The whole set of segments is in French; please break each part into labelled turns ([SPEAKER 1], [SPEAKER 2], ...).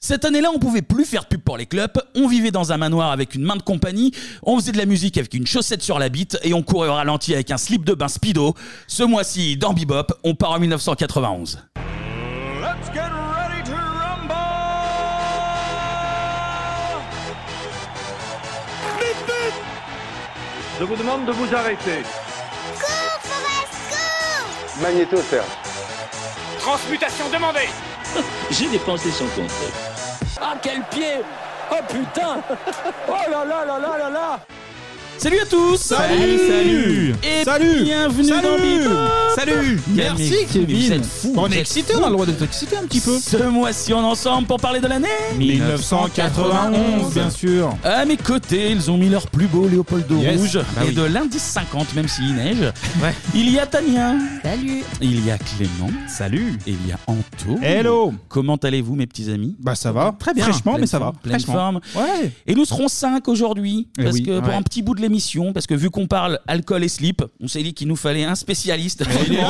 [SPEAKER 1] Cette année-là, on pouvait plus faire de pub pour les clubs, on vivait dans un manoir avec une main de compagnie, on faisait de la musique avec une chaussette sur la bite et on courait au ralenti avec un slip de bain speedo. Ce mois-ci, dans Bebop, on part en 1991.
[SPEAKER 2] Let's get ready to rumble! Vite, vite!
[SPEAKER 3] Je vous demande de vous arrêter.
[SPEAKER 4] Magnéto, Serge.
[SPEAKER 2] Transmutation demandée!
[SPEAKER 5] J'ai dépensé sans compter.
[SPEAKER 2] Ah, quel pied! Oh putain! Oh là là là là là là!
[SPEAKER 1] Salut à tous
[SPEAKER 2] Salut,
[SPEAKER 1] Salut Et
[SPEAKER 6] Salut
[SPEAKER 1] bienvenue
[SPEAKER 6] Salut
[SPEAKER 1] dans Bebop
[SPEAKER 6] Salut
[SPEAKER 1] Merci Kevin Vous êtes fous,
[SPEAKER 6] On
[SPEAKER 1] vous
[SPEAKER 6] est
[SPEAKER 1] êtes
[SPEAKER 6] excité,
[SPEAKER 1] fous.
[SPEAKER 6] on a le droit d'être excité un petit peu.
[SPEAKER 1] Ce mois-ci, on est ensemble pour parler de l'année
[SPEAKER 6] 1991, bien sûr.
[SPEAKER 1] À mes côtés, ils ont mis leur plus beau Léopoldo
[SPEAKER 6] Yes.
[SPEAKER 1] rouge
[SPEAKER 6] Bah
[SPEAKER 1] et
[SPEAKER 6] oui.
[SPEAKER 1] de l'indice 50, même s'il neige. Il y a Tania.
[SPEAKER 7] Salut.
[SPEAKER 1] Il y a Clément. Salut. Et il y a Anto.
[SPEAKER 6] Hello.
[SPEAKER 1] Comment allez-vous, mes petits amis
[SPEAKER 6] Bah ça va.
[SPEAKER 1] Très bien.
[SPEAKER 6] Fraîchement,
[SPEAKER 1] Pleine
[SPEAKER 6] mais ça va.
[SPEAKER 1] forme, pleine
[SPEAKER 6] Fraîchement.
[SPEAKER 1] forme.
[SPEAKER 6] Ouais.
[SPEAKER 1] Et nous serons 5 aujourd'hui,
[SPEAKER 6] Eh
[SPEAKER 1] parce
[SPEAKER 6] oui,
[SPEAKER 1] que pour
[SPEAKER 6] ouais.
[SPEAKER 1] un petit bout de l'émission, parce que vu qu'on parle alcool et slip, on s'est dit qu'il nous fallait un spécialiste
[SPEAKER 6] Eh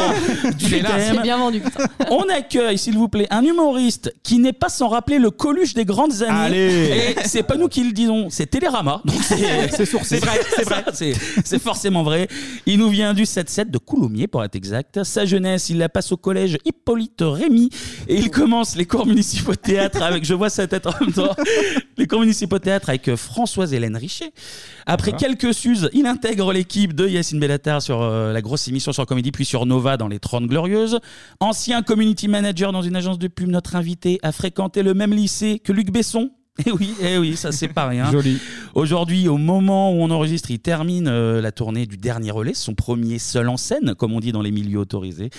[SPEAKER 1] du thème.
[SPEAKER 7] C'est bien vendu. putain.
[SPEAKER 1] On accueille, s'il vous plaît, un humoriste qui n'est pas sans rappeler le coluche des grandes années.
[SPEAKER 6] Allez.
[SPEAKER 1] Et c'est pas nous qui le disons, c'est Télérama. Donc c'est
[SPEAKER 6] C'est sourcé.
[SPEAKER 1] c'est vrai, c'est vrai. C'est- C'est forcément vrai. Il nous vient du 7-7 de Coulommiers, pour être exact. Sa jeunesse, il la passe au collège Hippolyte Rémy et il commence les cours municipaux de théâtre avec, je vois sa tête en même temps, les cours municipaux de théâtre avec euh, Françoise-Hélène Richet. Après quelques suzes, il intègre l'équipe de Yacine Bellatar sur euh, la grosse émission sur Comédie, puis sur Nova dans les 30 Glorieuses. Ancien community manager dans une agence de pub, notre invité a fréquenté le même lycée que Luc Besson. Eh oui, eh oui, ça c'est pas rien.
[SPEAKER 6] Joli.
[SPEAKER 1] Aujourd'hui, au moment où on enregistre, il termine euh, la tournée du dernier relais, son premier seul en scène, comme on dit dans les milieux autorisés.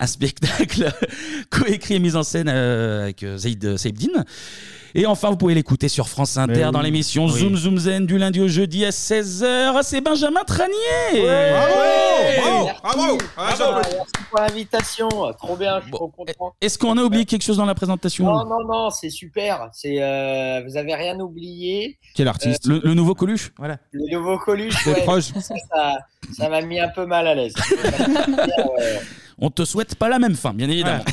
[SPEAKER 1] Un spectacle coécrit et mis en scène euh, avec euh, Zaid euh, Sebdine. Et enfin, vous pouvez l'écouter sur France Inter
[SPEAKER 6] Mais
[SPEAKER 1] dans
[SPEAKER 6] oui.
[SPEAKER 1] l'émission
[SPEAKER 6] Oui.
[SPEAKER 1] Zoom Zoom Zen du lundi au jeudi à 16h. C'est Benjamin Tranier
[SPEAKER 6] Bravo Bravo
[SPEAKER 8] Ah, merci pour l'invitation, Euh, trop bien, je suis trop
[SPEAKER 6] eh,
[SPEAKER 8] content.
[SPEAKER 1] Est-ce qu'on a oublié quelque chose dans la présentation
[SPEAKER 8] Non, non, non, c'est super. C'est, euh, vous avez rien oublié.
[SPEAKER 6] Quel artiste
[SPEAKER 1] Euh, le, le nouveau Coluche
[SPEAKER 8] Le nouveau Coluche,
[SPEAKER 6] Des
[SPEAKER 8] ouais,
[SPEAKER 6] proches.
[SPEAKER 8] ça, ça- ça m'a mis un peu mal à l'aise. Ouais.
[SPEAKER 1] On te souhaite pas la même fin, bien évidemment.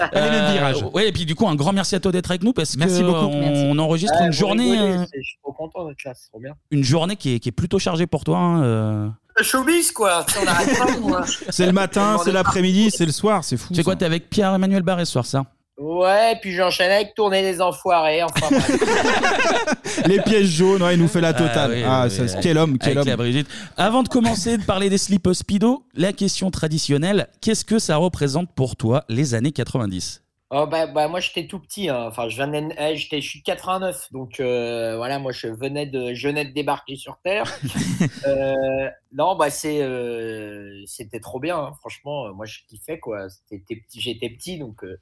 [SPEAKER 1] Euh,
[SPEAKER 6] Pas les mêmes virages.
[SPEAKER 1] ouais, et puis du coup, un grand merci à toi d'être avec nous parce
[SPEAKER 6] Merci
[SPEAKER 1] que
[SPEAKER 6] beaucoup.
[SPEAKER 1] on,
[SPEAKER 7] Merci.
[SPEAKER 1] on enregistre
[SPEAKER 8] Ouais,
[SPEAKER 1] une
[SPEAKER 8] vous
[SPEAKER 1] journée.
[SPEAKER 8] rigolez,
[SPEAKER 6] hein.
[SPEAKER 1] euh,
[SPEAKER 8] c'est- Je suis trop content d'être là, c'est trop bien.
[SPEAKER 1] une journée qui est, qui est plutôt chargée pour toi. hein, euh.
[SPEAKER 8] Le showbiz, quoi. On n'arrête pas, moi.
[SPEAKER 6] C'est le matin, c'est l'après-midi, c'est le soir, c'est fou.
[SPEAKER 1] Tu sais quoi,
[SPEAKER 6] ça.
[SPEAKER 1] t'es avec Pierre-Emmanuel Barré ce soir, ça
[SPEAKER 8] Ouais, puis j'enchaîne avec tourner les enfoirés. Enfin, bref.
[SPEAKER 6] Les pièces jaunes, ouais, il nous fait la totale.
[SPEAKER 1] Ah, oui,
[SPEAKER 6] Ah,
[SPEAKER 1] oui,
[SPEAKER 6] ça,
[SPEAKER 1] oui.
[SPEAKER 6] quel homme,
[SPEAKER 1] Avec
[SPEAKER 6] quel homme.
[SPEAKER 1] la Brigitte. Avant de commencer de parler des slips speedo, la question traditionnelle, qu'est-ce que ça représente pour toi les années 90
[SPEAKER 8] Oh, bah, bah, moi j'étais tout petit, hein. enfin je venais, de- eh, j'étais, je suis de 89, donc euh, voilà, moi je venais de, je venais de débarquer sur Terre. Euh, non, bah c'est, euh, c'était trop bien, hein. franchement, euh, moi je kiffais quoi. C'était petit, j'étais petit, donc euh,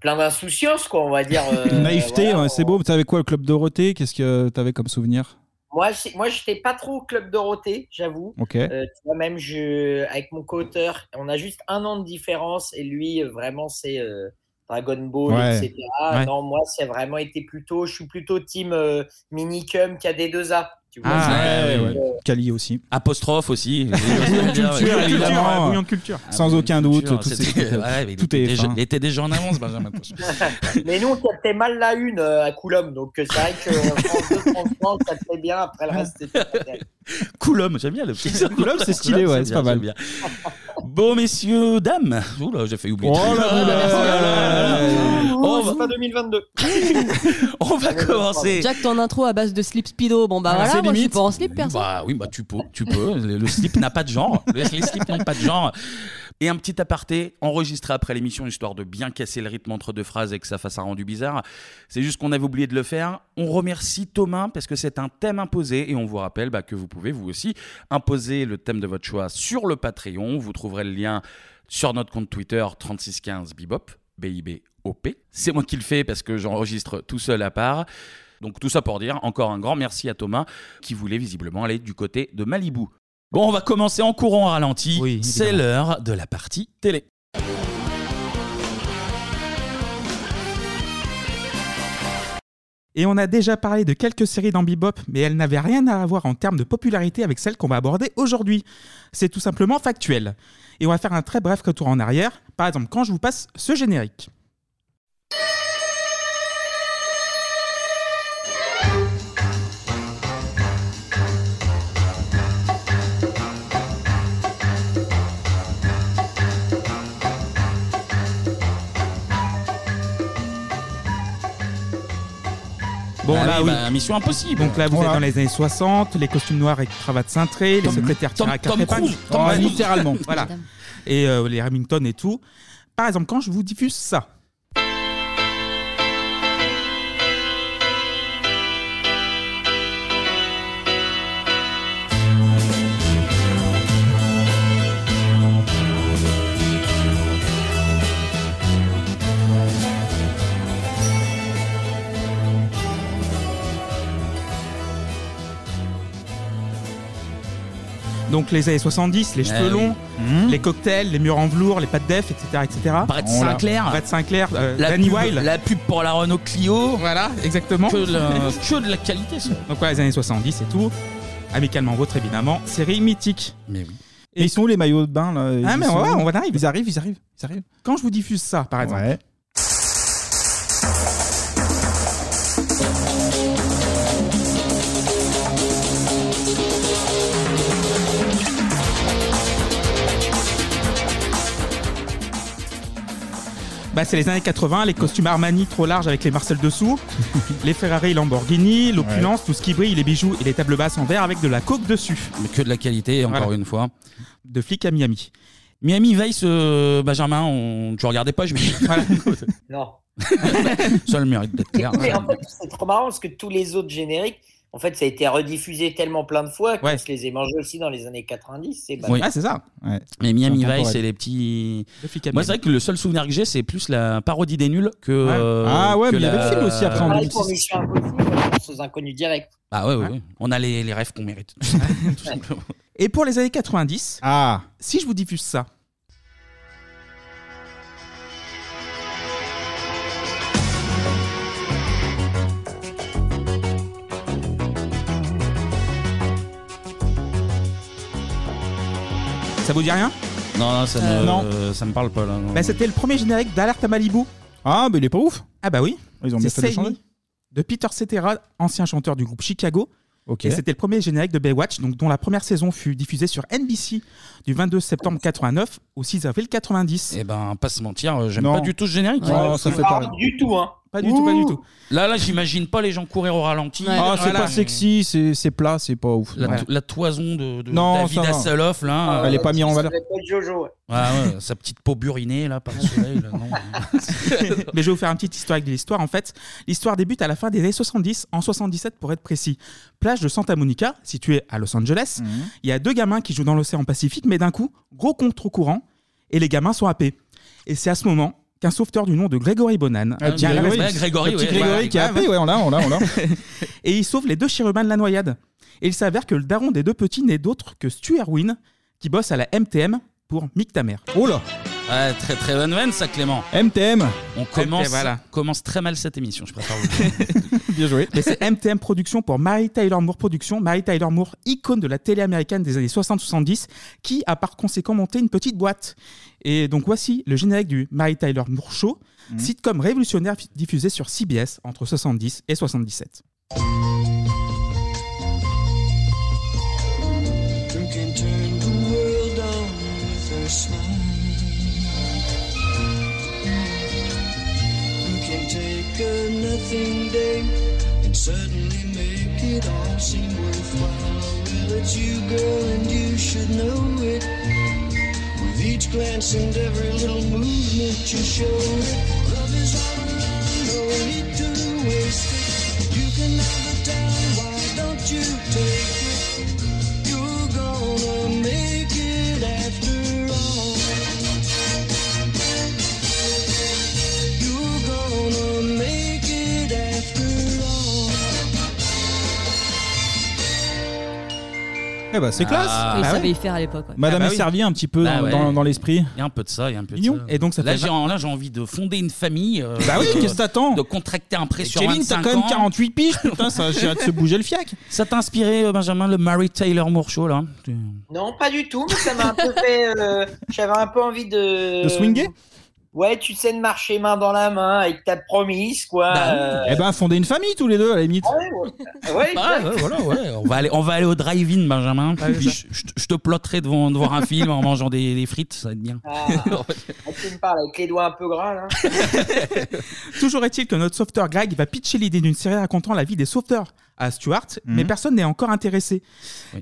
[SPEAKER 8] plein d'insouciance quoi, on va dire. euh,
[SPEAKER 6] Naïveté,
[SPEAKER 8] voilà,
[SPEAKER 6] ouais, c'est
[SPEAKER 8] on-
[SPEAKER 6] beau. T'avais quoi le club Dorothée Qu'est-ce que t'avais comme souvenir
[SPEAKER 8] Moi, c'est- moi j'étais pas trop au club Dorothée, j'avoue.
[SPEAKER 6] Ok.
[SPEAKER 8] Euh, tu vois, même je, avec mon co-auteur, on a juste un an de différence et lui, euh, vraiment, c'est euh, Dragon Ball,
[SPEAKER 6] Ouais.
[SPEAKER 8] etc.
[SPEAKER 6] Ouais.
[SPEAKER 8] Non, moi, c'est vraiment été plutôt, je suis plutôt team euh, Minicum KD2A. Tu vois,
[SPEAKER 6] Ah,
[SPEAKER 1] ouais,
[SPEAKER 6] ouais,
[SPEAKER 1] ouais.
[SPEAKER 6] ouais. Cali aussi.
[SPEAKER 1] Apostrophe aussi.
[SPEAKER 6] culture, évidemment.
[SPEAKER 1] évidemment.
[SPEAKER 6] Bouillon
[SPEAKER 9] de culture.
[SPEAKER 6] Sans aucun doute,
[SPEAKER 1] Ah, Culture,
[SPEAKER 6] tout
[SPEAKER 1] c'était-
[SPEAKER 6] s'est-
[SPEAKER 1] ouais, mais
[SPEAKER 6] tout
[SPEAKER 1] il était
[SPEAKER 6] est
[SPEAKER 1] déjà-
[SPEAKER 6] fin.
[SPEAKER 1] Il était déjà en avance, Benjamin. attention.
[SPEAKER 8] Euh, Mais nous, on captait mal la une euh, à Coulomb, donc euh, c'est vrai que euh, France 2, France 3, on captait bien, après le reste, c'était pas terrible.
[SPEAKER 1] Coulomb, j'aime bien le petit. Coulomb,
[SPEAKER 6] c'est stylé, ouais, c'est
[SPEAKER 1] bien,
[SPEAKER 6] pas mal.
[SPEAKER 1] bien. Bon, messieurs, dames. Oula, j'ai failli oublier.
[SPEAKER 6] Oh la
[SPEAKER 1] Oh
[SPEAKER 6] boule.
[SPEAKER 1] là là là là.
[SPEAKER 8] Oh,
[SPEAKER 1] va-
[SPEAKER 8] c'est pas 2022.
[SPEAKER 1] On va commencer.
[SPEAKER 7] Jack, ton intro à base de slip speedo. Bon bah
[SPEAKER 6] Ah, c'est
[SPEAKER 7] voilà, moi je suis
[SPEAKER 6] limite.
[SPEAKER 7] pas en slip perso.
[SPEAKER 1] Bah oui, bah tu peux, tu peux. Le le slip n'a pas de genre. Les, les slips n'ont pas de genre. Et un petit aparté enregistré après l'émission, histoire de bien casser le rythme entre deux phrases et que ça fasse un rendu bizarre. C'est juste qu'on avait oublié de le faire. On remercie Thomas parce que c'est un thème imposé et on vous rappelle bah, que vous pouvez vous aussi imposer le thème de votre choix sur le Patreon. Vous trouverez le lien sur notre compte Twitter 3615bibop, B-I-B-O-P. C'est moi qui le fais parce que j'enregistre tout seul à part. Donc tout ça pour dire encore un grand merci à Thomas qui voulait visiblement aller du côté de Malibu. Bon, on va commencer en courant à ralenti.
[SPEAKER 9] Oui,
[SPEAKER 1] C'est l'heure de la partie télé.
[SPEAKER 9] Et on a déjà parlé de quelques séries dans Bebop, mais elles n'avaient rien à voir en termes de popularité avec celles qu'on va aborder aujourd'hui. C'est tout simplement factuel. Et on va faire un très bref retour en arrière, par exemple quand je vous passe ce générique. Bon,
[SPEAKER 1] Bah
[SPEAKER 9] là,
[SPEAKER 1] oui,
[SPEAKER 9] oui.
[SPEAKER 1] bah, Mission Impossible.
[SPEAKER 9] Donc là, vous
[SPEAKER 6] Voilà.
[SPEAKER 9] êtes dans les années 60, les costumes noirs et cravates cintrées, les
[SPEAKER 1] Tom-
[SPEAKER 9] secrétaires
[SPEAKER 1] Tom-
[SPEAKER 9] tirées à
[SPEAKER 1] Tom
[SPEAKER 9] quatre épingles.
[SPEAKER 1] Cruise, Tom
[SPEAKER 9] Oh,
[SPEAKER 1] Cruise.
[SPEAKER 9] Littéralement, voilà.
[SPEAKER 10] Évidemment.
[SPEAKER 9] Et euh, les Remington et tout. Par exemple, quand je vous diffuse ça, donc les années 70, les cheveux
[SPEAKER 1] Eh
[SPEAKER 9] longs,
[SPEAKER 6] Mhm.
[SPEAKER 9] les cocktails, les murs en velours, les pâtes d'eff, etc. etc.
[SPEAKER 1] Brett
[SPEAKER 6] Voilà.
[SPEAKER 1] Sinclair.
[SPEAKER 9] Brett Sinclair, euh,
[SPEAKER 1] la,
[SPEAKER 9] Danny
[SPEAKER 1] pub,
[SPEAKER 9] Wilde.
[SPEAKER 1] la pub pour la Renault Clio.
[SPEAKER 9] Voilà, exactement.
[SPEAKER 1] Que de la, que de la qualité, ça.
[SPEAKER 9] Donc voilà, les années 70 et tout. Amicalement vôtre, évidemment. Série mythique.
[SPEAKER 1] Mais oui.
[SPEAKER 6] Et ils sont où les maillots de bain là Ils
[SPEAKER 9] Ah, mais on
[SPEAKER 6] sont
[SPEAKER 9] va,
[SPEAKER 6] où
[SPEAKER 9] on va en arriver.
[SPEAKER 6] Ils arrivent, ils arrivent, ils arrivent.
[SPEAKER 9] Quand je vous diffuse ça, par exemple,
[SPEAKER 6] Ouais.
[SPEAKER 9] bah, c'est les années 80, les costumes Armani trop larges avec les Marcel dessous, les Ferrari Lamborghini, l'opulence, tout ce qui brille, les bijoux et les tables basses en verre avec de la coke dessus.
[SPEAKER 1] Mais que de la qualité, encore
[SPEAKER 9] Voilà.
[SPEAKER 1] une fois.
[SPEAKER 9] De flic à Miami.
[SPEAKER 1] Miami Vice, euh, Benjamin, on... tu regardais pas, je me dis.
[SPEAKER 9] Voilà.
[SPEAKER 8] Non.
[SPEAKER 1] Ça a le mérite d'être clair.
[SPEAKER 8] Mais en fait, c'est trop marrant parce que tous les autres génériques, en fait, ça a été rediffusé tellement plein de fois que
[SPEAKER 9] Ouais.
[SPEAKER 8] je les ai mangés aussi dans les années 90. C'est
[SPEAKER 1] Oui.
[SPEAKER 9] Ah, c'est ça.
[SPEAKER 1] Mais Miami Vice,
[SPEAKER 6] Contemporaine.
[SPEAKER 1] c'est les petits.
[SPEAKER 9] Le flic à
[SPEAKER 1] Moi,
[SPEAKER 9] Miami.
[SPEAKER 1] c'est vrai que le seul souvenir que j'ai, c'est plus la parodie des nuls que.
[SPEAKER 9] Ouais.
[SPEAKER 1] euh,
[SPEAKER 6] Ah ouais,
[SPEAKER 1] que
[SPEAKER 6] mais il y avait le film aussi après, en
[SPEAKER 8] Pareil pour
[SPEAKER 6] 2006.
[SPEAKER 8] Mission Impossible, on pense aux inconnus directs.
[SPEAKER 1] Ah ouais, ouais,
[SPEAKER 9] Ouais.
[SPEAKER 1] ouais. On a les, les rêves qu'on mérite. Tout simplement.
[SPEAKER 9] Et pour les années 90,
[SPEAKER 6] Ah,
[SPEAKER 9] si je vous diffuse ça, ça vous dit rien
[SPEAKER 1] non, non, ça me,
[SPEAKER 6] non.
[SPEAKER 1] euh, ça me parle pas là. non.
[SPEAKER 9] bah, C'était le premier générique d'Alerte à Malibu.
[SPEAKER 6] ah, mais il est pas ouf.
[SPEAKER 9] Ah bah oui,
[SPEAKER 6] Ils ont bien
[SPEAKER 9] c'est
[SPEAKER 6] fait de le changer.
[SPEAKER 9] Save Me de Peter Cetera, ancien chanteur du groupe Chicago,
[SPEAKER 6] Ok.
[SPEAKER 9] et c'était le premier générique de Baywatch, donc dont la première saison fut diffusée sur NBC du 22 septembre 89 au 6 avril 90.
[SPEAKER 1] Eh ben, pas se mentir, euh, j'aime
[SPEAKER 6] Non.
[SPEAKER 1] pas du tout ce générique.
[SPEAKER 6] Ah, ça fait
[SPEAKER 8] Pas
[SPEAKER 6] pareil.
[SPEAKER 8] du tout, hein.
[SPEAKER 9] Pas du tout, pas du tout.
[SPEAKER 1] Là, là, j'imagine pas les gens courir au ralenti.
[SPEAKER 11] Ouais.
[SPEAKER 6] Ah, c'est
[SPEAKER 9] Voilà.
[SPEAKER 6] pas sexy, c'est c'est plat, c'est pas ouf.
[SPEAKER 1] La,
[SPEAKER 6] Ouais.
[SPEAKER 1] la toison de, de
[SPEAKER 6] Non,
[SPEAKER 1] David
[SPEAKER 6] ça va. Ah
[SPEAKER 1] Hasselhoff, là.
[SPEAKER 6] Elle est
[SPEAKER 1] euh,
[SPEAKER 6] pas mise en valeur.
[SPEAKER 8] Ça doit être Jojo. ouais.
[SPEAKER 1] ouais, ouais, sa petite peau burinée, là, par le soleil. là, non.
[SPEAKER 9] Mais je vais vous faire un petit historique de l'histoire. En fait, l'histoire débute à la fin des années 70, en 77 pour être précis. Plage de Santa Monica, située à Los Angeles.
[SPEAKER 6] Mhm.
[SPEAKER 9] Il y a deux gamins qui jouent dans l'océan Pacifique, mais d'un coup, gros contre-courant, et les gamins sont happés. Et c'est à ce moment qu'un sauveteur du nom de Grégory Bonan
[SPEAKER 6] Ah,
[SPEAKER 9] vient à la
[SPEAKER 6] Grégory,
[SPEAKER 9] rescue.
[SPEAKER 1] Ouais, Grégory,
[SPEAKER 9] Le
[SPEAKER 1] ouais,
[SPEAKER 9] petit
[SPEAKER 1] Grégory
[SPEAKER 9] Grégory
[SPEAKER 6] Qui a
[SPEAKER 9] qui
[SPEAKER 6] appelé, ouais, on l'a, on l'a, on l'a.
[SPEAKER 9] et il sauve les deux chérubins de la noyade. Et il s'avère que le daron des deux petits n'est d'autre que Stu Erwin, qui bosse à la MTM pour Mick ta mère.
[SPEAKER 6] Oh là,
[SPEAKER 1] Ouais, très très bonne veine, ça, Clément.
[SPEAKER 6] MTM,
[SPEAKER 1] On commence,
[SPEAKER 9] voilà.
[SPEAKER 1] commence très mal cette émission, je préfère vous le dire.
[SPEAKER 6] bien joué.
[SPEAKER 9] Mais c'est MTM Productions pour Mary Tyler Moore Productions. Mary Tyler Moore, icône de la télé américaine des années 60-70, qui a par conséquent monté une petite boîte. Et donc voici le générique du Mary Tyler Moore Show,
[SPEAKER 6] Mhm.
[SPEAKER 9] sitcom révolutionnaire diffusé sur CBS entre 70 et 77.
[SPEAKER 12] You can turn the world on with her smile. You can take a nothing day and suddenly make it all seem worthwhile. Well, it's you, girl, and you should know it. With each glance and every little movement you show, love is all around, no need to waste it. You can have the time, why don't you take it? You're gonna make it after all. You're gonna make it after all.
[SPEAKER 6] Eh bah, c'est classe.
[SPEAKER 1] Ah,
[SPEAKER 11] Ils
[SPEAKER 9] bah
[SPEAKER 11] savaient
[SPEAKER 9] ouais.
[SPEAKER 11] y faire à l'époque. ouais.
[SPEAKER 9] Ah
[SPEAKER 6] Madame
[SPEAKER 9] bah
[SPEAKER 6] est
[SPEAKER 9] oui.
[SPEAKER 6] servie un petit peu
[SPEAKER 1] Bah
[SPEAKER 6] dans-
[SPEAKER 1] ouais.
[SPEAKER 6] dans dans l'esprit.
[SPEAKER 1] Il y a un peu de ça, il y a un peu de
[SPEAKER 6] Mignon.
[SPEAKER 1] ça.
[SPEAKER 9] Et donc ça
[SPEAKER 1] Là
[SPEAKER 9] fait
[SPEAKER 1] j'ai, là, j'ai envie de fonder une famille. euh,
[SPEAKER 6] Bah oui,
[SPEAKER 1] de-
[SPEAKER 6] qu'est-ce que t'attends
[SPEAKER 1] de contracter un prêt sur
[SPEAKER 6] Kevin, t'as
[SPEAKER 1] 25
[SPEAKER 6] quand même
[SPEAKER 1] ans.
[SPEAKER 6] 48 piges, putain, ça va de se bouger le fiac.
[SPEAKER 1] Ça t'a inspiré, euh, Benjamin, le Mary Taylor Moore Show, là Tu-
[SPEAKER 8] Non, pas du tout, mais ça m'a un peu fait. euh, J'avais un peu envie de.
[SPEAKER 6] De swinguer
[SPEAKER 8] Ouais, tu sais de marcher main dans la main avec ta promise, quoi.
[SPEAKER 1] Bah
[SPEAKER 8] euh,
[SPEAKER 6] Eh ben, fonder une famille tous les deux, à la limite.
[SPEAKER 8] ouais, ouais. Ouais,
[SPEAKER 1] Ah, ouais, voilà, ouais. On, va aller, on va aller au drive-in, Benjamin.
[SPEAKER 9] Ouais,
[SPEAKER 1] Puis je, je te- je te plotterai devant, devant un film en mangeant des, des frites, ça va être bien.
[SPEAKER 8] Ah, tu me parles avec les doigts un peu gras là.
[SPEAKER 9] Toujours est-il que notre sauveteur Greg va pitcher l'idée d'une série racontant la vie des sauveteurs à Stuart,
[SPEAKER 1] Mhm.
[SPEAKER 9] mais personne n'est encore intéressé.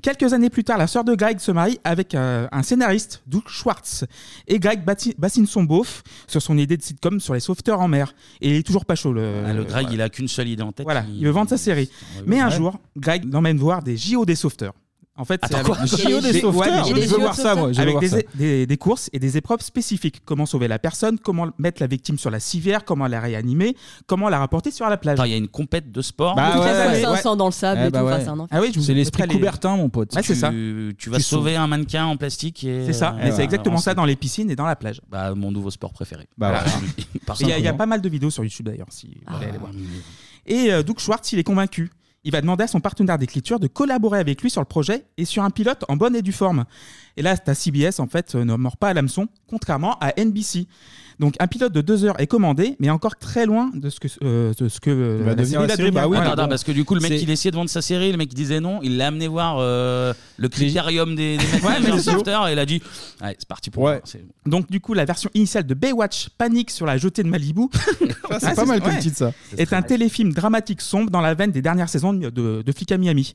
[SPEAKER 9] Quelques années plus tard, la sœur de Greg se marie avec euh, un scénariste, Doug Schwartz, et Greg bati- bassine son beauf sur son idée de sitcom sur les sauveteurs en mer. Et il est toujours pas chaud. Le,
[SPEAKER 1] Ah, le Greg, il a qu'une seule idée en tête.
[SPEAKER 9] Voilà, il veut vendre sa série. Mais un
[SPEAKER 1] ouais.
[SPEAKER 9] jour, Greg l'emmène voir des JO des sauveteurs. En fait, c'est
[SPEAKER 1] Attends, quoi
[SPEAKER 9] avec-
[SPEAKER 1] Des JO des
[SPEAKER 9] Ouais,
[SPEAKER 6] sauveteurs
[SPEAKER 9] je
[SPEAKER 7] Des
[SPEAKER 9] veux
[SPEAKER 7] JO
[SPEAKER 9] voir
[SPEAKER 7] des
[SPEAKER 9] ça, moi. je veux
[SPEAKER 6] Avec
[SPEAKER 9] voir
[SPEAKER 6] des-
[SPEAKER 9] ça. des, des courses et des épreuves spécifiques. Comment sauver la personne, comment mettre la victime sur la civière, comment la réanimer, comment la rapporter sur la plage.
[SPEAKER 1] Attends, il y a une compète de sport.
[SPEAKER 6] Bah
[SPEAKER 7] Toute
[SPEAKER 6] ouais,
[SPEAKER 7] la
[SPEAKER 6] ouais,
[SPEAKER 7] fois 500 dans le sable
[SPEAKER 6] Eh
[SPEAKER 7] et
[SPEAKER 6] bah
[SPEAKER 7] tout,
[SPEAKER 6] ouais.
[SPEAKER 7] enfin, c'est un enfer.
[SPEAKER 9] Ah oui, je vous
[SPEAKER 6] C'est l'esprit
[SPEAKER 9] mettrai les-
[SPEAKER 6] Coubertin, mon pote.
[SPEAKER 9] Ouais, c'est
[SPEAKER 1] tu,
[SPEAKER 9] ça.
[SPEAKER 1] tu vas
[SPEAKER 6] Tu
[SPEAKER 1] sauver un mannequin en plastique. et,
[SPEAKER 9] C'est ça,
[SPEAKER 1] euh,
[SPEAKER 9] mais c'est
[SPEAKER 6] ouais,
[SPEAKER 9] exactement
[SPEAKER 1] vraiment,
[SPEAKER 9] ça dans les piscines et dans la plage.
[SPEAKER 1] Bah, mon nouveau sport préféré.
[SPEAKER 6] Bah,
[SPEAKER 1] Voilà.
[SPEAKER 9] Et
[SPEAKER 1] Parce
[SPEAKER 9] Il y, a-
[SPEAKER 1] que-
[SPEAKER 9] il y a pas mal de vidéos sur YouTube d'ailleurs, si vous voulez aller voir.
[SPEAKER 1] Ah,
[SPEAKER 9] Et euh, Doug Schwartz, il est convaincu. Il va demander à son partenaire d'écriture de collaborer avec lui sur le projet et sur un pilote en bonne et due forme. Et là, ta CBS, en fait, euh, ne mord pas à l'hameçon, contrairement à NBC. Donc, un pilote de deux heures est commandé, mais encore très loin de ce que, euh, de ce que euh,
[SPEAKER 6] Il va devenir la série, bah oui,
[SPEAKER 9] Voilà.
[SPEAKER 1] Attends, attends, parce que du coup, le mec,
[SPEAKER 6] C'est-
[SPEAKER 1] il essayait de vendre sa série, le mec, il disait non, il l'a amené voir euh, le critérium des, des managers
[SPEAKER 9] mais c'est sûr.
[SPEAKER 1] sauveteurs, et il a dit Ouais, c'est parti pour
[SPEAKER 6] Ouais.
[SPEAKER 1] moi. C'est-
[SPEAKER 9] Donc, du coup, la version initiale de Baywatch, Panique sur la jetée de Malibu,
[SPEAKER 6] Ah,
[SPEAKER 9] Ouais,
[SPEAKER 6] C'est pas mal
[SPEAKER 9] ouais.
[SPEAKER 6] comme titre, ça.
[SPEAKER 9] est un téléfilm dramatique sombre dans la veine des dernières saisons de, de, de Flic à Miami.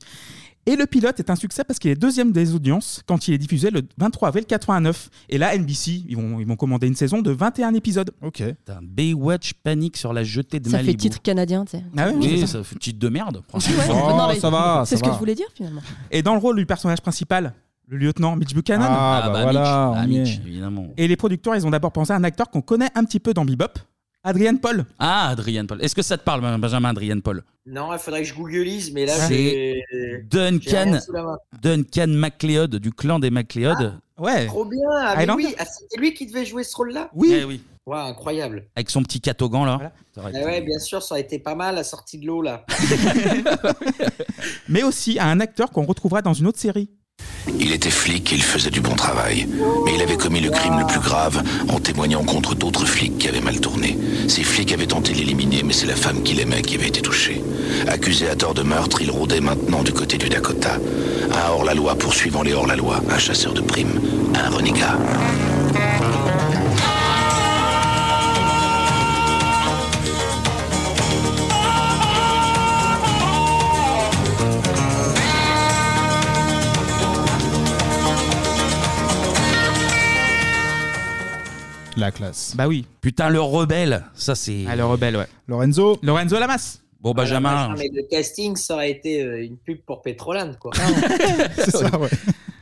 [SPEAKER 9] Et le pilote est un succès parce qu'il est deuxième des audiences quand il est diffusé le 23 avril 89. Et là, NBC, ils vont, ils vont commander une saison de 21 épisodes.
[SPEAKER 6] Ok.
[SPEAKER 1] Putain, Baywatch panique sur la jetée de
[SPEAKER 7] Ça
[SPEAKER 1] Malibu.
[SPEAKER 7] fait titre canadien, tu sais.
[SPEAKER 9] Ah
[SPEAKER 1] Oui, ça fait titre de merde. franchement.
[SPEAKER 7] Ouais,
[SPEAKER 6] Oh,
[SPEAKER 7] non, mais
[SPEAKER 6] ça va,
[SPEAKER 7] C'est
[SPEAKER 6] ça
[SPEAKER 7] ce que
[SPEAKER 6] va.
[SPEAKER 7] je voulais dire finalement.
[SPEAKER 9] Et dans le rôle du personnage principal, le lieutenant Mitch Buchanan.
[SPEAKER 6] Ah, bah, voilà,
[SPEAKER 1] Mitch,
[SPEAKER 6] on
[SPEAKER 1] Ah,
[SPEAKER 6] y est.
[SPEAKER 1] Mitch, évidemment.
[SPEAKER 9] Et les producteurs, ils ont d'abord pensé à un acteur qu'on connaît un petit peu dans Bebop, Adrian Paul.
[SPEAKER 1] Ah, Adrien Paul. Est-ce que ça te parle, Ben- Benjamin Adrien Paul
[SPEAKER 8] Non, il faudrait que je googleise, mais là
[SPEAKER 1] C'est-
[SPEAKER 8] j'ai. j'ai rien
[SPEAKER 1] Duncan,
[SPEAKER 8] sous la main.
[SPEAKER 1] Duncan MacLeod du clan des MacLeod.
[SPEAKER 9] Ouais.
[SPEAKER 8] Trop bien. Ah, mais
[SPEAKER 9] Highlander.
[SPEAKER 8] oui, ah, c'était lui qui devait jouer ce rôle-là.
[SPEAKER 9] Oui.
[SPEAKER 1] Eh oui.
[SPEAKER 8] Ouais, incroyable.
[SPEAKER 1] Avec son petit catogan là.
[SPEAKER 9] Voilà.
[SPEAKER 1] Ça aurait
[SPEAKER 8] Ah
[SPEAKER 1] été-
[SPEAKER 8] ouais, bien sûr, ça a été pas mal la sortie de l'eau là.
[SPEAKER 9] Mais aussi à un acteur qu'on retrouvera dans une autre série.
[SPEAKER 4] Il était flic et il faisait du bon travail. Mais il avait commis le crime le plus grave en témoignant contre d'autres flics qui avaient mal tourné. Ces flics avaient tenté de l'éliminer, mais c'est la femme qu'il aimait qui avait été touchée. Accusé à tort de meurtre, il rôdait maintenant du côté du Dakota. Un hors-la-loi poursuivant les hors-la-loi, un chasseur de primes, un renégat.
[SPEAKER 6] La classe.
[SPEAKER 9] Bah oui,
[SPEAKER 1] Putain, le rebelle. Ça, c'est.
[SPEAKER 9] à le rebelle, ouais.
[SPEAKER 6] Lorenzo.
[SPEAKER 9] Lorenzo Lamas.
[SPEAKER 1] Bon, Benjamin.
[SPEAKER 8] Ah, mais le casting, ça aurait été euh, une pub pour Petroland, quoi.
[SPEAKER 6] Ah, C'est ça, ouais.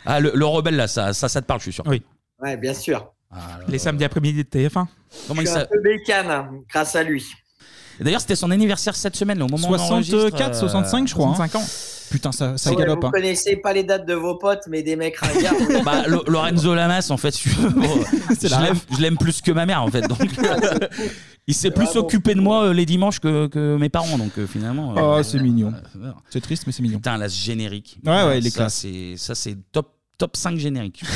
[SPEAKER 1] Ah, le, le rebelle là, ça, ça, ça te parle, je suis sûr.
[SPEAKER 9] Oui.
[SPEAKER 8] Ouais, bien sûr.
[SPEAKER 1] Ah, là,
[SPEAKER 9] Les
[SPEAKER 1] là.
[SPEAKER 9] samedis après-midi de TF1.
[SPEAKER 1] Comment
[SPEAKER 8] Je
[SPEAKER 1] il
[SPEAKER 8] suis un
[SPEAKER 1] s'a-
[SPEAKER 8] peu bécane hein, grâce à lui.
[SPEAKER 1] D'ailleurs, c'était son anniversaire cette semaine, là, au moment où on
[SPEAKER 6] 64,
[SPEAKER 1] enregistre, euh,
[SPEAKER 6] 65, je crois. hein.
[SPEAKER 9] 65 ans.
[SPEAKER 6] Putain, ça, ça
[SPEAKER 8] Ouais,
[SPEAKER 6] galope.
[SPEAKER 8] vous
[SPEAKER 6] hein.
[SPEAKER 8] connaissez pas les dates de vos potes, mais des mecs ringards.
[SPEAKER 1] Bah, Lo- Lorenzo Lamas, en fait, je, bon, je
[SPEAKER 6] la
[SPEAKER 1] l'aime- je l'aime plus que ma mère, en fait. Donc, il s'est
[SPEAKER 6] Ah
[SPEAKER 1] plus
[SPEAKER 8] vraiment
[SPEAKER 1] occupé de moi euh, les dimanches que, que mes parents, donc euh, finalement.
[SPEAKER 6] Oh,
[SPEAKER 1] euh,
[SPEAKER 6] c'est mignon.
[SPEAKER 1] euh,
[SPEAKER 6] C'est triste, mais c'est mignon.
[SPEAKER 1] Putain, là, ce générique.
[SPEAKER 6] Ouais, ouais, il est
[SPEAKER 1] ça,
[SPEAKER 6] classe.
[SPEAKER 1] c'est- Ça, c'est top, top 5 générique.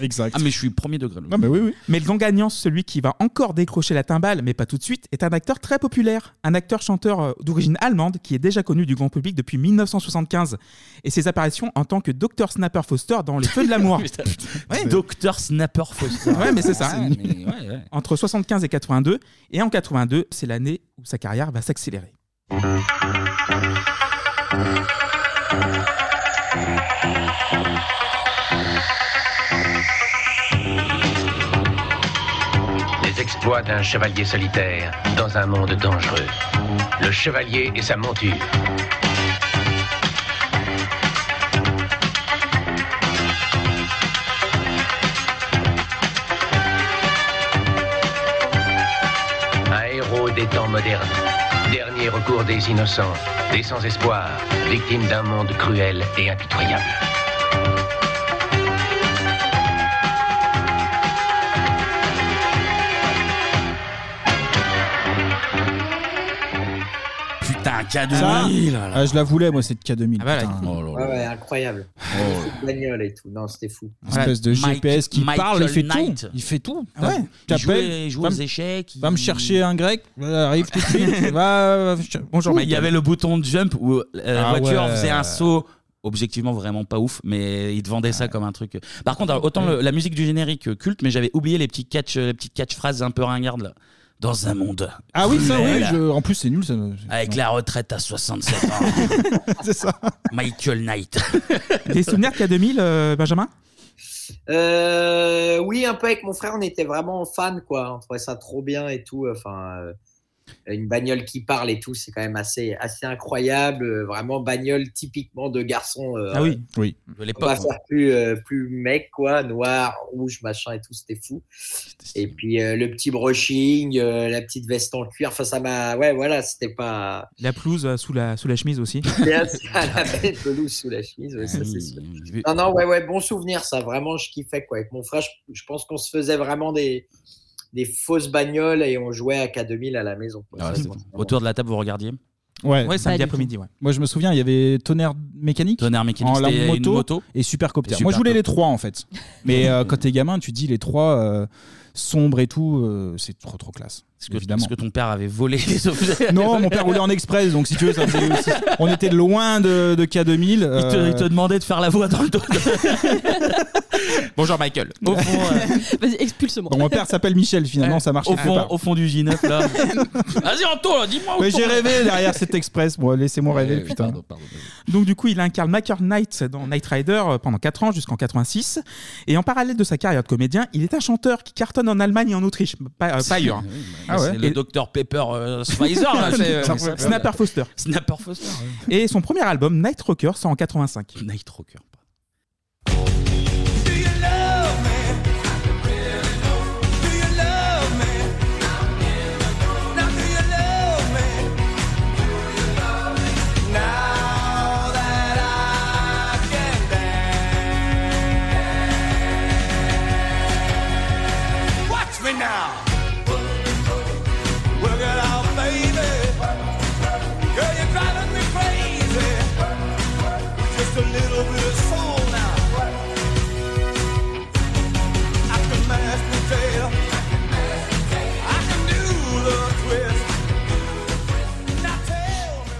[SPEAKER 6] Exact.
[SPEAKER 1] Ah, mais je suis premier degré. là.
[SPEAKER 6] Non, mais oui, oui.
[SPEAKER 9] Mais le grand gagnant, celui qui va encore décrocher la timbale, mais pas tout de suite, est un acteur très populaire. Un acteur-chanteur euh, d'origine allemande qui est déjà connu du grand public depuis 1975. Et ses apparitions en tant que Dr Snapper Foster dans Les Feux de l'amour.
[SPEAKER 1] Putain.
[SPEAKER 9] Ouais.
[SPEAKER 1] Docteur Snapper Foster.
[SPEAKER 9] Ouais, mais c'est ça.
[SPEAKER 1] Ouais, mais ouais, ouais.
[SPEAKER 9] Entre 75 et 82. Et en 82, c'est l'année où sa carrière va s'accélérer.
[SPEAKER 4] Les exploits d'un chevalier solitaire dans un monde dangereux. Le chevalier et sa monture. Un héros des temps modernes. Dernier recours des innocents, des sans-espoir, victimes d'un monde cruel et impitoyable.
[SPEAKER 1] Putain, Putain, un
[SPEAKER 6] Ça,
[SPEAKER 1] K2000 là, là.
[SPEAKER 6] ah, je la voulais, moi, cette K2000.
[SPEAKER 1] Ah bah là.
[SPEAKER 6] putain.
[SPEAKER 1] Oh là là.
[SPEAKER 8] Ouais, ouais, incroyable.
[SPEAKER 1] Oh.
[SPEAKER 8] Cette bagnole et tout. Non, c'était fou.
[SPEAKER 6] Espèce de
[SPEAKER 1] Mike-
[SPEAKER 6] GPS qui
[SPEAKER 1] Michael
[SPEAKER 6] parle, il fait
[SPEAKER 1] Knight.
[SPEAKER 6] tout. Il fait tout.
[SPEAKER 1] Ah ouais. Il jouait-
[SPEAKER 6] T'appelles,
[SPEAKER 1] il jouait
[SPEAKER 6] va
[SPEAKER 1] aux
[SPEAKER 6] me-
[SPEAKER 1] échecs.
[SPEAKER 6] va me
[SPEAKER 1] il-
[SPEAKER 6] chercher un grec, voilà, arrive tout de suite. va- va- Bonjour,
[SPEAKER 1] Mais il y
[SPEAKER 6] Michael.
[SPEAKER 1] avait le bouton de jump où euh, la
[SPEAKER 6] Ah
[SPEAKER 1] voiture
[SPEAKER 6] ouais.
[SPEAKER 1] faisait un saut objectivement vraiment pas ouf mais ils te vendaient ça comme un truc par contre alors, autant le- la musique du générique euh, culte mais j'avais oublié les petits catch les petites catchphrases un peu ringardes là dans un monde
[SPEAKER 6] Ah oui, ça, oui.
[SPEAKER 1] cruel,
[SPEAKER 6] je- En plus, c'est nul. ça.
[SPEAKER 1] avec la retraite à 67 ans
[SPEAKER 6] C'est ça.
[SPEAKER 1] Michael Knight
[SPEAKER 9] Des souvenirs qu'il y a 2000, euh, Benjamin
[SPEAKER 8] Euh, oui, un peu avec mon frère, on était vraiment fan, quoi. On trouvait ça trop bien et tout. Enfin, euh, une bagnole qui parle et tout, c'est quand même assez, assez incroyable. Euh, Vraiment bagnole typiquement de garçon. euh,
[SPEAKER 9] Ah oui.
[SPEAKER 6] Oui.
[SPEAKER 1] de
[SPEAKER 8] On va
[SPEAKER 1] l'époque hein.
[SPEAKER 8] faire plus, euh, plus mec, quoi, noir, rouge, machin et tout, c'était fou. Et puis euh, le petit brushing, euh, la petite veste en cuir, enfin ça m'a. Ouais, voilà, c'était pas.
[SPEAKER 9] La pelouse euh, sous la, sous la chemise aussi.
[SPEAKER 8] C'était assez à la bête pelouse sous la chemise, ouais, ça c'est sûr.
[SPEAKER 1] Ah, Oui.
[SPEAKER 8] Non, non, ouais, ouais, bon souvenir, ça, vraiment, je kiffais, quoi. Avec mon frère, je, je pense qu'on se faisait vraiment des, des fausses bagnoles et on jouait à K2000 à la maison. quoi.
[SPEAKER 1] Ah,
[SPEAKER 8] Ça,
[SPEAKER 1] c'est
[SPEAKER 8] c'est
[SPEAKER 1] bon.
[SPEAKER 8] vraiment-
[SPEAKER 1] autour de la table vous regardiez
[SPEAKER 6] Ouais.
[SPEAKER 9] Ouais, samedi
[SPEAKER 7] du
[SPEAKER 9] après-midi, ouais.
[SPEAKER 6] Moi, je me souviens, il y avait tonnerre mécanique
[SPEAKER 1] Tonnerre Mécanique
[SPEAKER 6] En la
[SPEAKER 1] c'était une
[SPEAKER 6] moto.
[SPEAKER 1] moto
[SPEAKER 6] et supercopter.
[SPEAKER 1] Et
[SPEAKER 6] Moi, je voulais
[SPEAKER 1] supercopter.
[SPEAKER 6] les trois, en fait. Mais euh, quand t'es gamin, tu dis les trois euh, sombres et tout, euh, c'est trop, trop classe.
[SPEAKER 1] est-ce que,
[SPEAKER 6] Évidemment.
[SPEAKER 1] est-ce que ton père avait volé les objets
[SPEAKER 6] Non, mon père roulait en express, donc si tu veux, ça faisait aussi- on était loin de, de K2000.
[SPEAKER 1] il te,
[SPEAKER 6] euh,
[SPEAKER 1] il te demandait de faire la voix dans le dos
[SPEAKER 9] Bonjour, Michael.
[SPEAKER 1] au fond euh,
[SPEAKER 7] Vas-y, expulse-moi.
[SPEAKER 6] Bon, mon père s'appelle Michel, finalement, ça marche
[SPEAKER 1] au fond,
[SPEAKER 6] pas.
[SPEAKER 1] au fond du J9 là vas-y Anto là, dis-moi où
[SPEAKER 6] Mais
[SPEAKER 1] ton-
[SPEAKER 6] j'ai rêvé derrière cet express, bon, laissez-moi rêver, putain.
[SPEAKER 1] Euh, Pardon, pardon, pardon.
[SPEAKER 9] Donc du coup, il incarne Michael Knight dans Knight Rider euh, pendant 4 ans jusqu'en 86. Et en parallèle de sa carrière de comédien, il est un chanteur qui cartonne en Allemagne et en Autriche, pas, euh, pas ailleurs.
[SPEAKER 6] Ah ouais.
[SPEAKER 1] C'est le
[SPEAKER 9] Et-
[SPEAKER 1] Dr Pepper euh, Schweizer, là, c'est, euh,
[SPEAKER 6] Snapper
[SPEAKER 9] Snapper Foster.
[SPEAKER 1] Snapper Foster.
[SPEAKER 9] Et son premier album, Night Rocker, sort en 85.
[SPEAKER 1] Night Rocker.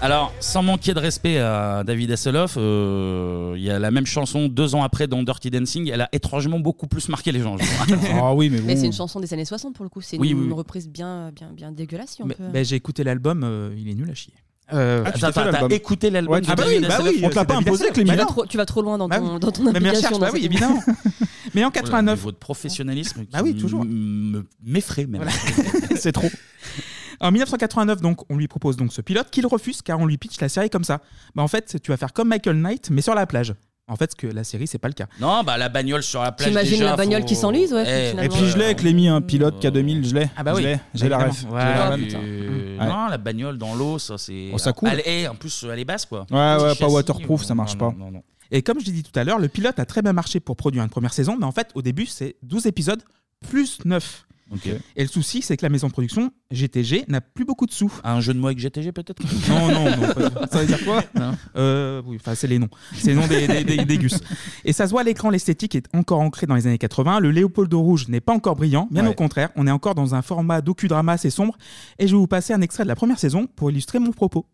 [SPEAKER 1] Alors, sans manquer de respect à David Hasselhoff, euh, il y a la même chanson deux ans après dans Dirty Dancing. Elle a étrangement beaucoup plus marqué les gens. je crois.
[SPEAKER 6] Ah oui, mais bon.
[SPEAKER 7] Mais c'est une chanson des années 60 pour le coup. C'est
[SPEAKER 1] Oui,
[SPEAKER 7] une,
[SPEAKER 1] oui, oui.
[SPEAKER 7] une reprise bien, bien, bien dégueulasse, si on
[SPEAKER 9] Mais-
[SPEAKER 7] peut.
[SPEAKER 9] ben, j'ai écouté l'album, euh, il est nul à chier. Euh,
[SPEAKER 6] Ah, tu
[SPEAKER 1] Attends,
[SPEAKER 6] t'es fait
[SPEAKER 1] attends, t'as
[SPEAKER 6] l'album.
[SPEAKER 1] écouté l'album
[SPEAKER 6] Ouais,
[SPEAKER 1] de
[SPEAKER 6] ah bah oui,
[SPEAKER 1] David
[SPEAKER 6] bah
[SPEAKER 1] Hasselhoff
[SPEAKER 6] oui, on te l'a
[SPEAKER 9] c'est
[SPEAKER 6] pas
[SPEAKER 9] David
[SPEAKER 6] imposé,
[SPEAKER 9] Hasselhoff.
[SPEAKER 7] tu,
[SPEAKER 6] Clémy.
[SPEAKER 7] vas trop, tu vas trop loin dans
[SPEAKER 9] Bah
[SPEAKER 7] ton,
[SPEAKER 9] oui.
[SPEAKER 7] dans ton
[SPEAKER 9] mais mes
[SPEAKER 7] implication.
[SPEAKER 9] recherches,
[SPEAKER 7] dans
[SPEAKER 9] bah oui,
[SPEAKER 7] cette-
[SPEAKER 9] évidemment. Mais en
[SPEAKER 1] Voilà,
[SPEAKER 9] 89,
[SPEAKER 1] niveau de professionnalisme qui
[SPEAKER 9] Bah oui, toujours.
[SPEAKER 1] m- me- m'effraie même.
[SPEAKER 6] c'est trop.
[SPEAKER 9] En 1989, donc, on lui propose donc ce pilote qu'il refuse car on lui pitch la série comme ça. Bah, en fait, tu vas faire comme Michael Knight, mais sur la plage. En fait, ce que la série, c'est pas le cas.
[SPEAKER 1] Non, bah la bagnole sur la plage.
[SPEAKER 7] T'imagines
[SPEAKER 1] déjà,
[SPEAKER 7] la bagnole
[SPEAKER 1] faut-
[SPEAKER 7] qui s'enlise, ouais,
[SPEAKER 1] Eh,
[SPEAKER 7] finalement.
[SPEAKER 6] Et puis je l'ai, Clémy, un pilote K2000, je l'ai.
[SPEAKER 9] Ah bah oui.
[SPEAKER 6] Je l'ai, J'ai la
[SPEAKER 9] Évidemment.
[SPEAKER 6] ref. J'ai
[SPEAKER 9] Voilà.
[SPEAKER 6] la
[SPEAKER 1] Ah,
[SPEAKER 6] ref.
[SPEAKER 1] du-
[SPEAKER 9] putain.
[SPEAKER 1] Non, la bagnole dans l'eau, ça c'est.
[SPEAKER 6] Oh, ça coule.
[SPEAKER 1] Elle est, en plus, elle est basse quoi.
[SPEAKER 6] Ouais, ouais, pas
[SPEAKER 1] Châssis,
[SPEAKER 6] waterproof,
[SPEAKER 1] euh,
[SPEAKER 6] ça marche
[SPEAKER 1] non,
[SPEAKER 6] pas.
[SPEAKER 1] non, non, non.
[SPEAKER 9] Et comme je l'ai dit tout à l'heure, le pilote a très bien marché pour produire une première saison, mais en fait, au début, c'est 12 épisodes plus 9.
[SPEAKER 1] Ok.
[SPEAKER 9] Et le souci, c'est que la maison de production, GTG, n'a plus beaucoup de sous.
[SPEAKER 1] Ah, Un jeu de mots avec GTG peut-être
[SPEAKER 9] Non, non, non. pas- Ça veut dire quoi
[SPEAKER 1] Non.
[SPEAKER 9] Euh, Oui, enfin, c'est les noms. C'est les noms des, des, des- des gus. Et ça se voit à l'écran, l'esthétique est encore ancrée dans les années 80. Le Léopoldo Rouge n'est pas encore brillant. Bien
[SPEAKER 6] Ouais.
[SPEAKER 9] au contraire, on est encore dans un format docudrama assez sombre. Et je vais vous passer un extrait de la première saison pour illustrer mon propos.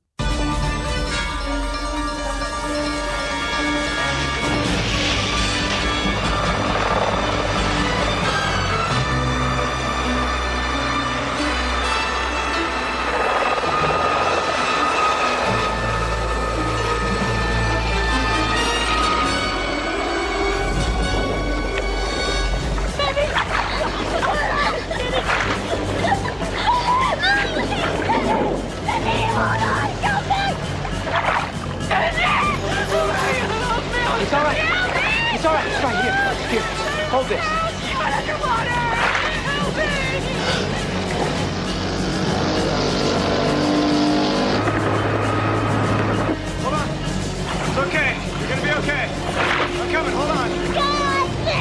[SPEAKER 3] It's okay. You're gonna be okay. I'm coming. Hold on.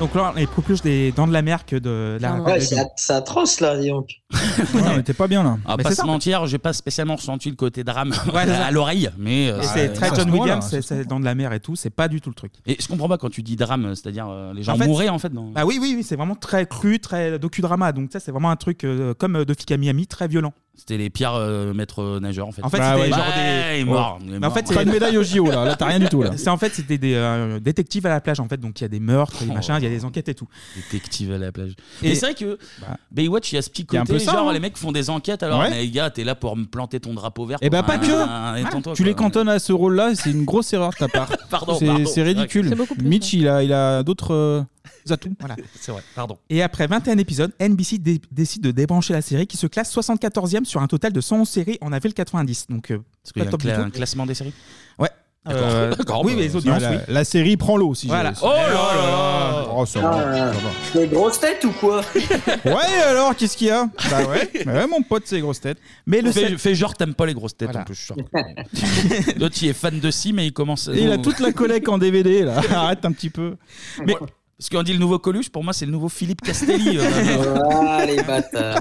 [SPEAKER 9] Donc là, on est plus des dents de la mer que de la.
[SPEAKER 8] Ah Ouais, c'est c'est atroce là, dis donc.
[SPEAKER 6] on était pas bien là.
[SPEAKER 1] Ah,
[SPEAKER 9] Mais
[SPEAKER 1] pas
[SPEAKER 9] c'est
[SPEAKER 1] se
[SPEAKER 9] ça.
[SPEAKER 1] mentir, j'ai pas spécialement ressenti le côté drame
[SPEAKER 9] Ouais, c'est ça.
[SPEAKER 1] à l'oreille, mais euh,
[SPEAKER 9] Et c'est très
[SPEAKER 1] voilà.
[SPEAKER 9] John Williams, c'est- c'est dans de la mer et tout, c'est pas du tout le truc.
[SPEAKER 1] hein. Et je comprends pas quand tu dis drame, c'est-à-dire euh, les gens
[SPEAKER 9] En fait-
[SPEAKER 1] mouraient en fait. Dans...
[SPEAKER 9] Bah oui, oui, oui, c'est vraiment très cru, très docudrama. Donc ça, c'est vraiment un truc euh, comme euh, de Fika Miami, très violent.
[SPEAKER 1] C'était les pires euh, maîtres nageurs en fait.
[SPEAKER 9] En fait,
[SPEAKER 1] Bah
[SPEAKER 9] c'était
[SPEAKER 1] ouais.
[SPEAKER 9] genre
[SPEAKER 1] Ouais,
[SPEAKER 9] des.
[SPEAKER 1] il est mort, il est
[SPEAKER 9] Mais en
[SPEAKER 1] mort.
[SPEAKER 9] fait, c'est-
[SPEAKER 1] Pas de médaille au JO, là. Là, t'as rien du tout, là.
[SPEAKER 9] C'est en fait, c'était des euh, détectives à la plage en fait. Donc il y a des meurtres, il y a des
[SPEAKER 1] Oh.
[SPEAKER 9] machins, il y a des enquêtes et tout.
[SPEAKER 1] Détectives à la plage.
[SPEAKER 9] Et- Bah.
[SPEAKER 1] Et c'est vrai que Baywatch, il y a ce petit
[SPEAKER 9] y
[SPEAKER 1] côté,
[SPEAKER 9] a un peu ça,
[SPEAKER 1] genre
[SPEAKER 9] hein.
[SPEAKER 1] les mecs font des enquêtes, alors
[SPEAKER 9] Ouais. Eh ben,
[SPEAKER 1] mais les gars, t'es là pour me planter ton drapeau vert.
[SPEAKER 6] Et bah
[SPEAKER 1] quoi.
[SPEAKER 6] pas
[SPEAKER 1] Un- un-
[SPEAKER 6] que.
[SPEAKER 1] détends-toi,
[SPEAKER 6] tu
[SPEAKER 1] Ah, quoi.
[SPEAKER 6] les cantonnes à ce rôle-là, c'est une grosse erreur de ta part.
[SPEAKER 1] Pardon,
[SPEAKER 6] C'est-
[SPEAKER 1] pardon.
[SPEAKER 6] C'est ridicule.
[SPEAKER 1] C'est beaucoup plus,
[SPEAKER 6] Mitch, il a, il a d'autres euh, atouts.
[SPEAKER 9] Voilà.
[SPEAKER 1] C'est vrai, pardon.
[SPEAKER 9] Et après 21 épisodes, NBC dé- décide de débrancher la série qui se classe 74e sur un total de 111 séries en avril 90. Donc euh,
[SPEAKER 1] Il
[SPEAKER 9] pas
[SPEAKER 1] y a un,
[SPEAKER 9] top du
[SPEAKER 1] cla-
[SPEAKER 9] tout.
[SPEAKER 1] un classement des séries.
[SPEAKER 9] Ouais.
[SPEAKER 1] D'accord.
[SPEAKER 9] Euh,
[SPEAKER 1] D'accord,
[SPEAKER 9] oui,
[SPEAKER 1] bah,
[SPEAKER 9] mais les audiences,
[SPEAKER 6] la,
[SPEAKER 9] oui.
[SPEAKER 6] la série prend l'eau, si
[SPEAKER 9] Voilà.
[SPEAKER 6] j'ai-
[SPEAKER 9] Oh là
[SPEAKER 6] là Oh, ça va, ça va.
[SPEAKER 8] Les grosses têtes ou quoi
[SPEAKER 6] Ouais, alors, qu'est-ce qu'il y a Bah ouais, bah ouais, mon pote, c'est les grosses têtes.
[SPEAKER 9] Mais
[SPEAKER 1] fais, fais genre, t'aimes pas les grosses têtes en plus. je suis sûr. L'autre, il est fan de si, mais il commence. euh,
[SPEAKER 6] Et il a toute la collecte en DVD, là. Arrête un petit peu.
[SPEAKER 1] Mais ce qu'on dit le nouveau Coluche, pour moi, c'est le nouveau Philippe Castelli. euh.
[SPEAKER 8] Ah, les bâtards.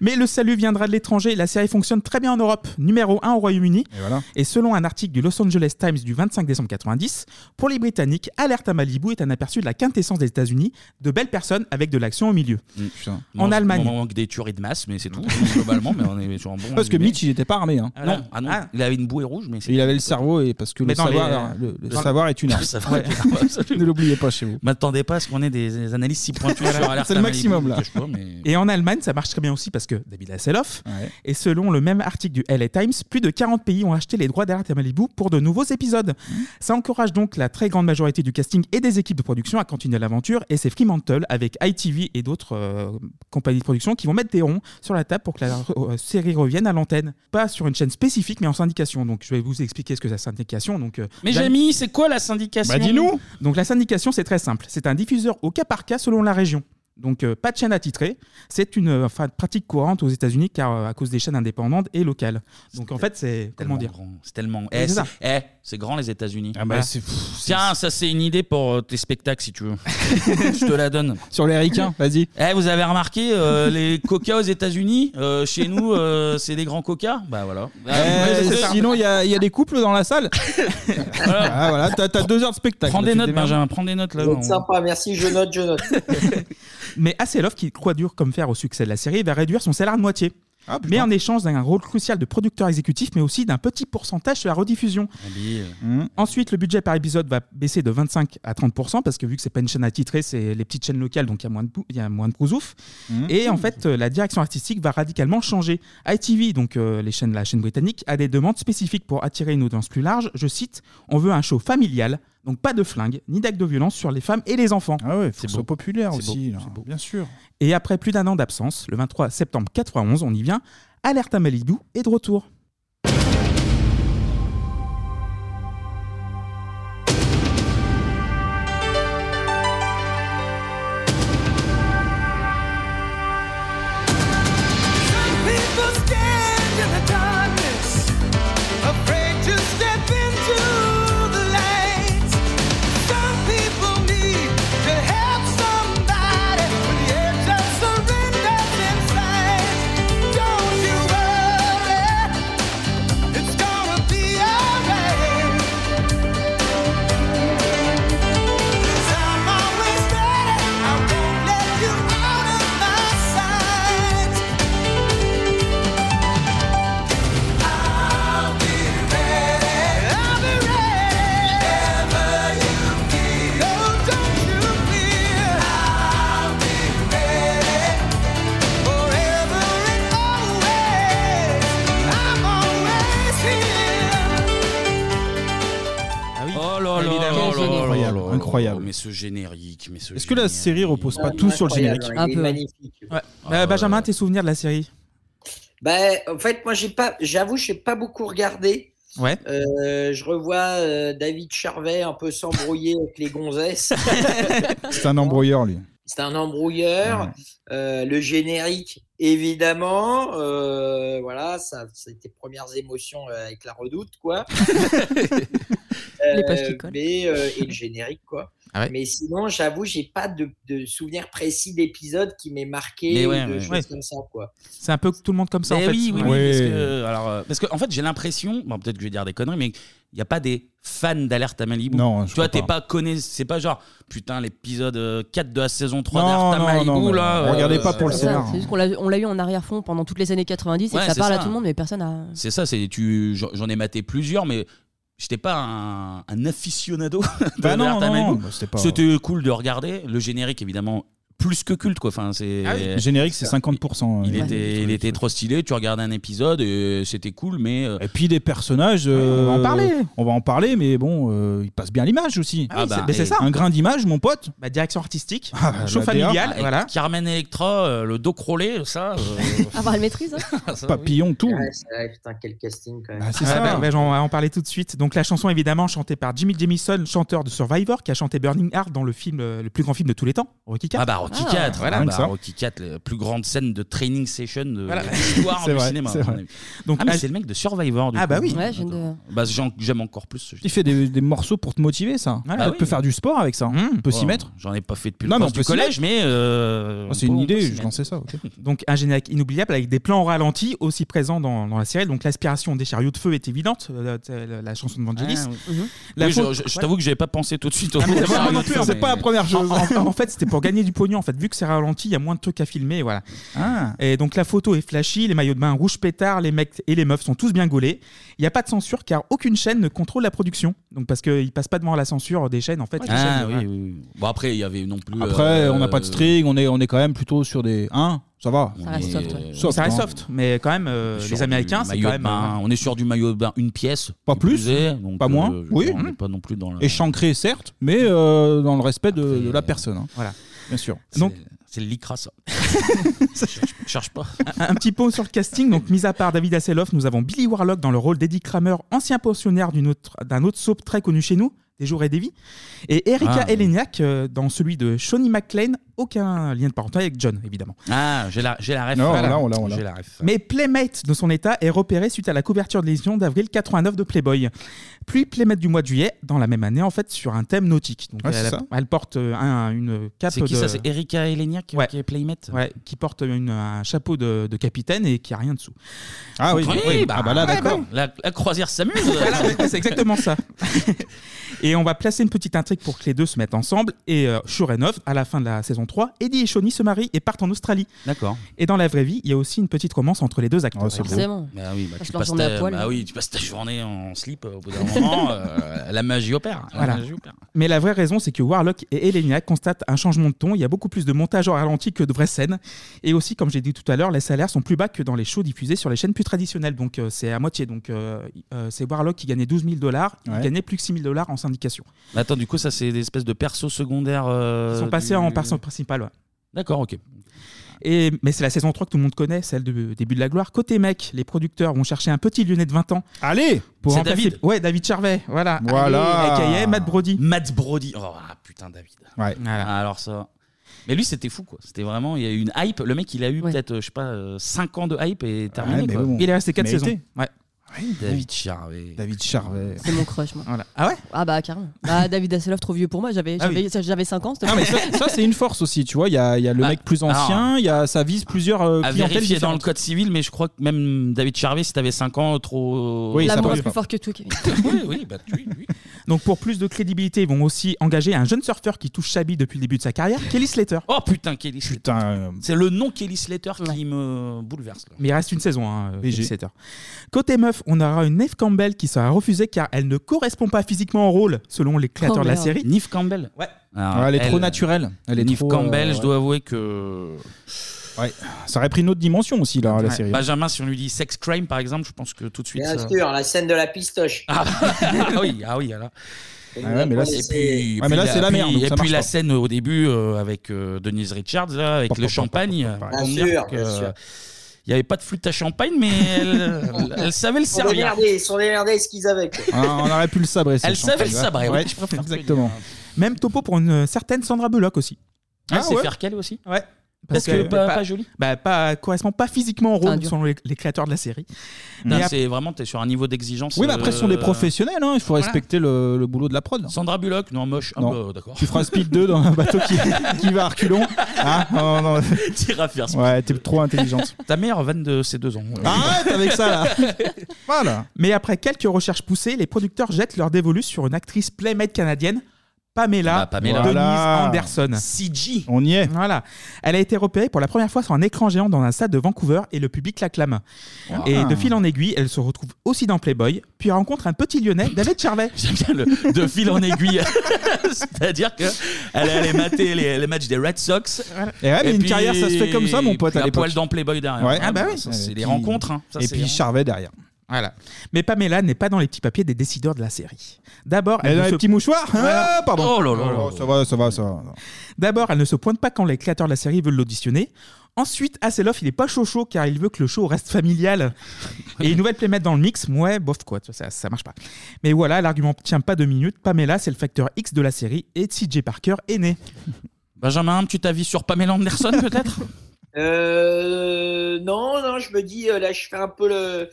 [SPEAKER 9] Mais le salut viendra de l'étranger. La série fonctionne très bien en Europe, numéro 1 au Royaume-Uni.
[SPEAKER 6] Et, voilà.
[SPEAKER 9] selon un article du Los Angeles Times du 25 décembre 90, pour les Britanniques, Alerte à Malibu est un aperçu de la quintessence des États-Unis, de belles personnes avec de l'action au milieu.
[SPEAKER 1] Mm,
[SPEAKER 9] En Allemagne.
[SPEAKER 1] On manque des tueries de masse, mais c'est tout, globalement, mais on est sur un bon.
[SPEAKER 6] Parce que
[SPEAKER 1] résumé.
[SPEAKER 6] Mitch, il était pas armé. Hein.
[SPEAKER 1] Ah non, ah non, il avait une bouée rouge, mais c'est.
[SPEAKER 6] Il avait le cerveau, et parce que
[SPEAKER 1] Mais
[SPEAKER 6] le
[SPEAKER 1] dans les-
[SPEAKER 6] savoir, le, le
[SPEAKER 1] dans le-
[SPEAKER 6] savoir est une arme.
[SPEAKER 1] Le savoir est une arme,
[SPEAKER 6] ne l'oubliez pas chez vous.
[SPEAKER 1] M'attendez pas à ce qu'on ait des, des analyses si pointues sur Alerte
[SPEAKER 9] C'est le
[SPEAKER 1] à Malibu,
[SPEAKER 9] maximum, là.
[SPEAKER 1] je sais pas, mais-
[SPEAKER 9] Et en Allemagne, ça marche très bien aussi parce que David Hasselhoff. Et selon le même article du LA Times, plus de 40 pays ont acheté les droits d'Alerte à Malibu pour de nouveaux épisodes.
[SPEAKER 1] Mmh.
[SPEAKER 9] Ça encourage donc la très grande majorité du casting et des équipes de production à continuer l'aventure. Et c'est Fremantle avec ITV et d'autres euh, compagnies de production qui vont mettre des ronds sur la table pour que la re- euh, série revienne à l'antenne. Pas sur une chaîne spécifique, mais en syndication. Donc je vais vous expliquer ce que c'est la syndication. Donc, euh,
[SPEAKER 1] Mais
[SPEAKER 9] Dan-
[SPEAKER 1] Jamie, c'est quoi la syndication
[SPEAKER 9] Bah, donc la syndication, c'est très simple. C'est un diffuseur au cas par cas selon la région. Donc euh, pas de chaîne attitrée. C'est une euh, enfin, pratique courante aux États-Unis car euh, à cause des chaînes indépendantes et locales. Donc en fait, c'est comment
[SPEAKER 1] tellement
[SPEAKER 9] dire
[SPEAKER 1] grand, C'est tellement.
[SPEAKER 9] Ouais,
[SPEAKER 1] Eh,
[SPEAKER 9] c'est
[SPEAKER 1] c'est
[SPEAKER 9] ça.
[SPEAKER 1] eh, c'est grand les États-Unis.
[SPEAKER 6] Ah
[SPEAKER 9] bah,
[SPEAKER 1] Voilà.
[SPEAKER 9] c'est-
[SPEAKER 1] Tiens, ça c'est une idée pour euh, tes spectacles si tu veux. Je te la donne.
[SPEAKER 6] Sur les ricains, vas-y.
[SPEAKER 1] Eh, vous avez remarqué euh, les coca aux États-Unis Euh, Chez nous, euh, c'est des grands coca Bah voilà.
[SPEAKER 6] Euh,
[SPEAKER 1] Ouais, c'est ça.
[SPEAKER 6] sinon, il y, a- il y a des couples dans la salle. Ah, voilà, t'as t'as deux heures de spectacle.
[SPEAKER 1] Prends
[SPEAKER 6] là,
[SPEAKER 1] des
[SPEAKER 6] tu te
[SPEAKER 1] notes,
[SPEAKER 6] démerdes.
[SPEAKER 1] Benjamin, prends des notes là.
[SPEAKER 8] Vous êtes sympa, merci, je note, je note.
[SPEAKER 9] Mais Asseloff, qui croit dur comme fer au succès de la série, va réduire son salaire de moitié.
[SPEAKER 1] Ah,
[SPEAKER 9] mais en échange d'un rôle crucial de producteur exécutif, mais aussi d'un petit pourcentage sur la rediffusion.
[SPEAKER 6] Mmh.
[SPEAKER 1] Mmh.
[SPEAKER 9] Ensuite, le budget par épisode va baisser de 25 à 30 parce que vu que c'est pas une chaîne attitrée, c'est les petites chaînes locales, donc il y a moins de pou- il y a moins de brousouf.
[SPEAKER 6] Mhm.
[SPEAKER 9] Et en fait, euh, la direction artistique va radicalement changer. ITV, donc euh, les chaînes, la chaîne britannique, a des demandes spécifiques pour attirer une audience plus large. Je cite on veut un show familial, donc pas de flingue, ni d'actes de violence sur les femmes et les enfants.
[SPEAKER 6] Ah ouais, faut que ce soit populaire aussi, là, bien sûr.
[SPEAKER 9] Et après plus d'un an d'absence, le 23 septembre 91, on y vient. Alerte à Malibu est de retour.
[SPEAKER 13] People stand in the darkness, afraid to step into the light. Some people need to help somebody when the edge of surrender's in sight. Don't you worry, it's gonna be alright. I'm always ready. I won't let you out of my sight. I'll be ready. I'll be ready. Whatever you need, no, don't you fear. I'll be ready forever and always. I'm always here.
[SPEAKER 1] Oh là là,
[SPEAKER 6] Évidemment.
[SPEAKER 1] oh là là,
[SPEAKER 6] Incroyable,
[SPEAKER 1] oh là là,
[SPEAKER 6] incroyable.
[SPEAKER 1] Mais ce générique, mais ce
[SPEAKER 6] Est-ce que la série repose pas tout sur le générique
[SPEAKER 8] Incroyable, il est magnifique.
[SPEAKER 9] Euh, Benjamin, tes souvenirs de la série
[SPEAKER 8] Ben, en fait, moi, j'ai pas, j'avoue, j'ai pas beaucoup regardé.
[SPEAKER 9] Ouais.
[SPEAKER 8] Euh, je revois euh, David Charvet un peu s'embrouiller avec les gonzesses.
[SPEAKER 6] C'est un embrouilleur, lui.
[SPEAKER 8] C'est un embrouilleur. Euh, le générique, évidemment. Euh, voilà, ça, c'était tes premières émotions euh, avec la redoute, quoi.
[SPEAKER 7] Les pages qui collent.
[SPEAKER 8] mais, euh, et le générique, quoi.
[SPEAKER 9] Ah ouais.
[SPEAKER 8] Mais sinon, j'avoue, j'ai pas de, de souvenir précis d'épisode qui m'est marqué
[SPEAKER 1] Mais
[SPEAKER 8] ou
[SPEAKER 1] ouais,
[SPEAKER 8] de
[SPEAKER 1] ouais.
[SPEAKER 8] choses
[SPEAKER 1] Ouais.
[SPEAKER 8] comme ça, quoi.
[SPEAKER 9] C'est un peu tout le monde comme ça,
[SPEAKER 1] Mais
[SPEAKER 9] en fait.
[SPEAKER 1] Ben oui, oui, oui,
[SPEAKER 9] Ouais.
[SPEAKER 1] parce que, alors, euh, parce que, en fait, j'ai l'impression, bon, peut-être que je vais dire des conneries, mais il n'y a pas des fans d'Alerte à Malibu.
[SPEAKER 6] Non, je
[SPEAKER 1] tu vois,
[SPEAKER 6] crois
[SPEAKER 1] t'es
[SPEAKER 6] pas.
[SPEAKER 1] pas connu, c'est pas genre, putain, l'épisode euh, 4 de la saison 3
[SPEAKER 6] Non,
[SPEAKER 1] d'Alerte à
[SPEAKER 6] non,
[SPEAKER 1] Malibu,
[SPEAKER 6] non, mais
[SPEAKER 1] là. euh,
[SPEAKER 6] regardez pas pour le
[SPEAKER 7] C'est ça,
[SPEAKER 6] scénar.
[SPEAKER 7] C'est juste qu'on l'a- on l'a eu en arrière-fond pendant toutes les années 90 et
[SPEAKER 1] Ouais,
[SPEAKER 7] que ça
[SPEAKER 1] c'est
[SPEAKER 7] parle à
[SPEAKER 1] ça.
[SPEAKER 7] tout le monde, mais personne n'a.
[SPEAKER 1] C'est ça, c'est tu, j'en- j'en ai maté plusieurs, mais j'étais pas un, un aficionado de
[SPEAKER 6] Bah non,
[SPEAKER 1] Alerte à
[SPEAKER 6] non,
[SPEAKER 1] Malibu.
[SPEAKER 6] bah c'était pas-
[SPEAKER 1] cool de regarder. Le générique, évidemment, plus que culte, quoi. Enfin, c'est.
[SPEAKER 6] Le générique, c'est 50%.
[SPEAKER 1] Ah Il
[SPEAKER 6] euh,
[SPEAKER 1] était, il était trop stylé. Tu regardais un épisode et c'était cool, mais. euh,
[SPEAKER 6] Et puis des personnages. euh,
[SPEAKER 1] on va en parler.
[SPEAKER 6] On va en parler, mais bon, euh, ils passent bien l'image aussi.
[SPEAKER 1] Ah oui, Ah bah, c'est- mais c'est et- ça.
[SPEAKER 6] Un grain d'image, mon pote.
[SPEAKER 9] Bah, direction artistique,
[SPEAKER 1] Ah,
[SPEAKER 6] bah,
[SPEAKER 9] show
[SPEAKER 6] la
[SPEAKER 9] familial,
[SPEAKER 1] avec
[SPEAKER 9] voilà.
[SPEAKER 1] Carmen Electra, euh, le dos crawlé, ça. euh.
[SPEAKER 7] Avoir le maîtrise. hein.
[SPEAKER 6] Papillon, tout.
[SPEAKER 8] Ouais, c'est vrai, putain, quel casting, quand même.
[SPEAKER 6] Bah, c'est
[SPEAKER 9] Ah,
[SPEAKER 6] ça.
[SPEAKER 9] bah, bah, j'en- on va en parler tout de suite. Donc la chanson évidemment chantée par Jimmy Jamison, chanteur de Survivor, qui a chanté Burning Heart dans le film, euh, le plus grand film de tous les temps, Rocky IV.
[SPEAKER 1] Ah bah Rocky
[SPEAKER 7] Ah.
[SPEAKER 9] Voilà,
[SPEAKER 1] 4, voilà,
[SPEAKER 9] comme
[SPEAKER 1] bah,
[SPEAKER 9] ça.
[SPEAKER 1] Rocky 4, la plus grande scène de training session de
[SPEAKER 9] Voilà.
[SPEAKER 1] de l'histoire
[SPEAKER 6] C'est
[SPEAKER 1] du
[SPEAKER 6] vrai,
[SPEAKER 1] cinéma.
[SPEAKER 6] c'est
[SPEAKER 1] à mon
[SPEAKER 6] vrai.
[SPEAKER 1] avis.
[SPEAKER 9] Donc
[SPEAKER 1] Ah mais
[SPEAKER 9] à-
[SPEAKER 1] c'est le mec de Survivor du
[SPEAKER 9] Ah,
[SPEAKER 1] coup.
[SPEAKER 9] bah oui.
[SPEAKER 7] Ouais, je viens de-
[SPEAKER 1] Bah, j'en- j'aime encore plus. ce-
[SPEAKER 6] Il fait des, des morceaux pour te motiver, ça.
[SPEAKER 9] Voilà.
[SPEAKER 6] on
[SPEAKER 1] oui.
[SPEAKER 6] peut faire du sport avec ça. hein.
[SPEAKER 9] Mmh.
[SPEAKER 6] On peut s'y
[SPEAKER 1] Oh,
[SPEAKER 6] mettre.
[SPEAKER 1] J'en ai pas fait depuis
[SPEAKER 6] Non,
[SPEAKER 1] le
[SPEAKER 6] mais
[SPEAKER 1] prof
[SPEAKER 6] on peut
[SPEAKER 1] du
[SPEAKER 6] s'y
[SPEAKER 1] collège, mais euh,
[SPEAKER 6] Oh, c'est
[SPEAKER 1] on
[SPEAKER 6] une
[SPEAKER 1] peut- on peut
[SPEAKER 6] idée,
[SPEAKER 1] s'y
[SPEAKER 6] je
[SPEAKER 1] mettre.
[SPEAKER 6] lançais ça. ok.
[SPEAKER 9] donc un générique inoubliable avec des plans au ralenti aussi présents dans, dans la série. Donc l'aspiration des chariots de feu est évidente, euh, euh, la chanson de Vangelis.
[SPEAKER 1] Ah, oui.
[SPEAKER 9] La
[SPEAKER 1] Oui, je,
[SPEAKER 9] faute-
[SPEAKER 1] je- je t'avoue que j'avais pas pensé tout de suite au
[SPEAKER 9] Ah, mais c'est pas-
[SPEAKER 1] Ah,
[SPEAKER 9] moi non
[SPEAKER 1] oui,
[SPEAKER 9] plus,
[SPEAKER 1] mais-
[SPEAKER 9] hein,
[SPEAKER 6] C'est pas la première
[SPEAKER 9] En,
[SPEAKER 6] chose.
[SPEAKER 9] en- en fait, c'était pour gagner du pognon. En fait, vu que c'est ralenti, il y a moins de trucs à filmer, voilà.
[SPEAKER 6] Ah.
[SPEAKER 9] Et donc la photo est flashy, les maillots de bain rouge pétard, les mecs et les meufs sont tous bien gaulés. Il n'y a pas de censure car aucune chaîne ne contrôle la production. Donc parce qu'ils passent pas devant la censure des chaînes en fait. les
[SPEAKER 1] Ah
[SPEAKER 9] chaînes,
[SPEAKER 1] oui,
[SPEAKER 9] voilà.
[SPEAKER 1] oui, oui. Bon après il y avait non plus.
[SPEAKER 6] Après,
[SPEAKER 1] euh,
[SPEAKER 6] on n'a pas de string, on est, on est quand même plutôt sur des. Hein Ça va.
[SPEAKER 1] on
[SPEAKER 7] Ça reste
[SPEAKER 1] est,
[SPEAKER 7] soft, ouais.
[SPEAKER 1] euh,
[SPEAKER 6] Soft,
[SPEAKER 9] Ça reste
[SPEAKER 6] hein.
[SPEAKER 9] soft, mais quand même euh,
[SPEAKER 1] sur
[SPEAKER 9] les
[SPEAKER 1] du
[SPEAKER 9] Américains c'est
[SPEAKER 1] maillot
[SPEAKER 9] quand même.
[SPEAKER 1] de bain. On est sur du maillot de bain, une pièce.
[SPEAKER 6] Pas
[SPEAKER 1] qui plus
[SPEAKER 6] plus,
[SPEAKER 1] est, donc,
[SPEAKER 6] pas moins.
[SPEAKER 1] euh, je
[SPEAKER 6] Oui.
[SPEAKER 1] crois, On n'est pas non plus dans la.
[SPEAKER 6] Échancré, certes, mais euh, dans le respect de, de la personne. hein.
[SPEAKER 9] Voilà.
[SPEAKER 6] Bien sûr.
[SPEAKER 1] C'est-
[SPEAKER 9] Donc-
[SPEAKER 1] c'est le lycra ça. je cherche pas.
[SPEAKER 9] Un, un petit pot sur le casting. Donc mis à part David Hasselhoff, nous avons Billy Warlock dans le rôle d'Eddie Kramer, ancien pensionnaire d'une autre- d'un autre soap très connu chez nous. Des jours et des vies. Et Erika
[SPEAKER 1] Ah, oui.
[SPEAKER 9] Eleniak euh, dans celui de Shawnee McLean, aucun lien de parenté avec John, évidemment.
[SPEAKER 1] Ah, j'ai la, j'ai la ref.
[SPEAKER 6] Non,
[SPEAKER 1] Voilà.
[SPEAKER 6] on l'a, on l'a, on l'a.
[SPEAKER 1] J'ai la ref.
[SPEAKER 9] Mais Playmate de son état est repéré suite à la couverture de l'édition d'avril 89 de Playboy. Puis Playmate du mois de juillet, dans la même année, en fait, sur un thème nautique. Donc
[SPEAKER 6] Ouais, c'est
[SPEAKER 9] elle,
[SPEAKER 6] ça.
[SPEAKER 9] elle porte euh, un- une cape
[SPEAKER 1] C'est qui
[SPEAKER 9] de-
[SPEAKER 1] ça C'est Erika Eleniak
[SPEAKER 9] Ouais.
[SPEAKER 1] qui est Playmate
[SPEAKER 9] Ouais, qui porte une- un chapeau de, de capitaine et qui a rien dessous.
[SPEAKER 6] Ah oui,
[SPEAKER 1] Oui,
[SPEAKER 6] oui.
[SPEAKER 1] bah,
[SPEAKER 6] Ah bah là,
[SPEAKER 1] ouais,
[SPEAKER 6] d'accord.
[SPEAKER 1] bah, La, la croisière s'amuse.
[SPEAKER 9] Voilà, ouais, c'est exactement ça. et on va placer une petite intrigue pour que les deux se mettent ensemble. Et euh, sure enough, à la fin de la saison 3, Eddie et Shawnee se marient et partent en Australie.
[SPEAKER 1] D'accord.
[SPEAKER 9] Et dans la vraie vie, il y a aussi une petite romance entre les deux acteurs.
[SPEAKER 6] Oh, c'est beau.
[SPEAKER 7] Forcément.
[SPEAKER 1] Bah oui, bah,
[SPEAKER 7] Parce que
[SPEAKER 1] tu,
[SPEAKER 7] leur
[SPEAKER 1] passes
[SPEAKER 7] journée à
[SPEAKER 1] ta,
[SPEAKER 7] poil,
[SPEAKER 1] bah
[SPEAKER 7] là.
[SPEAKER 1] oui, tu passes ta journée en slip euh, au bout d'un moment. euh, la magie opère. La
[SPEAKER 9] Voilà.
[SPEAKER 1] magie opère.
[SPEAKER 9] Mais la vraie raison, c'est que Warlock et Elenia constatent un changement de ton. Il y a beaucoup plus de montage en ralenti que de vraies scènes. Et aussi, comme j'ai dit tout à l'heure, les salaires sont plus bas que dans les shows diffusés sur les chaînes plus traditionnelles. Donc euh, c'est à moitié. Donc euh, euh, c'est Warlock qui gagnait 12 000 dollars.
[SPEAKER 6] Ouais.
[SPEAKER 9] Il gagnait plus que 6 000 dollars en syndication.
[SPEAKER 1] Mais Bah, attends, du coup, ça, c'est des espèces de persos secondaires.
[SPEAKER 9] Ils
[SPEAKER 1] euh,
[SPEAKER 9] sont passés
[SPEAKER 1] du-
[SPEAKER 9] en personne principale. ouais.
[SPEAKER 1] D'accord, ok.
[SPEAKER 9] Et, mais c'est la saison 3 que tout le monde connaît, celle du début de la gloire. Côté mec, les producteurs vont chercher un petit lyonnais de 20 ans
[SPEAKER 6] Allez
[SPEAKER 9] pour
[SPEAKER 1] C'est
[SPEAKER 9] remplacer-
[SPEAKER 1] David.
[SPEAKER 9] Ouais, David Charvet. Voilà.
[SPEAKER 6] Voilà.
[SPEAKER 9] Allez, aka, Matt Brody.
[SPEAKER 1] Matt Brody. Oh, ah, putain, David.
[SPEAKER 6] Ouais.
[SPEAKER 9] Voilà.
[SPEAKER 1] Ah, alors ça. Mais lui, c'était fou, quoi. C'était vraiment. Il y a eu une hype. Le mec, il a eu
[SPEAKER 7] Ouais.
[SPEAKER 1] peut-être, euh, je sais pas, 5 ans de hype et terminé.
[SPEAKER 6] mais
[SPEAKER 1] quoi.
[SPEAKER 6] bon.
[SPEAKER 9] Il est resté 4
[SPEAKER 6] Mérité.
[SPEAKER 9] saisons. Ouais.
[SPEAKER 1] David Charvet.
[SPEAKER 6] David Charvet.
[SPEAKER 7] C'est mon crush, moi.
[SPEAKER 9] Voilà. Ah ouais
[SPEAKER 7] Ah bah carrément. Bah David Hasselhoff, trop vieux pour moi. J'avais
[SPEAKER 9] Ah oui.
[SPEAKER 7] j'avais- j'avais 5 ans. c'était
[SPEAKER 6] Ah, mais ça, ça, c'est une force aussi, tu vois. Il y a, il y a le
[SPEAKER 1] Ah,
[SPEAKER 6] mec plus ancien, il y a, ça vise plusieurs euh,
[SPEAKER 1] à
[SPEAKER 6] clientèles
[SPEAKER 1] vérifier dans le
[SPEAKER 6] différentes.
[SPEAKER 1] code civil, mais je crois que même David Charvet, si t'avais 5 ans, trop.
[SPEAKER 6] Oui, ça
[SPEAKER 7] L'amour
[SPEAKER 6] peut-
[SPEAKER 7] est plus fort que tout. Kevin.
[SPEAKER 1] oui, oui, bah, oui, oui.
[SPEAKER 9] Donc pour plus de crédibilité, ils vont aussi engager un jeune surfeur qui touche sa bille depuis le début de sa carrière, Kelly Slater.
[SPEAKER 1] Oh putain, Kelly Slater.
[SPEAKER 6] Putain, euh,
[SPEAKER 1] C'est le nom Kelly Slater
[SPEAKER 7] Ouais.
[SPEAKER 1] qui me bouleverse. là.
[SPEAKER 9] Mais il reste une saison, hein,
[SPEAKER 6] VG.
[SPEAKER 9] Kelly Slater. Côté meuf, on aura une Neve Campbell qui sera refusée car elle ne correspond pas physiquement au rôle, selon les créateurs
[SPEAKER 7] Oh,
[SPEAKER 9] de la
[SPEAKER 7] merde.
[SPEAKER 9] série.
[SPEAKER 1] Neve Campbell
[SPEAKER 9] Ouais.
[SPEAKER 1] Alors,
[SPEAKER 6] ouais, Ah, elle est trop
[SPEAKER 1] elle,
[SPEAKER 6] naturelle. Elle est
[SPEAKER 1] Neve
[SPEAKER 6] trop, euh,
[SPEAKER 1] Campbell,
[SPEAKER 6] ouais.
[SPEAKER 1] je dois avouer que.
[SPEAKER 6] Ça aurait pris une autre dimension aussi, là, Oh, la
[SPEAKER 9] Ouais.
[SPEAKER 6] série.
[SPEAKER 1] Benjamin, si on lui dit Sex Crime, par exemple, je pense que tout de suite.
[SPEAKER 8] Bien
[SPEAKER 1] ça-
[SPEAKER 8] sûr, la scène de la pistoche.
[SPEAKER 1] Ah, ah oui, ah oui, alors.
[SPEAKER 6] Ah ouais, mais là,
[SPEAKER 1] Et
[SPEAKER 6] c'est-
[SPEAKER 1] puis, et
[SPEAKER 6] Ouais, mais
[SPEAKER 1] puis
[SPEAKER 6] là, c'est la
[SPEAKER 1] puis-
[SPEAKER 6] merde, donc
[SPEAKER 1] Et
[SPEAKER 6] ça
[SPEAKER 1] puis
[SPEAKER 6] marche
[SPEAKER 1] la
[SPEAKER 6] pas.
[SPEAKER 1] scène au début euh, avec euh, Denise Richards, là, avec
[SPEAKER 6] Pop,
[SPEAKER 1] le
[SPEAKER 6] pop, pop,
[SPEAKER 1] champagne.
[SPEAKER 6] pop, pop, pop.
[SPEAKER 1] on
[SPEAKER 8] Bien
[SPEAKER 1] peut dire
[SPEAKER 8] sûr, bien
[SPEAKER 1] que,
[SPEAKER 8] sûr.
[SPEAKER 1] euh, Il n'y avait pas de flûte à champagne, mais elle, elle- Euh, elle savait le
[SPEAKER 8] Ils sont
[SPEAKER 1] servir.
[SPEAKER 8] démerdés, ils sont démerdés ce qu'ils avaient. quoi.
[SPEAKER 6] Ah, on aurait pu le sabrer.
[SPEAKER 1] Elle savait le sabrer.
[SPEAKER 6] Ouais,
[SPEAKER 1] oui, je préfère te le
[SPEAKER 6] exactement.
[SPEAKER 1] dire.
[SPEAKER 9] Même topo pour une euh, certaine Sandra Bullock aussi.
[SPEAKER 1] Ah,
[SPEAKER 6] Ah
[SPEAKER 1] c'est
[SPEAKER 6] ouais
[SPEAKER 1] Ferkel aussi
[SPEAKER 9] Ouais.
[SPEAKER 1] Parce que pas- pas joli
[SPEAKER 9] Bah, pas, correspond pas physiquement au rôle,
[SPEAKER 1] Ah, dur.
[SPEAKER 9] selon les, les créateurs de la série.
[SPEAKER 1] Non,
[SPEAKER 9] Et ap-
[SPEAKER 1] c'est vraiment, t'es sur un niveau d'exigence.
[SPEAKER 6] Oui, mais après, ce sont des professionnels, hein, il faut
[SPEAKER 1] euh, voilà.
[SPEAKER 6] respecter le, le boulot de la prod.
[SPEAKER 1] Sandra Bullock, non, moche. Ah,
[SPEAKER 6] Non.
[SPEAKER 1] bah, d'accord.
[SPEAKER 6] Tu feras un speed 2 dans hein, un bateau qui, qui va à reculons. Hein non, non, non.
[SPEAKER 1] T'iras faire ce
[SPEAKER 6] Ouais, t'es trop intelligente. Ah,
[SPEAKER 1] Ta meilleure vanne de ces deux ans.
[SPEAKER 6] Arrête avec ça là Voilà
[SPEAKER 9] Mais après quelques recherches poussées, les producteurs jettent leur dévolu sur une actrice playmate canadienne, Pamela,
[SPEAKER 1] Ah bah, Pamela.
[SPEAKER 9] Denise
[SPEAKER 1] Voilà.
[SPEAKER 9] Anderson.
[SPEAKER 1] CG.
[SPEAKER 6] On y est.
[SPEAKER 9] Voilà. Elle a été repérée pour la première fois sur un écran géant dans un stade de Vancouver et le public l'acclame.
[SPEAKER 1] Ah.
[SPEAKER 9] Et de fil en aiguille, elle se retrouve aussi dans Playboy, puis rencontre un petit lyonnais, David Charvet.
[SPEAKER 1] J'aime bien le de fil en aiguille. C'est-à-dire que elle allait mater les, les matchs des Red Sox.
[SPEAKER 6] Et Eh ouais, mais une carrière, ça se fait comme ça, mon pote,
[SPEAKER 1] puis
[SPEAKER 6] à
[SPEAKER 1] un
[SPEAKER 6] l'époque.
[SPEAKER 1] poil dans Playboy derrière.
[SPEAKER 6] Ouais.
[SPEAKER 1] Ah bah oui. ça,
[SPEAKER 6] Et
[SPEAKER 1] C'est des
[SPEAKER 6] puis-
[SPEAKER 1] rencontres. hein. Ça,
[SPEAKER 6] et
[SPEAKER 1] c'est-
[SPEAKER 6] puis Charvet derrière.
[SPEAKER 9] Voilà. Mais Pamela n'est pas dans les petits papiers des décideurs de la série. D'abord,
[SPEAKER 6] Elle a
[SPEAKER 9] ne
[SPEAKER 6] les
[SPEAKER 9] se-
[SPEAKER 6] petits mouchoirs hein
[SPEAKER 9] Voilà.
[SPEAKER 6] Pardon
[SPEAKER 1] Oh
[SPEAKER 6] Oh, Ça va, ça va, ça va.
[SPEAKER 9] D'abord, elle ne se pointe pas quand les créateurs de la série veulent l'auditionner. Ensuite, Asseloff, il est pas chaud chaud car il veut que le show reste familial. Et une nouvelle playmate dans le mix, ouais, bof quoi, ça, ça marche pas. Mais voilà, l'argument tient pas deux minutes. Pamela, c'est le facteur X de la série et CJ Parker est né.
[SPEAKER 1] Benjamin, un petit avis sur Pamela Anderson peut-être
[SPEAKER 8] Euh, non, non, je me dis, euh, là, je fais un peu le.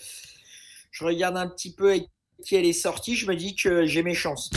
[SPEAKER 8] Je regarde un petit peu avec qui elle est sortie, je me dis que j'ai mes chances.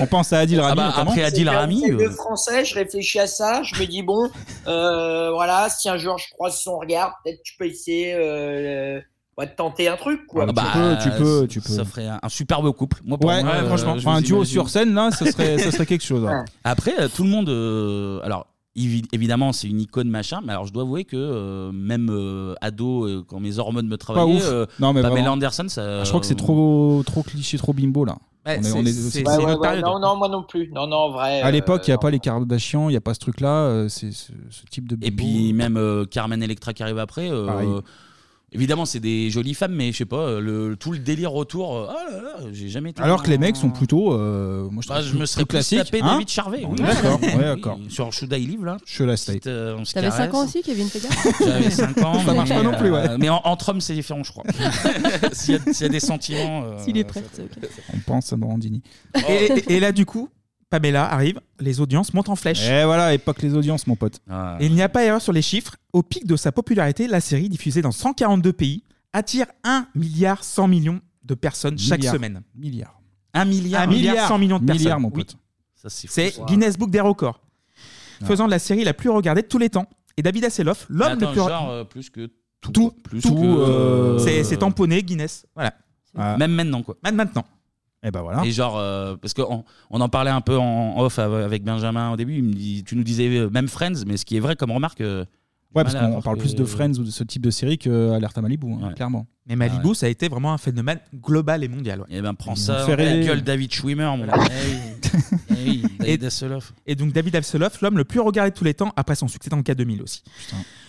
[SPEAKER 6] On pense à Adil Rami.
[SPEAKER 1] bah,
[SPEAKER 6] notamment.
[SPEAKER 1] après Adil Rami,
[SPEAKER 8] C'est
[SPEAKER 1] euh,
[SPEAKER 8] le français, je réfléchis à ça, je me dis, bon, euh, voilà, si un jour je croise son regard, peut-être tu peux essayer euh, ouais, de tenter un truc, quoi.
[SPEAKER 1] Ah bah,
[SPEAKER 6] tu peux, tu
[SPEAKER 1] ça-
[SPEAKER 6] peux.
[SPEAKER 1] Ça ferait un, un superbe couple. Moi, pour
[SPEAKER 6] Ouais,
[SPEAKER 1] moi,
[SPEAKER 6] ouais,
[SPEAKER 1] euh,
[SPEAKER 6] franchement,
[SPEAKER 1] je
[SPEAKER 6] un
[SPEAKER 1] vous
[SPEAKER 6] duo
[SPEAKER 1] imagine.
[SPEAKER 6] sur scène là, ça serait, ça serait quelque chose. hein. ouais.
[SPEAKER 1] Après, euh, tout le monde. euh, alors, évi- évidemment, c'est une icône, machin, mais alors je dois avouer que euh, même euh, ado, euh, quand mes hormones me travaillaient,
[SPEAKER 6] ouf.
[SPEAKER 1] euh,
[SPEAKER 6] Non, mais
[SPEAKER 1] Pamela
[SPEAKER 6] vraiment.
[SPEAKER 1] Anderson, ça.
[SPEAKER 6] Ah, Je crois que c'est trop, trop cliché, trop bimbo là.
[SPEAKER 1] Ouais,
[SPEAKER 6] On est-
[SPEAKER 1] c'est-
[SPEAKER 6] on est-
[SPEAKER 1] c'est-
[SPEAKER 6] c'est-
[SPEAKER 8] Ouais,
[SPEAKER 1] c'est
[SPEAKER 8] ouais,
[SPEAKER 1] notre
[SPEAKER 8] ouais,
[SPEAKER 1] période.
[SPEAKER 8] non, non, moi non plus. Non, non, en vrai.
[SPEAKER 6] à l'époque, il n'y a
[SPEAKER 8] euh,
[SPEAKER 6] pas les Kardashians, il n'y a pas ce truc là, euh, c'est ce, ce type de
[SPEAKER 1] Et
[SPEAKER 6] bimbo.
[SPEAKER 1] puis même euh, Carmen Electra qui arrive après. euh,
[SPEAKER 6] Pareil.
[SPEAKER 1] évidemment, c'est des jolies femmes, mais je sais pas, euh, le, tout le délire autour. euh, Ah là là, j'ai jamais été.
[SPEAKER 6] Alors que les
[SPEAKER 1] un-
[SPEAKER 6] mecs sont plutôt. euh, moi, je,
[SPEAKER 1] Ah,
[SPEAKER 6] trouve
[SPEAKER 1] je
[SPEAKER 6] plus-
[SPEAKER 1] me serais
[SPEAKER 6] plus
[SPEAKER 1] plus
[SPEAKER 6] classique.
[SPEAKER 1] tapé
[SPEAKER 6] hein.
[SPEAKER 1] David Charvet. oui.
[SPEAKER 6] D'accord,
[SPEAKER 1] Oui,
[SPEAKER 6] ouais,
[SPEAKER 1] oui,
[SPEAKER 6] d'accord.
[SPEAKER 1] Sur Should I Live, là.
[SPEAKER 6] Je la slate.
[SPEAKER 1] petite, euh, on se
[SPEAKER 7] T'avais 5 ans
[SPEAKER 1] caresse.
[SPEAKER 7] aussi, Kevin Fegar
[SPEAKER 1] J'avais 5 ans.
[SPEAKER 6] Ça
[SPEAKER 1] mais, euh,
[SPEAKER 6] marche pas non plus, ouais.
[SPEAKER 1] Mais en, entre hommes, c'est différent, je crois. S'il y, a- s'il y a des sentiments. euh,
[SPEAKER 7] S'il est prêt, c'est ok.
[SPEAKER 6] On pense à Morandini.
[SPEAKER 9] Et, et- et là, du coup, Pamela arrive, les audiences montent en flèche.
[SPEAKER 6] Et Eh, voilà, époque les audiences, mon pote.
[SPEAKER 1] Ah.
[SPEAKER 9] Et il n'y a pas erreur sur les chiffres. Au pic de sa popularité, la série, diffusée dans 142 pays, attire 1 milliard 100 millions de personnes chaque
[SPEAKER 6] Milliard.
[SPEAKER 9] semaine.
[SPEAKER 6] Milliard.
[SPEAKER 1] Un milliard.
[SPEAKER 9] 1 milliard 100 millions de personnes.
[SPEAKER 6] Milliard, mon
[SPEAKER 9] Oui.
[SPEAKER 6] pote.
[SPEAKER 1] Ça, c'est fou,
[SPEAKER 9] C'est
[SPEAKER 1] ça.
[SPEAKER 9] Guinness Book des records, faisant de la série la plus regardée de tous les temps. Et David Asseloff, l'homme
[SPEAKER 1] Attends,
[SPEAKER 9] le plus
[SPEAKER 1] genre, euh, plus que tout.
[SPEAKER 9] Tout,
[SPEAKER 1] Plus
[SPEAKER 6] tout,
[SPEAKER 1] que.
[SPEAKER 6] euh,
[SPEAKER 9] c'est c'est tamponné Guinness. Voilà.
[SPEAKER 6] Ah,
[SPEAKER 1] Même maintenant, quoi.
[SPEAKER 9] Maintenant, Maintenant.
[SPEAKER 6] Et ben voilà.
[SPEAKER 1] Et genre, euh, parce qu'on on en parlait un peu en- en off av- avec Benjamin au début, il me dit- tu nous disais euh, même Friends, mais ce qui est vrai comme remarque. euh,
[SPEAKER 6] Ouais, parce
[SPEAKER 1] voilà,
[SPEAKER 6] qu'on
[SPEAKER 1] alors
[SPEAKER 6] parle
[SPEAKER 1] que-
[SPEAKER 6] plus de Friends ou de ce type de série que Alerte à Malibu, hein,
[SPEAKER 1] Ouais.
[SPEAKER 6] clairement.
[SPEAKER 9] Mais Malibu,
[SPEAKER 1] Ah ouais.
[SPEAKER 9] ça a été vraiment un phénomène global et mondial. ouais.
[SPEAKER 1] Eh ben, prends
[SPEAKER 6] Ils
[SPEAKER 1] ça,
[SPEAKER 6] ont
[SPEAKER 1] dans
[SPEAKER 6] fait
[SPEAKER 1] la
[SPEAKER 6] rêver.
[SPEAKER 1] gueule David Schwimmer, mon gars. Eh oui. Eh oui, David
[SPEAKER 9] Et-
[SPEAKER 1] Hasselhoff.
[SPEAKER 9] Et donc David Asseloff, l'homme le plus regardé de tous les temps, après son succès dans le cas 2000 aussi.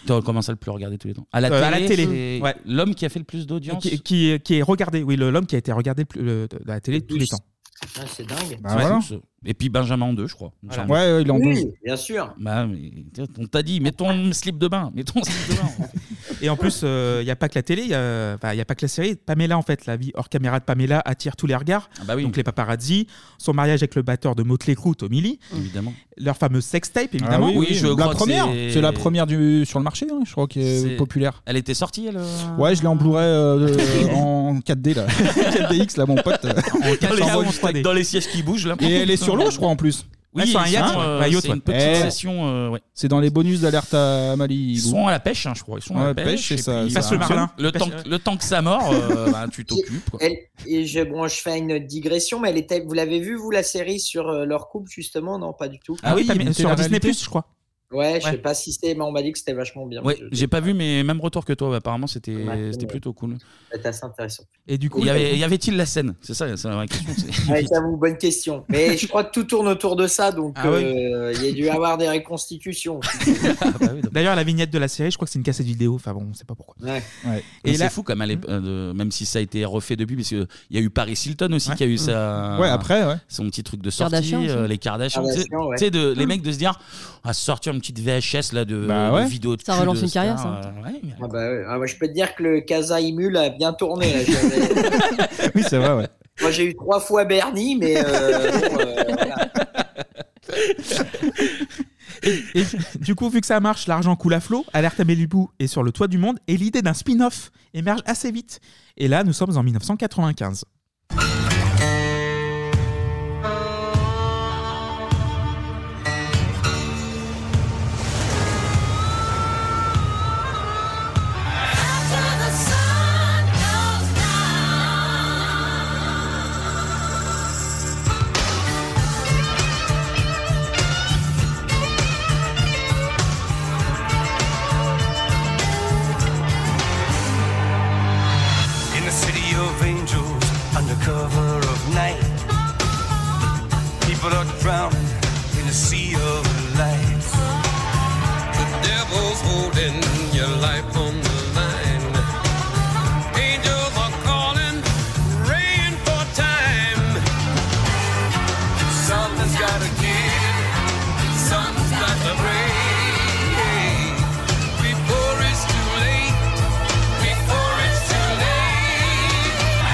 [SPEAKER 1] Putain, comment ça le plus regardé tous les temps À la
[SPEAKER 9] Euh, à la
[SPEAKER 1] télé,
[SPEAKER 9] télé,
[SPEAKER 1] c'est
[SPEAKER 9] ouais.
[SPEAKER 1] l'homme qui a fait le plus d'audience.
[SPEAKER 9] Qui, qui- qui est regardé, oui, le- l'homme qui a été regardé le plus- le- de la télé de tous les temps.
[SPEAKER 8] ah, c'est dingue.
[SPEAKER 6] Bah
[SPEAKER 1] Ouais,
[SPEAKER 6] voilà.
[SPEAKER 1] c'est- Et puis Benjamin en deux, je crois.
[SPEAKER 9] Voilà.
[SPEAKER 1] Genre,
[SPEAKER 6] Ouais, ouais, il est en douze.
[SPEAKER 8] Oui, bien sûr.
[SPEAKER 1] bah, mais, tiens, on t'a dit, mets ton slip de bain, mets ton slip de bain.
[SPEAKER 9] Et en plus, il n'y a pas que la télé, il n'y a, enfin, y a pas que la série. Pamela, en fait, la vie hors caméra de Pamela attire tous les regards.
[SPEAKER 1] Ah bah oui,
[SPEAKER 9] Donc les paparazzi, son mariage avec le batteur de Motley Crue, Tommy Lee,
[SPEAKER 1] évidemment.
[SPEAKER 9] leur fameuse sextape,
[SPEAKER 6] Ah
[SPEAKER 9] évidemment.
[SPEAKER 1] oui, je
[SPEAKER 6] la
[SPEAKER 1] crois que
[SPEAKER 6] première.
[SPEAKER 1] c'est-
[SPEAKER 6] C'est la première du sur le marché, hein, je crois, qui est,
[SPEAKER 1] C'est-
[SPEAKER 6] populaire.
[SPEAKER 1] Elle était sortie, elle
[SPEAKER 9] Ah.
[SPEAKER 1] euh,
[SPEAKER 6] Ouais, je l'ai en Blu-ray euh, euh, en 4D là, 4DX là, mon pote.
[SPEAKER 1] dans, les,
[SPEAKER 9] en
[SPEAKER 1] dans
[SPEAKER 9] 3D.
[SPEAKER 1] les sièges qui bougent, là.
[SPEAKER 6] Et elle est sur l'eau, je crois, en plus.
[SPEAKER 1] Oui,
[SPEAKER 9] Ouais, sur un
[SPEAKER 1] ils
[SPEAKER 9] yacht,
[SPEAKER 1] sont,
[SPEAKER 9] ouais.
[SPEAKER 1] euh,
[SPEAKER 9] Un yacht,
[SPEAKER 1] c'est une
[SPEAKER 9] ouais.
[SPEAKER 1] petite
[SPEAKER 6] Eh.
[SPEAKER 1] session, euh, ouais.
[SPEAKER 6] C'est dans les bonus d'alerte à Ah Mali.
[SPEAKER 1] Ils sont à la pêche, hein, je crois. Ils sont à
[SPEAKER 6] Ouais,
[SPEAKER 1] la pêche.
[SPEAKER 6] pêche,
[SPEAKER 1] et
[SPEAKER 6] c'est ça,
[SPEAKER 1] puis,
[SPEAKER 6] ça
[SPEAKER 1] bah,
[SPEAKER 9] Passe le marlin.
[SPEAKER 1] Le temps, que- le temps que ça mord, euh, bah, tu t'occupes. quoi.
[SPEAKER 8] Elle, et je, bon, je fais une digression, mais elle était, vous l'avez vu, vous, la série sur euh, leur couple, justement Non, pas du tout.
[SPEAKER 1] Ah oui,
[SPEAKER 9] Pam-
[SPEAKER 1] mais
[SPEAKER 9] sur Disney+,
[SPEAKER 1] télé-réalité.
[SPEAKER 9] je crois.
[SPEAKER 8] Ouais, je
[SPEAKER 9] Ouais.
[SPEAKER 8] sais pas si c'est, mais on m'a dit que c'était vachement bien.
[SPEAKER 1] Ouais,
[SPEAKER 8] Je-
[SPEAKER 1] j'ai pas vu, mais même retour que toi. ouais, Apparemment, c'était
[SPEAKER 8] Ouais,
[SPEAKER 1] c'était
[SPEAKER 8] ouais.
[SPEAKER 1] plutôt cool.
[SPEAKER 8] C'est assez intéressant.
[SPEAKER 9] Et du coup,
[SPEAKER 1] Il y avait- y avait-il la scène C'est ça, c'est la vraie question. c'est-
[SPEAKER 8] Ouais, j'avoue, bonne question. Mais je crois que tout tourne autour de ça, donc
[SPEAKER 9] Ah
[SPEAKER 8] euh, il y a dû avoir des réconstitutions.
[SPEAKER 1] Ah bah oui, donc-
[SPEAKER 9] D'ailleurs, la vignette de la série, je crois que c'est une cassette vidéo. Enfin bon, on sait pas pourquoi.
[SPEAKER 8] Ouais.
[SPEAKER 1] Et
[SPEAKER 9] Et là,
[SPEAKER 1] c'est fou, comme à l'ép- euh, de- même si ça a été refait depuis, parce qu'il y a eu Paris Hilton aussi
[SPEAKER 9] Ouais.
[SPEAKER 1] qui a eu sa,
[SPEAKER 6] Ouais, après, ouais.
[SPEAKER 1] son petit truc de sortie,
[SPEAKER 7] Kardashian aussi. Hmm.
[SPEAKER 1] euh, les Kardashians. tu sais-
[SPEAKER 8] Kardashian, ouais.
[SPEAKER 1] tu sais, de- les mecs de se dire, à sortir une petite VHS là, de,
[SPEAKER 6] Bah
[SPEAKER 1] de
[SPEAKER 6] ouais.
[SPEAKER 1] vidéo de
[SPEAKER 7] Ça
[SPEAKER 1] cul
[SPEAKER 7] relance
[SPEAKER 1] de
[SPEAKER 7] une
[SPEAKER 1] star,
[SPEAKER 7] carrière, ça.
[SPEAKER 1] euh, ouais, mais-
[SPEAKER 8] Ah bah ouais. Ah, moi, je peux te dire que le Casa Imul a bien tourné. là. J'avais-
[SPEAKER 6] Oui, c'est vrai, ouais.
[SPEAKER 8] moi, j'ai eu trois fois Bernie, mais euh, bon, euh, voilà.
[SPEAKER 9] et Et du coup, vu que ça marche, l'argent coule à flot, Alerte à Malibu est sur le toit du monde et l'idée d'un spin-off émerge assez vite. Et là, nous sommes en 1995.
[SPEAKER 12] In the city of angels, under cover of night, people are drowning in a sea of lights. The devil's holding your life on the line. Angels are calling, praying for time. Something's gotta give, something's got to break before it's too late. Before it's too late,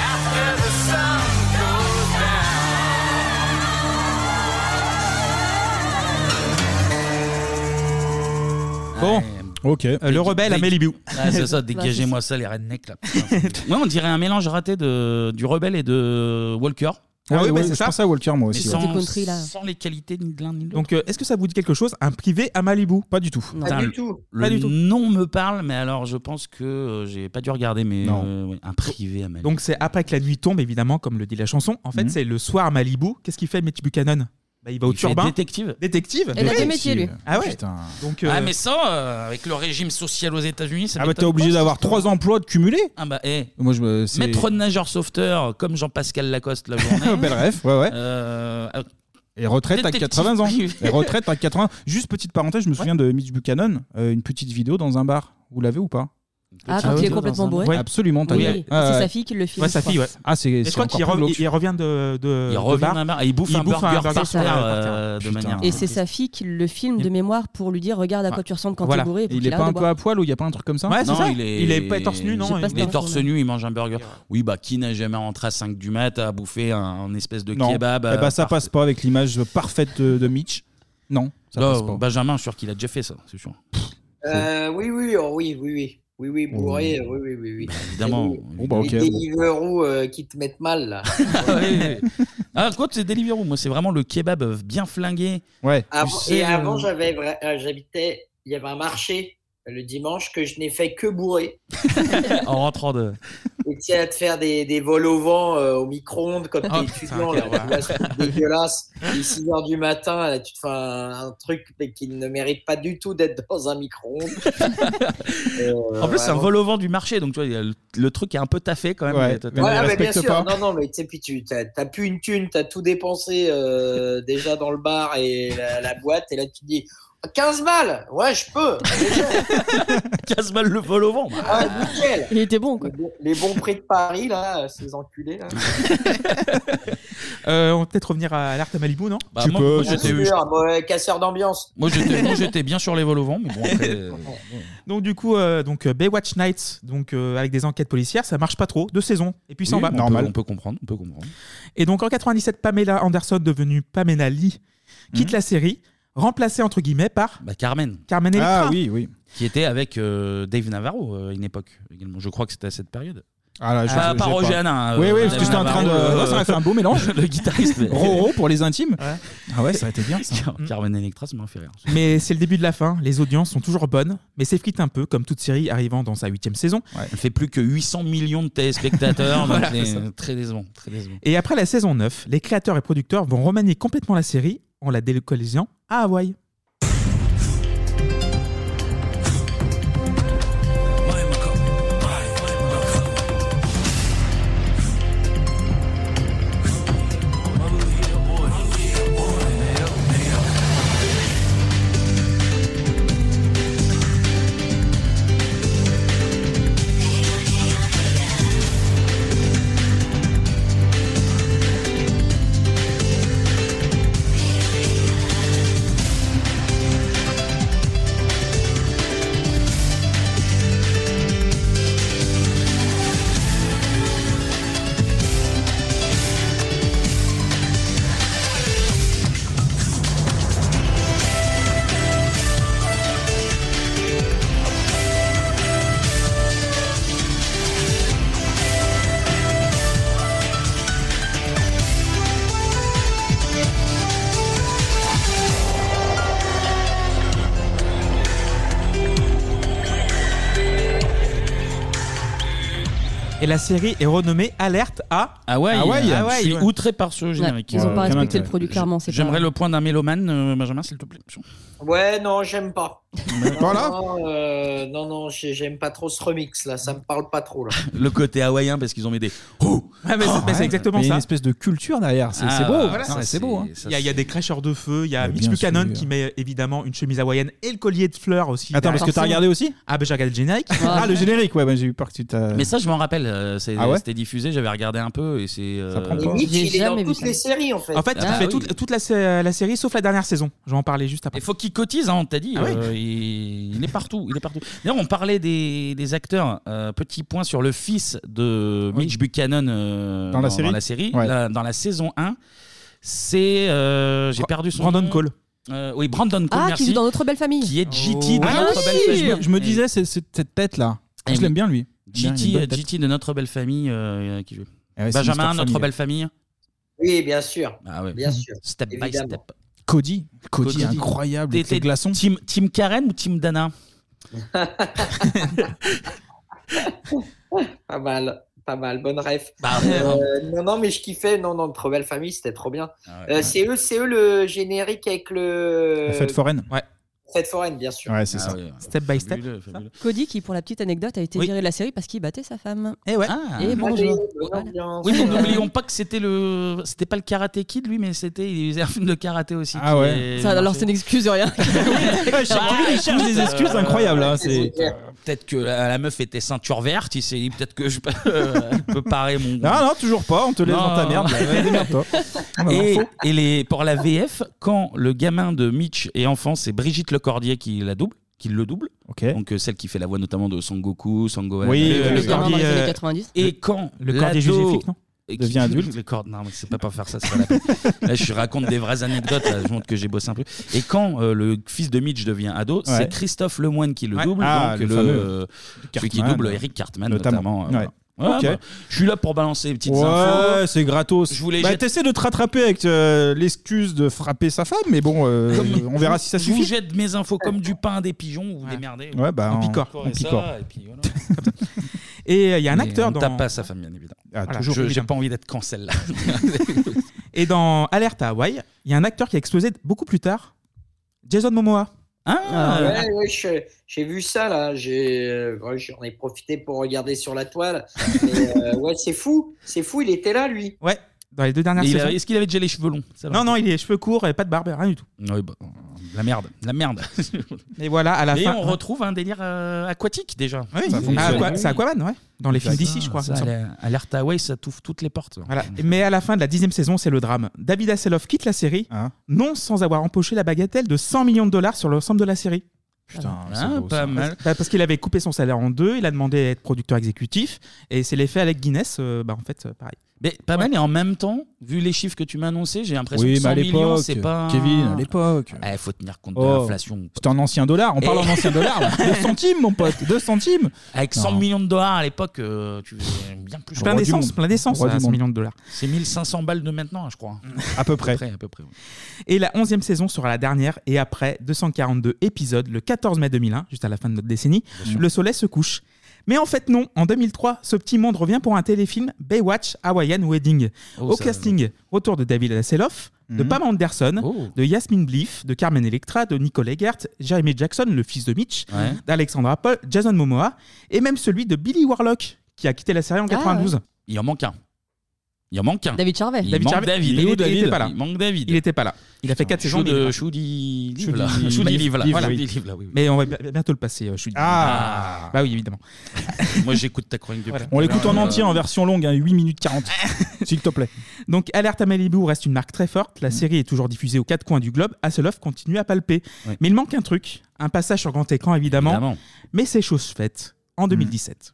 [SPEAKER 12] after the sun goes
[SPEAKER 9] Bon.
[SPEAKER 6] Ok.
[SPEAKER 9] Euh,
[SPEAKER 1] Euh,
[SPEAKER 9] le rebelle à Malibu.
[SPEAKER 1] Ouais, Ah, c'est ça, dégagez-moi ça, les rednecks là. putain. Ouais, on dirait un mélange raté de, du rebelle et de Walker.
[SPEAKER 6] Ah oui, oui, je pense à Walker, moi
[SPEAKER 1] Mais
[SPEAKER 6] aussi.
[SPEAKER 1] sans-
[SPEAKER 6] ouais.
[SPEAKER 1] sans les qualités ni de l'un ni de l'autre.
[SPEAKER 9] Donc, euh, est-ce que ça vous dit quelque chose Un privé à Malibu
[SPEAKER 6] Pas du tout.
[SPEAKER 1] Putain, le- Le
[SPEAKER 9] Pas du tout.
[SPEAKER 1] nom me parle, mais alors je pense que euh, j'ai pas dû regarder, mais
[SPEAKER 9] Non.
[SPEAKER 1] euh, ouais, un privé à Malibu.
[SPEAKER 9] Donc c'est après que la nuit tombe, évidemment, comme le dit la chanson. En fait,
[SPEAKER 1] Mhm.
[SPEAKER 9] c'est le soir à Malibu. Qu'est-ce qu'il fait, Mitch Buchanan bah, Il va au
[SPEAKER 1] Il fait
[SPEAKER 9] turbin.
[SPEAKER 1] détective.
[SPEAKER 9] Détective.
[SPEAKER 1] Il a des métiers, lui.
[SPEAKER 9] Ah ouais.
[SPEAKER 1] Putain.
[SPEAKER 9] Donc, euh,
[SPEAKER 1] Ah, mais ça, euh, avec le régime social aux États-Unis, ça
[SPEAKER 6] Ah bah
[SPEAKER 1] m'étonne
[SPEAKER 6] t'es obligé
[SPEAKER 1] pas.
[SPEAKER 6] d'avoir trois emplois de cumulés
[SPEAKER 1] Ah bah, eh.
[SPEAKER 6] Moi je me. c'est-
[SPEAKER 1] Maître de nageur sauveteur, euh, comme Jean-Pascal Lacoste la journée.
[SPEAKER 6] Belle ref, ouais, ouais.
[SPEAKER 1] Euh, euh,
[SPEAKER 6] Et retraite
[SPEAKER 1] détective
[SPEAKER 6] à 80 ans.
[SPEAKER 1] privé.
[SPEAKER 6] Et retraite à 80 Juste petite parenthèse, je me souviens de Mitch Buchanan, euh, une petite vidéo dans un bar. Vous l'avez ou pas
[SPEAKER 7] Ah, quand il est complètement bourré
[SPEAKER 6] Ouais, Absolument. t'as
[SPEAKER 7] Oui,
[SPEAKER 6] dit.
[SPEAKER 7] oui.
[SPEAKER 6] Ah,
[SPEAKER 7] C'est
[SPEAKER 6] ouais.
[SPEAKER 7] sa fille qui le filme,
[SPEAKER 6] Ouais,
[SPEAKER 7] je crois.
[SPEAKER 6] Ah, c'est.
[SPEAKER 9] Mais
[SPEAKER 6] c'est
[SPEAKER 9] je crois
[SPEAKER 6] encore
[SPEAKER 9] qu'il
[SPEAKER 6] plus glauque.
[SPEAKER 9] re- il revient de, de.
[SPEAKER 1] Il
[SPEAKER 9] de
[SPEAKER 1] revient
[SPEAKER 9] bar.
[SPEAKER 1] d'un bar et il bouffe un burger par
[SPEAKER 9] soir, par
[SPEAKER 1] terre,
[SPEAKER 9] terre.
[SPEAKER 1] euh, de manière-
[SPEAKER 7] Et c'est sa fille qui le filme de mémoire pour lui dire regarde à quoi tu ressembles quand
[SPEAKER 1] Voilà.
[SPEAKER 7] t'es bourré.
[SPEAKER 1] Et
[SPEAKER 7] pour
[SPEAKER 1] il
[SPEAKER 7] qu'il
[SPEAKER 1] est
[SPEAKER 7] arrête
[SPEAKER 1] pas
[SPEAKER 7] de
[SPEAKER 1] un
[SPEAKER 6] peu
[SPEAKER 7] boire.
[SPEAKER 6] à poil ou il y a pas un truc comme ça
[SPEAKER 1] non, Il est,
[SPEAKER 9] Il est pas torse nu, non
[SPEAKER 7] J'ai pas
[SPEAKER 1] Il est
[SPEAKER 7] cette
[SPEAKER 1] torse
[SPEAKER 7] info,
[SPEAKER 1] nu, il mange un burger. Oui, bah qui n'a jamais rentré à 5 du mat à bouffer un, un espèce de
[SPEAKER 6] Non.
[SPEAKER 1] kebab
[SPEAKER 6] Eh
[SPEAKER 1] euh,
[SPEAKER 6] bah, ça passe pas avec l'image parfaite de, de Mitch. Non, ça
[SPEAKER 1] Là,
[SPEAKER 6] passe pas.
[SPEAKER 1] Benjamin, je suis sûr qu'il a déjà fait ça, c'est sûr.
[SPEAKER 8] Euh, oui, oui, oh, oui, oui, oui. Oui, oui, bourré, oui, oui, oui. oui.
[SPEAKER 1] Oh. Bah, Évidemment.
[SPEAKER 6] Bon, bah, ok.
[SPEAKER 8] Les
[SPEAKER 6] bon.
[SPEAKER 8] Deliveroo euh, qui te mettent mal, là.
[SPEAKER 1] Ah, quoi, c'est Deliveroo. Moi, c'est vraiment le kebab euh, bien flingué.
[SPEAKER 6] Ouais.
[SPEAKER 8] Avant- et avant, j'avais vra- euh, j'habitais, il y avait un marché euh, le dimanche que je n'ai fait que bourré.
[SPEAKER 1] en rentrant de.
[SPEAKER 8] Et tu sais, à te faire des, des vols au vent euh, au micro-ondes quand t'es
[SPEAKER 1] Oh,
[SPEAKER 8] étudiant,
[SPEAKER 1] putain, quelle
[SPEAKER 8] là, tu vois, ce truc dégueulasse. Il est 6 heures du matin, là, tu te fais un, un truc mais qui ne mérite pas du tout d'être dans un micro-ondes. Euh,
[SPEAKER 1] en plus, c'est un vol au vent du marché, donc tu vois, il y a le, le truc est un peu taffé quand même. mais t'as- t'as-
[SPEAKER 8] Voilà, ah, mais bien sûr. Non, non, mais tu sais, puis tu t'as t'as plus une thune, t'as tout dépensé euh, déjà dans le bar et la, la boîte, et là tu te dis 15 balles, ouais, je peux.
[SPEAKER 1] 15 balles le vol au vent. bah.
[SPEAKER 8] Ah, nickel.
[SPEAKER 7] Il était bon quoi.
[SPEAKER 8] Les bons- Les bons prix de Paris, là, ces enculés. Là.
[SPEAKER 9] Euh, on va peut-être revenir à l'art à Malibu, non
[SPEAKER 1] Bah, Tu moi- peux, moi, j'étais-
[SPEAKER 8] Sûr, bon, casseur d'ambiance.
[SPEAKER 1] Moi, j'étais- moi, j'étais bien sur les vols au vent, mais bon, après. euh.
[SPEAKER 9] Donc du coup, euh, donc euh, Baywatch Nights, donc euh, avec des enquêtes policières, ça marche pas trop. Deux saisons et puis ça
[SPEAKER 1] Oui,
[SPEAKER 9] va.
[SPEAKER 1] on peut- On peut comprendre, on peut comprendre.
[SPEAKER 9] Et donc en 97, Pamela Anderson, devenue Pamela Lee, quitte la série, remplacée entre guillemets par
[SPEAKER 1] Hmm. Bah, Carmen.
[SPEAKER 9] Carmen Electra.
[SPEAKER 1] Ah
[SPEAKER 6] Ah oui.
[SPEAKER 1] Qui était avec euh, Dave Navarro euh, à une époque également. Je crois que c'était à cette période.
[SPEAKER 6] Ah là, je-
[SPEAKER 1] Pas-
[SPEAKER 6] je-
[SPEAKER 1] pas
[SPEAKER 6] j'ai
[SPEAKER 1] Roger
[SPEAKER 6] pas.
[SPEAKER 1] Hanin, euh,
[SPEAKER 6] Oui, oui,
[SPEAKER 1] Dave
[SPEAKER 6] parce que j'étais en train de.
[SPEAKER 1] Navarro, euh,
[SPEAKER 6] Ouais, ça aurait fait un beau mélange.
[SPEAKER 1] le guitariste. mais-
[SPEAKER 6] Roro pour les intimes. Ah ouais, ça aurait été bien ça. Mm.
[SPEAKER 1] Carmen Electra, ça m'a fait rire.
[SPEAKER 9] Mais c'est le début de la fin, les audiences sont toujours bonnes, mais s'effrite un peu, comme toute série arrivant dans sa huitième saison.
[SPEAKER 1] Elle fait plus que 800 millions de téléspectateurs, donc
[SPEAKER 9] Voilà,
[SPEAKER 1] c'est
[SPEAKER 9] c'est ça.
[SPEAKER 1] très décevant, très décevant.
[SPEAKER 9] Et après la saison 9, les créateurs et producteurs vont remanier complètement la série en la délocalisant à
[SPEAKER 7] Ah,
[SPEAKER 9] Hawaï. Et la série est renommée Alerte à
[SPEAKER 6] Ah
[SPEAKER 1] Hawaï.
[SPEAKER 9] Hawaï.
[SPEAKER 1] Ah
[SPEAKER 9] Ah
[SPEAKER 1] Je suis outré par ce générique.
[SPEAKER 7] ils ont pas
[SPEAKER 1] Euh,
[SPEAKER 7] respecté le produit, clairement, c'est pas-
[SPEAKER 1] J'aimerais le point d'un mélomane, euh, Benjamin, s'il te plaît.
[SPEAKER 8] Ouais, non, j'aime pas.
[SPEAKER 1] Voilà.
[SPEAKER 8] Non, euh, non, non, j'ai- j'aime pas trop ce remix là, ça me parle pas trop là.
[SPEAKER 1] Le côté hawaïen, parce qu'ils ont mis des. Oh
[SPEAKER 9] Ah, mais c'est- mais c'est exactement
[SPEAKER 6] Mais il y a
[SPEAKER 9] ça.
[SPEAKER 6] une espèce de culture derrière. C'est c'est beau.
[SPEAKER 9] Ah. Voilà,
[SPEAKER 6] Non,
[SPEAKER 9] ça,
[SPEAKER 6] mais Ah, c'est beau. hein.
[SPEAKER 9] Il y, a- il y a des cracheurs de feu, il y a Mitch
[SPEAKER 6] bien
[SPEAKER 9] Buchanan
[SPEAKER 6] sûr.
[SPEAKER 9] qui met évidemment une chemise hawaïenne et le collier de fleurs aussi.
[SPEAKER 6] Attends, parce que t'as regardé aussi
[SPEAKER 9] Ah, ben j'ai regardé le générique.
[SPEAKER 6] Ah, le générique, ouais, bah, j'ai eu peur que tu t'as.
[SPEAKER 1] Mais ça, je m'en rappelle. euh, c'est-
[SPEAKER 6] Ah ouais
[SPEAKER 1] C'était diffusé, j'avais regardé un peu et c'est. euh,
[SPEAKER 6] prend
[SPEAKER 8] Et Mitch, il est dans toutes les séries en fait.
[SPEAKER 9] En fait,
[SPEAKER 1] Ah,
[SPEAKER 9] il fait
[SPEAKER 1] oui.
[SPEAKER 9] toute, toute la, sé- la série sauf la dernière saison. Je vais en parler juste après.
[SPEAKER 1] Il faut qu'il cotise, hein, on t'a
[SPEAKER 6] Ah
[SPEAKER 1] dit. euh, il, il est partout, il est partout. D'ailleurs, on parlait des, des acteurs. euh, petit point sur le fils de Mitch Buchanan euh,
[SPEAKER 6] Dans la série Ouais.
[SPEAKER 1] Là, dans la saison 1, c'est euh, j'ai perdu son
[SPEAKER 6] Brandon
[SPEAKER 1] nom.
[SPEAKER 6] Cole.
[SPEAKER 1] Euh, oui, Brandon Cole.
[SPEAKER 7] Ah, qui
[SPEAKER 1] merci.
[SPEAKER 7] joue dans Notre Belle Famille.
[SPEAKER 1] Qui est GT de
[SPEAKER 6] Ah
[SPEAKER 1] Notre
[SPEAKER 6] oui,
[SPEAKER 1] Belle Famille.
[SPEAKER 6] je me- Je me disais, c'est c'est cette tête-là.
[SPEAKER 1] Eh
[SPEAKER 6] Je
[SPEAKER 1] oui.
[SPEAKER 6] l'aime bien, lui. Il a
[SPEAKER 1] GT,
[SPEAKER 6] une bonne Ah
[SPEAKER 1] GT de Notre Belle Famille euh, qui joue.
[SPEAKER 6] ouais, c'est une histoire
[SPEAKER 1] Benjamin,
[SPEAKER 6] de
[SPEAKER 1] Notre
[SPEAKER 6] famille.
[SPEAKER 1] Belle Famille.
[SPEAKER 8] Oui, bien sûr.
[SPEAKER 1] Ah ouais.
[SPEAKER 8] Bien sûr.
[SPEAKER 1] Step by
[SPEAKER 8] Évidemment.
[SPEAKER 1] step.
[SPEAKER 6] Cody. Cody, incroyable. avec
[SPEAKER 1] T'étais
[SPEAKER 6] le glaçon.
[SPEAKER 1] Team, team Karen ou Team Dana
[SPEAKER 8] Pas mal, pas mal, bonne ref.
[SPEAKER 1] Bah,
[SPEAKER 8] Euh, non, non, mais je kiffais. Non, non, trop belle famille, c'était trop bien.
[SPEAKER 1] Ah ouais,
[SPEAKER 8] Euh,
[SPEAKER 1] ouais.
[SPEAKER 8] C'est eux, c'est eux le générique avec le.
[SPEAKER 6] La fête foraine.
[SPEAKER 9] Ouais.
[SPEAKER 8] Fête foraine, bien sûr.
[SPEAKER 6] Ouais, c'est ça.
[SPEAKER 9] Step by step.
[SPEAKER 7] Cody, qui pour la petite anecdote a été viré de la série parce qu'il battait sa femme.
[SPEAKER 9] Et ouais.
[SPEAKER 1] Ah.
[SPEAKER 7] Et bonjour.
[SPEAKER 1] Oui,
[SPEAKER 7] Hein.
[SPEAKER 1] mais n'oublions pas que c'était le, c'était pas le karaté kid lui, mais c'était il faisait un film de karaté aussi.
[SPEAKER 6] Ah
[SPEAKER 1] qui
[SPEAKER 6] ouais.
[SPEAKER 1] est
[SPEAKER 7] Ça, alors
[SPEAKER 1] marché.
[SPEAKER 7] c'est une excuse de rien.
[SPEAKER 6] il cherche des excuses incroyables. hein, c'est-
[SPEAKER 1] Peut-être que la, la meuf était ceinture verte, il s'est dit peut-être que je peux, elle peut parer mon.
[SPEAKER 6] Non, non, toujours pas. On te laisse
[SPEAKER 1] Non.
[SPEAKER 6] dans ta merde. Ouais, Démerde-toi. On a
[SPEAKER 1] Et,
[SPEAKER 6] l'info.
[SPEAKER 1] et les, pour la VF, quand le gamin de Mitch est enfant, c'est Brigitte Lecordier qui la double, qui le double. Donc euh, celle qui fait la voix notamment de Son Goku, Son Gohan.
[SPEAKER 6] Oui,
[SPEAKER 1] euh,
[SPEAKER 6] oui,
[SPEAKER 1] le
[SPEAKER 6] oui.
[SPEAKER 1] Cordier,
[SPEAKER 7] Dans les années
[SPEAKER 1] euh,
[SPEAKER 7] 90.
[SPEAKER 1] Et quand
[SPEAKER 9] Le Cordier
[SPEAKER 1] l'ado-
[SPEAKER 9] Jugé Flic, non
[SPEAKER 1] et
[SPEAKER 6] Devient adulte.
[SPEAKER 1] Le Cordier- non, mais c'est pas pour faire ça, ça serait la peine. Là, je raconte des vraies anecdotes, là, je montre que j'ai bossé un peu. Et quand euh, le fils de Mitch devient ado,
[SPEAKER 6] Ouais.
[SPEAKER 1] c'est Christophe Lemoine qui le
[SPEAKER 6] Ouais.
[SPEAKER 1] double,
[SPEAKER 6] Ah,
[SPEAKER 1] donc
[SPEAKER 6] le
[SPEAKER 1] le,
[SPEAKER 6] fameux.
[SPEAKER 1] euh, celui qui
[SPEAKER 6] Cartman.
[SPEAKER 1] double Eric Cartman
[SPEAKER 6] Notamment.
[SPEAKER 1] notamment. euh,
[SPEAKER 6] Ouais.
[SPEAKER 1] voilà.
[SPEAKER 6] Ok.
[SPEAKER 1] Ouais, bah, je suis là pour balancer les petites infos.
[SPEAKER 6] Ouais, c'est gratos.
[SPEAKER 1] Je voulais
[SPEAKER 6] bah,
[SPEAKER 1] jeter-
[SPEAKER 6] t'essaies de te rattraper avec euh, l'excuse de frapper sa femme, mais bon, euh,
[SPEAKER 1] Comme-
[SPEAKER 6] on verra si ça
[SPEAKER 1] je vous
[SPEAKER 6] suffit.
[SPEAKER 1] jette mes infos comme du pain à des pigeons, vous vous démerdez.
[SPEAKER 6] Ouais, bah,
[SPEAKER 1] On
[SPEAKER 6] on-
[SPEAKER 1] picore.
[SPEAKER 6] on
[SPEAKER 1] Et ça,
[SPEAKER 6] picore.
[SPEAKER 1] et puis voilà.
[SPEAKER 9] Et euh, il y a un
[SPEAKER 1] Et
[SPEAKER 9] acteur
[SPEAKER 1] on
[SPEAKER 9] dans. Ah,
[SPEAKER 1] tape pas sa femme, bien évidemment.
[SPEAKER 9] Voilà,
[SPEAKER 1] toujours,
[SPEAKER 9] je-
[SPEAKER 1] j'ai pas envie d'être cancel là.
[SPEAKER 9] Et dans Alerte à Hawaï, il y a un acteur qui a explosé beaucoup plus tard. Jason Momoa.
[SPEAKER 1] Ah,
[SPEAKER 8] Ouais, ouais, je- j'ai vu ça là. J'ai, euh, ouais, j'en ai profité pour regarder sur la toile. Et, euh, ouais, c'est fou, c'est fou. Il était là, lui.
[SPEAKER 9] Ouais. Dans les deux dernières
[SPEAKER 1] Et il a-
[SPEAKER 9] saisons.
[SPEAKER 1] Est-ce qu'il avait déjà les cheveux longs Ça va.
[SPEAKER 9] Non, non, il est cheveux courts et pas de barbe, rien du tout.
[SPEAKER 1] Oui, bah, la merde, la merde.
[SPEAKER 9] Et voilà,
[SPEAKER 6] Ah,
[SPEAKER 9] à la
[SPEAKER 1] Et
[SPEAKER 9] fin.
[SPEAKER 1] on retrouve un délire euh, aquatique déjà.
[SPEAKER 9] Oui,
[SPEAKER 6] Ça
[SPEAKER 9] ah,
[SPEAKER 6] fonctionne.
[SPEAKER 9] Aqua-
[SPEAKER 6] hein. Oui.
[SPEAKER 9] c'est Aquaman, ouais. Dans les films
[SPEAKER 1] Ça,
[SPEAKER 9] d'ici, je crois.
[SPEAKER 1] ça,
[SPEAKER 9] il me semble.
[SPEAKER 1] alerte à l'Art Away, ça t'ouvre toutes les portes.
[SPEAKER 9] Voilà. Mais à la fin de la dixième saison, c'est le drame. David Hasselhoff quitte la série,
[SPEAKER 6] Hein
[SPEAKER 9] non sans avoir empoché la bagatelle de 100 millions de dollars sur l'ensemble de la série.
[SPEAKER 6] Putain,
[SPEAKER 1] Ah,
[SPEAKER 6] c'est beau,
[SPEAKER 1] pas
[SPEAKER 6] ça.
[SPEAKER 1] mal.
[SPEAKER 9] Bah, parce qu'il avait coupé son salaire en deux, il a demandé à être producteur exécutif, et c'est l'effet Alec Guinness, euh, bah, en fait, euh, pareil.
[SPEAKER 1] Mais pas mal, et en même temps, vu les chiffres que tu m'as annoncés, j'ai l'impression
[SPEAKER 6] Oui,
[SPEAKER 1] que
[SPEAKER 6] mais à
[SPEAKER 1] 100 millions, c'est
[SPEAKER 6] l'époque,
[SPEAKER 1] pas.
[SPEAKER 6] Kevin, à l'époque.
[SPEAKER 1] Il faut tenir compte de
[SPEAKER 6] Oh.
[SPEAKER 1] l'inflation.
[SPEAKER 6] C'était en ancien dollar, on parle en ancien dollar. là. 2 centimes, mon pote, 2 centimes.
[SPEAKER 1] Avec 100
[SPEAKER 6] Non.
[SPEAKER 1] millions de dollars à l'époque, euh, tu faisais bien plus.
[SPEAKER 9] Plein
[SPEAKER 6] Roi du
[SPEAKER 9] d'essence,
[SPEAKER 6] monde.
[SPEAKER 9] plein d'essence,
[SPEAKER 6] Roi
[SPEAKER 9] à
[SPEAKER 6] du
[SPEAKER 9] 100
[SPEAKER 6] monde.
[SPEAKER 9] millions de dollars.
[SPEAKER 1] C'est 1500 balles de maintenant, hein, je crois.
[SPEAKER 6] À peu près.
[SPEAKER 1] Près, à peu près. ouais.
[SPEAKER 9] Et la 11e saison sera la dernière, et après 242 épisodes, le 14 mai 2001, juste à la fin de notre décennie, le soleil se couche. Mais en fait, non, en 2003, ce petit monde revient pour un téléfilm Baywatch Hawaiian Wedding.
[SPEAKER 1] Oh,
[SPEAKER 9] Au
[SPEAKER 1] ça- Mhm.
[SPEAKER 9] casting, retour de David Hasselhoff, de Pam Anderson,
[SPEAKER 1] Oh.
[SPEAKER 9] de Yasmine Bleef, de Carmen Electra, de Nicole Eggert, Jeremy Jackson, le fils de Mitch,
[SPEAKER 1] Ouais.
[SPEAKER 9] d'Alexandra Paul, Jason Momoa, et même celui de Billy Warlock, qui a quitté la série en 92.
[SPEAKER 1] Il en manque un. Il en manque un.
[SPEAKER 7] Ah, David Charvet.
[SPEAKER 1] Il
[SPEAKER 9] David
[SPEAKER 1] manque
[SPEAKER 9] Charvet.
[SPEAKER 1] David.
[SPEAKER 9] Il est où,
[SPEAKER 1] Il était-
[SPEAKER 9] David
[SPEAKER 1] il était pas là. Il manque David.
[SPEAKER 9] Il n'était pas là. Il a fait 4 saisons.
[SPEAKER 1] Chou
[SPEAKER 9] mais il est
[SPEAKER 1] de
[SPEAKER 9] pas-
[SPEAKER 1] Chou di
[SPEAKER 6] Chou
[SPEAKER 1] livre là.
[SPEAKER 6] di-
[SPEAKER 1] Chou di
[SPEAKER 6] Live,
[SPEAKER 1] livre là.
[SPEAKER 6] live,
[SPEAKER 1] Voilà,
[SPEAKER 6] oui.
[SPEAKER 1] di livre, là, oui, oui.
[SPEAKER 9] Mais on va bi- bientôt le passer, euh, je suis
[SPEAKER 6] Ah.
[SPEAKER 9] Bah oui, évidemment.
[SPEAKER 1] Moi j'écoute ta chronique depuis.
[SPEAKER 9] Voilà.
[SPEAKER 1] tout
[SPEAKER 6] On
[SPEAKER 1] à
[SPEAKER 6] l'écoute
[SPEAKER 1] l'heure,
[SPEAKER 6] en
[SPEAKER 1] euh,
[SPEAKER 6] entier en version longue, hein, 8 minutes 40. S'il te plaît.
[SPEAKER 9] Donc Alerte à Malibu reste une marque très forte,
[SPEAKER 1] Mm.
[SPEAKER 9] la série est toujours diffusée aux quatre coins du globe, Hasselhoff continue à palper.
[SPEAKER 1] Ouais.
[SPEAKER 9] Mais il manque un truc, un passage sur grand écran évidemment,
[SPEAKER 1] Évidemment. Mm.
[SPEAKER 9] mais c'est chose faite en 2017.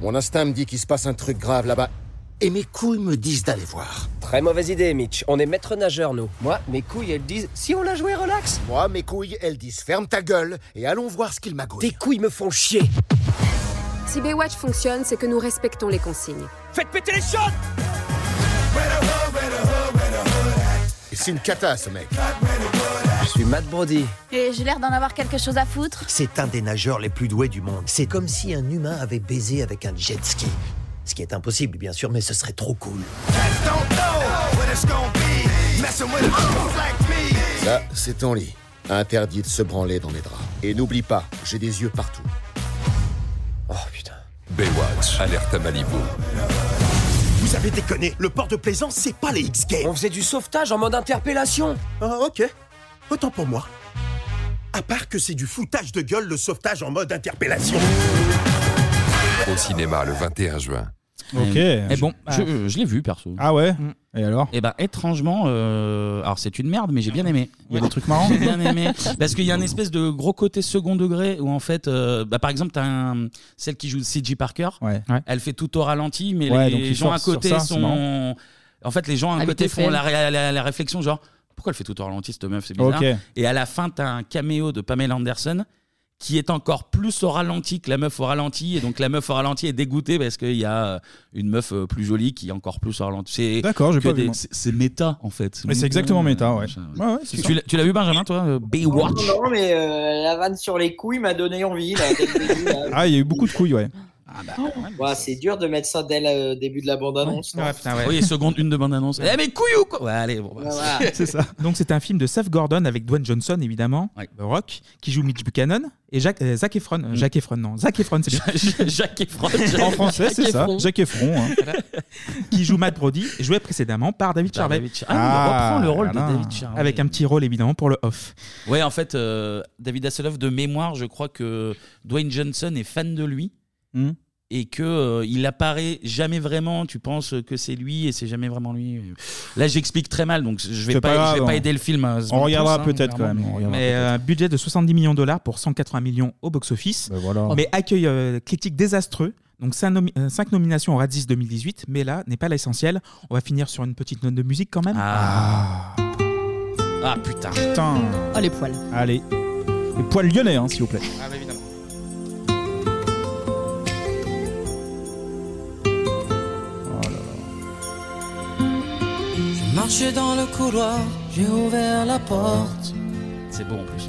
[SPEAKER 14] Mon instinct me dit qu'il se passe un truc grave là-bas. Et mes couilles me disent d'aller voir.
[SPEAKER 15] Très mauvaise idée, Mitch. On est maître nageur, nous. Moi, mes couilles, elles disent si on l'a joué relax.
[SPEAKER 14] Moi, mes couilles, elles disent ferme ta gueule et allons voir ce qu'il magouille.
[SPEAKER 15] Tes couilles me font chier.
[SPEAKER 16] Si Baywatch fonctionne, c'est que nous respectons les consignes.
[SPEAKER 15] Faites péter les shots
[SPEAKER 14] Et C'est une cata, ce mec.
[SPEAKER 15] Je suis Matt Brody.
[SPEAKER 17] Et j'ai l'air d'en avoir quelque chose à foutre.
[SPEAKER 18] C'est un des nageurs les plus doués du monde. C'est comme si un humain avait baisé avec un jet ski. Ce qui est impossible, bien sûr, mais ce serait trop cool.
[SPEAKER 12] Uh.
[SPEAKER 14] Ça, c'est ton lit. Interdit de se branler dans les draps. Et n'oublie pas, j'ai des yeux partout.
[SPEAKER 18] Oh putain.
[SPEAKER 19] Baywatch, alerte à Malibu.
[SPEAKER 18] Vous avez déconné, le port de plaisance, c'est pas les X-Games.
[SPEAKER 15] On faisait du sauvetage en mode interpellation.
[SPEAKER 18] Ah, ok. Autant pour moi. À part que c'est du foutage de gueule le sauvetage en mode interpellation.
[SPEAKER 19] Au cinéma le 21 juin.
[SPEAKER 6] Ok.
[SPEAKER 1] Et
[SPEAKER 6] Et
[SPEAKER 1] bon,
[SPEAKER 6] bon, bah,
[SPEAKER 1] je, euh, je l'ai vu perso.
[SPEAKER 6] Ah ouais Et alors
[SPEAKER 1] Et bah étrangement, euh, alors c'est une merde, mais j'ai bien aimé.
[SPEAKER 6] Il y a des trucs marrants
[SPEAKER 1] J'ai bien aimé. Parce qu'il y a un espèce de gros côté second degré où en fait, euh, bah, par exemple, t'as un- celle qui joue CG Parker, elle fait tout au ralenti, mais
[SPEAKER 6] Ouais, donc
[SPEAKER 1] les
[SPEAKER 6] ils
[SPEAKER 1] gens à
[SPEAKER 6] surfent sur
[SPEAKER 1] côté
[SPEAKER 6] ça, c'est
[SPEAKER 1] sont.
[SPEAKER 6] marrant.
[SPEAKER 1] En fait, les gens à
[SPEAKER 6] À
[SPEAKER 1] côté
[SPEAKER 6] vitesse
[SPEAKER 1] font la,
[SPEAKER 6] réelle.
[SPEAKER 1] ré- la- la réflexion genre pourquoi elle fait tout au ralenti cette meuf, c'est bizarre.
[SPEAKER 6] Ok.
[SPEAKER 1] Et à la fin, t'as un caméo de Pamela Anderson qui est encore plus au ralenti que la meuf au ralenti. Et donc la meuf au ralenti est dégoûtée parce qu'il y a euh, une meuf euh, plus jolie qui est encore plus au ralenti. C'est
[SPEAKER 6] D'accord, j'ai
[SPEAKER 1] que
[SPEAKER 6] pas vu,
[SPEAKER 1] des-
[SPEAKER 6] moi.
[SPEAKER 1] C'est c'est méta en fait. Mmh.
[SPEAKER 6] Mais c'est exactement méta, ouais. Ouais, ouais, c'est
[SPEAKER 1] Tu-
[SPEAKER 6] sûr.
[SPEAKER 1] Tu l'as- tu l'as vu Benjamin toi euh, Baywatch
[SPEAKER 8] Non, mais euh, la vanne sur les couilles m'a donné envie. là, dès le début, là.
[SPEAKER 6] Ah, il y a eu beaucoup de couilles, ouais.
[SPEAKER 1] Bah,
[SPEAKER 8] Ouais, c'est dur de mettre ça dès le début de la bande-annonce. non
[SPEAKER 1] Oui, seconde une de bande-annonce. Eh mais couille ou quoi Ouais, allez, bon. bah,
[SPEAKER 8] Voilà.
[SPEAKER 9] C'est ça. Donc c'est un film de Seth Gordon avec Dwayne Johnson évidemment, The Rock, qui joue Mitch Buchanan et Jacques, euh, Zac Efron.
[SPEAKER 1] Mm.
[SPEAKER 9] Euh, Zac Efron non, Zac Efron c'est bien.
[SPEAKER 1] Jacques Efron.
[SPEAKER 6] En français, c'est ça. Jacques Effron. hein.
[SPEAKER 9] qui joue Matt Brody, joué précédemment par David
[SPEAKER 1] Par
[SPEAKER 9] Charvet.
[SPEAKER 1] David Char- Ah, il reprend le rôle de David Charvet.
[SPEAKER 9] Avec un petit rôle évidemment pour le off.
[SPEAKER 1] Ouais, en fait, euh, David Hasselhoff, de mémoire, je crois que Dwayne Johnson est fan de lui.
[SPEAKER 6] Hmm.
[SPEAKER 1] Et que euh, il apparaît jamais vraiment. Tu penses que c'est lui et c'est jamais vraiment lui. Là, j'explique très mal, donc je vais
[SPEAKER 6] C'est
[SPEAKER 1] pas,
[SPEAKER 6] pas grave,
[SPEAKER 1] je vais pas
[SPEAKER 6] on-
[SPEAKER 1] aider le film. à se
[SPEAKER 6] on
[SPEAKER 1] vendre
[SPEAKER 6] regardera
[SPEAKER 1] plus, hein,
[SPEAKER 6] peut-être
[SPEAKER 1] clairement,
[SPEAKER 6] quand même, on
[SPEAKER 1] mais-
[SPEAKER 6] regardera.
[SPEAKER 9] Mais euh, un budget de 70 millions de dollars pour 180 millions au box-office.
[SPEAKER 6] Ben
[SPEAKER 9] Mais accueil euh, critique désastreux. Donc 5, nominations au Radis 2018, mais là n'est pas l'essentiel. On va finir sur une petite note de musique quand même.
[SPEAKER 1] Ah, Ah, putain.
[SPEAKER 6] Putain.
[SPEAKER 7] Oh, les poils.
[SPEAKER 6] Allez. Les poils lyonnais, hein, s'il vous plaît.
[SPEAKER 1] Ah,
[SPEAKER 20] Je marchais dans le couloir, j'ai ouvert la porte.
[SPEAKER 1] C'est beau en plus.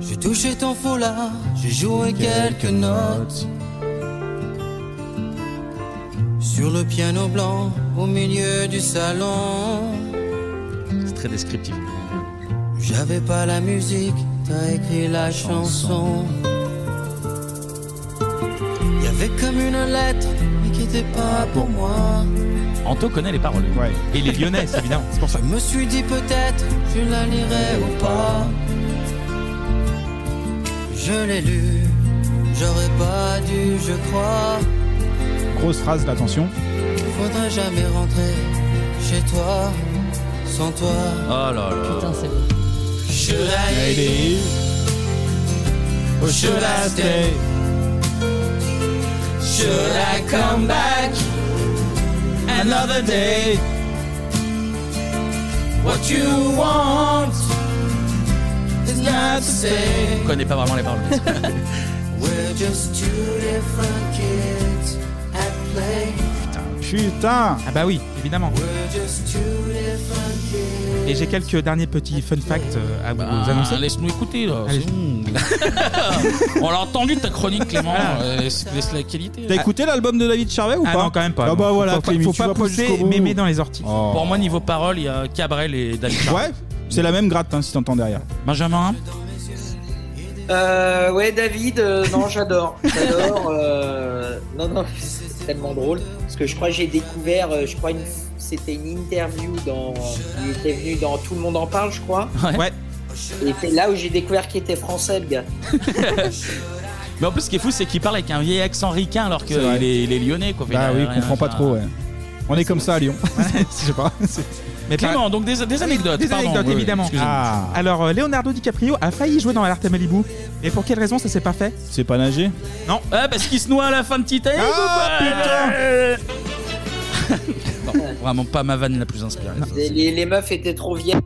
[SPEAKER 20] J'ai touché ton foulard, j'ai joué quelques notes. Sur le piano blanc, au milieu du salon.
[SPEAKER 1] C'est très descriptif.
[SPEAKER 20] J'avais pas la musique, t'as écrit la chanson. Il y avait comme une lettre, mais qui était pas pour moi.
[SPEAKER 1] Anto connaît les paroles.
[SPEAKER 9] Et les lyonnais, c'est évident. C'est pour ça.
[SPEAKER 20] Je me suis dit peut-être je la lirai ou pas. Je l'ai lu, j'aurais pas dû, je crois.
[SPEAKER 6] Grosse phrase, l'attention.
[SPEAKER 20] Faudrait jamais rentrer chez toi, sans toi.
[SPEAKER 1] Oh là là.
[SPEAKER 20] Should I leave? Or should I stay? Should I come back another day? What you want is not the same.
[SPEAKER 1] On connaît pas vraiment les paroles.
[SPEAKER 20] We're just two different kids at play.
[SPEAKER 6] Putain
[SPEAKER 9] Ah bah oui, évidemment.
[SPEAKER 20] We're just two different kids.
[SPEAKER 9] Et j'ai quelques derniers petits fun facts euh, à vous
[SPEAKER 1] Ah,
[SPEAKER 9] annoncer.
[SPEAKER 1] Laisse-nous écouter là.
[SPEAKER 9] Allez.
[SPEAKER 1] c'est bon. On l'a entendu ta chronique Clément. Euh, laisse, laisse la qualité.
[SPEAKER 6] T'as écouté l'album de David Charvet ou
[SPEAKER 9] Ah
[SPEAKER 6] pas
[SPEAKER 9] non, quand même pas,
[SPEAKER 6] Ah
[SPEAKER 9] non.
[SPEAKER 6] bah
[SPEAKER 9] Faut
[SPEAKER 6] voilà,
[SPEAKER 9] pas-
[SPEAKER 6] Clémy,
[SPEAKER 9] faut
[SPEAKER 6] tu
[SPEAKER 9] pas
[SPEAKER 6] vas
[SPEAKER 9] pousser
[SPEAKER 6] jusqu'au bout.
[SPEAKER 9] mémé dans les orties.
[SPEAKER 6] Oh.
[SPEAKER 1] Ah. Pour moi niveau parole, il y a Cabrel et David. Charvet.
[SPEAKER 6] Ouais, c'est la même gratte hein, si t'entends derrière. Bah
[SPEAKER 1] Benjamin
[SPEAKER 8] Euh, ouais, David, euh, non, j'adore. J'adore. euh, non, non, c'est tellement drôle. Parce que je crois que j'ai découvert, euh, je crois que c'était une interview dans. Il était venu dans Tout le monde en parle, je crois.
[SPEAKER 9] Ouais.
[SPEAKER 8] Et c'est là où j'ai découvert qu'il était français, le gars.
[SPEAKER 1] Mais en plus, ce qui est fou, c'est qu'il parle avec un vieil accent ricain alors qu'il
[SPEAKER 6] C'est vrai.
[SPEAKER 1] est, il est lyonnais. Quoi.
[SPEAKER 6] Bah
[SPEAKER 1] Il a
[SPEAKER 6] oui,
[SPEAKER 1] rien
[SPEAKER 6] comprends
[SPEAKER 1] à
[SPEAKER 6] pas
[SPEAKER 1] faire.
[SPEAKER 6] trop, ouais. On est comme ça à Lyon. Je sais pas. c'est-
[SPEAKER 9] Mais
[SPEAKER 1] Clément,
[SPEAKER 9] par-
[SPEAKER 1] donc des, des anecdotes.
[SPEAKER 9] Des
[SPEAKER 1] pardon.
[SPEAKER 9] anecdotes,
[SPEAKER 1] Oui, oui,
[SPEAKER 9] évidemment.
[SPEAKER 1] excusez-moi.
[SPEAKER 6] Ah.
[SPEAKER 9] Alors, euh, Leonardo DiCaprio a failli jouer dans Alerte à Malibu. Et pour quelle raison ça s'est pas fait
[SPEAKER 6] C'est pas nager
[SPEAKER 9] Non.
[SPEAKER 1] Ah, parce qu'il se noie à la fin de Titanic
[SPEAKER 9] Ah,
[SPEAKER 1] ou pas Ah Non, Vraiment pas ma vanne la plus inspirée. ça.
[SPEAKER 8] Les, les- les meufs étaient trop vieilles.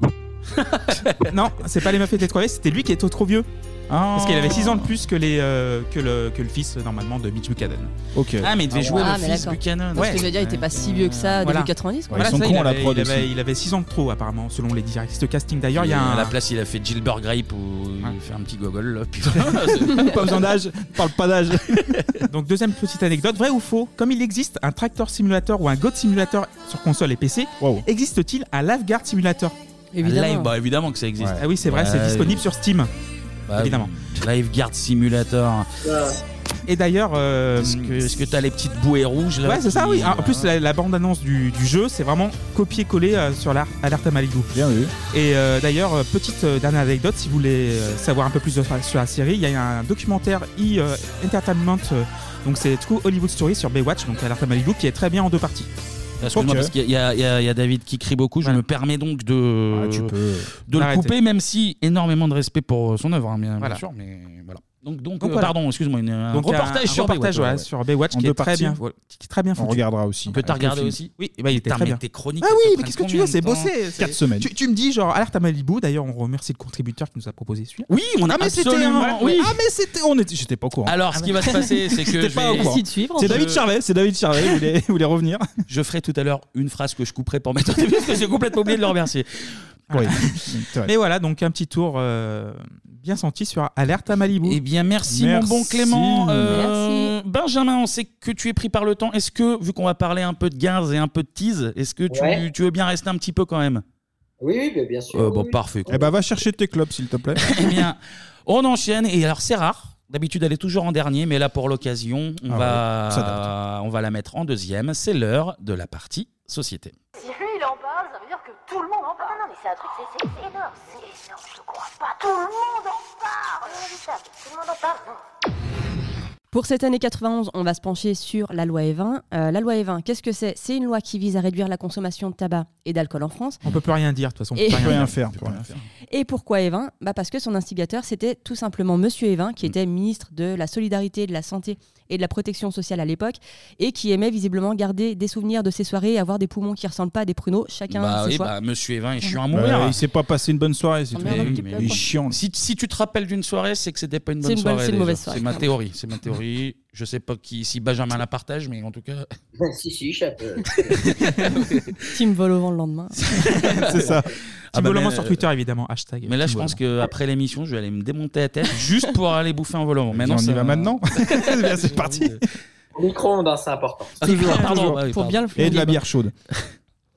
[SPEAKER 9] non, c'est pas les meufs étaient trop vieilles, c'était lui qui était trop vieux. Parce qu'il avait 6 ans de plus que, les, euh, que, le, que le fils, normalement, de Mitch Buchanan.
[SPEAKER 6] Ok.
[SPEAKER 9] Ah, mais il devait jouer
[SPEAKER 7] ah,
[SPEAKER 9] le
[SPEAKER 7] mais
[SPEAKER 9] fils
[SPEAKER 7] d'accord.
[SPEAKER 9] Buchanan.
[SPEAKER 7] Parce que je veux dire, il était pas si vieux que ça,
[SPEAKER 9] Voilà.
[SPEAKER 7] début 90. Quoi.
[SPEAKER 9] Voilà, ça, il avait- il avait-
[SPEAKER 6] aussi.
[SPEAKER 9] Il avait 6 ans de trop, apparemment, selon les directrices de casting. D'ailleurs, il y a
[SPEAKER 1] À
[SPEAKER 9] un.
[SPEAKER 1] la place, il a fait Gilbert Grape ou il fait un petit gogol. là, puis-
[SPEAKER 9] pas besoin d'âge, parle pas d'âge. Donc deuxième petite anecdote, vrai ou faux Comme il existe un Tractor Simulator ou un God Simulator sur console et PC, existe-t-il un Lifeguard Simulator
[SPEAKER 1] Live- bah, évidemment que ça existe.
[SPEAKER 9] Ah oui, c'est vrai, c'est
[SPEAKER 1] Ouais.
[SPEAKER 9] disponible sur Steam.
[SPEAKER 1] Bah,
[SPEAKER 9] évidemment.
[SPEAKER 1] Lifeguard Simulator.
[SPEAKER 9] Et d'ailleurs, euh,
[SPEAKER 1] est-ce que tu as les petites bouées rouges là
[SPEAKER 9] Ouais, c'est ça,
[SPEAKER 1] qui-
[SPEAKER 9] oui. Ah, En plus, la, la bande-annonce du, du jeu, c'est vraiment copier-coller euh, sur la Alerte à Malibu. Bien vu. Et euh, d'ailleurs, euh, petite euh, dernière anecdote, si vous voulez euh, savoir un peu plus de- sur la série, il y a un documentaire E! euh, Entertainment, euh, donc c'est True Hollywood Story sur Baywatch, donc Alerte à Malibu, qui est très bien en deux parties.
[SPEAKER 1] Excuse-moi,
[SPEAKER 9] Ok.
[SPEAKER 1] parce qu'il y, a- il y a il y a David qui crie beaucoup. Je me permets donc de,
[SPEAKER 9] Ah, tu peux.
[SPEAKER 1] de le
[SPEAKER 9] Arrêtez.
[SPEAKER 1] couper, même si énormément de respect pour son œuvre, hein, bien, bien
[SPEAKER 9] Voilà.
[SPEAKER 1] sûr. Mais voilà. Donc, donc,
[SPEAKER 9] Donc
[SPEAKER 1] euh,
[SPEAKER 9] voilà.
[SPEAKER 1] pardon, excuse-moi. une- Un
[SPEAKER 9] Donc,
[SPEAKER 1] reportage
[SPEAKER 9] un
[SPEAKER 1] sur
[SPEAKER 9] reportage,
[SPEAKER 1] Baywatch.
[SPEAKER 9] ouais, sur Baywatch
[SPEAKER 1] En
[SPEAKER 9] qui
[SPEAKER 1] deux
[SPEAKER 9] est, très
[SPEAKER 1] parties.
[SPEAKER 9] bien, voilà, qui est très bien
[SPEAKER 1] On
[SPEAKER 9] foutu.
[SPEAKER 1] regardera aussi.
[SPEAKER 9] peut
[SPEAKER 1] Que t'as regardé aussi
[SPEAKER 9] Oui, eh ben, il était
[SPEAKER 1] Putain,
[SPEAKER 9] très
[SPEAKER 1] mais
[SPEAKER 9] bien.
[SPEAKER 1] tes chroniques,
[SPEAKER 9] Ah
[SPEAKER 1] elles
[SPEAKER 9] oui,
[SPEAKER 1] prennent
[SPEAKER 9] mais qu'est-ce que tu
[SPEAKER 1] combien
[SPEAKER 9] veux
[SPEAKER 1] de
[SPEAKER 9] C'est
[SPEAKER 1] temps
[SPEAKER 9] bossé. c'est-
[SPEAKER 1] Quatre semaines.
[SPEAKER 9] Tu, tu me dis, genre, Alerte à Malibu. D'ailleurs, on remercie le contributeur qui nous a proposé celui-là.
[SPEAKER 1] Oui, on a
[SPEAKER 9] ah, mais c'était
[SPEAKER 1] absolument-
[SPEAKER 9] un-
[SPEAKER 1] oui.
[SPEAKER 9] Ah, mais c'était. on était- J'étais pas au courant.
[SPEAKER 1] Alors, ce qui va se passer, c'est que
[SPEAKER 9] J'étais
[SPEAKER 1] je
[SPEAKER 9] pas au
[SPEAKER 1] vais-
[SPEAKER 9] courant.
[SPEAKER 1] Merci de suivre,
[SPEAKER 9] C'est
[SPEAKER 1] en fait.
[SPEAKER 9] David Charvet. C'est David Charvet. Il voulait, il voulait revenir.
[SPEAKER 1] Je ferai tout à l'heure une phrase que je couperai pour mettre au début, parce que j'ai complètement oublié de le remercier.
[SPEAKER 9] Oui. Mais voilà, donc un petit tour euh, bien senti sur Alerte à Malibu. Eh
[SPEAKER 1] bien, Merci, mon bon Clément. Euh, Benjamin, on sait que tu es pris par le temps. Est-ce que, vu qu'on va parler un peu de gaz et un peu de tease, est-ce que tu,
[SPEAKER 8] Ouais.
[SPEAKER 1] tu veux bien rester un petit peu quand même
[SPEAKER 8] Oui, oui, bien- bien sûr.
[SPEAKER 1] Euh,
[SPEAKER 8] oui,
[SPEAKER 1] bon,
[SPEAKER 8] oui.
[SPEAKER 1] parfait.
[SPEAKER 6] Eh ben, va chercher tes clubs, s'il te plaît.
[SPEAKER 1] Eh bien, on enchaîne. Et alors, c'est rare. D'habitude, elle est toujours en dernier, mais là, pour l'occasion, on,
[SPEAKER 6] Ah
[SPEAKER 1] va,
[SPEAKER 6] ouais,
[SPEAKER 1] on va la mettre en deuxième. C'est l'heure de la partie société.
[SPEAKER 21] Si lui il en parle, ça veut dire que tout le monde en parle. Non, non, mais c'est un truc, c'est énorme. C'est énorme, je te crois pas. Tout le monde en parle. Tout le monde en parle.
[SPEAKER 7] Pour cette année 91, on va se pencher sur la loi E20. Euh, la loi E20, qu'est-ce que c'est C'est une loi qui vise à réduire la consommation de tabac et d'alcool en France.
[SPEAKER 9] On peut plus rien dire, de toute façon.
[SPEAKER 7] Et-
[SPEAKER 9] On
[SPEAKER 7] On peut rien
[SPEAKER 6] faire,
[SPEAKER 7] Et pourquoi Evin bah Parce que son instigateur, c'était tout simplement Monsieur Evin,
[SPEAKER 1] Hmm.
[SPEAKER 7] qui était ministre de la Solidarité, de la Santé et de la Protection sociale à l'époque, et qui aimait visiblement garder des souvenirs de ses soirées et avoir des poumons qui ressemblent pas à des pruneaux, chacun
[SPEAKER 1] bah
[SPEAKER 7] ses
[SPEAKER 1] oui,
[SPEAKER 7] choix.
[SPEAKER 1] bah, monsieur Evin, je suis à
[SPEAKER 6] Bah,
[SPEAKER 1] mourir.
[SPEAKER 6] il s'est pas passé une bonne soirée, c'est tout.
[SPEAKER 1] Ah, merde, un petit peu,
[SPEAKER 6] Il est
[SPEAKER 1] quoi.
[SPEAKER 6] chiant.
[SPEAKER 1] Si, si tu te rappelles d'une soirée, c'est que c'était pas une
[SPEAKER 6] C'est
[SPEAKER 1] bonne
[SPEAKER 6] une bonne-
[SPEAKER 1] soirée.
[SPEAKER 6] c'est une
[SPEAKER 1] déjà.
[SPEAKER 6] mauvaise soirée.
[SPEAKER 1] C'est ma théorie. C'est ma théorie. Je sais pas qui, si Benjamin la partage, mais en tout cas.
[SPEAKER 8] si, si, je- euh,
[SPEAKER 7] Team vol au vent le lendemain.
[SPEAKER 9] C'est ça.
[SPEAKER 1] Ah bah,
[SPEAKER 9] Volement
[SPEAKER 1] mais,
[SPEAKER 9] sur
[SPEAKER 1] euh,
[SPEAKER 9] Twitter, évidemment. Hashtag.
[SPEAKER 1] Mais là, je
[SPEAKER 9] Team
[SPEAKER 1] pense qu'après l'émission, je vais aller me démonter la tête juste pour aller bouffer un volant. Maintenant,
[SPEAKER 6] on y
[SPEAKER 1] ça-
[SPEAKER 6] va maintenant.
[SPEAKER 1] c'est parti.
[SPEAKER 8] au Micro-ondes, hein, c'est important.
[SPEAKER 1] Toujours, pardon,
[SPEAKER 6] Toujours.
[SPEAKER 1] bah oui,
[SPEAKER 6] Pour
[SPEAKER 1] pardon.
[SPEAKER 6] bien le Et de la bière chaude.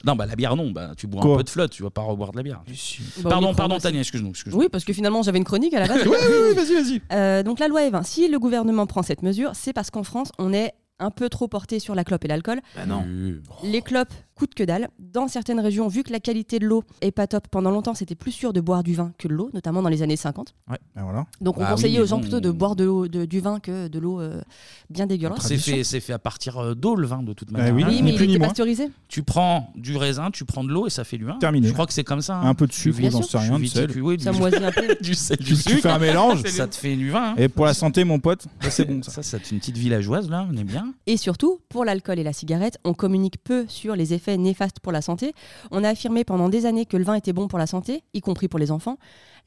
[SPEAKER 1] Non, bah la bière, non. Bah, tu bois
[SPEAKER 6] Quoi
[SPEAKER 1] un peu de flotte, tu vas pas reboire de la bière.
[SPEAKER 7] Bah, on
[SPEAKER 1] pardon,
[SPEAKER 7] y
[SPEAKER 1] pardon,
[SPEAKER 7] prend
[SPEAKER 1] Tania, excuse-nous. excuse-nous.
[SPEAKER 7] Oui, parce que finalement, j'avais une chronique à la base. Euh,
[SPEAKER 1] Oui, oui, oui,
[SPEAKER 6] vas-y, vas-y.
[SPEAKER 7] donc la loi Evin, si le gouvernement prend cette mesure, c'est parce qu'en France, on est un peu trop porté sur la clope et l'alcool.
[SPEAKER 1] Bah
[SPEAKER 7] Les clopes coûtent que dalle. Dans certaines régions, vu que la qualité de l'eau est pas top, pendant longtemps, c'était plus sûr de boire du vin que de l'eau, notamment dans les années 50.
[SPEAKER 6] Ouais, ben voilà.
[SPEAKER 7] Donc on
[SPEAKER 1] Bah
[SPEAKER 7] conseillait
[SPEAKER 1] oui,
[SPEAKER 7] aux gens
[SPEAKER 1] bon,
[SPEAKER 7] plutôt de boire de l'eau, de- du vin que de l'eau euh, bien dégueulasse.
[SPEAKER 1] C'est fait, c'est fait à partir euh, d'eau le vin de toute
[SPEAKER 6] Bah
[SPEAKER 1] manière.
[SPEAKER 6] oui,
[SPEAKER 7] Oui, mais il était pasteurisé.
[SPEAKER 1] Tu prends du raisin, tu prends de l'eau et ça fait du vin.
[SPEAKER 6] Terminé.
[SPEAKER 1] Je crois que c'est comme ça. hein.
[SPEAKER 6] Un peu de
[SPEAKER 1] Du
[SPEAKER 6] sucre,
[SPEAKER 1] vin,
[SPEAKER 6] j'en sais rien,
[SPEAKER 1] du
[SPEAKER 6] de sel.
[SPEAKER 1] viticu- oui, du-
[SPEAKER 7] Ça moisit un peu.
[SPEAKER 1] Du sel, du
[SPEAKER 6] Tu- tu
[SPEAKER 1] sucre.
[SPEAKER 6] fais un mélange.
[SPEAKER 1] ça te fait du vin. hein.
[SPEAKER 6] Et pour la santé, mon pote, ça, c'est bon.
[SPEAKER 1] Ça, c'est une petite villageoise, là, on est bien.
[SPEAKER 7] Et surtout, pour l'alcool et la cigarette, on communique peu sur les effets néfastes pour la santé. On a affirmé pendant des années que le vin était bon pour la santé, y compris pour les enfants.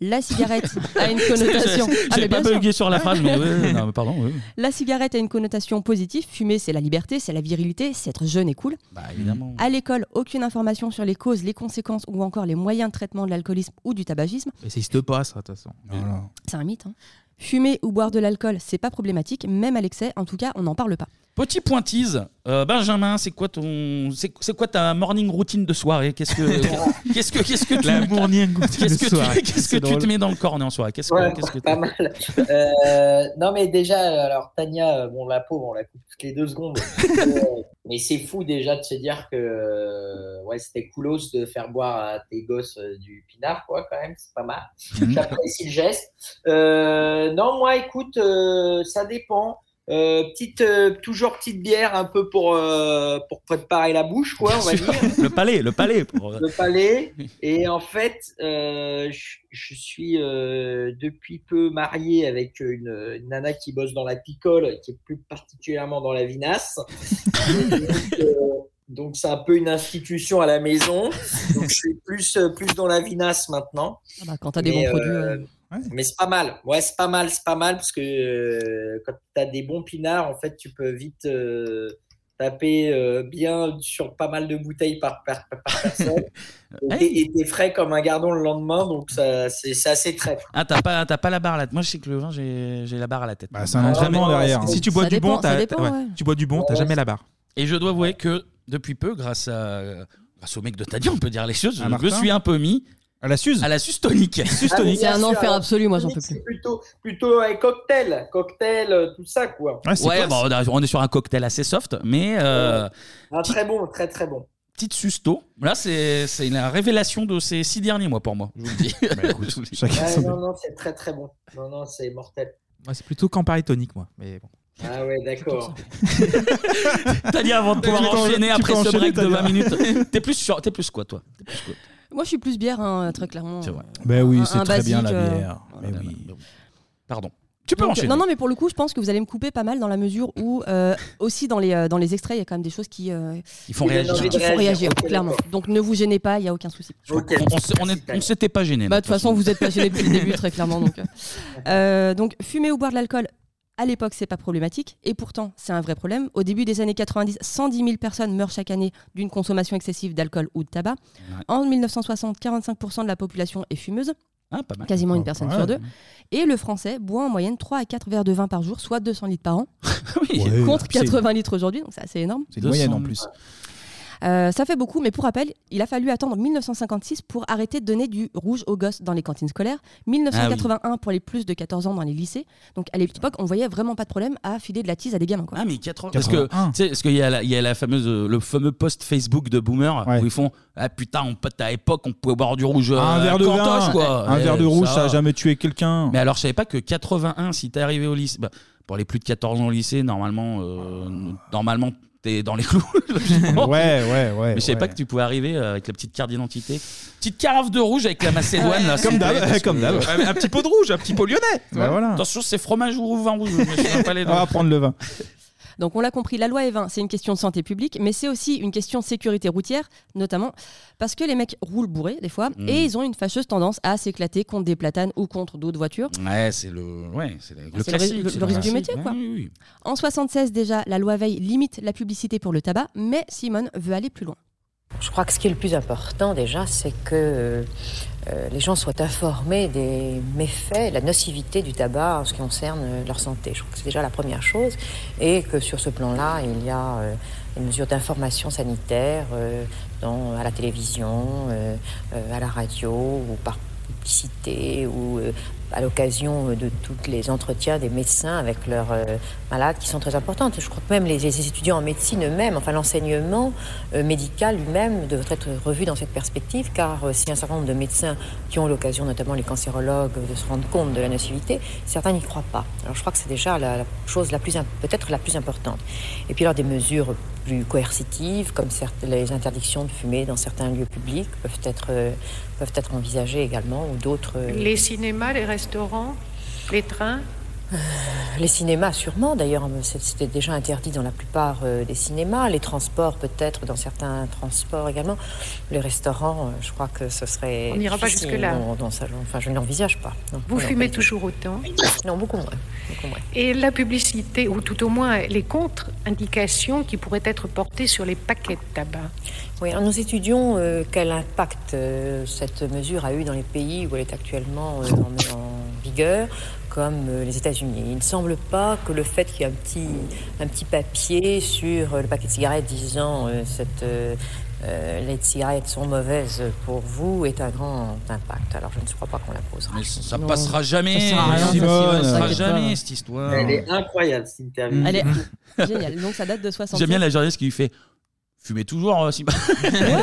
[SPEAKER 7] La cigarette a une connotation. Ah,
[SPEAKER 1] J'ai
[SPEAKER 7] mais
[SPEAKER 1] pas
[SPEAKER 7] bien sûr.
[SPEAKER 1] bugué sur la phrase, mais ouais, non, mais pardon. ouais.
[SPEAKER 7] La cigarette a une connotation positive. Fumer, c'est la liberté, c'est la virilité, c'est être jeune et cool.
[SPEAKER 1] Bah, évidemment.
[SPEAKER 7] À l'école, aucune information sur les causes, les conséquences ou encore les moyens de traitement de l'alcoolisme ou du tabagisme.
[SPEAKER 9] Mais ça existe pas, ça, de toute façon.
[SPEAKER 7] C'est un mythe. hein. Fumer ou boire de l'alcool, c'est pas problématique, même à l'excès, en tout cas, on n'en parle pas.
[SPEAKER 1] Petit pointise, Euh, Benjamin, c'est quoi ton, c'est c'est quoi ta morning routine de soirée Qu'est-ce que, qu'est-ce que, qu'est-ce que tu,
[SPEAKER 9] La morning routine
[SPEAKER 1] qu'est-ce
[SPEAKER 9] de
[SPEAKER 1] que tu-
[SPEAKER 9] soirée.
[SPEAKER 1] qu'est-ce que
[SPEAKER 9] C'est
[SPEAKER 1] tu
[SPEAKER 9] drôle.
[SPEAKER 1] te mets dans le cornet en soirée Qu'est-ce que,
[SPEAKER 8] Ouais,
[SPEAKER 1] qu'est-ce que
[SPEAKER 8] pas
[SPEAKER 1] t'as-
[SPEAKER 8] mal. Euh, non, mais déjà, alors Tania, euh, bon, la pauvre, on la coupe toutes les deux secondes. Euh, mais c'est fou déjà de se dire que euh, ouais, c'était coolos de faire boire à tes gosses euh, du pinard, quoi, quand même, c'est pas mal. J'apprécie le geste. Euh, non, moi, écoute, euh, ça dépend. Euh, petite, euh, toujours petite bière un peu pour, euh, pour préparer la bouche, quoi, on va dire
[SPEAKER 1] Le palais, le palais. pour-
[SPEAKER 8] le palais. Et en fait, euh, je, je suis euh, depuis peu marié avec une, une nana qui bosse dans la picole, qui est plus particulièrement dans la vinasse. Et donc, euh, donc c'est un peu une institution à la maison. Donc je suis plus, euh, plus dans la vinasse maintenant.
[SPEAKER 7] Ah bah, quand t'as des
[SPEAKER 8] Mais,
[SPEAKER 7] bons produits,
[SPEAKER 8] euh,
[SPEAKER 7] ouais.
[SPEAKER 8] Mais c'est pas mal. Ouais, c'est pas mal, c'est pas mal parce que euh, quand tu as des bons pinards, en fait, tu peux vite euh, taper euh, bien sur pas mal de bouteilles par, par- par- par personne. Et- Et t'es frais comme un gardon le lendemain, donc ça, c'est c'est assez traître.
[SPEAKER 1] Ah, t'as pas, t'as pas la barre à la tête. Moi, je sais que le vin, j'ai j'ai la barre à la tête.
[SPEAKER 9] c'est un Ah, entraînement mais non, derrière. c'est-
[SPEAKER 1] Si tu
[SPEAKER 9] Ça
[SPEAKER 1] bois du
[SPEAKER 9] dépend, ça
[SPEAKER 1] bon, t'as
[SPEAKER 9] dépend,
[SPEAKER 1] t'as-
[SPEAKER 9] ouais.
[SPEAKER 1] tu bois du bon, t'as
[SPEAKER 9] Ouais,
[SPEAKER 1] jamais
[SPEAKER 9] c'est-
[SPEAKER 1] la barre. Et je dois avouer que depuis peu, grâce à grâce au mec de Tadi, on peut dire les choses.
[SPEAKER 9] À
[SPEAKER 1] je me
[SPEAKER 9] Martin.
[SPEAKER 1] suis un peu mis
[SPEAKER 6] à la suze,
[SPEAKER 1] à la suze tonique.
[SPEAKER 7] Ah, mais C'est un enfer absolu, moi j'en peux plus.
[SPEAKER 8] Plutôt, plutôt ouais, cocktail, cocktail, euh, tout ça, quoi.
[SPEAKER 1] Ouais, bon, on a- on est sur un cocktail assez soft, mais euh,
[SPEAKER 8] Ah, très bon, très très bon.
[SPEAKER 1] petite susto. Là, c'est c'est la révélation de ces six derniers mois pour moi. Je vous le dis.
[SPEAKER 6] Bah,
[SPEAKER 8] Ouais, non, non, c'est très très bon. Non, non, c'est mortel.
[SPEAKER 9] Moi, c'est plutôt Campari tonique, moi. Mais bon.
[SPEAKER 8] Ah ouais, d'accord.
[SPEAKER 1] T'as dit avant de
[SPEAKER 9] Tu
[SPEAKER 1] pouvoir
[SPEAKER 9] peux en-
[SPEAKER 1] enchaîner
[SPEAKER 9] tu
[SPEAKER 1] après
[SPEAKER 9] peux
[SPEAKER 1] ce
[SPEAKER 9] enchaîner,
[SPEAKER 1] break de
[SPEAKER 9] Tadia.
[SPEAKER 1] 20 minutes. T'es plus, sur- t'es plus quoi, toi
[SPEAKER 7] Moi je suis plus bière, hein, très clairement.
[SPEAKER 1] C'est vrai.
[SPEAKER 6] Ben
[SPEAKER 7] Un-
[SPEAKER 6] oui,
[SPEAKER 7] un
[SPEAKER 6] c'est très bien la
[SPEAKER 7] basique, euh,
[SPEAKER 6] bière. Mais oui.
[SPEAKER 1] Pardon. Tu peux
[SPEAKER 7] Donc,
[SPEAKER 1] enchaîner.
[SPEAKER 7] Non, non, mais pour le coup, je pense que vous allez me couper pas mal dans la mesure où, euh, aussi dans les, euh, dans les extraits, il y a quand même des choses qui, euh,
[SPEAKER 1] Ils font réagir.
[SPEAKER 7] qui font réagir, clairement. Donc ne vous gênez pas, il n'y a aucun souci.
[SPEAKER 1] Je crois qu'on- On, s- on est- on s'était pas gêné.
[SPEAKER 7] Bah, de toute façon, vous êtes passionné depuis le début, très clairement. Donc, euh. Euh, donc, fumer ou boire de l'alcool, à l'époque, c'est pas problématique. Et pourtant, c'est un vrai problème. Au début des années 90, 110 000 personnes meurent chaque année d'une consommation excessive d'alcool ou de tabac.
[SPEAKER 1] Ouais.
[SPEAKER 7] En 1960, 45% de la population est fumeuse.
[SPEAKER 1] Ah, pas mal.
[SPEAKER 7] Quasiment
[SPEAKER 1] Oh,
[SPEAKER 7] une personne
[SPEAKER 1] pas
[SPEAKER 7] sur
[SPEAKER 1] mal.
[SPEAKER 7] deux. Et le français boit en moyenne 3 à 4 verres de vin par jour, soit 200 litres par an,
[SPEAKER 1] Ouais,
[SPEAKER 7] contre
[SPEAKER 1] c'est-
[SPEAKER 7] 80 litres aujourd'hui, donc c'est assez énorme.
[SPEAKER 1] C'est une moyenne en plus.
[SPEAKER 7] Euh, ça fait beaucoup, mais pour rappel, il a fallu attendre 1956 pour arrêter de donner du rouge aux gosses dans les cantines scolaires, 1981
[SPEAKER 1] Ah
[SPEAKER 7] pour les plus de 14 ans dans les lycées. Donc à l'époque, on voyait vraiment pas de problème à filer de la tease à des gamins. Quoi.
[SPEAKER 1] Ah, mais 80 Parce que, tu sais, parce qu'il y a, la, il y a la fameuse, euh, le fameux post Facebook de Boomer où ils font Ah putain, on pote à l'époque, on pouvait boire du rouge. euh,
[SPEAKER 6] Un verre de
[SPEAKER 1] cantoche,
[SPEAKER 6] vin,
[SPEAKER 1] quoi.
[SPEAKER 6] un
[SPEAKER 1] Eh,
[SPEAKER 6] verre de rouge, ça a
[SPEAKER 1] va.
[SPEAKER 6] jamais tué quelqu'un.
[SPEAKER 1] Mais alors, je savais pas que 81, si t'es arrivé au lycée, bah, pour les plus de 14 ans au lycée, normalement, euh, normalement, t'es dans les clous. logiquement.
[SPEAKER 6] Ouais, ouais, ouais,
[SPEAKER 1] Mais je savais
[SPEAKER 6] ouais.
[SPEAKER 1] pas que tu pouvais arriver euh, avec la petite carte d'identité, petite carafe de rouge avec la Macédoine là.
[SPEAKER 6] Comme
[SPEAKER 1] s'il te
[SPEAKER 6] d'hab,
[SPEAKER 1] plaît, parce
[SPEAKER 6] comme
[SPEAKER 1] que-
[SPEAKER 6] d'hab.
[SPEAKER 1] Un, un petit pot de rouge, un petit pot lyonnais.
[SPEAKER 6] Bah voilà.
[SPEAKER 1] Attention, c'est fromage ou vin rouge. mais je suis pas allé
[SPEAKER 6] On
[SPEAKER 1] dans-
[SPEAKER 6] va prendre le vin.
[SPEAKER 7] Donc on l'a compris, la loi E20, c'est une question de santé publique, mais c'est aussi une question de sécurité routière, notamment parce que les mecs roulent bourrés des fois,
[SPEAKER 1] Mm.
[SPEAKER 7] et ils ont une fâcheuse tendance à s'éclater contre des platanes ou contre d'autres voitures.
[SPEAKER 1] Ouais, c'est le, ouais, c'est le,
[SPEAKER 7] C'est le,
[SPEAKER 1] classique.
[SPEAKER 7] ris- le-
[SPEAKER 1] c'est
[SPEAKER 7] le risque du
[SPEAKER 1] classique.
[SPEAKER 7] métier, quoi.
[SPEAKER 1] Ouais, oui, oui.
[SPEAKER 7] En 76 déjà, la loi Veil limite la publicité pour le tabac, mais Simone veut aller plus loin.
[SPEAKER 22] Je crois que ce qui est le plus important déjà, c'est que euh, les gens soient informés des méfaits, la nocivité du tabac en ce qui concerne euh, leur santé. Je crois que c'est déjà la première chose. Et que sur ce plan-là, il y a euh, des mesures d'information sanitaire euh, dans- à la télévision, euh, euh, à la radio ou par publicité ou euh, à l'occasion euh, de tous les entretiens des médecins avec leurs euh, malades qui sont très importantes. Je crois que même les, les étudiants en médecine eux-mêmes, enfin l'enseignement euh, médical lui-même devrait être revu dans cette perspective car euh, si un certain nombre de médecins qui ont l'occasion, notamment les cancérologues, de se rendre compte de la nocivité, certains n'y croient pas. Alors je crois que c'est déjà la, la chose la plus im- peut-être la plus importante. Et puis alors des mesures plus coercitives comme certes- les interdictions de fumer dans certains lieux publics peuvent être, euh, peuvent être envisagées également ou d'autres... euh,
[SPEAKER 23] Les cinémas, les restaurants, les trains.
[SPEAKER 22] Les cinémas, sûrement. D'ailleurs, euh, c'est- c'était déjà interdit dans la plupart euh, des cinémas. Les transports, peut-être, dans certains transports également. Les restaurants, euh, je crois que ce serait.
[SPEAKER 23] On n'ira pas
[SPEAKER 22] difficile.
[SPEAKER 23] jusque-là.
[SPEAKER 22] Non, non, ça, enfin, je ne l'envisage pas. Non,
[SPEAKER 23] Vous
[SPEAKER 22] non,
[SPEAKER 23] fumez
[SPEAKER 22] pas du
[SPEAKER 23] toujours autant.
[SPEAKER 22] tout. Non, beaucoup moins. beaucoup moins.
[SPEAKER 23] Et la publicité, ou tout au moins les contre-indications qui pourraient être portées sur les paquets de tabac.
[SPEAKER 22] Oui, alors nous étudions euh, quel impact euh, cette mesure a eu dans les pays où elle est actuellement euh, en, en vigueur, comme euh, les États-Unis. Il ne semble pas que le fait qu'il y ait un petit, un petit papier sur euh, le paquet de cigarettes disant euh, cette, euh, euh, les cigarettes sont mauvaises pour vous ait un grand impact. Alors je ne crois pas qu'on la posera.
[SPEAKER 1] Mais ça
[SPEAKER 22] Non.
[SPEAKER 1] passera jamais.
[SPEAKER 22] Ça sert à rien, ça,
[SPEAKER 1] Simone,
[SPEAKER 22] Simone,
[SPEAKER 1] ça passera
[SPEAKER 22] t'inquiète pas.
[SPEAKER 1] jamais cette histoire.
[SPEAKER 8] Elle est incroyable, cette interview.
[SPEAKER 7] Elle est géniale. Donc ça date de 60.
[SPEAKER 1] J'aime bien la journaliste qui lui fait Fumez toujours, euh, Simone.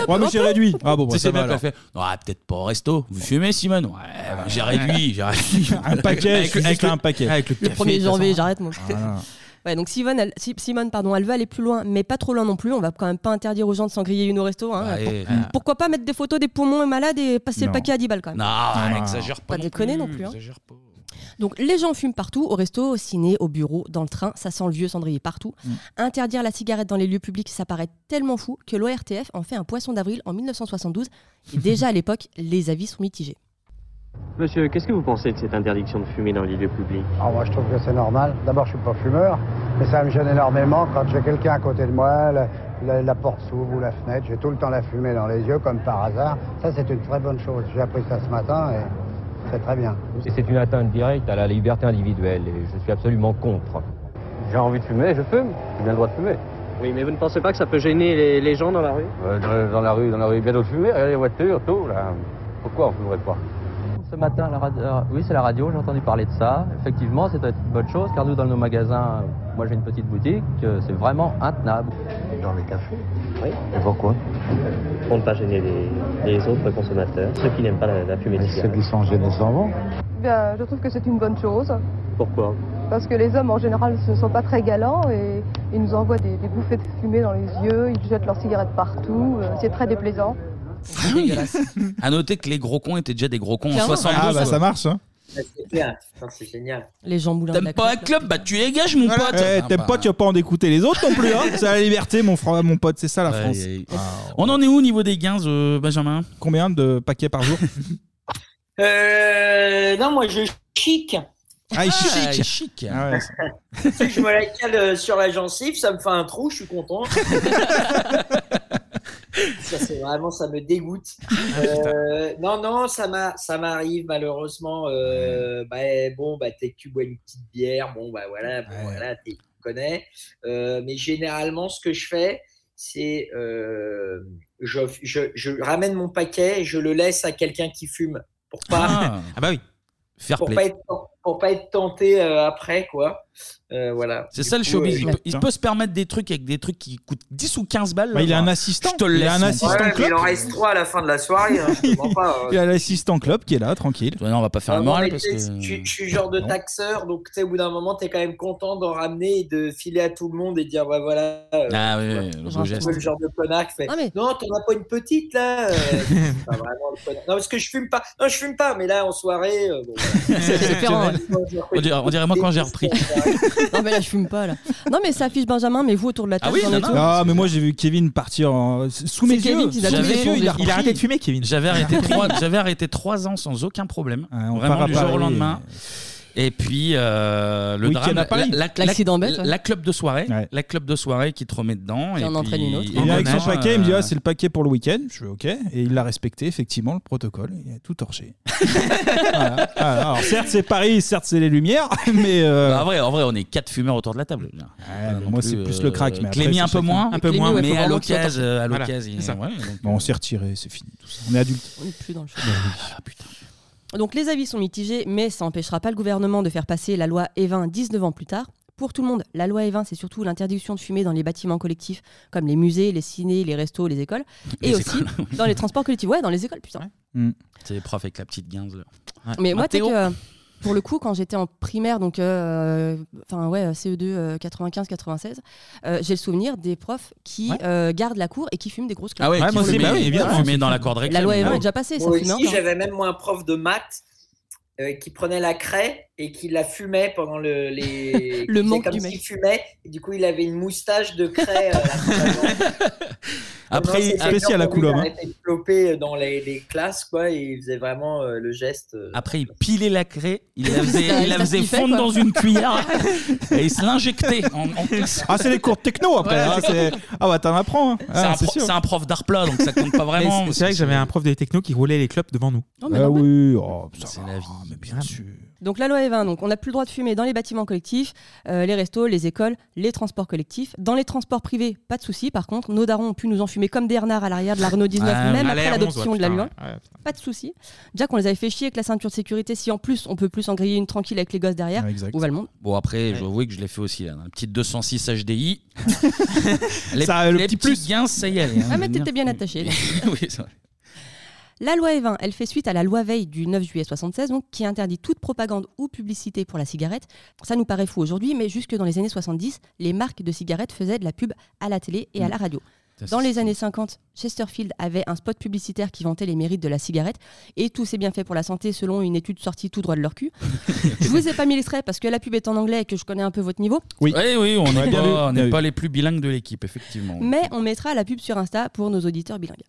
[SPEAKER 6] Ouais, mais j'ai réduit. Ah bon, bah,
[SPEAKER 1] Tu sais,
[SPEAKER 6] ça
[SPEAKER 1] c'est
[SPEAKER 6] va
[SPEAKER 1] bien qu'elle
[SPEAKER 6] alors. Ah,
[SPEAKER 1] fait Non, ah, peut-être pas au resto. Vous fumez, Simone Ouais, bah, j'ai réduit, j'ai réduit.
[SPEAKER 6] Un paquet,
[SPEAKER 1] Avec-
[SPEAKER 6] je suis
[SPEAKER 1] avec
[SPEAKER 6] juste à un paquet. Avec
[SPEAKER 7] Le 1er janvier, j'arrête moi.
[SPEAKER 1] Ah,
[SPEAKER 7] Ouais, donc Simone, elle, Si- Simone, pardon, elle veut aller plus loin, mais pas trop loin non plus. On va quand même pas interdire aux gens de s'en griller une au resto. hein.
[SPEAKER 1] Ouais,
[SPEAKER 7] Pour-
[SPEAKER 1] ouais.
[SPEAKER 7] Pourquoi pas mettre des photos des poumons malades et passer
[SPEAKER 1] Non.
[SPEAKER 7] le paquet à 10 balles quand même.
[SPEAKER 1] Non, Non, non. exagère pas
[SPEAKER 7] Pas
[SPEAKER 1] non
[SPEAKER 7] déconner
[SPEAKER 1] plus,
[SPEAKER 7] non plus. hein.
[SPEAKER 1] exagère pas.
[SPEAKER 7] Donc les gens fument partout, au resto, au ciné, au bureau, dans le train, ça sent le vieux cendrier partout.
[SPEAKER 1] Mm.
[SPEAKER 24] Eh
[SPEAKER 7] Interdire la cigarette dans les lieux publics, ça paraît tellement fou que l'ORTF en fait un poisson d'avril en 1972. Et déjà à l'époque, les avis sont mitigés.
[SPEAKER 5] Monsieur, qu'est-ce que vous pensez de cette interdiction de fumer dans les lieux publics
[SPEAKER 25] Ah, moi, je trouve que c'est normal. D'abord, je suis pas fumeur, mais ça me gêne énormément quand j'ai quelqu'un à côté de moi, la, la- la porte s'ouvre ou la fenêtre, j'ai tout le temps la fumée dans les yeux, comme par hasard. Ça, c'est une très bonne chose. J'ai appris ça ce matin et c'est très bien.
[SPEAKER 26] C'est une atteinte directe à la liberté individuelle et je suis absolument contre. J'ai envie de fumer, je fume. J'ai bien le droit de fumer.
[SPEAKER 5] Oui, mais vous ne pensez pas que ça peut gêner les, les gens dans la rue
[SPEAKER 26] Euh, dans, la rue, dans la rue, bien d'autres fumées, regardez les voitures, tout, là. Pourquoi on ne fumerait pas
[SPEAKER 25] Ce matin, la
[SPEAKER 26] Oui, c'est la radio, j'ai entendu parler de ça. Effectivement, c'est une bonne chose, car nous, dans nos magasins, euh, moi j'ai une petite boutique, euh, c'est vraiment intenable.
[SPEAKER 18] Dans les cafés
[SPEAKER 5] Oui.
[SPEAKER 26] Et pourquoi
[SPEAKER 5] Pour ne pas gêner les, les autres consommateurs, ceux qui n'aiment pas la, la fumée de
[SPEAKER 25] Ceux qui sont gênés s'en vont.
[SPEAKER 24] Ben, je trouve que c'est une bonne chose,
[SPEAKER 5] Pourquoi
[SPEAKER 24] parce que les hommes en général ne sont pas très galants et ils nous envoient des, des bouffées de fumée dans les yeux, ils jettent leurs cigarettes partout, euh, c'est très déplaisant.
[SPEAKER 1] Ah à noter que les gros cons étaient déjà des gros cons en
[SPEAKER 6] Clairement.
[SPEAKER 1] 72.
[SPEAKER 6] Ah, bah, ça marche, hein.
[SPEAKER 8] C'est clair. Putain, C'est génial.
[SPEAKER 7] Les gens moulins.
[SPEAKER 1] T'aimes pas un club Bah, tu dégages, mon pote.
[SPEAKER 6] Eh,
[SPEAKER 1] Ah,
[SPEAKER 6] T'aimes
[SPEAKER 1] bah.
[SPEAKER 6] pas, tu vas pas en écouter les autres non plus. Hein c'est la liberté, mon, fra- mon pote, c'est ça la France.
[SPEAKER 1] aïe. On en est où au niveau des gains, Ah. euh, Benjamin
[SPEAKER 6] Combien de paquets par jour
[SPEAKER 8] Euh, non, moi, je chic.
[SPEAKER 6] Ah, il chic.
[SPEAKER 1] chic.
[SPEAKER 6] Ah ouais, c'est-
[SPEAKER 8] Si je me la cale euh, sur la gencive, ça me fait un trou, je suis content. ça, c'est vraiment, ça me dégoûte. Euh, non, non, ça m'a- ça m'arrive malheureusement. euh, bah, bon, bah, t'es que tu bois une petite bière, bon, bah voilà, bon, voilà, t'es- tu connais. Euh, mais généralement, ce que je fais, c'est euh, je, je- je ramène mon paquet, et je le laisse à quelqu'un qui fume pour pas
[SPEAKER 1] Ah bah oui. Fair
[SPEAKER 8] pour
[SPEAKER 1] play.
[SPEAKER 8] pas être pour pas être tenté euh, après quoi Euh, voilà
[SPEAKER 1] C'est
[SPEAKER 8] Du
[SPEAKER 1] ça le
[SPEAKER 8] coup,
[SPEAKER 1] showbiz.
[SPEAKER 8] euh,
[SPEAKER 1] il, peut, il peut se permettre des trucs avec des trucs qui coûtent 10 ou 15 balles.
[SPEAKER 6] Bah, il a
[SPEAKER 1] genre,
[SPEAKER 6] un assistant.
[SPEAKER 1] Je te le
[SPEAKER 6] Il a
[SPEAKER 1] laisse.
[SPEAKER 6] un
[SPEAKER 1] mon
[SPEAKER 6] assistant
[SPEAKER 1] pote.
[SPEAKER 8] ouais, mais il en reste trois à la fin de la soirée hein, je comprends pas euh.
[SPEAKER 6] Il y a l'assistant club qui est là, tranquille.
[SPEAKER 1] non, on va pas faire
[SPEAKER 7] Ah,
[SPEAKER 8] Vraiment, mais tu sais, je, je suis genre de taxeur donc tu sais, au bout d'un moment tu es quand même content d'en ramener et de filer à tout le monde et de dire ouais voilà euh,
[SPEAKER 1] Ah oui, oui, le
[SPEAKER 8] tu
[SPEAKER 1] beau
[SPEAKER 8] vois,
[SPEAKER 1] geste.
[SPEAKER 8] le genre de connard qui fait non t'en as pas une petite là Euh, c'est pas vraiment le connard. non parce que je fume pas non je fume pas mais là en soirée euh, bon, voilà.
[SPEAKER 1] On dirait, on dirait moi quand j'ai repris.
[SPEAKER 7] non, mais là, je fume pas, là. Non, mais ça affiche Benjamin, mais vous autour de la table, vous en êtes où
[SPEAKER 6] Ah, mais moi j'ai vu Kevin partir en- sous mes
[SPEAKER 7] C'est Kevin
[SPEAKER 6] yeux.
[SPEAKER 7] qui
[SPEAKER 6] Sous
[SPEAKER 7] nous a tous
[SPEAKER 6] mes
[SPEAKER 7] répondu.
[SPEAKER 6] yeux, il a,
[SPEAKER 7] Il a arrêté de
[SPEAKER 6] fumer, Kevin.
[SPEAKER 1] J'avais arrêté, trois, j'avais arrêté trois ans sans aucun problème.
[SPEAKER 6] Ah, on part
[SPEAKER 1] vraiment
[SPEAKER 6] à
[SPEAKER 1] du jour
[SPEAKER 6] Paris.
[SPEAKER 1] au lendemain. Et puis euh, le
[SPEAKER 6] Week-end
[SPEAKER 1] drame,
[SPEAKER 6] à Paris.
[SPEAKER 1] la- la-
[SPEAKER 6] L'accident
[SPEAKER 1] la-
[SPEAKER 6] bête, ouais.
[SPEAKER 1] la club de soirée, la club de soirée qui te remet dedans.
[SPEAKER 7] Qui
[SPEAKER 1] et
[SPEAKER 7] en entraîne
[SPEAKER 1] puis-
[SPEAKER 7] une autre.
[SPEAKER 1] et
[SPEAKER 6] Il vient avec son
[SPEAKER 1] maintenant,
[SPEAKER 6] paquet, il me dit
[SPEAKER 1] euh,
[SPEAKER 6] ah, c'est le paquet pour le week-end. Je fais ok. Et il l'a respecté, effectivement, le protocole. Il a tout torché. Voilà. Ah, alors, certes, c'est Paris, certes, c'est les lumières, mais. euh,
[SPEAKER 1] Bah, en, vrai, en vrai, on est quatre fumeurs autour de la table.
[SPEAKER 6] mais Euh, moi, c'est plus le crack, mais après,
[SPEAKER 1] Clémy,
[SPEAKER 6] c'est
[SPEAKER 1] un peu
[SPEAKER 6] chacun.
[SPEAKER 1] moins.
[SPEAKER 6] Un peu moins, ouais, faut
[SPEAKER 1] mais à
[SPEAKER 6] vraiment qu'il
[SPEAKER 1] l'occasion.
[SPEAKER 6] entende.
[SPEAKER 1] euh, à
[SPEAKER 6] Voilà,
[SPEAKER 1] l'occasion,
[SPEAKER 6] c'est ça.
[SPEAKER 1] ouais, donc,
[SPEAKER 6] Bon, on s'est retiré, c'est fini. Tout ça. On est adulte.
[SPEAKER 7] On est plus dans
[SPEAKER 1] Ah,
[SPEAKER 7] le show. Donc les avis sont mitigés, mais ça n'empêchera pas le gouvernement de faire passer la loi E20 19 ans plus tard. Pour tout le monde, la loi E20, c'est surtout l'interdiction de fumer dans les bâtiments collectifs, comme les musées, les cinés, les restos, les écoles, et
[SPEAKER 1] Les
[SPEAKER 7] aussi
[SPEAKER 1] écoles, oui.
[SPEAKER 7] dans les transports collectifs. Ouais, dans les écoles, putain.
[SPEAKER 6] Mm.
[SPEAKER 1] C'est les profs avec la petite guinze. là. Bah,
[SPEAKER 7] Mais moi, tu sais
[SPEAKER 1] Mathéo.
[SPEAKER 7] que, euh, pour le coup, quand j'étais en primaire, donc euh, enfin ouais, CE2 95-96, euh, j'ai le souvenir des profs qui euh, gardent la cour et qui fument des grosses clopes.
[SPEAKER 1] Ah ouais, Ouais, qui moi aussi, fumaient- bah oui, évidemment. fumaient dans la corde
[SPEAKER 7] La
[SPEAKER 1] récré,
[SPEAKER 7] loi
[SPEAKER 1] mais
[SPEAKER 7] E20
[SPEAKER 1] ouais.
[SPEAKER 7] est déjà passée, ça
[SPEAKER 1] Moi
[SPEAKER 8] Moi
[SPEAKER 7] fumait
[SPEAKER 8] aussi,
[SPEAKER 7] encore.
[SPEAKER 8] j'avais même moi un prof de maths euh, qui prenait la craie et qui la fumait pendant le les
[SPEAKER 7] Le
[SPEAKER 8] qui faisait
[SPEAKER 7] manque
[SPEAKER 8] comme
[SPEAKER 7] du
[SPEAKER 8] s'il fumait et du coup il avait une moustache de craie euh,
[SPEAKER 1] Après,
[SPEAKER 8] c'était
[SPEAKER 1] spécial à
[SPEAKER 8] pour lui
[SPEAKER 1] Coulomb, hein.
[SPEAKER 8] d'arrêter de cloper dans les, les classes quoi et il faisait vraiment euh, le geste euh,
[SPEAKER 1] Après, il pilait la craie, il la
[SPEAKER 8] C'est
[SPEAKER 1] faisait, il
[SPEAKER 8] ça
[SPEAKER 1] la
[SPEAKER 8] ce
[SPEAKER 1] faisait
[SPEAKER 8] qu'il fait,
[SPEAKER 1] fondre
[SPEAKER 8] quoi.
[SPEAKER 1] dans une cuillère et il se l'injectait en, en classe.
[SPEAKER 6] Ah, c'est les cours de techno après.
[SPEAKER 1] Ouais,
[SPEAKER 6] hein,
[SPEAKER 1] c'est-
[SPEAKER 6] c'est- ah, bah, t'en apprends. hein.
[SPEAKER 1] C'est
[SPEAKER 6] Ah,
[SPEAKER 1] un
[SPEAKER 6] c'est
[SPEAKER 1] pro-
[SPEAKER 6] sûr.
[SPEAKER 1] c'est un, prof d'art plat, donc ça compte pas
[SPEAKER 9] Mais
[SPEAKER 1] vraiment.
[SPEAKER 9] c'est- C'est vrai que j'avais un prof des technos qui roulait les clopes devant nous.
[SPEAKER 7] Non, mais Ah normal.
[SPEAKER 6] oui, oh, ça Ah,
[SPEAKER 1] c'est la vie.
[SPEAKER 6] Mais bien sûr. Bah,
[SPEAKER 7] Donc la loi E20, donc on n'a plus le droit de fumer dans les bâtiments collectifs, euh, les restos, les écoles, les transports collectifs. Dans les transports privés, pas de souci. Par contre, nos darons ont pu nous enfumer comme des renards à l'arrière de la Renault 19,
[SPEAKER 9] Ouais,
[SPEAKER 7] même
[SPEAKER 9] à
[SPEAKER 7] après
[SPEAKER 9] la R11,
[SPEAKER 7] l'adoption
[SPEAKER 9] Euh, ouais,
[SPEAKER 7] de la
[SPEAKER 9] putain,
[SPEAKER 7] loi.
[SPEAKER 9] ouais, ouais, putain.
[SPEAKER 7] pas de souci. Déjà qu'on les avait fait chier avec la ceinture de sécurité, si en plus on peut plus en griller une tranquille avec les gosses derrière, où va le monde
[SPEAKER 1] Bon, après, je dois avouer que je l'ai fait aussi. Là. Un petit 206 HDI. les
[SPEAKER 6] Ça, le
[SPEAKER 1] les
[SPEAKER 6] petit
[SPEAKER 1] petits gains, ça y est. hein,
[SPEAKER 7] Ah mais
[SPEAKER 1] je veux
[SPEAKER 7] t'étais
[SPEAKER 1] dire.
[SPEAKER 7] bien attaché. là.
[SPEAKER 1] oui, c'est vrai.
[SPEAKER 7] La loi E20, elle fait suite à la loi Veil du 9 juillet 76, donc, qui interdit toute propagande ou publicité pour la cigarette. Ça nous paraît fou aujourd'hui, mais jusque dans les années 70, les marques de cigarettes faisaient de la pub à la télé et à
[SPEAKER 27] Mm.
[SPEAKER 7] la radio.
[SPEAKER 27] Ça,
[SPEAKER 7] Dans
[SPEAKER 27] c'est
[SPEAKER 7] les années 50, Chesterfield avait un spot publicitaire qui vantait les mérites de la cigarette et tous ses bienfaits pour la santé selon une étude sortie tout droit de leur cul. Je vous ai pas mis l'extrait parce que la pub est en anglais et que je connais un peu votre niveau.
[SPEAKER 1] Oui, oui, on
[SPEAKER 6] Ouais, Ah
[SPEAKER 1] n'est
[SPEAKER 6] bien vu,
[SPEAKER 1] pas, on n'est
[SPEAKER 6] bien
[SPEAKER 1] pas les plus bilingues de l'équipe, effectivement.
[SPEAKER 7] Mais on mettra la pub sur Insta pour nos auditeurs bilingues.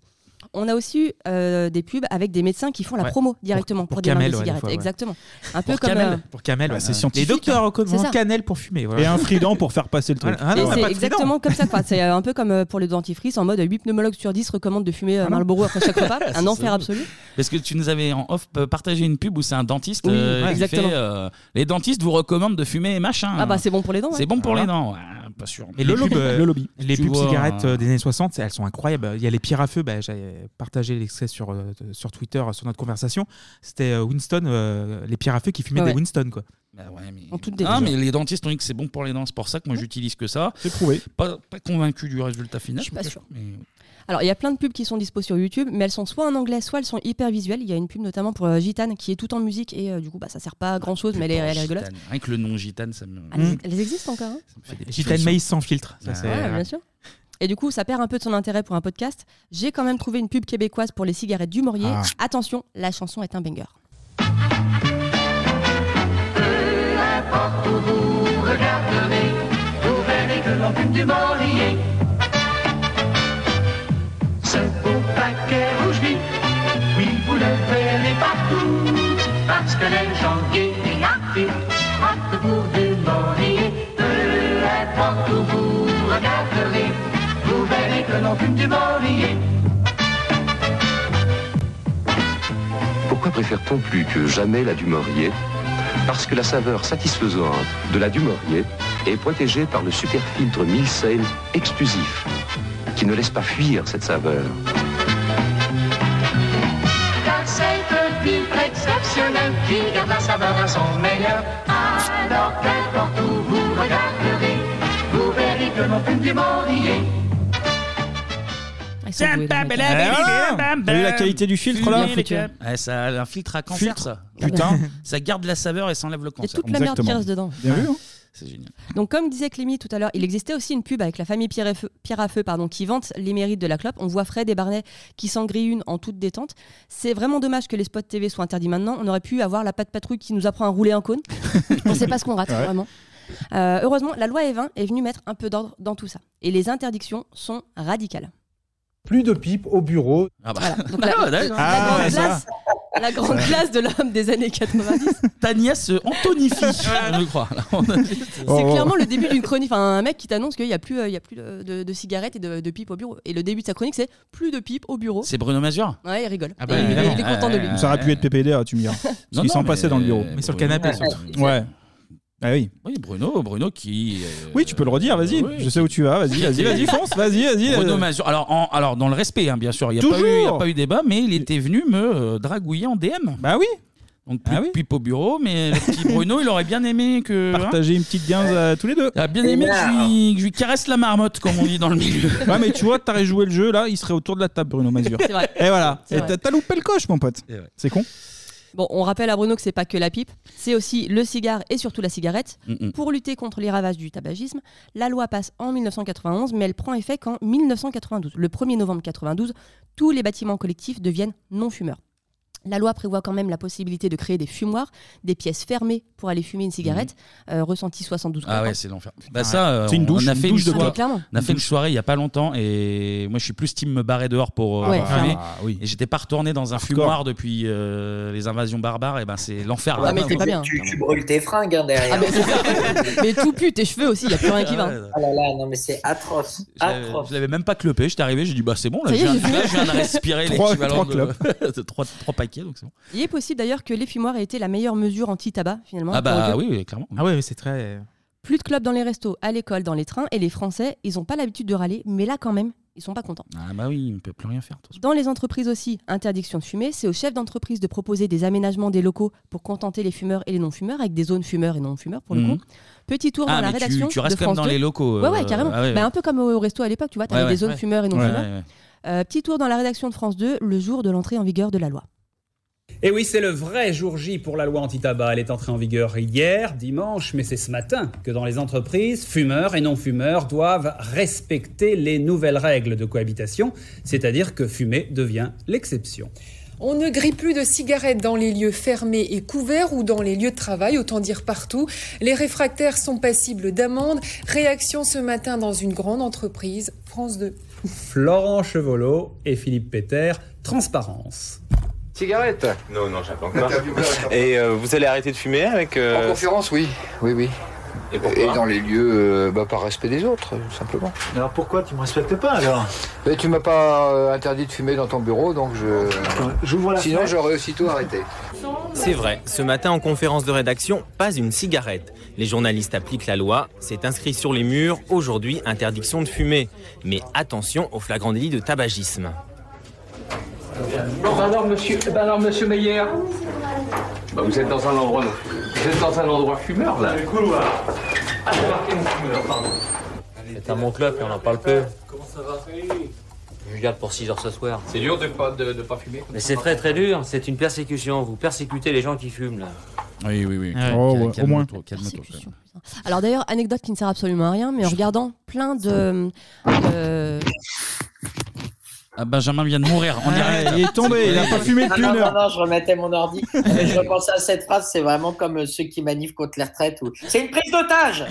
[SPEAKER 7] On a aussi eu euh, des pubs avec des médecins qui font la
[SPEAKER 9] Ouais.
[SPEAKER 7] promo directement pour,
[SPEAKER 9] pour
[SPEAKER 7] des marques
[SPEAKER 9] Camel,
[SPEAKER 7] de
[SPEAKER 9] ouais, des
[SPEAKER 7] cigarettes.
[SPEAKER 9] fois, ouais.
[SPEAKER 7] Exactement. Un peu
[SPEAKER 9] Pour
[SPEAKER 7] comme.
[SPEAKER 9] Camel,
[SPEAKER 7] euh,
[SPEAKER 9] pour Camel, ouais.
[SPEAKER 6] c'est scientifique,
[SPEAKER 9] Les docteurs
[SPEAKER 6] hein.
[SPEAKER 7] C'est
[SPEAKER 9] recommandent
[SPEAKER 7] ça.
[SPEAKER 9] cannelle pour fumer. voilà.
[SPEAKER 6] Et un trident pour faire passer le truc.
[SPEAKER 9] Voilà. Ah non,
[SPEAKER 7] Et
[SPEAKER 9] on n'a
[SPEAKER 7] c'est
[SPEAKER 9] pas de
[SPEAKER 7] exactement comme ça. quoi. C'est euh, un peu comme euh, pour le dentifrice, en mode 8 pneumologues sur 10 recommandent de
[SPEAKER 9] Ah
[SPEAKER 7] fumer euh, Marlboro après chaque repas.
[SPEAKER 1] C'est
[SPEAKER 7] Un
[SPEAKER 1] ça.
[SPEAKER 7] enfer absolu.
[SPEAKER 1] Parce que tu nous avais en off euh, partagé une pub où c'est un dentiste
[SPEAKER 7] Oui,
[SPEAKER 1] euh,
[SPEAKER 7] ouais,
[SPEAKER 1] qui
[SPEAKER 7] exactement.
[SPEAKER 1] fait, euh, les dentistes vous recommandent de fumer machin.
[SPEAKER 7] Ah bah, c'est bon pour les dents,
[SPEAKER 1] C'est
[SPEAKER 7] ouais.
[SPEAKER 1] bon pour
[SPEAKER 7] Voilà.
[SPEAKER 1] les dents. ouais,
[SPEAKER 6] Ah,
[SPEAKER 1] pas sûr.
[SPEAKER 9] Et les pubs, euh, Les
[SPEAKER 1] Tu
[SPEAKER 9] pubs
[SPEAKER 1] vois,
[SPEAKER 9] cigarettes
[SPEAKER 1] euh,
[SPEAKER 9] euh, des années 60, elles sont incroyables. Il y a les pierres à feu, bah, j'ai partagé l'extrait sur, euh, sur Twitter, euh, sur notre conversation. C'était euh, Winston, euh, les pierres à feu qui fumaient
[SPEAKER 1] Ouais.
[SPEAKER 9] des Winston. Quoi.
[SPEAKER 1] Bah ouais, mais...
[SPEAKER 7] En toute
[SPEAKER 1] Ah,
[SPEAKER 7] délivrance.
[SPEAKER 1] mais les dentistes ont dit que c'est bon pour les dents, c'est pour ça que moi j'utilise que ça.
[SPEAKER 6] C'est prouvé.
[SPEAKER 1] Pas, pas convaincu du résultat final.
[SPEAKER 7] Je suis pas
[SPEAKER 1] mais-
[SPEAKER 7] sûre.
[SPEAKER 1] mais-
[SPEAKER 7] Alors, il y a plein de pubs qui sont dispo sur YouTube, mais elles sont soit en anglais, soit elles sont hyper visuelles. Il y a une pub notamment pour euh, Gitane qui est tout en musique et euh, du coup, bah, ça sert pas à grand chose, mais elle est, elle est rigolote. Ah,
[SPEAKER 1] Gitane. Rien que le nom gitane, ça me.
[SPEAKER 7] Elles,
[SPEAKER 9] Hmm.
[SPEAKER 7] elles existent encore. hein
[SPEAKER 1] ça me fait des petits
[SPEAKER 9] Gitane
[SPEAKER 1] frissons.
[SPEAKER 9] maïs sans filtre. Ça,
[SPEAKER 1] Ah.
[SPEAKER 9] c'est-
[SPEAKER 7] Ouais, bien sûr. Et du coup, ça perd un peu de son intérêt pour un podcast. J'ai quand même trouvé une pub québécoise pour les cigarettes du Maurier.
[SPEAKER 9] Ah.
[SPEAKER 7] Attention, la chanson est un banger.
[SPEAKER 12] N'importe où vous regarderez, vous verrez que l'enclume du Morier, ce beau paquet rouge vif, oui, vous le verrez partout, parce que les gens gais et actifs partent pour du Morier. Peu importe où vous regarderez, vous verrez que l'enclume du Morier.
[SPEAKER 15] Pourquoi préfère-t-on plus que jamais la Dumorier Parce que la saveur satisfaisante de la Dumorier est protégée par le superfiltre Milsale exclusif, qui ne laisse pas fuir cette saveur.
[SPEAKER 12] Car c'est un filtre exceptionnel qui garde la saveur à son meilleur. Alors qu'importe où vous regarderez, vous verrez que mon film du monde y est.
[SPEAKER 7] Ils sont doués, les
[SPEAKER 1] Ah, bah,
[SPEAKER 7] mecs.
[SPEAKER 6] T'as vu la qualité du filtre, là
[SPEAKER 1] Bien foutu. Ouais, Ah, ça a un filtre à cancer,
[SPEAKER 6] Filtre.
[SPEAKER 1] ça.
[SPEAKER 6] Putain.
[SPEAKER 1] ça garde la saveur et s'enlève le cancer.
[SPEAKER 7] toute la merde qui reste dedans. Bien vu, hein.
[SPEAKER 1] C'est génial.
[SPEAKER 7] Donc, comme disait Clémy tout à l'heure, il existait aussi une pub avec la famille Pierre, et Feu- Pierre à Feu pardon, qui vante les mérites de la clope. On voit Fred et Barnet qui s'en grillent une en toute détente. C'est vraiment dommage que les spots TV soient interdits maintenant. On aurait pu avoir la patte patrouille qui nous apprend à rouler un cône. On sait pas ce qu'on rate,
[SPEAKER 27] Ouais.
[SPEAKER 7] vraiment. Euh, heureusement, la loi E20 est venue mettre un peu d'ordre dans tout ça. Et les interdictions sont radicales.
[SPEAKER 27] Plus de pipe au bureau.
[SPEAKER 1] Ah bah.
[SPEAKER 7] Donc, la,
[SPEAKER 1] Ah,
[SPEAKER 7] la
[SPEAKER 1] d'accord.
[SPEAKER 7] grande
[SPEAKER 1] ouais, ça.
[SPEAKER 7] classe, la grande classe de l'homme des années 90.
[SPEAKER 1] Ta nièce euh, Antonifie, je crois. Là, on a-
[SPEAKER 7] C'est clairement
[SPEAKER 6] Oh,
[SPEAKER 7] le début d'une chronique. Enfin, un mec qui t'annonce qu'il n'y a plus, euh, il y a plus de, de- de cigarettes et de, de pipes au bureau. Et le début de sa chronique, c'est plus de pipes au bureau.
[SPEAKER 1] C'est Bruno Mazur
[SPEAKER 7] Ouais, il rigole.
[SPEAKER 1] Ah bah,
[SPEAKER 7] Et il, il
[SPEAKER 1] évidemment.
[SPEAKER 7] est content de lui.
[SPEAKER 1] Euh,
[SPEAKER 6] Ça aurait pu
[SPEAKER 1] euh,
[SPEAKER 6] être PPDA, tu me diras.
[SPEAKER 1] Non,
[SPEAKER 6] Ils
[SPEAKER 1] non,
[SPEAKER 6] s'en
[SPEAKER 1] mais-
[SPEAKER 6] passaient dans le bureau.
[SPEAKER 1] Mais sur le canapé, surtout.
[SPEAKER 6] Ouais. Ah oui.
[SPEAKER 1] Oui, Bruno, Bruno qui. euh,
[SPEAKER 6] Oui, tu peux le redire, vas-y.
[SPEAKER 1] oui.
[SPEAKER 6] Je sais où tu vas, vas-y, vas-y, vas-y, fonce, vas-y, vas-y.
[SPEAKER 1] Bruno
[SPEAKER 6] euh.
[SPEAKER 1] Mazur. Alors, en- alors, dans le respect, hein, bien sûr, il n'y a, pas eu- il y a
[SPEAKER 6] Toujours.
[SPEAKER 1] pas eu débat, mais il était venu me euh, dragouiller en DM.
[SPEAKER 6] Bah oui.
[SPEAKER 1] Donc, plus de pipe au bureau, mais le petit Bruno, il aurait bien aimé que. hein,
[SPEAKER 6] Partager une petite guinze à tous les deux.
[SPEAKER 1] bien aimé que je, lui, que je lui caresse la marmotte, comme on dit dans le milieu.
[SPEAKER 6] Ouais, mais tu vois, t'aurais joué le jeu, là, il serait autour de la table, Bruno Mazur.
[SPEAKER 7] C'est vrai.
[SPEAKER 6] Et voilà.
[SPEAKER 7] C'est
[SPEAKER 6] Et
[SPEAKER 7] vrai.
[SPEAKER 6] t'as- t'as loupé le coche, mon pote.
[SPEAKER 1] C'est vrai.
[SPEAKER 6] C'est con.
[SPEAKER 7] Bon, on rappelle à Bruno que c'est pas que la pipe, c'est aussi le cigare et surtout la cigarette.
[SPEAKER 1] Mm-mm.
[SPEAKER 7] Pour lutter contre les ravages du tabagisme, la loi passe en 1991, mais elle prend effet qu'en 1992. Le 1er novembre 92, tous les bâtiments collectifs deviennent non-fumeurs. La loi prévoit quand même la possibilité de créer des fumoirs, des pièces fermées pour aller fumer une cigarette, euh, ressenti 72
[SPEAKER 1] Mm. Ah ouais,
[SPEAKER 7] grammes.
[SPEAKER 1] c'est l'enfer. Bah ça, euh,
[SPEAKER 6] C'est une douche,
[SPEAKER 1] on a
[SPEAKER 6] une
[SPEAKER 1] fait
[SPEAKER 6] douche de
[SPEAKER 1] soirée-
[SPEAKER 7] bois. Ah, mais clairement.
[SPEAKER 1] On a fait une soirée il y a pas longtemps et moi je suis plus team me barrer dehors pour euh,
[SPEAKER 7] Ouais,
[SPEAKER 1] pour
[SPEAKER 7] clairement.
[SPEAKER 1] fumer. Et j'étais pas retourné dans un fumoir depuis euh, les invasions barbares et ben c'est l'enfer là.
[SPEAKER 8] tu- Tu, tu brûles tes fringues hein, derrière.
[SPEAKER 7] Ah, mais c'est ça. mais tout pue, tes cheveux aussi, il n'y a plus rien qui va. hein.
[SPEAKER 8] Ah là là, non mais c'est atroce.
[SPEAKER 28] Ah,
[SPEAKER 8] Atroce.
[SPEAKER 1] Je l'avais même pas clopé, j'étais arrivé, j'ai dit bah c'est bon là,
[SPEAKER 7] Ça y est,
[SPEAKER 1] j'ai un-
[SPEAKER 7] j'ai fini.
[SPEAKER 1] là, je viens de respirer
[SPEAKER 6] Trois-
[SPEAKER 1] l'équivalent
[SPEAKER 6] trois
[SPEAKER 1] de, de trois, trois paquets donc c'est bon.
[SPEAKER 7] Il est possible d'ailleurs que les fumoirs aient été la meilleure mesure anti-tabac finalement.
[SPEAKER 1] Ah
[SPEAKER 7] pour
[SPEAKER 1] bah
[SPEAKER 7] le-
[SPEAKER 1] oui, oui, clairement.
[SPEAKER 9] Ah ouais, mais c'est très.
[SPEAKER 7] Plus de clubs dans les restos, à l'école, dans les trains, et les Français, ils n'ont pas l'habitude de râler, mais là quand même, ils sont pas contents.
[SPEAKER 1] Ah bah oui, on peut plus rien faire.
[SPEAKER 7] Dans les entreprises aussi, interdiction de fumer, c'est aux chefs d'entreprise de proposer des aménagements des locaux pour contenter les fumeurs et les non-fumeurs, avec des zones fumeurs et non-fumeurs pour le
[SPEAKER 1] Mhm.
[SPEAKER 7] coup. Petit tour
[SPEAKER 1] Ah,
[SPEAKER 7] dans la
[SPEAKER 1] mais tu-
[SPEAKER 7] rédaction.
[SPEAKER 1] tu restes
[SPEAKER 7] de
[SPEAKER 1] quand même
[SPEAKER 7] France
[SPEAKER 1] dans les
[SPEAKER 7] 2.
[SPEAKER 1] locaux, euh,
[SPEAKER 7] Ouais, ouais, carrément.
[SPEAKER 1] ah ouais,
[SPEAKER 7] Bah,
[SPEAKER 1] ouais.
[SPEAKER 7] un peu comme au resto à l'époque, tu vois, tu
[SPEAKER 1] Ouais,
[SPEAKER 7] des
[SPEAKER 1] ouais,
[SPEAKER 7] zones
[SPEAKER 1] ouais.
[SPEAKER 7] fumeurs et
[SPEAKER 1] Ouais,
[SPEAKER 7] non-fumeurs.
[SPEAKER 1] ouais, ouais.
[SPEAKER 7] Euh, petit tour dans la rédaction de France 2, le jour de l'entrée en vigueur de la loi.
[SPEAKER 14] Et Eh oui, c'est le vrai jour J pour la loi anti-tabac. Elle est entrée en vigueur hier, dimanche, mais c'est ce matin que dans les entreprises, fumeurs et non-fumeurs doivent respecter les nouvelles règles de cohabitation, c'est-à-dire que fumer devient l'exception.
[SPEAKER 13] On ne grille plus de cigarettes dans les lieux fermés et couverts ou dans les lieux de travail, autant dire partout. Les réfractaires sont passibles d'amende. Réaction ce matin dans une grande entreprise, France 2.
[SPEAKER 4] Florent Chevolot et Philippe Péter, transparence.
[SPEAKER 12] Cigarette
[SPEAKER 16] Non, non, j'attends
[SPEAKER 12] Et euh, vous allez arrêter de fumer avec. euh, En conférence, oui. Oui, oui.
[SPEAKER 16] Et pourquoi
[SPEAKER 12] dans les lieux, euh, bah, par respect des autres, tout simplement. Alors pourquoi tu me respectes pas alors Mais Tu m'as pas euh, interdit de fumer dans ton bureau, donc je. Sinon, j'aurais aussitôt arrêté.
[SPEAKER 17] C'est vrai, ce matin en conférence de rédaction, pas une cigarette. Les journalistes appliquent la loi, c'est inscrit sur les murs, aujourd'hui interdiction de fumer. Mais attention au flagrant délit de tabagisme.
[SPEAKER 12] Bon, ben alors, monsieur, alors, monsieur Meyer Bah, Vous êtes dans un endroit. Vous êtes dans un endroit fumeur, là.
[SPEAKER 16] Ah, c'est marqué mon fumeur, pardon.
[SPEAKER 17] C'est un bon club et on en parle peu.
[SPEAKER 16] Comment ça va
[SPEAKER 17] Je garde pour 6 heures ce soir.
[SPEAKER 16] C'est dur de pas, de, de pas fumer comme
[SPEAKER 17] Mais
[SPEAKER 16] ça
[SPEAKER 17] c'est très très dur, c'est une persécution. Vous persécutez les gens qui fument là.
[SPEAKER 1] Oui, oui, oui.
[SPEAKER 6] Oh, ouais, au moins.
[SPEAKER 7] Alors d'ailleurs, anecdote qui ne sert absolument à rien, mais en regardant plein de. euh, de-
[SPEAKER 1] Ah, Benjamin vient de mourir. On dirait.
[SPEAKER 6] Ah, il est tombé, il a
[SPEAKER 28] Ah,
[SPEAKER 6] pas fumé
[SPEAKER 8] Ah, non, non, non, non, je remettais mon ordi. Euh, je repensais à cette phrase, c'est vraiment comme euh, ceux qui manifent contre les retraites. Ou... C'est une prise d'autage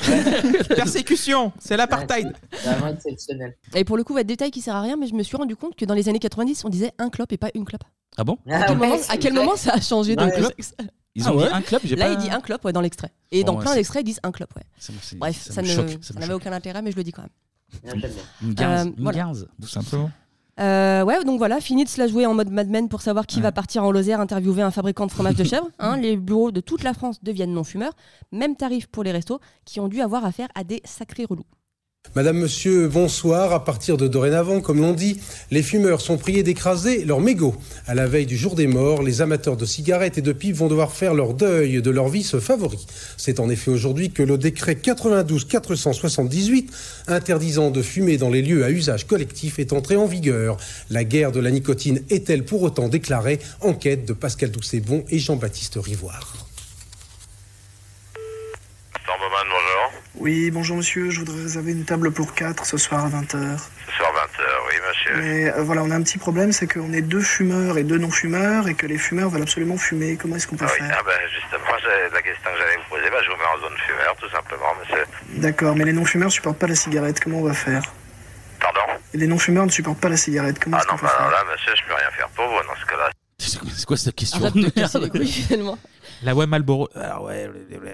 [SPEAKER 9] Persécution, c'est l'apartheid.
[SPEAKER 8] Vraiment exceptionnel.
[SPEAKER 7] Et pour le coup, votre détail qui sert à rien, mais je me suis rendu compte que dans les années 90, on disait un clope et pas une clope.
[SPEAKER 1] Ah bon
[SPEAKER 7] À quel, moment, à quel moment ça a changé de
[SPEAKER 1] Un clope
[SPEAKER 7] sexe Ah
[SPEAKER 1] Ils ont dit un clope, j'ai
[SPEAKER 7] Là,
[SPEAKER 1] pas-
[SPEAKER 7] il dit un clope ouais, dans l'extrait. Et dans
[SPEAKER 1] Bon, ouais,
[SPEAKER 7] plein
[SPEAKER 1] Oh, c'est-
[SPEAKER 7] d'extraits, ils disent un clope. Ouais.
[SPEAKER 1] Ça me- c'est-
[SPEAKER 7] Bref,
[SPEAKER 1] ça
[SPEAKER 7] ça
[SPEAKER 1] me
[SPEAKER 7] ne-
[SPEAKER 1] choque, ça
[SPEAKER 7] ça
[SPEAKER 1] me
[SPEAKER 7] n'avait
[SPEAKER 1] choque.
[SPEAKER 7] aucun intérêt, mais je le dis quand même.
[SPEAKER 1] Une guinze,
[SPEAKER 7] Euh,
[SPEAKER 1] une
[SPEAKER 7] voilà.
[SPEAKER 1] guinze.
[SPEAKER 6] Tout simplement.
[SPEAKER 7] Euh, ouais, donc voilà, fini de se la jouer en mode Mad Men pour savoir qui va partir en Lozère interviewer un fabricant de fromage de chèvre. hein. les bureaux de toute la France deviennent non-fumeurs. Même tarif pour les restos qui ont dû avoir affaire à des sacrés relous.
[SPEAKER 27] Madame, monsieur, bonsoir. À partir de dorénavant, comme l'on dit, les fumeurs sont priés d'écraser leurs mégots. À la veille du jour des morts, les amateurs de cigarettes et de pipes vont devoir faire leur deuil de leur vice favori. C'est en effet aujourd'hui que le décret 92-478 interdisant de fumer dans les lieux à usage collectif est entré en vigueur. La guerre de la nicotine est-elle pour autant déclarée Enquête de Pascal Doucet-Bon et Jean-Baptiste Rivoire.
[SPEAKER 28] Norman, bonjour.
[SPEAKER 29] Oui, bonjour monsieur, je voudrais réserver une table pour 4 ce soir à 20h.
[SPEAKER 28] Ce soir 20h, oui, monsieur.
[SPEAKER 29] Mais euh, voilà, on a un petit problème, c'est qu'on est deux fumeurs et deux non-fumeurs et que les fumeurs veulent absolument fumer. Comment est-ce qu'on peut
[SPEAKER 28] Ah oui,
[SPEAKER 29] faire
[SPEAKER 28] ah ben justement, j'ai- la question que j'allais vous poser, bah, je vous mets en zone fumeur, tout simplement, monsieur.
[SPEAKER 29] D'accord, mais les non-fumeurs supportent pas la cigarette, comment on va faire
[SPEAKER 28] Pardon
[SPEAKER 29] Et les non-fumeurs ne supportent pas la cigarette, comment
[SPEAKER 28] Ah
[SPEAKER 29] est-ce
[SPEAKER 28] non,
[SPEAKER 29] qu'on peut
[SPEAKER 28] bah, alors
[SPEAKER 29] faire
[SPEAKER 28] là, monsieur, je peux rien faire pour vous dans ce cas-là.
[SPEAKER 1] C'est quoi cette question
[SPEAKER 7] Arrête de casser les couilles, finalement.
[SPEAKER 9] La web Malboro.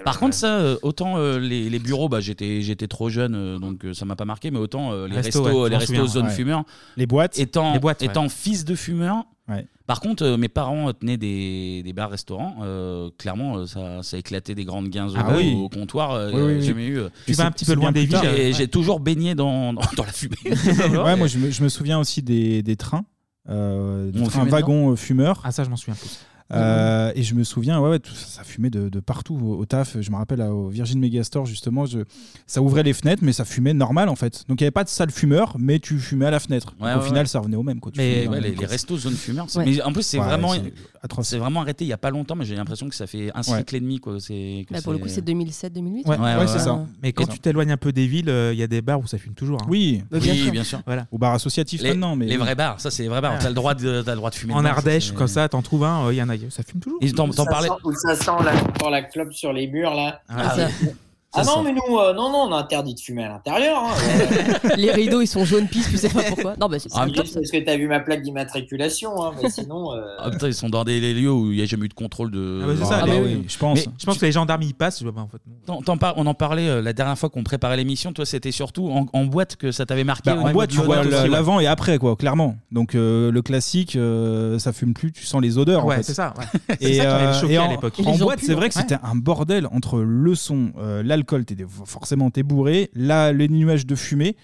[SPEAKER 1] Par contre, ça, euh, autant euh, les, les bureaux, bah, j'étais, j'étais trop jeune, euh, donc euh, ça m'a pas marqué, mais autant euh, les
[SPEAKER 9] Resto,
[SPEAKER 1] restos,
[SPEAKER 9] ouais, je
[SPEAKER 1] les
[SPEAKER 9] m'en
[SPEAKER 1] restos
[SPEAKER 9] souviens,
[SPEAKER 1] zone
[SPEAKER 9] ouais.
[SPEAKER 1] fumeur.
[SPEAKER 6] Les boîtes.
[SPEAKER 1] Étant,
[SPEAKER 9] Les boîtes, ouais.
[SPEAKER 1] étant fils de fumeur.
[SPEAKER 6] Ouais.
[SPEAKER 1] Par contre, euh, mes parents euh, tenaient des, des bars-restaurants. euh, clairement, euh, ça, ça éclatait des grandes guinzes
[SPEAKER 9] Ah
[SPEAKER 1] au,
[SPEAKER 9] oui.
[SPEAKER 1] au comptoir. euh,
[SPEAKER 9] Oui, oui, oui.
[SPEAKER 1] J'ai jamais eu. euh,
[SPEAKER 9] Tu vas un petit peu loin des
[SPEAKER 1] plus tard,
[SPEAKER 9] villes,
[SPEAKER 1] Et
[SPEAKER 9] ouais.
[SPEAKER 1] j'ai toujours baigné dans, dans, dans la fumée.
[SPEAKER 6] ouais, moi je me, je me souviens aussi des, des trains, euh, des
[SPEAKER 1] On
[SPEAKER 6] trains
[SPEAKER 1] fumait
[SPEAKER 6] wagons euh, fumeurs.
[SPEAKER 9] Ah, ça, je m'en souviens plus.
[SPEAKER 6] Euh, et je me souviens, ouais, ouais, tout ça, ça fumait de, de partout au, au taf. Je me rappelle à- au Virgin Megastore, justement, je, ça ouvrait les fenêtres, mais ça fumait normal en fait. Donc il n'y avait pas de salle fumeur, mais tu fumais à la fenêtre.
[SPEAKER 1] Ouais,
[SPEAKER 6] au
[SPEAKER 1] ouais,
[SPEAKER 6] final,
[SPEAKER 1] ouais.
[SPEAKER 6] ça revenait au même. Quoi. Tu fumais
[SPEAKER 1] Mais
[SPEAKER 6] dans
[SPEAKER 1] ouais,
[SPEAKER 6] la
[SPEAKER 1] les,
[SPEAKER 6] même
[SPEAKER 1] les
[SPEAKER 6] chose.
[SPEAKER 1] restos zone fumeur. c'est-
[SPEAKER 6] Ouais.
[SPEAKER 1] Mais en plus, c'est
[SPEAKER 6] Ouais,
[SPEAKER 1] vraiment,
[SPEAKER 6] c'est atroce.
[SPEAKER 1] c'est vraiment arrêté il y a pas longtemps, mais j'ai l'impression que ça fait un
[SPEAKER 6] Ouais.
[SPEAKER 1] siècle et demi. Quoi. C'est, que
[SPEAKER 7] Bah, pour le coup, c'est 2007-2008.
[SPEAKER 9] Ouais,
[SPEAKER 1] Ouais,
[SPEAKER 9] ouais,
[SPEAKER 1] ouais,
[SPEAKER 9] c'est
[SPEAKER 1] ouais.
[SPEAKER 9] ça. Mais quand
[SPEAKER 1] Et-
[SPEAKER 9] tu t'éloignes un peu des villes, euh, il y a des bars où ça fume toujours. hein.
[SPEAKER 6] Oui,
[SPEAKER 1] Oui, bien sûr. bien sûr.
[SPEAKER 9] Voilà.
[SPEAKER 6] Au bar associatif
[SPEAKER 1] les,
[SPEAKER 6] maintenant. Mais
[SPEAKER 1] les vrais bars, ça c'est les vrais bars.
[SPEAKER 9] Ouais.
[SPEAKER 1] T'as le droit de, t'as le droit de fumer.
[SPEAKER 9] En
[SPEAKER 1] dedans, ça,
[SPEAKER 9] Ardèche,
[SPEAKER 1] c'est-
[SPEAKER 9] comme ça, t'en trouves un, euh, il y en a, ça Ah fume toujours.
[SPEAKER 1] Ils t'en, t'en
[SPEAKER 8] ça
[SPEAKER 1] parlais.
[SPEAKER 8] sent- Où ça sent la, encore la clope sur les murs, là.
[SPEAKER 1] Ah,
[SPEAKER 8] Ah,
[SPEAKER 1] oui.
[SPEAKER 8] Ah
[SPEAKER 1] Ça
[SPEAKER 8] non,
[SPEAKER 1] sent.
[SPEAKER 8] mais nous, euh, non, non, on a interdit de fumer à l'intérieur. hein.
[SPEAKER 7] les rideaux, ils sont jaunes pisse, tu sais pas pourquoi. Non, bah, c'est
[SPEAKER 8] C'est
[SPEAKER 7] un clope,
[SPEAKER 8] juste Ah, parce que t'as vu ma plaque d'immatriculation, hein, mais sinon... euh,
[SPEAKER 1] Ah, putain, ils sont dans des les lieux où il n'y a jamais eu de contrôle de.
[SPEAKER 9] Ah, bah, c'est ça,
[SPEAKER 1] mais
[SPEAKER 9] les-
[SPEAKER 1] oui, je pense.
[SPEAKER 9] Mais je pense que les gendarmes y passent. je vois pas, en fait, non.
[SPEAKER 1] T'en- t'en par- on en parlait euh, la dernière fois qu'on préparait l'émission. Toi, c'était surtout en, en boîte que ça t'avait marqué.
[SPEAKER 6] Bah, en boîte, tu vois la- l'avant et après, quoi, clairement. Donc euh, le classique, euh, ça fume plus, tu sens les odeurs. en
[SPEAKER 9] Ouais,
[SPEAKER 6] fait.
[SPEAKER 9] c'est ça, ouais. C'est
[SPEAKER 6] Et,
[SPEAKER 9] ça qui m'avait
[SPEAKER 6] euh,
[SPEAKER 9] choqué
[SPEAKER 6] et
[SPEAKER 9] à
[SPEAKER 6] en-
[SPEAKER 9] l'époque.
[SPEAKER 6] En
[SPEAKER 9] Ils ont
[SPEAKER 6] boîte,
[SPEAKER 9] pu,
[SPEAKER 6] c'est vrai que
[SPEAKER 9] ouais.
[SPEAKER 6] c'était un bordel entre le son, euh, l'alcool, t'es- forcément t'es bourré, là les nuages de fumée.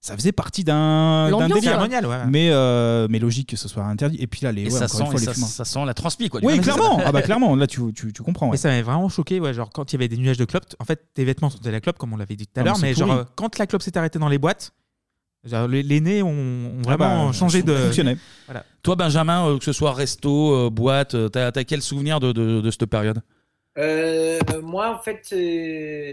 [SPEAKER 6] Ça faisait partie d'un d'un
[SPEAKER 1] L'ambiance,
[SPEAKER 6] délire.
[SPEAKER 1] cérémonial, ouais, ouais.
[SPEAKER 6] Mais, euh, mais logique que ce soit interdit. Et puis là, les,
[SPEAKER 1] Et
[SPEAKER 6] ouais,
[SPEAKER 1] ça
[SPEAKER 6] encore
[SPEAKER 1] sent,
[SPEAKER 6] une
[SPEAKER 1] et
[SPEAKER 6] fois, les
[SPEAKER 1] ça,
[SPEAKER 6] fumeurs.
[SPEAKER 1] ça sent la transpi, quoi.
[SPEAKER 6] Oui,
[SPEAKER 1] Tu vois,
[SPEAKER 6] clairement.
[SPEAKER 1] c'est ça.
[SPEAKER 6] Ah bah clairement, là tu, tu, tu comprends.
[SPEAKER 9] Mais
[SPEAKER 6] ouais.
[SPEAKER 9] ça m'avait vraiment choqué, ouais, genre quand il y avait des nuages de clopes, en fait tes vêtements sentaient la clope comme on l'avait dit tout à
[SPEAKER 6] Ah, mais
[SPEAKER 9] l'heure,
[SPEAKER 6] c'est
[SPEAKER 9] mais genre
[SPEAKER 6] pourri.
[SPEAKER 9] euh, quand la clope s'est arrêtée dans les boîtes, genre, les, les nez ont, ont
[SPEAKER 6] Ah bah,
[SPEAKER 9] vraiment changé
[SPEAKER 6] ça
[SPEAKER 9] de.
[SPEAKER 6] fonctionnait.
[SPEAKER 9] Voilà.
[SPEAKER 1] Toi, Benjamin, euh, que ce soit resto, euh, boîte, euh, t'as, t'as quel souvenir de, de, de cette période
[SPEAKER 8] Euh, moi, en fait, euh,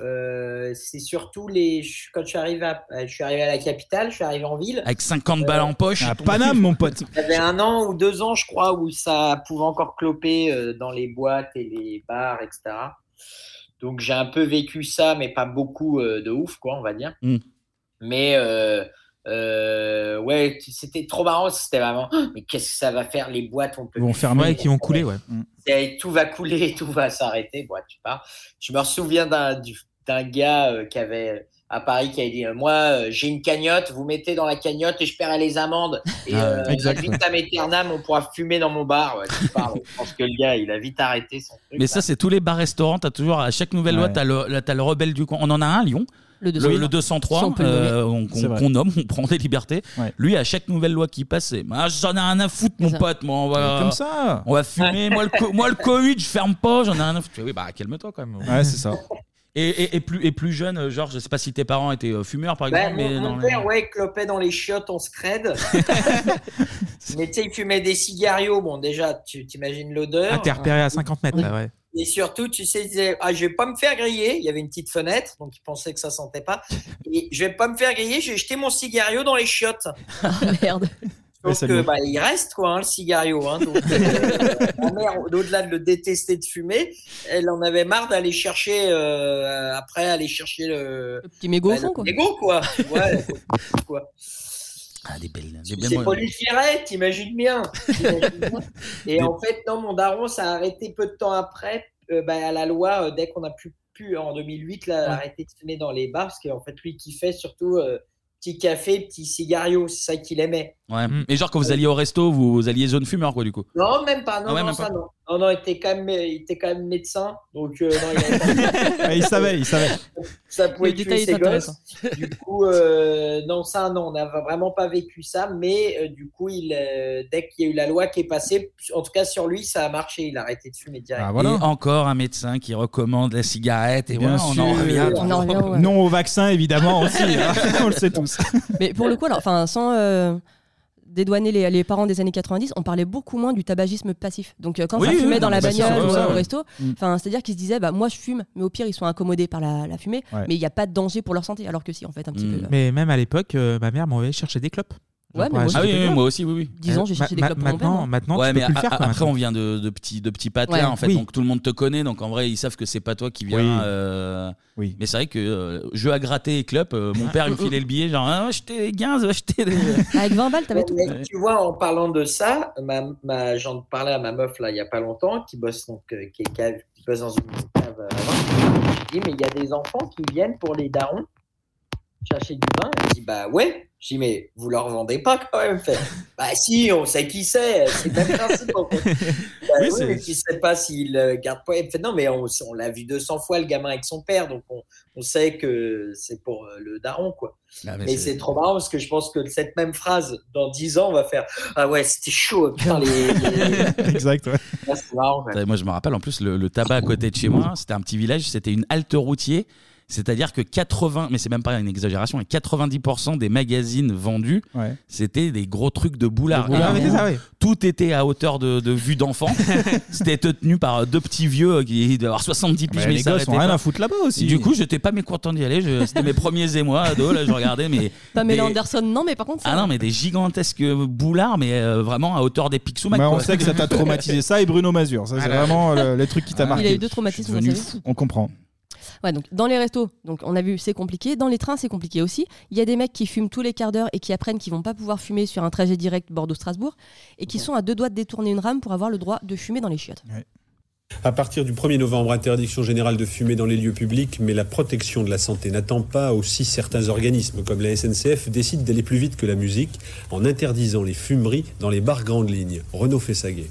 [SPEAKER 8] euh, c'est surtout les. je- Quand je suis arrivé à, euh, je suis arrivé à la capitale, je suis arrivé en ville.
[SPEAKER 1] Avec 50 balles en poche.
[SPEAKER 6] À Paname, mon pote.
[SPEAKER 8] Il y avait un an ou deux ans, je crois, où ça pouvait encore cloper euh, dans les boîtes et les bars, etc. Donc j'ai un peu vécu ça, mais pas beaucoup euh, de ouf, quoi, on va dire.
[SPEAKER 1] Hmm.
[SPEAKER 21] Mm.
[SPEAKER 8] Mais euh, euh, ouais, c'était trop marrant. C'était vraiment. Ah, Mais qu'est-ce que ça va faire Les boîtes, on peut.
[SPEAKER 9] Ils vont
[SPEAKER 8] plus
[SPEAKER 9] fermer et
[SPEAKER 8] faire.
[SPEAKER 9] qui vont couler, ouais.
[SPEAKER 6] Mm.
[SPEAKER 8] Et tout va couler, tout va s'arrêter. Bon, tu pars. Je me souviens d'un du- d'un gars euh, qui avait à Paris qui avait dit euh, moi euh, j'ai une cagnotte, vous mettez dans la cagnotte et je paierai les amendes. Et
[SPEAKER 21] Ah,
[SPEAKER 8] euh,
[SPEAKER 1] exact,
[SPEAKER 8] ad vitam aeternam, on pourra fumer dans mon bar. Ouais, tu pars. je pense que le gars il a vite arrêté son truc.
[SPEAKER 1] Mais ça, c'est tous les bars-restaurants. T'as toujours, à chaque nouvelle loi,
[SPEAKER 8] Ouais.
[SPEAKER 1] t'as le, là, t'as le rebelle du coin. On en a un à Lyon.
[SPEAKER 7] Le 203.
[SPEAKER 1] le, le 203,
[SPEAKER 7] Si on peut le nommer.
[SPEAKER 1] euh, on- qu'on
[SPEAKER 7] C'est vrai.
[SPEAKER 1] qu'on nomme, on prend des libertés. Lui, à chaque nouvelle loi qui passe, c'est Ah, j'en ai rien à foutre, mon pote. Moi, on va,
[SPEAKER 6] Mais comme ça.
[SPEAKER 1] On va fumer. moi, le co- moi, le Covid, je ferme pas, j'en ai rien à foutre. Tu fais, Oui, bah, calme-toi quand même.
[SPEAKER 6] Ouais, c'est ça.
[SPEAKER 1] Et, et- et plus, et plus jeune, euh, genre, je sais pas si tes parents étaient euh, fumeurs, par
[SPEAKER 8] Ouais,
[SPEAKER 1] exemple, mais
[SPEAKER 8] Bah, Ben, mon, mon
[SPEAKER 1] dans les-
[SPEAKER 8] père, ouais, clopait dans les chiottes en scred. mais tu sais, il fumait des cigarios. Bon, déjà, tu t'imagines l'odeur.
[SPEAKER 9] Ah, t'es repéré à 50 mètres, là, ouais.
[SPEAKER 8] Et surtout, tu sais, il disait, ah, je vais pas me faire griller. Il y avait une petite fenêtre, donc il pensait que ça sentait pas. Et je vais pas me faire griller, j'ai jeté mon cigario dans les chiottes.
[SPEAKER 7] merde.
[SPEAKER 8] Donc, euh, bah, il reste, quoi, hein, le cigario. hein. Donc, euh, ma mère, au-delà de le détester de fumer, elle en avait marre d'aller chercher, euh, après, aller chercher le.
[SPEAKER 7] petit mégot
[SPEAKER 8] bah,
[SPEAKER 7] au fond,
[SPEAKER 8] le
[SPEAKER 7] quoi.
[SPEAKER 8] mégot, quoi. Ouais, quoi.
[SPEAKER 1] Ah, des belles. Des belles
[SPEAKER 8] C'est
[SPEAKER 1] mots.
[SPEAKER 8] pas lui qui arrête, t'imagines bien. T'imagines bien. Et
[SPEAKER 1] Des-
[SPEAKER 8] en fait, non, mon daron, ça a arrêté peu de temps après, euh, bah, à la loi, euh, dès qu'on a pu, pu en 2008, là, arrêter de fumer dans les bars, parce qu'en fait, lui, qui fait surtout euh, petit café, petit cigario, c'est ça qu'il aimait.
[SPEAKER 1] Ouais.
[SPEAKER 6] Mm.
[SPEAKER 1] Et genre, quand vous alliez au resto, vous alliez zone fumeur, quoi, du coup.
[SPEAKER 8] Non, même pas, non,
[SPEAKER 1] Ah ouais,
[SPEAKER 8] non,
[SPEAKER 1] même
[SPEAKER 8] ça,
[SPEAKER 1] pas.
[SPEAKER 8] non. Non, non, il était quand même, il était quand même médecin, donc euh, non, il avait pas-
[SPEAKER 6] Ouais, Ah, il savait, il savait.
[SPEAKER 8] ça pouvait
[SPEAKER 6] Le
[SPEAKER 8] tuer
[SPEAKER 6] détail est
[SPEAKER 8] ses
[SPEAKER 6] intéressant.
[SPEAKER 8] gosses. Du coup, euh, non, ça, non, on n'a vraiment pas vécu ça. Mais euh, du coup, il, euh, dès qu'il y a eu la loi qui est passée, en tout cas sur lui, ça a marché. Il a arrêté de fumer direct.
[SPEAKER 1] Et encore un médecin qui recommande la cigarette. Et
[SPEAKER 6] Bien
[SPEAKER 1] voilà, on en
[SPEAKER 6] sûr.
[SPEAKER 1] revient.
[SPEAKER 6] Non au vaccin, évidemment, aussi. hein. On le sait tous.
[SPEAKER 7] Mais pour le coup, alors, enfin, sans euh, dédouaner les, les parents des années 90, on parlait beaucoup moins du tabagisme passif. Donc euh, quand
[SPEAKER 6] Oui,
[SPEAKER 7] ça
[SPEAKER 6] oui,
[SPEAKER 7] fumait
[SPEAKER 6] oui,
[SPEAKER 7] dans
[SPEAKER 6] non,
[SPEAKER 7] la
[SPEAKER 6] mais bah, c'est sûr,
[SPEAKER 7] bagnole
[SPEAKER 6] ouais,
[SPEAKER 7] ou
[SPEAKER 6] ouais,
[SPEAKER 7] euh, au
[SPEAKER 6] ouais.
[SPEAKER 7] resto,
[SPEAKER 6] Mm.
[SPEAKER 7] enfin, c'est-à-dire qu'ils se disaient, bah, moi je fume, mais au pire ils sont incommodés par la, la fumée,
[SPEAKER 9] Ouais.
[SPEAKER 7] mais il n'y a pas de danger pour leur santé, alors que si en fait un
[SPEAKER 6] Mm.
[SPEAKER 7] petit peu. là.
[SPEAKER 9] Mais même à l'époque, euh, ma mère m'envoyait chercher des clopes.
[SPEAKER 7] Ouais,
[SPEAKER 9] Genre
[SPEAKER 7] mais
[SPEAKER 9] pour
[SPEAKER 7] moi,
[SPEAKER 9] acheter
[SPEAKER 1] Ah oui,
[SPEAKER 9] des
[SPEAKER 1] oui,
[SPEAKER 9] clopes.
[SPEAKER 1] moi aussi, oui, oui.
[SPEAKER 9] Euh, ma- ma- Maintenant, maintenant,
[SPEAKER 1] Ouais,
[SPEAKER 9] tu peux
[SPEAKER 1] mais
[SPEAKER 9] plus le
[SPEAKER 1] a-
[SPEAKER 9] faire.
[SPEAKER 1] a-
[SPEAKER 9] quoi,
[SPEAKER 1] après,
[SPEAKER 9] maintenant.
[SPEAKER 1] on vient de, de petits, de petits pattes
[SPEAKER 9] Ouais.
[SPEAKER 1] là, en fait.
[SPEAKER 9] Oui.
[SPEAKER 1] Donc tout le monde te connaît. Donc en vrai, ils savent que c'est pas toi qui viens.
[SPEAKER 9] Oui.
[SPEAKER 1] euh, Mais c'est vrai que euh, jeu à gratter et club, euh, mon père, il me filait le billet, genre, ah, achetez des 15, achetez des.
[SPEAKER 7] Avec 20 balles, t'avais tout.
[SPEAKER 8] Mais Tu vois, en parlant de ça, ma, ma, j'en parlais à ma meuf là il y a pas longtemps, qui bosse donc euh, qui, est cave- qui bosse dans une cave. euh, à vin. Je dis mais il y a des enfants qui viennent pour les darons chercher du vin. Elle dit bah ouais. Je dis mais vous leur vendez pas quand même. Fait, bah si, on sait qui c'est. C'est le même principe. en fait. Bah, oui,
[SPEAKER 21] c'est-
[SPEAKER 8] mais tu sais pas s'il euh, garde pas. Elle fait non mais on, on l'a vu 200 fois le gamin avec son père, donc on, on sait que c'est pour euh, le daron quoi.
[SPEAKER 1] Ah, mais
[SPEAKER 8] mais
[SPEAKER 1] c'est-
[SPEAKER 8] c'est trop marrant parce que je pense que cette même phrase, dans 10 ans, on va faire Ah ouais, c'était chaud, putain, les. les-
[SPEAKER 6] exact, ouais.
[SPEAKER 8] Ah, c'est marrant, ouais.
[SPEAKER 1] Putain, Moi, je me rappelle en plus le, le tabac à côté de chez moi. C'était un petit village, c'était une halte routier. C'est-à-dire que 80, mais c'est même pas une exagération, mais 90% des magazines vendus,
[SPEAKER 6] Ouais.
[SPEAKER 1] c'était des gros trucs de boulard.
[SPEAKER 6] De boulard. Ah,
[SPEAKER 1] Et
[SPEAKER 6] mais c'est ça, ouais.
[SPEAKER 1] Tout était à hauteur de, de vue d'enfant. c'était tenu par euh, deux petits vieux qui devaient avoir 70 piges.
[SPEAKER 6] Mais
[SPEAKER 1] mais
[SPEAKER 6] les
[SPEAKER 1] ils
[SPEAKER 6] gosses ont
[SPEAKER 1] s'arrêtaient
[SPEAKER 6] rien
[SPEAKER 1] pas.
[SPEAKER 6] à foutre là-bas aussi.
[SPEAKER 1] Et Du coup, j'étais pas mécontent d'y aller. Je- C'était mes premiers émois ados. Là, je regardais, mais.
[SPEAKER 7] Pamela
[SPEAKER 1] des-
[SPEAKER 7] Anderson, non, mais par contre. ça-
[SPEAKER 1] Ah non, mais des gigantesques boulards, mais euh, vraiment à hauteur des Picsou Mac,
[SPEAKER 6] Bah, on
[SPEAKER 1] quoi.
[SPEAKER 6] sait que ça t'a traumatisé ça et Bruno Mazur. Ça, c'est
[SPEAKER 1] Ah là là.
[SPEAKER 6] vraiment le- les trucs qui t'a
[SPEAKER 1] Il a
[SPEAKER 6] marqué.
[SPEAKER 7] eu deux traumatismes
[SPEAKER 6] Je suis devenu
[SPEAKER 7] dans sa vie.
[SPEAKER 6] fou. On comprend.
[SPEAKER 7] Ouais, donc dans les restos, donc on a vu, c'est compliqué. Dans les trains, c'est compliqué aussi. Il y a des mecs qui fument tous les quarts d'heure et qui apprennent qu'ils vont pas pouvoir fumer sur un trajet direct Bordeaux-Strasbourg et qui sont à deux doigts de détourner une rame pour avoir le droit de fumer dans les chiottes.
[SPEAKER 14] À partir du 1er novembre, interdiction générale de fumer dans les lieux publics, mais la protection de la santé n'attend pas. Aussi, certains organismes, comme la SNCF, décident d'aller plus vite que la musique en interdisant les fumeries dans les bars grandes lignes. Renaud Fessaguet.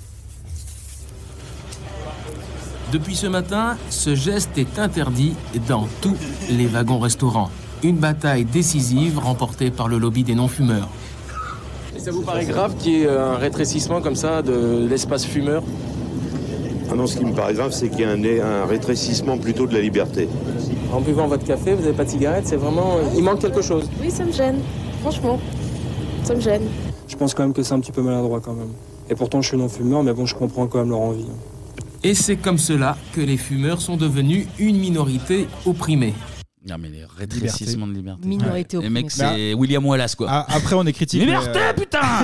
[SPEAKER 15] Depuis ce matin, ce geste est interdit dans tous les wagons-restaurants. Une bataille décisive remportée par le lobby des non-fumeurs.
[SPEAKER 18] Ça vous paraît grave qu'il y ait un rétrécissement comme ça de l'espace fumeur
[SPEAKER 19] Ah non, ce qui me paraît grave, c'est qu'il y a un, un rétrécissement plutôt de la liberté.
[SPEAKER 18] En buvant votre café, vous n'avez pas de cigarette, c'est vraiment. euh, Il manque quelque chose.
[SPEAKER 24] Oui, ça me gêne, franchement. Ça me gêne.
[SPEAKER 20] Je pense quand même que c'est un petit peu maladroit quand même. Et pourtant je suis non fumeur, mais bon je comprends quand même leur envie.
[SPEAKER 15] Et c'est comme cela que les fumeurs sont devenus une minorité opprimée.
[SPEAKER 1] Non, mais les rétrécissements de liberté.
[SPEAKER 15] Minorité
[SPEAKER 1] Les
[SPEAKER 15] opprimée.
[SPEAKER 1] mecs, c'est William Wallace, quoi.
[SPEAKER 6] Ah, Après, on est critique. mais,
[SPEAKER 1] Liberté,
[SPEAKER 6] euh,
[SPEAKER 1] putain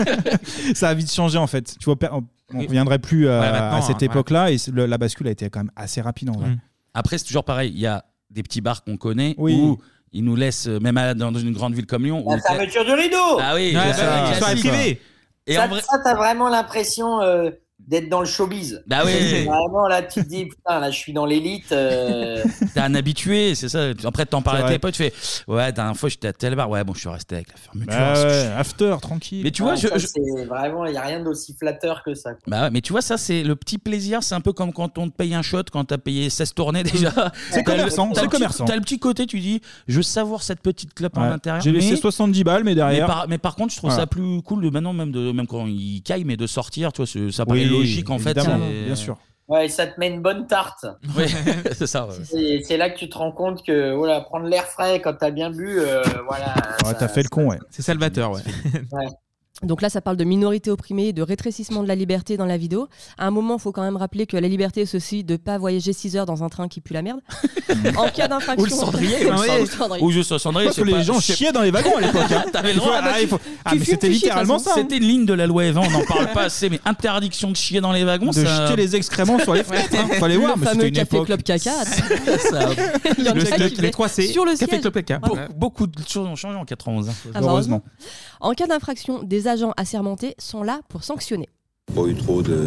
[SPEAKER 6] ça a vite changé en fait. Tu vois, per- on ne reviendrait plus euh, à,
[SPEAKER 1] Ouais, Mm. maintenant,
[SPEAKER 6] à cette
[SPEAKER 1] hein,
[SPEAKER 6] époque-là et c'est- le- la bascule a été quand même assez rapide en vrai.
[SPEAKER 1] Après, c'est toujours pareil. Il y a des petits bars qu'on connaît
[SPEAKER 6] Oui.
[SPEAKER 1] où ils nous laissent, euh, même à- dans une grande ville comme Lyon. où
[SPEAKER 8] La
[SPEAKER 1] ils te-
[SPEAKER 8] fermeture du rideau
[SPEAKER 1] Ah
[SPEAKER 6] Ouais,
[SPEAKER 1] oui, c'est
[SPEAKER 6] bah,
[SPEAKER 1] ça,
[SPEAKER 6] une
[SPEAKER 1] classique.
[SPEAKER 6] soirée privée.
[SPEAKER 1] Et
[SPEAKER 8] ça,
[SPEAKER 1] en vrai-
[SPEAKER 8] ça, t'as vraiment l'impression euh, d'être dans le showbiz.
[SPEAKER 1] Bah oui.
[SPEAKER 8] C'est Vraiment, là, tu te dis, putain, là, je suis dans l'élite. euh,
[SPEAKER 1] T'es un habitué, c'est ça. Après, t'en parles
[SPEAKER 8] C'est
[SPEAKER 1] à tes
[SPEAKER 8] vrai.
[SPEAKER 1] potes, tu fais Ouais, dernière fois, j'étais à tel bar. Ouais, bon, je suis resté avec la fermeture.
[SPEAKER 6] Bah
[SPEAKER 1] parce que
[SPEAKER 6] ouais,
[SPEAKER 1] je-
[SPEAKER 6] after, tranquille.
[SPEAKER 1] Mais tu vois,
[SPEAKER 8] ouais,
[SPEAKER 1] je-
[SPEAKER 8] ça,
[SPEAKER 1] je-
[SPEAKER 8] c'est vraiment, il n'y a rien d'aussi flatteur que ça. quoi.
[SPEAKER 1] Bah ouais, mais tu vois, ça, c'est le petit plaisir. C'est un peu comme quand on te paye un shot, quand t'as payé 16 tournées déjà.
[SPEAKER 6] C'est
[SPEAKER 1] T'as le-
[SPEAKER 6] commerçant,
[SPEAKER 1] t'as
[SPEAKER 6] c'est
[SPEAKER 1] le petit-
[SPEAKER 6] commerçant.
[SPEAKER 1] T'as le petit côté, tu dis, je savoure cette petite clope
[SPEAKER 6] Ouais.
[SPEAKER 1] à l'intérieur.
[SPEAKER 6] J'ai laissé
[SPEAKER 1] mais-
[SPEAKER 6] 70 balles, mais
[SPEAKER 1] Mais
[SPEAKER 6] derrière.
[SPEAKER 1] par, mais par contre, je trouve
[SPEAKER 6] Voilà.
[SPEAKER 1] ça plus cool de maintenant, même, de, même quand il caille, mais de sortir, tu vois, ce- ça paraît
[SPEAKER 6] Oui,
[SPEAKER 1] logique en fait.
[SPEAKER 6] évidemment,
[SPEAKER 1] c'est-
[SPEAKER 6] bien sûr.
[SPEAKER 8] Ouais, ça te met une bonne tarte.
[SPEAKER 1] Oui, c'est ça. ouais.
[SPEAKER 8] Et c'est là que tu te rends compte que voilà, prendre l'air frais quand t'as bien bu, euh, voilà.
[SPEAKER 6] Ouais, t'as fait le con, ouais.
[SPEAKER 9] C'est salvateur, Ah ouais.
[SPEAKER 7] Donc là, ça parle de minorité opprimée, de rétrécissement de la liberté dans la vidéo. À un moment, il faut quand même rappeler que la liberté, c'est aussi de ne pas voyager 6 heures dans un train qui pue la merde. Ah, en cas d'infraction.
[SPEAKER 1] Ou le
[SPEAKER 6] Ah
[SPEAKER 1] cendrier, ou
[SPEAKER 7] Ou
[SPEAKER 1] le
[SPEAKER 7] le
[SPEAKER 1] cendrier. Ou juste le cendrier.
[SPEAKER 6] Parce que les gens chiaient dans les wagons à l'époque, hein.
[SPEAKER 1] T'avais le droit.
[SPEAKER 6] Ah, il faut- ah, mais c'était littéralement ça, hein.
[SPEAKER 1] C'était une ligne de la loi Evan, on n'en parle pas assez, mais interdiction de chier dans les wagons.
[SPEAKER 6] De
[SPEAKER 1] ça-
[SPEAKER 6] jeter les excréments sur les fenêtres. hein. Fallait voir,
[SPEAKER 1] Le
[SPEAKER 6] mais c'était
[SPEAKER 1] fameux
[SPEAKER 6] une
[SPEAKER 1] café
[SPEAKER 6] époque.
[SPEAKER 7] Club caca.
[SPEAKER 1] Ça-
[SPEAKER 7] Il y en a
[SPEAKER 1] Le-
[SPEAKER 7] qui
[SPEAKER 1] le-
[SPEAKER 7] veulent
[SPEAKER 1] les trois C.
[SPEAKER 7] sur le
[SPEAKER 1] Café
[SPEAKER 7] siège.
[SPEAKER 1] Club Caca. Be-
[SPEAKER 7] Ouais.
[SPEAKER 1] Beaucoup de choses ont changé en 91. hein.
[SPEAKER 7] Ah, bah, heureusement. En cas d'infraction, des agents assermentés sont là pour sanctionner.
[SPEAKER 2] pas eu trop de,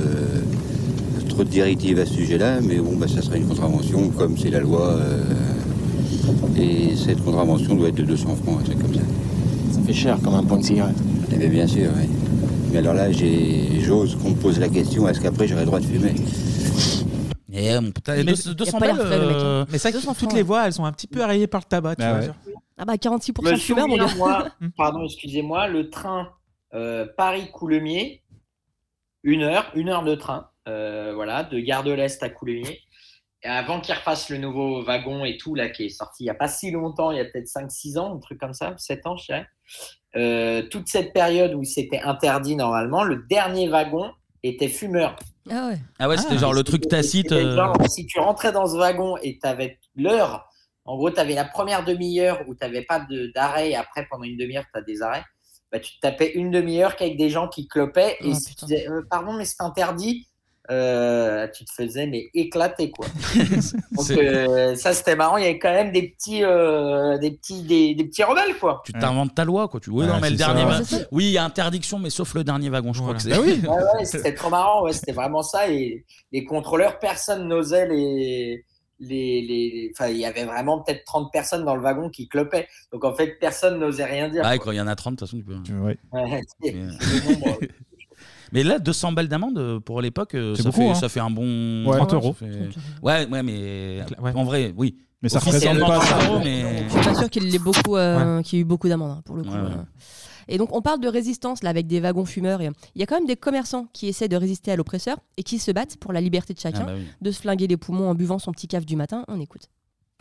[SPEAKER 2] trop de directives à ce sujet-là, mais bon, bah, ça serait une contravention comme c'est la loi. euh, et cette contravention doit être de 200 francs, un truc comme ça. Ça fait cher comme un point de cigarette. Eh bien, bien sûr, oui. Mais alors là, j'ai- j'ose qu'on me pose la question est-ce qu'après j'aurai le droit de fumer
[SPEAKER 13] Eh,
[SPEAKER 1] Et mon putain,
[SPEAKER 7] Mais- deux- il a 200 pas l'air balles, frais, le mec, hein. euh,
[SPEAKER 9] Mais c'est vrai que
[SPEAKER 7] 200
[SPEAKER 9] toutes
[SPEAKER 7] francs,
[SPEAKER 9] les
[SPEAKER 7] ouais.
[SPEAKER 9] voix, elles sont un petit peu arrayées par le tabac. tu
[SPEAKER 6] Bah
[SPEAKER 9] vois,
[SPEAKER 6] ouais.
[SPEAKER 9] genre.
[SPEAKER 7] Ah bah 46%
[SPEAKER 8] Me
[SPEAKER 7] de fumeurs, mon
[SPEAKER 8] souviens,
[SPEAKER 7] gars. Hum.
[SPEAKER 8] moi, pardon, excusez-moi, le train euh, Paris-Coulemiers, une heure, une heure de train, euh, voilà, de Gare de l'Est à Coulemiers. Et avant qu'ils refassent le nouveau wagon et tout, là, qui est sorti il n'y a pas si longtemps, il y a peut-être 5-6 ans, un truc comme ça, 7 ans, je dirais. Euh, toute cette période où c'était interdit normalement, le dernier wagon était fumeur.
[SPEAKER 7] Ah ouais.
[SPEAKER 1] Ah ouais, c'était genre le truc tacite.
[SPEAKER 8] C'était
[SPEAKER 1] euh,
[SPEAKER 8] genre, si tu rentrais dans ce wagon et t'avais l'heure, en gros, t'avais la première demi-heure où t'avais pas de- d'arrêt et après, pendant une demi-heure, t'as des arrêts, bah, tu te tapais une demi-heure qu'avec des gens qui clopaient et si tu disais, euh, pardon, mais c'est interdit. euh, tu te faisais mais éclater quoi. Donc
[SPEAKER 1] C'est-
[SPEAKER 8] euh, ça c'était marrant, il y avait quand même des petits, euh, des petits, des, des petits rebelles quoi.
[SPEAKER 1] Tu t'inventes ta loi, quoi. Tu vois,
[SPEAKER 6] Ouais,
[SPEAKER 1] non, mais le
[SPEAKER 6] Ah, c'est ça.
[SPEAKER 1] dernier.
[SPEAKER 6] Ouais,
[SPEAKER 1] va-
[SPEAKER 6] c'est
[SPEAKER 1] Oui, il y a interdiction, mais sauf le dernier wagon, je crois que c'est.
[SPEAKER 6] Bah oui.
[SPEAKER 8] Ouais, ouais, c'était trop marrant, ouais, c'était vraiment ça. Et les contrôleurs, personne n'osait les. les, les- Enfin, il y avait vraiment peut-être 30 personnes dans le wagon qui clopaient. Donc en fait, personne n'osait rien dire.
[SPEAKER 1] Ah, et
[SPEAKER 8] quoi.
[SPEAKER 1] quand il y en a 30, de toute façon, tu peux.
[SPEAKER 8] Ouais, c'est-
[SPEAKER 1] Mais- euh,
[SPEAKER 8] c'est le nombre.
[SPEAKER 1] Mais là, 200 balles d'amende euh, pour l'époque, euh,
[SPEAKER 6] C'est
[SPEAKER 1] ça,
[SPEAKER 6] beaucoup,
[SPEAKER 1] fait,
[SPEAKER 6] hein.
[SPEAKER 1] ça fait un bon.
[SPEAKER 6] Ouais. 30
[SPEAKER 1] ça
[SPEAKER 6] euros.
[SPEAKER 1] fait- Ouais, ouais, mais en vrai, oui.
[SPEAKER 6] Mais ça
[SPEAKER 1] Officiellement,
[SPEAKER 6] représente pas
[SPEAKER 1] 30 euros,
[SPEAKER 6] ça.
[SPEAKER 1] mais-
[SPEAKER 7] Je suis pas sûr qu'il y ait beaucoup, euh, qu'il y ait eu beaucoup d'amendes hein, pour le coup.
[SPEAKER 1] Ouais, ouais.
[SPEAKER 7] euh. Et donc on parle de résistance là avec des wagons fumeurs. et, euh, Il y a quand même des commerçants qui essaient de résister à l'oppresseur et qui se battent pour la liberté de chacun,
[SPEAKER 5] Ah bah oui.
[SPEAKER 7] de se flinguer les poumons en buvant son petit caf du matin. On écoute.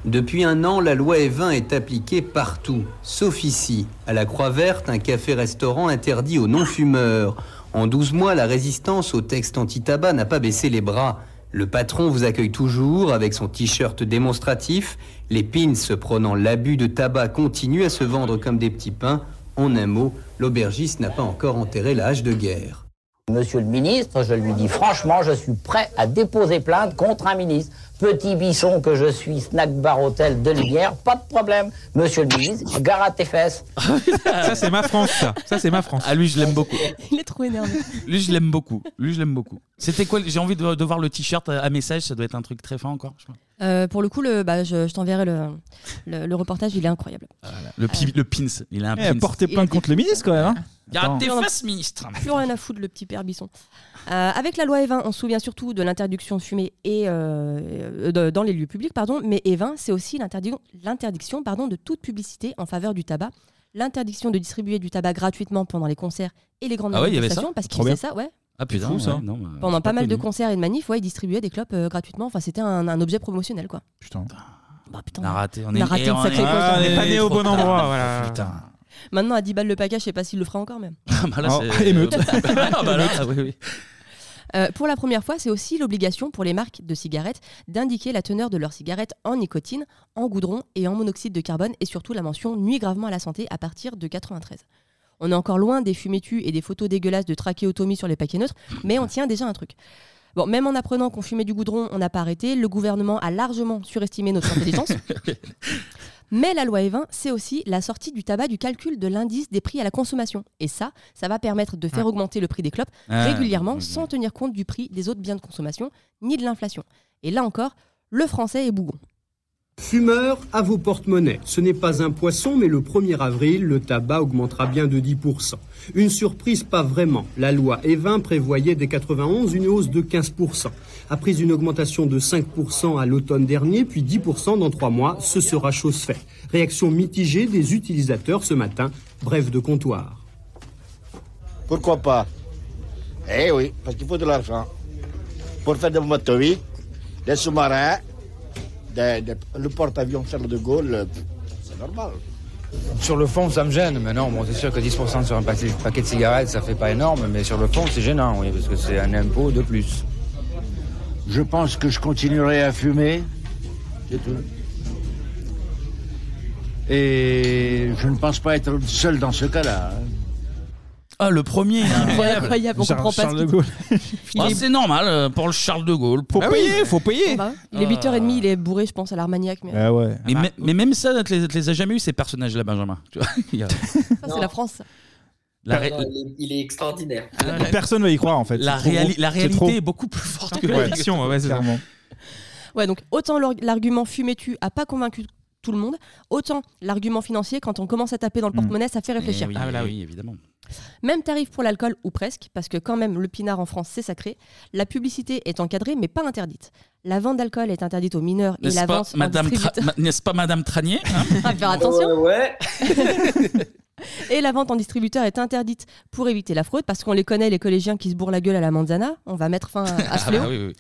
[SPEAKER 5] Depuis un an, la loi E20 est appliquée partout, sauf ici. À la Croix-Verte, un café-restaurant interdit aux non-fumeurs. En 12 mois, la résistance au texte anti-tabac n'a pas baissé les bras. Le patron vous accueille toujours avec son t-shirt démonstratif. Les pins se prônant l'abus de tabac continuent à se vendre comme des petits pains. En un mot, l'aubergiste n'a pas encore enterré la hache de guerre.
[SPEAKER 20] Monsieur le ministre, je lui dis franchement, je suis prêt à déposer plainte contre un ministre. Petit bisson que je suis, snack bar hôtel de Linière, pas de problème. Monsieur le ministre, gare à tes fesses.
[SPEAKER 9] ça, c'est ma France, ça. Ça, c'est ma France.
[SPEAKER 1] Ah, lui, je l'aime beaucoup.
[SPEAKER 7] Il est trop énervé.
[SPEAKER 1] Lui, je l'aime beaucoup. Lui, je l'aime beaucoup. C'était quoi J'ai envie de, de voir le t-shirt euh, à à message. Ça doit être un truc très fin encore. je crois.
[SPEAKER 7] Euh, pour le coup, le, bah, je, je t'enverrai le, le, le reportage, il est incroyable.
[SPEAKER 1] Le, pi- le pins. Il a un
[SPEAKER 6] Eh,
[SPEAKER 1] pins.
[SPEAKER 6] portez plainte contre le ministre quand même. hein. Attends.
[SPEAKER 1] Garde Ah, tes fesses, ministre.
[SPEAKER 7] Plus rien à foutre, le petit père Bisson. Euh, avec la loi E20, on se souvient surtout de l'interdiction de fumer et, euh, de- dans les lieux publics, pardon, mais E20, c'est aussi l'interdiction- l'interdiction pardon, de toute publicité en faveur du tabac, l'interdiction de distribuer du tabac gratuitement pendant les concerts et les grandes
[SPEAKER 1] Ah ouais, il y avait
[SPEAKER 7] manifestations,
[SPEAKER 1] ça
[SPEAKER 7] parce qu'ils
[SPEAKER 1] Trop bien.
[SPEAKER 7] faisaient ça, ouais.
[SPEAKER 1] Ah putain,
[SPEAKER 6] C'est fou, ça.
[SPEAKER 1] ouais, non, bah,
[SPEAKER 7] Pendant
[SPEAKER 1] c'est
[SPEAKER 7] pas mal de
[SPEAKER 1] connu.
[SPEAKER 7] concerts et de manifs, ouais, ils distribuaient des clopes euh, gratuitement. Enfin, c'était un, un objet promotionnel, quoi.
[SPEAKER 6] Putain.
[SPEAKER 7] Bah, putain.
[SPEAKER 1] On a raté. On
[SPEAKER 7] On a
[SPEAKER 1] est
[SPEAKER 7] raté
[SPEAKER 1] et
[SPEAKER 7] une
[SPEAKER 1] on
[SPEAKER 7] sacrée
[SPEAKER 1] est-
[SPEAKER 7] cause, hein.
[SPEAKER 1] on
[SPEAKER 7] On est pas né au
[SPEAKER 1] trop
[SPEAKER 7] bon
[SPEAKER 1] tard.
[SPEAKER 7] endroit,
[SPEAKER 9] voilà.
[SPEAKER 1] Putain.
[SPEAKER 7] Maintenant, à 10 balles le paquet, je sais pas s'il le fera encore, même.
[SPEAKER 1] Ah, bah là,
[SPEAKER 6] Oh,
[SPEAKER 1] c'est-
[SPEAKER 6] émeute.
[SPEAKER 1] Ah, bah là, ah, oui, oui.
[SPEAKER 7] Euh, pour la première fois, c'est aussi l'obligation pour les marques de cigarettes d'indiquer la teneur de leurs cigarettes en nicotine, en goudron et en monoxyde de carbone et surtout la mention nuit gravement à la santé à partir de 93. On est encore loin des fumées tues et des photos dégueulasses de trachéotomie sur les paquets neutres, mais on tient déjà un truc. Bon, même en apprenant qu'on fumait du goudron, on n'a pas arrêté. Le gouvernement a largement surestimé notre intelligence. Mais la loi E20, c'est aussi la sortie du tabac du calcul de l'indice des prix à la consommation. Et ça, ça va permettre de faire
[SPEAKER 3] Ah.
[SPEAKER 7] augmenter le prix des clopes
[SPEAKER 3] Ah,
[SPEAKER 7] régulièrement
[SPEAKER 3] oui.
[SPEAKER 7] sans tenir compte du prix des autres biens de consommation ni de l'inflation. Et là encore, le français est bougon.
[SPEAKER 4] Fumeurs, à vos porte-monnaies. Ce n'est pas un poisson, mais le 1er avril, le tabac augmentera bien de 10%. Une surprise, pas vraiment. La loi E20 prévoyait dès 91 une hausse de 15%. Après une augmentation de 5% à l'automne dernier, puis 10% dans trois mois, ce sera chose faite. Réaction mitigée des utilisateurs ce matin. Bref de comptoir.
[SPEAKER 13] Pourquoi pas Eh oui, parce qu'il faut de l'argent. Pour faire des motoristes, des sous-marins, des- des- le porte-avions Charles de Gaulle, euh, c'est normal.
[SPEAKER 22] Sur le fond, ça me gêne, mais non, bon, c'est sûr que 10% sur un paquet, paquet de cigarettes, ça fait pas énorme, mais sur le fond, c'est gênant, oui, parce que c'est un impôt de plus.
[SPEAKER 13] Je pense que je continuerai à fumer. C'est tout. Et je ne pense pas être seul dans ce cas-là. hein.
[SPEAKER 1] Ah, le premier Incroyable,
[SPEAKER 7] hein. incroyable, on Charles- comprend pas Charles ce de qu'il-
[SPEAKER 1] Gaulle.
[SPEAKER 7] Il est-
[SPEAKER 1] C'est normal euh, pour le Charles de Gaulle. Faut payer, faut payer.
[SPEAKER 7] Bah ouais. Il est 8h30, il est bourré, je pense, à l'Armagnac. Mais
[SPEAKER 1] Ah ouais. mais, mais- mais même ça, tu les, tu les as jamais eu ces personnages-là, Benjamin. Tu vois, il y a-
[SPEAKER 7] ça, c'est la France.
[SPEAKER 1] la
[SPEAKER 8] Non,
[SPEAKER 1] ré- Ah,
[SPEAKER 8] non, il, est, il est extraordinaire.
[SPEAKER 6] Personne va y croire en fait. C'est
[SPEAKER 1] La
[SPEAKER 6] trop
[SPEAKER 1] réali-
[SPEAKER 6] gros.
[SPEAKER 1] la
[SPEAKER 6] C'est
[SPEAKER 1] réalité
[SPEAKER 6] trop.
[SPEAKER 1] est beaucoup plus forte que la
[SPEAKER 6] Ouais.
[SPEAKER 1] fiction,
[SPEAKER 9] ouais, c'est ça.
[SPEAKER 6] clairement.
[SPEAKER 7] Ouais, donc autant l'or- l'argument fumé-tu a pas convaincu tout le monde, autant l'argument financier, quand on commence à taper dans le porte-monnaie, ça fait réfléchir.
[SPEAKER 1] Eh oui, ah là oui, évidemment.
[SPEAKER 7] Même tarif pour l'alcool, ou presque, parce que quand même, le pinard en France, c'est sacré. La publicité est encadrée, mais pas interdite. La vente d'alcool est interdite aux mineurs et
[SPEAKER 1] N'est-ce
[SPEAKER 7] la
[SPEAKER 1] pas,
[SPEAKER 7] vente en
[SPEAKER 1] Madame Tra-
[SPEAKER 7] distributeur-
[SPEAKER 1] Ma- n'est-ce pas Madame Tranier hein
[SPEAKER 7] À faire attention. et la vente en distributeur est interdite pour éviter la fraude, parce qu'on les connaît, les collégiens qui se bourrent la gueule à la manzana. On va mettre fin Euh, à, à ce
[SPEAKER 1] Ah
[SPEAKER 7] fléau.
[SPEAKER 1] bah oui, oui, oui.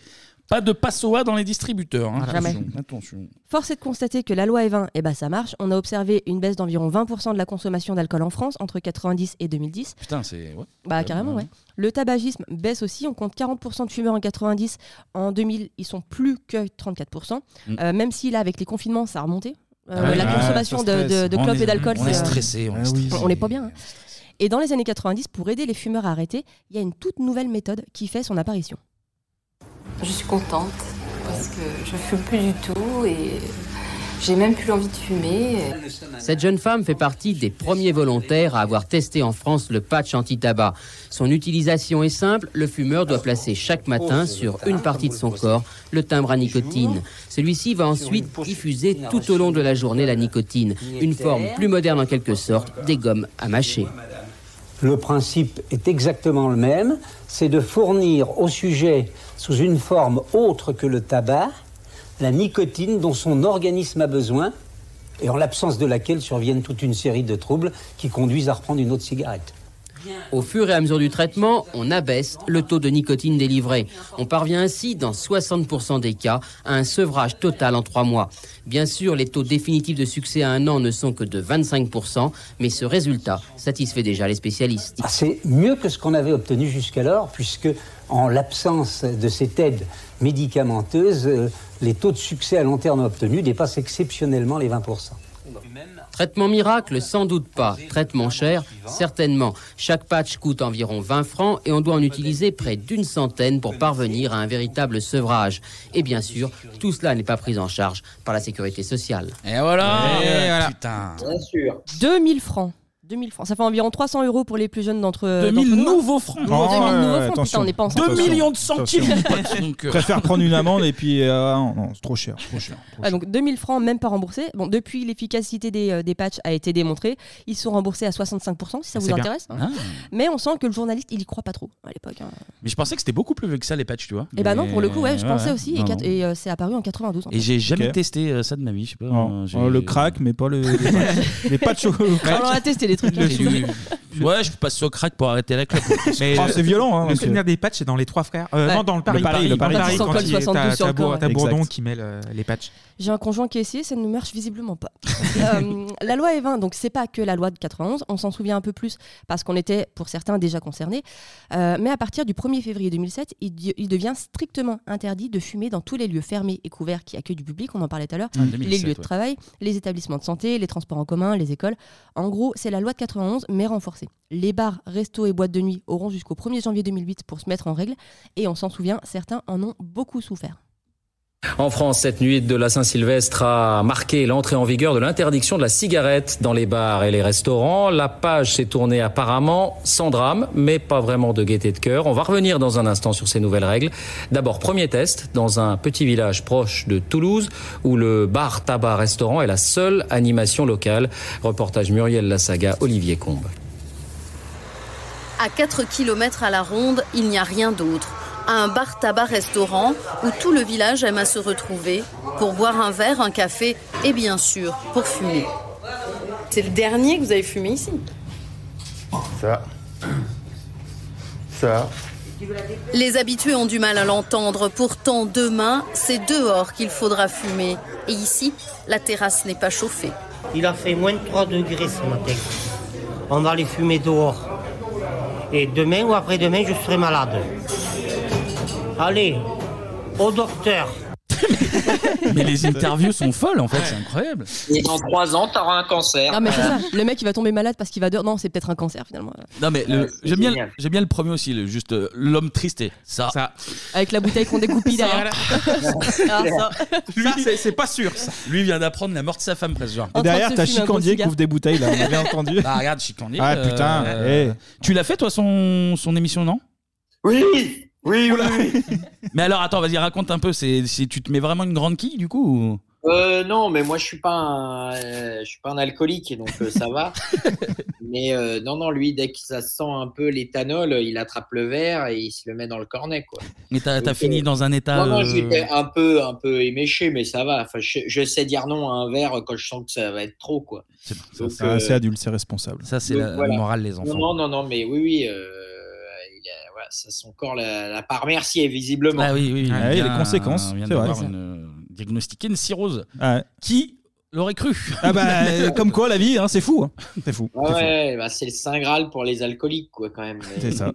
[SPEAKER 1] Pas de passoa dans les distributeurs. hein.
[SPEAKER 7] Jamais.
[SPEAKER 1] Attention, attention.
[SPEAKER 7] Force est de constater que la loi E20, eh ben, ça marche. On a observé une baisse d'environ 20% de la consommation d'alcool en France entre 90 et 2010.
[SPEAKER 1] Putain, c'est. ouais.
[SPEAKER 7] Bah carrément, ouais. Le tabagisme baisse aussi. On compte 40% de fumeurs en 90. En 2000, ils sont plus que 34%.
[SPEAKER 1] Mm.
[SPEAKER 7] Euh, même si là, avec les confinements, ça a remonté. Euh,
[SPEAKER 1] Ah oui.
[SPEAKER 7] la
[SPEAKER 1] Ah,
[SPEAKER 7] consommation
[SPEAKER 1] ça
[SPEAKER 7] de, de- de
[SPEAKER 1] stresse.
[SPEAKER 7] clopes
[SPEAKER 1] On est-
[SPEAKER 7] et d'alcool,
[SPEAKER 1] on est
[SPEAKER 7] c'est, euh,
[SPEAKER 1] stressé, on est stressé.
[SPEAKER 7] on n'est pas bien. hein. Et dans les années 90, pour aider les fumeurs à arrêter, il y a une toute nouvelle méthode qui fait son apparition.
[SPEAKER 23] Je suis contente parce que je fume plus du tout et j'ai même plus l'envie de fumer.
[SPEAKER 3] Cette jeune femme fait partie des premiers volontaires à avoir testé en France le patch anti-tabac. Son utilisation est simple, le fumeur doit placer chaque matin sur une partie de son corps le timbre à nicotine. Celui-ci va ensuite diffuser tout au long de la journée la nicotine, une forme plus moderne en quelque sorte des gommes à mâcher.
[SPEAKER 25] Le principe est exactement le même, c'est de fournir au sujet, sous une forme autre que le tabac, la nicotine dont son organisme a besoin et en l'absence de laquelle surviennent toute une série de troubles qui conduisent à reprendre une autre cigarette.
[SPEAKER 3] Au fur et à mesure du traitement, on abaisse le taux de nicotine délivré. On parvient ainsi, dans 60% des cas, à un sevrage total en trois mois. Bien sûr, les taux définitifs de succès à un an ne sont que de 25%, mais ce résultat satisfait déjà les spécialistes.
[SPEAKER 25] Ah, C'est mieux que ce qu'on avait obtenu jusqu'alors, puisque en l'absence de cette aide médicamenteuse, euh, les taux de succès à long terme obtenus dépassent exceptionnellement les 20%.
[SPEAKER 3] Traitement miracle, sans doute pas. Traitement cher, certainement. Chaque patch coûte environ 20 francs et on doit en utiliser près d'une centaine pour parvenir à un véritable sevrage. Et bien sûr, tout cela n'est pas pris en charge par la sécurité sociale.
[SPEAKER 1] Et voilà,
[SPEAKER 3] Et
[SPEAKER 1] euh,
[SPEAKER 3] voilà.
[SPEAKER 1] Putain.
[SPEAKER 8] Bien sûr.
[SPEAKER 7] 2000 francs. 2000 francs. Ça fait environ 300 euros pour les plus jeunes d'entre d'entre
[SPEAKER 1] 2000
[SPEAKER 7] nous. hein.
[SPEAKER 1] nouveaux francs.
[SPEAKER 7] Nouveaux-
[SPEAKER 1] Oh,
[SPEAKER 7] 2000
[SPEAKER 1] ouais,
[SPEAKER 7] nouveaux
[SPEAKER 1] ouais,
[SPEAKER 7] francs, putain,
[SPEAKER 1] attention.
[SPEAKER 7] on n'est pas en
[SPEAKER 1] 2 millions de centimes, pote, donc, euh.
[SPEAKER 6] Préfère prendre une amende et puis. euh, non, non, c'est trop cher. Trop cher.
[SPEAKER 7] Ouais, donc 2000 francs, même pas remboursés. Bon, depuis, l'efficacité des, euh, des patchs a été démontrée. Ils sont remboursés à 65%, si ça
[SPEAKER 1] C'est
[SPEAKER 7] vous
[SPEAKER 1] bien.
[SPEAKER 7] intéresse. hein.
[SPEAKER 1] Ah.
[SPEAKER 7] Mais on sent que le journaliste, il y croit pas trop à l'époque. hein.
[SPEAKER 1] Mais je pensais que c'était beaucoup plus vieux que ça, les patchs, tu vois.
[SPEAKER 7] Et bah non,
[SPEAKER 1] Mais-
[SPEAKER 7] pour le coup, ouais, je pensais
[SPEAKER 1] ouais.
[SPEAKER 7] aussi. et
[SPEAKER 1] Non,
[SPEAKER 7] quatre-
[SPEAKER 1] non.
[SPEAKER 7] Et, euh, c'est apparu en 92. en
[SPEAKER 1] Et
[SPEAKER 7] fait.
[SPEAKER 1] j'ai jamais
[SPEAKER 6] Ok.
[SPEAKER 1] testé euh, ça de ma vie, je sais pas.
[SPEAKER 6] Non.
[SPEAKER 1] euh, j'ai-
[SPEAKER 6] Oh, le crack, mais pas le, les patchs- les patchs au
[SPEAKER 7] Alors, on a testé des trucs. hein.
[SPEAKER 1] J'ai dû- Ouais, je passe au crack pour arrêter la clope.
[SPEAKER 9] Mais
[SPEAKER 6] Ah,
[SPEAKER 1] Oh,
[SPEAKER 9] le-
[SPEAKER 1] c'est violent, hein,
[SPEAKER 9] le
[SPEAKER 1] monsieur.
[SPEAKER 9] souvenir des patchs, c'est dans les trois frères. Euh,
[SPEAKER 1] Ouais.
[SPEAKER 9] Non, dans le Paris.
[SPEAKER 1] Le Paris,
[SPEAKER 9] dans
[SPEAKER 1] le Paris.
[SPEAKER 9] quand
[SPEAKER 1] Quand il
[SPEAKER 9] il- t'as-
[SPEAKER 1] 72 sur
[SPEAKER 9] t'as
[SPEAKER 1] le
[SPEAKER 9] Bour-
[SPEAKER 1] corps,
[SPEAKER 9] t'as
[SPEAKER 1] ouais.
[SPEAKER 9] Bourdon
[SPEAKER 1] Exact.
[SPEAKER 9] qui met le- les patchs.
[SPEAKER 7] J'ai un conjoint qui a essayé, ça ne marche visiblement pas. Euh, la loi E20, donc c'est pas que la loi de 91, on s'en souvient un peu plus parce qu'on était pour certains déjà concernés. Euh, mais à partir du 1er février 2007, il, di- il devient strictement interdit de fumer dans tous les lieux fermés et couverts qui accueillent du public, on en parlait tout à l'heure,
[SPEAKER 30] Ah, 2007,
[SPEAKER 7] les lieux de
[SPEAKER 30] ouais.
[SPEAKER 7] travail, les établissements de santé, les transports en commun, les écoles. En gros, c'est la loi de 91 mais renforcée. Les bars, restos et boîtes de nuit auront jusqu'au 1er janvier 2008 pour se mettre en règle et on s'en souvient, certains en ont beaucoup souffert.
[SPEAKER 26] En France, cette nuit de la Saint-Sylvestre a marqué l'entrée en vigueur de l'interdiction de la cigarette dans les bars et les restaurants. La page s'est tournée apparemment sans drame, mais pas vraiment de gaieté de cœur. On va revenir dans un instant sur ces nouvelles règles. D'abord, premier test dans un petit village proche de Toulouse où le bar tabac restaurant est la seule animation locale. Reportage Muriel Lassaga, Olivier Combe.
[SPEAKER 31] À 4 km à la ronde, il n'y a rien d'autre. Un bar-tabac-restaurant où tout le village aime à se retrouver pour boire un verre, un café et bien sûr pour fumer. C'est le dernier que vous avez fumé ici
[SPEAKER 20] Ça. Ça.
[SPEAKER 31] Les habitués ont du mal à l'entendre. Pourtant, demain, c'est dehors qu'il faudra fumer. Et ici, la terrasse n'est pas chauffée.
[SPEAKER 15] Il a fait moins de 3 degrés ce matin. On va les fumer dehors. Et demain ou après-demain, je serai malade. Allez, au docteur.
[SPEAKER 1] Mais les interviews sont folles, en fait, c'est incroyable.
[SPEAKER 8] Et dans trois ans, t'auras un cancer.
[SPEAKER 7] Non mais c'est ça, le mec il va tomber malade parce qu'il va dehors. Non, c'est peut-être un cancer finalement.
[SPEAKER 1] Non, mais le- j'aime bien, le- j'aime bien le premier aussi, le- juste euh, l'homme triste et ça.
[SPEAKER 7] Avec la bouteille qu'on découpille
[SPEAKER 1] Ça,
[SPEAKER 7] derrière.
[SPEAKER 1] Ah,
[SPEAKER 7] ça.
[SPEAKER 1] Lui, c'est pas sûr. Lui vient d'apprendre la mort de sa femme, presque. genre.
[SPEAKER 6] Et derrière, t'as Chicandier qui ouvre des bouteilles, là, on avait entendu.
[SPEAKER 1] Ah, regarde, Chicandier. euh,
[SPEAKER 6] Ah, putain, eh.
[SPEAKER 1] Tu l'as fait, toi, son, son émission, non
[SPEAKER 20] Oui Oui, oui,
[SPEAKER 1] Mais alors, attends, vas-y, raconte un peu. C'est, c'est- tu te mets vraiment une grande quille, du coup ou-
[SPEAKER 8] Euh, non, mais moi je suis pas un, euh, je suis pas un alcoolique donc euh, ça va. mais euh, non non lui dès que ça sent un peu l'éthanol, euh, il attrape le verre et il se le met dans le cornet quoi.
[SPEAKER 1] Et t'as, t'as
[SPEAKER 8] Donc,
[SPEAKER 1] fini
[SPEAKER 8] euh,
[SPEAKER 1] dans un état.
[SPEAKER 8] Non non
[SPEAKER 1] euh,
[SPEAKER 8] j'étais un peu un peu éméché mais ça va. Enfin je, je sais dire non à un verre quand je sens que ça va être trop quoi. Donc,
[SPEAKER 6] C'est
[SPEAKER 8] euh,
[SPEAKER 6] assez adulte, c'est responsable.
[SPEAKER 1] Ça,
[SPEAKER 8] donc, voilà. Non, non, non, non, mais oui, oui. euh, il a- voilà, ça, son corps l'a l'a pas remercié, visiblement.
[SPEAKER 1] Ah oui, oui, oui.
[SPEAKER 6] Ah
[SPEAKER 1] On
[SPEAKER 6] oui,
[SPEAKER 1] vient-
[SPEAKER 6] les conséquences,
[SPEAKER 1] on vient
[SPEAKER 6] c'est vrai.
[SPEAKER 1] d'avoir une- diagnostiquer une cirrhose.
[SPEAKER 6] Ouais.
[SPEAKER 1] Qui l'aurait cru
[SPEAKER 6] Ah bah, euh, comme quoi la vie, hein, c'est fou. hein. C'est fou.
[SPEAKER 8] Ah ouais, bah, c'est le Saint Graal pour les alcooliques, quoi, quand même.
[SPEAKER 6] C'est ça.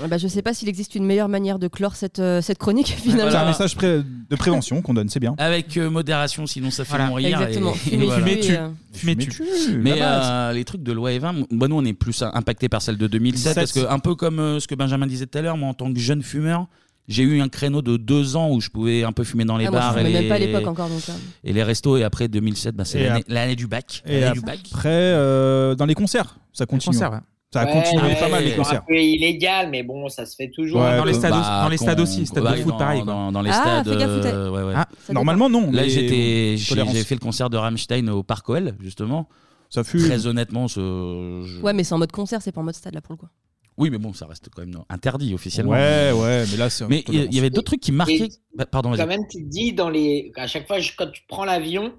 [SPEAKER 7] Ouais, bah, je sais pas s'il existe une meilleure manière de clore cette, euh, cette chronique finalement.
[SPEAKER 6] C'est un message pré- de prévention qu'on donne, c'est bien.
[SPEAKER 1] Avec euh, modération, sinon ça fait
[SPEAKER 7] Voilà.
[SPEAKER 1] mourir. et-
[SPEAKER 7] Exactement.
[SPEAKER 1] et
[SPEAKER 7] Fumez-tu,
[SPEAKER 1] voilà.
[SPEAKER 7] Fumez-tu. euh,
[SPEAKER 1] Fumez-tu.
[SPEAKER 6] Fumez-tu,
[SPEAKER 1] Mais
[SPEAKER 6] la base.
[SPEAKER 1] euh, les trucs de loi E20, bah, nous on est plus impacté par celle de 2007
[SPEAKER 6] Sept.
[SPEAKER 1] parce que un peu comme euh, ce que Benjamin disait tout à l'heure, moi en tant que jeune fumeur, j'ai eu un créneau de deux ans où je pouvais un peu fumer dans les
[SPEAKER 7] Ah, moi, je
[SPEAKER 1] bars et
[SPEAKER 7] fumais
[SPEAKER 1] les,
[SPEAKER 7] même pas à l'époque encore, donc, hein.
[SPEAKER 1] et les restos et après 2007, bah, c'est
[SPEAKER 6] Et
[SPEAKER 1] l'année-
[SPEAKER 6] ap-
[SPEAKER 1] l'année du bac.
[SPEAKER 6] Et
[SPEAKER 1] L'année du
[SPEAKER 6] après, euh, dans les concerts, ça continue. hein.
[SPEAKER 1] concerts, ouais.
[SPEAKER 6] Ça a
[SPEAKER 1] Ouais,
[SPEAKER 6] continué
[SPEAKER 1] ouais,
[SPEAKER 6] pas mal les
[SPEAKER 1] ouais.
[SPEAKER 6] concerts.
[SPEAKER 8] Un peu illégal, mais bon, ça se fait toujours.
[SPEAKER 6] Ouais, bah, Dans les
[SPEAKER 1] stades aussi- dans les stades aussi, stades de foot, pareil, quoi. Bah, dans les stades,
[SPEAKER 8] Ah, fais gaffe,
[SPEAKER 1] euh, ouais, ouais.
[SPEAKER 6] Ah, Ça normalement, dépend. non,
[SPEAKER 1] Là,
[SPEAKER 6] mais
[SPEAKER 1] j'étais, j'ai
[SPEAKER 6] tolérance.
[SPEAKER 1] j'ai fait le concert de Rammstein au Parc OL, justement.
[SPEAKER 6] Ça fut.
[SPEAKER 1] Très honnêtement, ce. je-
[SPEAKER 7] Ouais, mais c'est en mode concert, c'est pas en mode stade là pour le coup.
[SPEAKER 1] Oui, mais bon, ça reste quand même interdit officiellement.
[SPEAKER 6] Ouais, ouais, mais là, c'est.
[SPEAKER 1] Mais il il y avait d'autres trucs qui marquaient.
[SPEAKER 8] Et-
[SPEAKER 1] Bah, pardon,
[SPEAKER 8] Quand
[SPEAKER 1] vas-y.
[SPEAKER 8] même, tu te dis, dans les... à chaque fois, je- quand tu prends l'avion,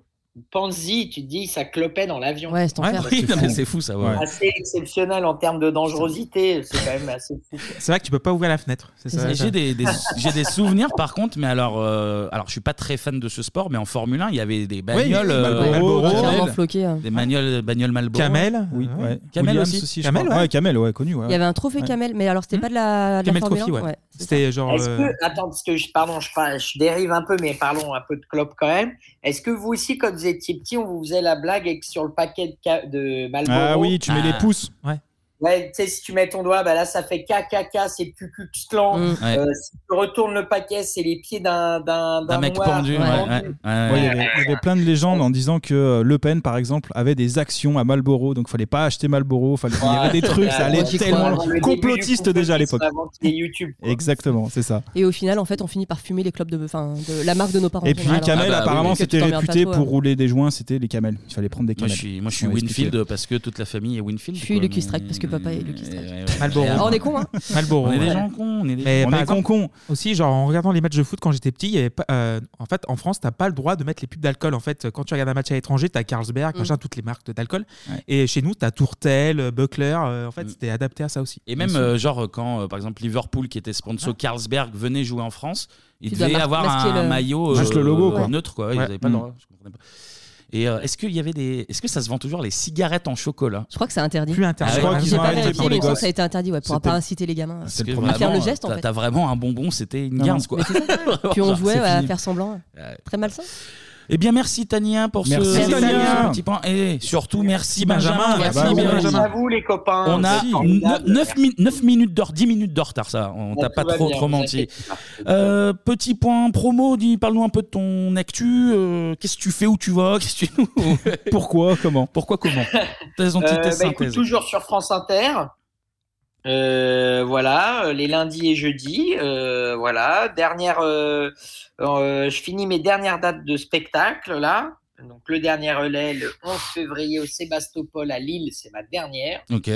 [SPEAKER 8] pense-y, tu te dis, ça clopait dans l'avion.
[SPEAKER 7] Ouais, c'est
[SPEAKER 1] Ouais,
[SPEAKER 7] enfer.
[SPEAKER 1] oui, non, mais c'est fou ça. ouais.
[SPEAKER 8] assez exceptionnel en termes de dangerosité. C'est quand même assez fou.
[SPEAKER 9] C'est vrai que tu peux pas ouvrir la fenêtre. C'est ça,
[SPEAKER 1] Et
[SPEAKER 9] ça.
[SPEAKER 1] J'ai des, des- j'ai des souvenirs par contre, mais alors, euh, alors je suis pas très fan de ce sport, mais en Formule 1, il y avait des bagnoles,
[SPEAKER 9] oui, Marlboro,
[SPEAKER 1] Camel,
[SPEAKER 9] Camel.
[SPEAKER 7] Vraiment floqué, hein.
[SPEAKER 1] des bagnoles, bagnoles Marlboro.
[SPEAKER 9] Camel,
[SPEAKER 6] oui, ouais.
[SPEAKER 1] Camel
[SPEAKER 6] Williams
[SPEAKER 1] aussi.
[SPEAKER 6] je crois. ouais. Camel, ouais, connu. ouais.
[SPEAKER 7] Il y avait un trophée
[SPEAKER 6] Ouais. Hmm.
[SPEAKER 7] Camel, mais alors c'était pas de la, de la
[SPEAKER 6] Camel
[SPEAKER 7] Formule
[SPEAKER 6] Trophy,
[SPEAKER 7] 1,
[SPEAKER 6] ouais.
[SPEAKER 7] ouais.
[SPEAKER 9] C'était genre.
[SPEAKER 8] Est-ce
[SPEAKER 9] euh,
[SPEAKER 8] que, attends, parce que je, pardon, je, par- je dérive un peu, mais parlons un peu de clope quand même. Est-ce que vous aussi, quand vous étiez petit, on vous faisait la blague et que sur le paquet de, ca- de Marlboro
[SPEAKER 6] Ah oui, tu mets les pouces.
[SPEAKER 8] Ouais, tu sais, si tu mets ton doigt, bah là, ça fait KKK, c'est le cucu clan.
[SPEAKER 6] Mm. Ouais.
[SPEAKER 8] Euh, si tu retournes le paquet, c'est les pieds d'un d'un
[SPEAKER 1] D'un mec
[SPEAKER 8] noir.
[SPEAKER 1] pendu, ouais, ouais, ouais, ouais.
[SPEAKER 6] Ouais, il, y avait, il y avait plein de légendes en disant que euh, Le Pen, par exemple, avait des actions à Malboro, donc fallait pas acheter Malboro. Fallait... Il y avait des trucs, ça allait
[SPEAKER 7] Ouais, j'y
[SPEAKER 6] tellement
[SPEAKER 7] crois.
[SPEAKER 6] loin.
[SPEAKER 7] Le
[SPEAKER 6] complotiste
[SPEAKER 7] début du
[SPEAKER 6] déjà à l'époque.
[SPEAKER 7] complotisme
[SPEAKER 8] avant qu'il y ait YouTube,
[SPEAKER 6] Exactement, c'est ça.
[SPEAKER 7] Et au final, en fait, on finit par fumer les clubs de, enfin, de la marque de nos parents. euh,
[SPEAKER 6] Et puis
[SPEAKER 7] généralement.
[SPEAKER 6] Camel,
[SPEAKER 1] Ah bah,
[SPEAKER 6] apparemment,
[SPEAKER 1] oui,
[SPEAKER 7] que tu
[SPEAKER 6] c'était
[SPEAKER 7] t'emmerdes
[SPEAKER 6] réputé
[SPEAKER 7] pas,
[SPEAKER 6] pour
[SPEAKER 7] toi.
[SPEAKER 6] rouler des joints, c'était les Camels. Il fallait prendre des
[SPEAKER 1] Moi
[SPEAKER 6] Camels.
[SPEAKER 1] je suis, moi, je suis
[SPEAKER 6] On m'a expliqué.
[SPEAKER 1] Winfield parce que toute la famille est Winfield.
[SPEAKER 7] Je suis
[SPEAKER 1] quoi,
[SPEAKER 7] Lucky
[SPEAKER 1] mais-
[SPEAKER 7] Strike parce que papa et Lucky Strike.
[SPEAKER 9] Malboro.
[SPEAKER 7] Ah, on est cons, hein
[SPEAKER 9] Malboro.
[SPEAKER 1] On est des
[SPEAKER 9] ouais.
[SPEAKER 1] gens cons, on est des-
[SPEAKER 9] Mais
[SPEAKER 1] On
[SPEAKER 9] par
[SPEAKER 1] est
[SPEAKER 9] exemple, Aussi, genre en regardant les matchs de foot quand j'étais petit, il y avait pas- euh, en fait, en France, t'as pas le droit de mettre les pubs d'alcool. En fait, quand tu regardes un match à l'étranger, t'as Carlsberg,
[SPEAKER 1] Mm.
[SPEAKER 9] machin, toutes les marques d'alcool.
[SPEAKER 1] Ouais. Mm.
[SPEAKER 9] Et chez nous, t'as Tourtel, euh, Buckler. euh, en fait, c'était adapté à ça aussi.
[SPEAKER 1] Et même,
[SPEAKER 9] Bien sûr.
[SPEAKER 1] euh, genre, quand, euh, par exemple, Liverpool, qui était sponsor Carlsberg, venait jouer en France, ils
[SPEAKER 9] Tu dois
[SPEAKER 1] devaient
[SPEAKER 9] mar-
[SPEAKER 1] avoir
[SPEAKER 9] masquer
[SPEAKER 1] un
[SPEAKER 9] le-
[SPEAKER 1] maillot euh,
[SPEAKER 9] Juste le logo, quoi.
[SPEAKER 1] neutre, quoi. Ils
[SPEAKER 9] Ouais.
[SPEAKER 1] n'avaient pas le
[SPEAKER 9] Mm.
[SPEAKER 1] droit. Je comprenais pas. Et euh, est-ce qu'il y avait des. Est-ce que ça se vend toujours les cigarettes en chocolat Ah,
[SPEAKER 7] Je crois que c'est interdit.
[SPEAKER 1] Plus
[SPEAKER 9] interdit.
[SPEAKER 7] Je crois qu'ils ont arrêté pour les
[SPEAKER 1] gosses.
[SPEAKER 7] Ça a été interdit, ouais, pour
[SPEAKER 1] C'était-
[SPEAKER 7] pas inciter les gamins
[SPEAKER 1] Parce que
[SPEAKER 7] à faire
[SPEAKER 1] vraiment,
[SPEAKER 7] le geste, en
[SPEAKER 1] t'as-
[SPEAKER 7] fait.
[SPEAKER 1] T'as vraiment un bonbon, c'était une
[SPEAKER 7] Non,
[SPEAKER 1] garce,
[SPEAKER 7] non.
[SPEAKER 1] quoi.
[SPEAKER 7] Mais c'est ça.
[SPEAKER 1] Vraiment,
[SPEAKER 7] Puis on
[SPEAKER 1] genre,
[SPEAKER 7] jouait
[SPEAKER 1] c'est
[SPEAKER 7] ouais, à
[SPEAKER 1] fini.
[SPEAKER 7] faire semblant.
[SPEAKER 1] Ouais.
[SPEAKER 7] Très malsain.
[SPEAKER 1] Eh bien, merci Tania pour
[SPEAKER 7] Merci,
[SPEAKER 1] ce,
[SPEAKER 7] Tania.
[SPEAKER 1] ce petit point. Et surtout, merci Benjamin.
[SPEAKER 8] Merci, à vous, les copains.
[SPEAKER 1] On a
[SPEAKER 8] Merci.
[SPEAKER 1] 9, minutes d'or, 10 minutes de retard, ça. On
[SPEAKER 8] Bon,
[SPEAKER 1] t'a pas
[SPEAKER 8] tout va
[SPEAKER 1] trop,
[SPEAKER 8] bien,
[SPEAKER 1] trop
[SPEAKER 8] vous
[SPEAKER 1] menti.
[SPEAKER 8] inquiétez pas.
[SPEAKER 1] Euh, petit point promo, dis, parle-nous un peu de ton actu. euh, Qu'est-ce que tu fais, où tu vas qu'est-ce que tu...
[SPEAKER 6] Pourquoi, comment
[SPEAKER 1] Pourquoi, comment Tes
[SPEAKER 8] Euh,
[SPEAKER 1] antites, tes
[SPEAKER 8] bah, écoute,
[SPEAKER 1] synthèses.
[SPEAKER 8] toujours sur France Inter. Euh, voilà, euh, les lundis et jeudis. euh, voilà, dernière. euh, euh, je finis mes dernières dates de spectacle là. Donc le dernier relais le 11 février au Sébastopol à Lille, c'est ma dernière.
[SPEAKER 1] Ok.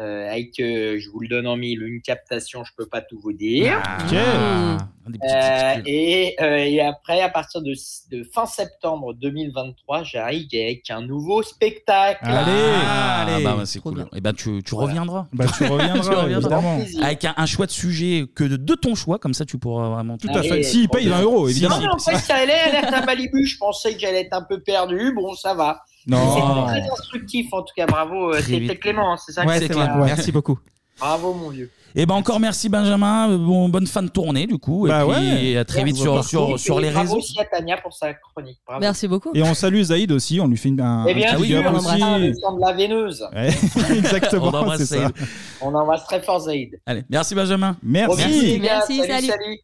[SPEAKER 8] Euh, avec, euh, je vous le donne en mille, une captation, je peux pas tout vous dire.
[SPEAKER 1] Ah, des petites
[SPEAKER 8] Euh,
[SPEAKER 1] excuses.
[SPEAKER 8] et, euh, et après, à partir de, de fin septembre 2023, j'arrive avec un nouveau spectacle.
[SPEAKER 1] Ah, bah, bah, c'est cool. Et ben tu, tu reviendras.
[SPEAKER 6] Bah, tu reviendras, évidemment.
[SPEAKER 1] Avec un, un choix de sujet que de, de ton choix, comme ça tu pourras vraiment.
[SPEAKER 6] Tout à fait. S'il paye 20 euros, évidemment.
[SPEAKER 8] Non, mais en fait, ça allait, alerte à Malibu. Je pensais que j'allais être un peu perdu. Bon, ça va.
[SPEAKER 1] Non.
[SPEAKER 8] C'était très instructif, en tout cas. Bravo, euh,
[SPEAKER 1] Très
[SPEAKER 8] c'était
[SPEAKER 1] vite.
[SPEAKER 8] Clément, hein, c'est ça
[SPEAKER 1] Ouais,
[SPEAKER 8] que
[SPEAKER 1] c'est
[SPEAKER 8] c'était.
[SPEAKER 1] Clément,
[SPEAKER 8] Euh,
[SPEAKER 1] merci beaucoup.
[SPEAKER 8] Bravo, mon vieux.
[SPEAKER 1] Et ben encore merci Benjamin, Euh, bon, bonne fin de tournée du coup. Et
[SPEAKER 6] Bah
[SPEAKER 1] puis
[SPEAKER 6] ouais.
[SPEAKER 1] à très vite
[SPEAKER 6] Merci.
[SPEAKER 1] sur,
[SPEAKER 6] Merci.
[SPEAKER 1] sur, sur les
[SPEAKER 8] bravo
[SPEAKER 1] réseaux.
[SPEAKER 8] aussi à Tania pour sa chronique. Bravo.
[SPEAKER 7] beaucoup.
[SPEAKER 6] Et on salue Zaïd aussi, on lui fait une- un,
[SPEAKER 8] Et Eh bien
[SPEAKER 6] un big
[SPEAKER 8] sûr,
[SPEAKER 6] up
[SPEAKER 8] on
[SPEAKER 6] aussi.
[SPEAKER 8] embrasse de la veineuse.
[SPEAKER 6] Ouais, exactement,
[SPEAKER 1] On embrasse
[SPEAKER 6] c'est ça.
[SPEAKER 1] Zaïd.
[SPEAKER 8] On embrasse très fort Zaïd.
[SPEAKER 1] Allez, merci Benjamin.
[SPEAKER 8] Merci, les gars. salut. salut.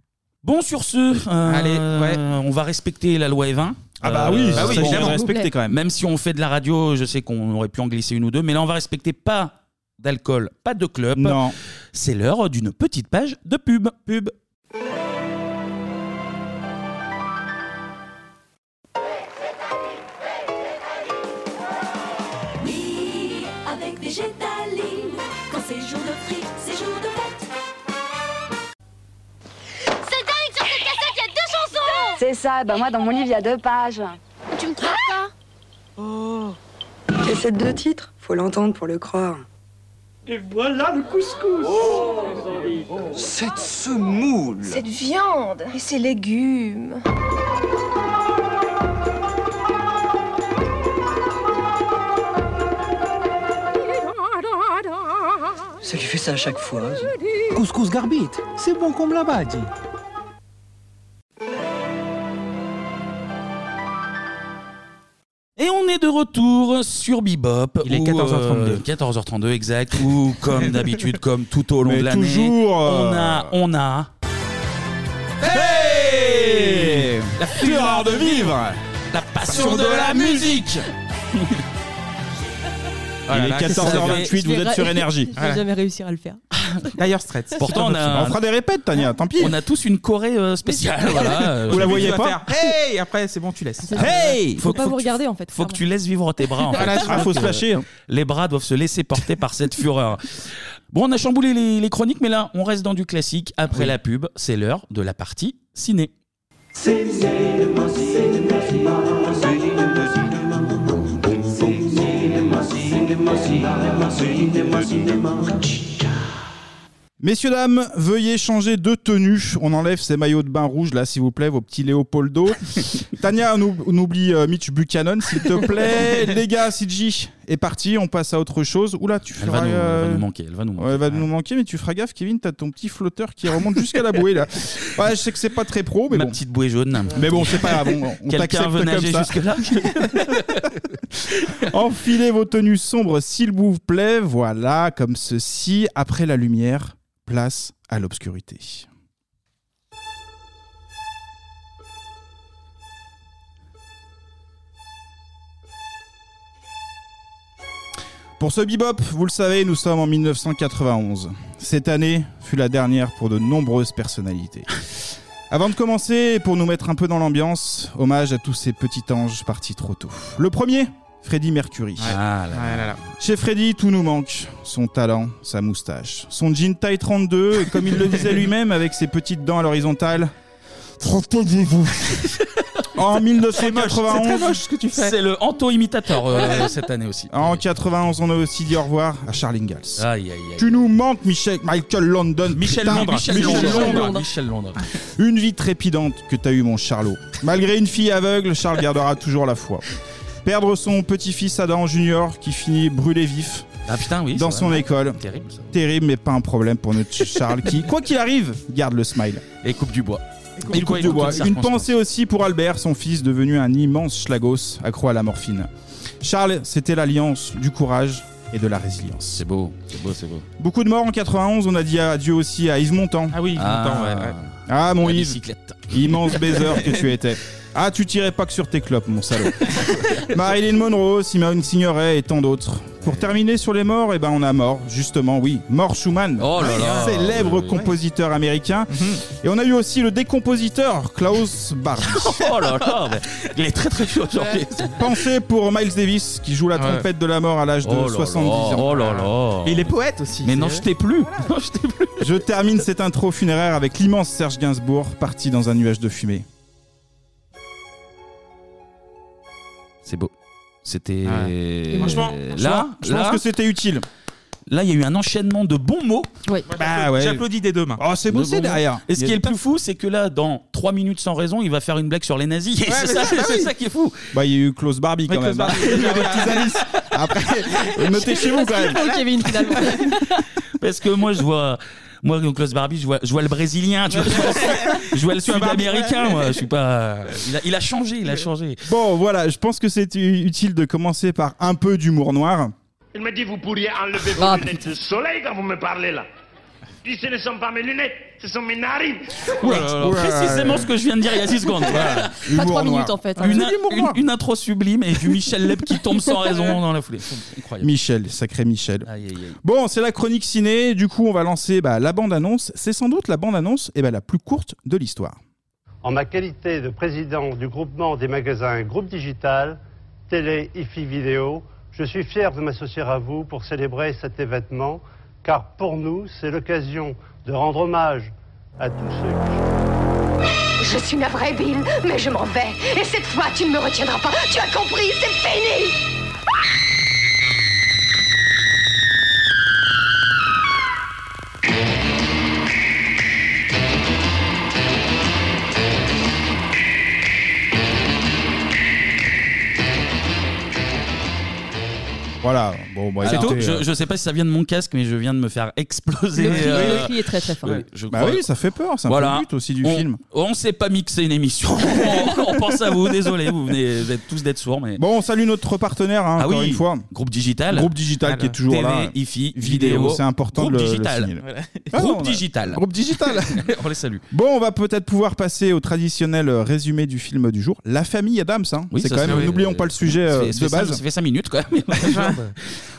[SPEAKER 1] Bon sur ce, euh, on va respecter la loi E20.
[SPEAKER 6] Ah bah oui, ça, il faut le respecter quand même.
[SPEAKER 1] Même si on fait de la radio, je sais qu'on aurait pu en glisser une ou deux, mais là on va respecter pas d'alcool, pas de club.
[SPEAKER 6] Non.
[SPEAKER 1] C'est l'heure d'une petite page de pub. Pub.
[SPEAKER 12] Oui, avec Végétaline, quand c'est jour de fric, c'est jour de fête.
[SPEAKER 14] C'est dingue, sur cette cassette, il y a deux chansons
[SPEAKER 18] C'est ça, ben moi dans mon livre il y a deux pages. Ah
[SPEAKER 14] Tu me crois pas
[SPEAKER 18] Oh. Cassette de titres, faut l'entendre pour le croire.
[SPEAKER 14] Et voilà le couscous
[SPEAKER 18] Oh. Cette semoule
[SPEAKER 14] Cette viande et ces légumes
[SPEAKER 18] Ça lui fait ça à chaque fois.
[SPEAKER 19] Couscous garbite, c'est bon comme la badie.
[SPEAKER 1] Et on est de retour sur Bebop.
[SPEAKER 9] Il est
[SPEAKER 1] où,
[SPEAKER 9] 14h32.
[SPEAKER 1] euh, 14h32 exact. Ou comme d'habitude, comme tout au long
[SPEAKER 6] Mais
[SPEAKER 1] de l'année,
[SPEAKER 6] toujours, euh,
[SPEAKER 1] on a, on a.
[SPEAKER 6] La fureur de vivre
[SPEAKER 1] La passion de la musique
[SPEAKER 6] Il est 14h28, vous êtes sur énergie.
[SPEAKER 7] Je vais jamais réussir à le faire.
[SPEAKER 9] D'ailleurs, Stretz.
[SPEAKER 6] Pourtant, Bah, on,
[SPEAKER 1] a-
[SPEAKER 6] fera des répètes, Tania, tant pis.
[SPEAKER 1] On a tous une Corée euh, spéciale. voilà, euh,
[SPEAKER 6] Vous la
[SPEAKER 1] je-
[SPEAKER 6] voyez
[SPEAKER 1] tu vas
[SPEAKER 6] pas
[SPEAKER 1] faire,
[SPEAKER 9] Hey Après, c'est bon, tu laisses.
[SPEAKER 1] Hey
[SPEAKER 7] Ah, Faut pas
[SPEAKER 1] que
[SPEAKER 7] vous
[SPEAKER 1] tu-
[SPEAKER 7] regarder, en fait.
[SPEAKER 1] Faut que tu laisses vivre tes bras. En fait.
[SPEAKER 6] Voilà, tu vois. Faut se
[SPEAKER 1] Euh,
[SPEAKER 6] lâcher, hein.
[SPEAKER 1] Les bras doivent se laisser porter par cette fureur. Bon, on a chamboulé les, les chroniques, mais là, on reste dans du classique. Après la pub, c'est l'heure de la partie ciné.
[SPEAKER 6] Messieurs, dames, veuillez changer de tenue. On enlève ces maillots de bain rouges, là, s'il vous plaît, vos petits Léopoldo. Tania, on oub- on oublie euh, Mitch Buchanan, s'il te plaît. Les gars, CG est parti, on passe à autre chose. Oula, tu
[SPEAKER 1] Elle va,
[SPEAKER 6] feras...
[SPEAKER 1] nous, elle va
[SPEAKER 6] euh,
[SPEAKER 1] nous manquer. Elle va nous manquer.
[SPEAKER 6] Ouais, elle va nous manquer, mais tu feras gaffe, Kevin, t'as ton petit flotteur qui remonte jusqu'à la bouée, là. Ouais, je sais que c'est pas très pro, mais
[SPEAKER 1] Ma
[SPEAKER 6] bon.
[SPEAKER 1] petite bouée jaune.
[SPEAKER 6] Mais bon, c'est pas grave, on- on
[SPEAKER 1] Quelqu'un
[SPEAKER 6] t'accepte
[SPEAKER 1] veut nager
[SPEAKER 6] comme ça.
[SPEAKER 1] jusque-là
[SPEAKER 6] Enfilez vos tenues sombres, s'il vous plaît. Voilà, comme ceci. Après la lumière, place à l'obscurité. Pour ce bebop, vous le savez, nous sommes en 1991. Cette année fut la dernière pour de nombreuses personnalités. Avant de commencer, pour nous mettre un peu dans l'ambiance, hommage à tous ces petits anges partis trop tôt. Le premier, Freddie Mercury.
[SPEAKER 9] Ah là là. Ah là là.
[SPEAKER 6] Chez Freddie, tout nous manque. Son talent, sa moustache, son jean taille 32, et comme il le disait lui-même, avec ses petites dents à l'horizontale. Protégez-vous. En
[SPEAKER 1] C'est très moche
[SPEAKER 6] 1991,
[SPEAKER 1] ce que tu fais. C'est le anto-imitateur
[SPEAKER 6] euh,
[SPEAKER 1] cette année aussi.
[SPEAKER 6] en 91, on a aussi dit au revoir à Charles Ingalls.
[SPEAKER 1] Aïe, aïe, aïe.
[SPEAKER 6] Tu nous manques, Michel, Michael London.
[SPEAKER 1] Michel
[SPEAKER 6] putain,
[SPEAKER 1] Londres. Michel Londres. Michel Londres.
[SPEAKER 6] Une vie trépidante que t'as eu, mon Charlot. Malgré une fille aveugle, Charles gardera toujours la foi. Perdre son petit-fils Adam Junior qui finit brûlé vif dans
[SPEAKER 1] Ah, c'est
[SPEAKER 6] son
[SPEAKER 1] vrai.
[SPEAKER 6] école.
[SPEAKER 1] Terrible, ça.
[SPEAKER 6] Terrible, mais pas un problème pour notre Charles qui, quoi qu'il arrive, garde le smile.
[SPEAKER 1] Et coupe du bois.
[SPEAKER 6] Il coupe du bois. Une
[SPEAKER 1] pensée
[SPEAKER 6] pensée aussi pour Albert, son fils devenu un immense schlagos accro à la morphine. Charles, c'était l'alliance du courage et de la résilience. C'est
[SPEAKER 1] beau, c'est beau, c'est beau.
[SPEAKER 6] Beaucoup de morts en 91, on a dit adieu aussi à Yves Montand. Ah oui,
[SPEAKER 1] Yves Ah. Montand, ouais, ouais.
[SPEAKER 6] Ah mon
[SPEAKER 1] La
[SPEAKER 6] Yves,
[SPEAKER 1] bicyclette.
[SPEAKER 6] immense baiser que tu étais. Ah, tu tirais pas que sur tes clopes, mon salaud. Marilyn Monroe, Simone Signoret et tant d'autres. Pour terminer sur les morts, eh ben on a mort, justement, oui, mort Schumann,
[SPEAKER 1] Oh là là. Mhm.
[SPEAKER 6] célèbre
[SPEAKER 1] Oui, oui.
[SPEAKER 6] compositeur américain. Et on a eu aussi le décompositeur Klaus Barbie.
[SPEAKER 1] Oh là là, mais il est très très chaud aujourd'hui.
[SPEAKER 6] Pensez pour Miles Davis qui joue la
[SPEAKER 1] Ouais.
[SPEAKER 6] trompette de la mort à l'âge de
[SPEAKER 1] Oh là
[SPEAKER 6] 70 ans.
[SPEAKER 1] là, oh là là. Et il est poète aussi, Mais c'est non, vrai. je t'ai plus.
[SPEAKER 6] Je termine cette intro funéraire avec l'immense Serge Gainsbourg parti dans un nuage de fumée.
[SPEAKER 1] C'est beau. C'était.
[SPEAKER 6] Ah. Et franchement, je
[SPEAKER 1] là,
[SPEAKER 6] pense- je pense que c'était utile.
[SPEAKER 1] Là, il y a eu un enchaînement de bons mots.
[SPEAKER 6] Bah ouais.
[SPEAKER 9] J'applaudis des deux mains.
[SPEAKER 6] Oh, c'est
[SPEAKER 1] De
[SPEAKER 6] bossé
[SPEAKER 1] bons
[SPEAKER 6] derrière.
[SPEAKER 1] mots. Et ce
[SPEAKER 6] Il y
[SPEAKER 1] qui
[SPEAKER 6] a-
[SPEAKER 1] est le plus fou, c'est que là, dans 3 minutes sans raison, il va faire une blague sur les nazis. Et
[SPEAKER 6] Ouais,
[SPEAKER 1] c'est
[SPEAKER 6] mais
[SPEAKER 1] ça,
[SPEAKER 6] c'est- bah
[SPEAKER 1] c'est
[SPEAKER 6] oui.
[SPEAKER 1] ça qui est fou.
[SPEAKER 6] Bah, il y a eu Klaus Barbie quand même. hein. Il y a eu des petits indices. Après, notez chez vous quand même.
[SPEAKER 7] Kevin, finalement.
[SPEAKER 1] Parce que moi, je vois. Moi, donc, Klaus Barbie, je vois, je vois le brésilien, tu vois. je vois le
[SPEAKER 6] Tu vois Barbie,
[SPEAKER 1] sud-américain,
[SPEAKER 6] ouais.
[SPEAKER 1] moi. Je suis pas. Il a, il a changé, il a changé.
[SPEAKER 6] Bon, voilà, je pense que c'est u- utile de commencer par un peu d'humour noir.
[SPEAKER 2] Il m'a dit, vous pourriez enlever vos lunettes de soleil quand vous me parlez là. Je dis, ce ne sont pas mes lunettes, ce sont mes narines.
[SPEAKER 1] Oula, Précisément ce que je viens de dire il y a 10 secondes. Voilà.
[SPEAKER 2] Humour trois noir. minutes, en fait, hein.
[SPEAKER 1] Une,
[SPEAKER 2] C'est l'humour
[SPEAKER 1] une-
[SPEAKER 2] noir.
[SPEAKER 1] une intro sublime et du Michel Leb qui tombe sans raison dans la foulée. Incroyable.
[SPEAKER 6] Michel, sacré Michel.
[SPEAKER 1] Aïe, aïe, aïe.
[SPEAKER 6] Bon, c'est la chronique ciné. Du coup, on va lancer bah, la bande-annonce. C'est sans doute la bande-annonce eh ben, la plus courte de l'histoire.
[SPEAKER 5] En ma qualité de président du groupement des magasins Groupe Digital, Télé, IFI Vidéo, je suis fier de m'associer à vous pour célébrer cet événement, car pour nous, c'est l'occasion de rendre hommage à tous ceux
[SPEAKER 14] Je suis navrée, Bill, mais je m'en vais. Et cette fois, tu ne me retiendras pas. Tu as compris, c'est fini
[SPEAKER 6] Voilà. Bon, bah,
[SPEAKER 1] Alors,
[SPEAKER 6] écoutez,
[SPEAKER 1] je,
[SPEAKER 6] euh,
[SPEAKER 1] je sais pas si ça vient de mon casque, mais je viens de me faire exploser.
[SPEAKER 7] Le cri-
[SPEAKER 1] euh,
[SPEAKER 7] le cri est très, très fort.
[SPEAKER 1] oui, je
[SPEAKER 6] Bah
[SPEAKER 1] crois-
[SPEAKER 6] oui, ça fait peur, c'est un peu le but aussi du
[SPEAKER 1] on,
[SPEAKER 6] film.
[SPEAKER 1] On s'est pas mixé une émission. on, on pense à vous, désolé, vous venez vous êtes tous d'être sourds, mais.
[SPEAKER 6] Bon, on salue notre partenaire, hein,
[SPEAKER 1] Ah
[SPEAKER 6] encore
[SPEAKER 1] oui,
[SPEAKER 6] une fois.
[SPEAKER 1] Groupe Digital.
[SPEAKER 6] Groupe Digital qui est toujours
[SPEAKER 1] TV,
[SPEAKER 6] là.
[SPEAKER 1] IFI, vidéo.
[SPEAKER 6] C'est important
[SPEAKER 1] Groupe
[SPEAKER 6] de le, le
[SPEAKER 1] Digital.
[SPEAKER 6] signaler.
[SPEAKER 1] Voilà.
[SPEAKER 6] Ah,
[SPEAKER 1] Groupe
[SPEAKER 6] on a-
[SPEAKER 1] Digital.
[SPEAKER 6] Groupe Digital.
[SPEAKER 1] on les salue.
[SPEAKER 6] Bon, on va peut-être pouvoir passer au traditionnel euh, résumé du film du jour, La famille Adams. hein.
[SPEAKER 1] Oui,
[SPEAKER 6] c'est
[SPEAKER 1] ça,
[SPEAKER 6] quand même,
[SPEAKER 1] oui.
[SPEAKER 6] n'oublions pas le sujet
[SPEAKER 1] Ça
[SPEAKER 6] euh,
[SPEAKER 1] fait- ça
[SPEAKER 6] de
[SPEAKER 1] fait cinq-
[SPEAKER 6] base.
[SPEAKER 1] Ça fait 5 minutes quand même.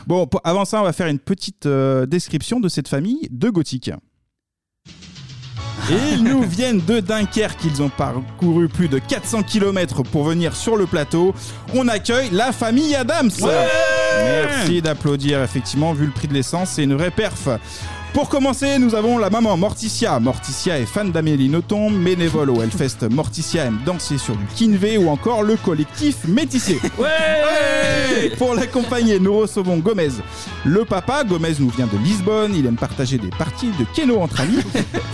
[SPEAKER 6] Bon, pour- avant ça, on va faire une petite euh, description de cette famille de gothique. Et ils nous viennent de Dunkerque, ils ont parcouru plus de 400 km pour venir sur le plateau. On accueille la famille Adams. Merci d'applaudir, effectivement, vu le prix de l'essence, c'est une vraie perf. Pour commencer, nous avons la maman Morticia. Morticia est fan d'Amélie Nothomb, bénévole au Hellfest. Morticia aime danser sur du kinvé ou encore le collectif métissé.
[SPEAKER 1] Ouais
[SPEAKER 6] Pour l'accompagner, nous recevons Gomez. Le papa, Gomez nous vient de Lisbonne, il aime partager des parties de keno entre amis.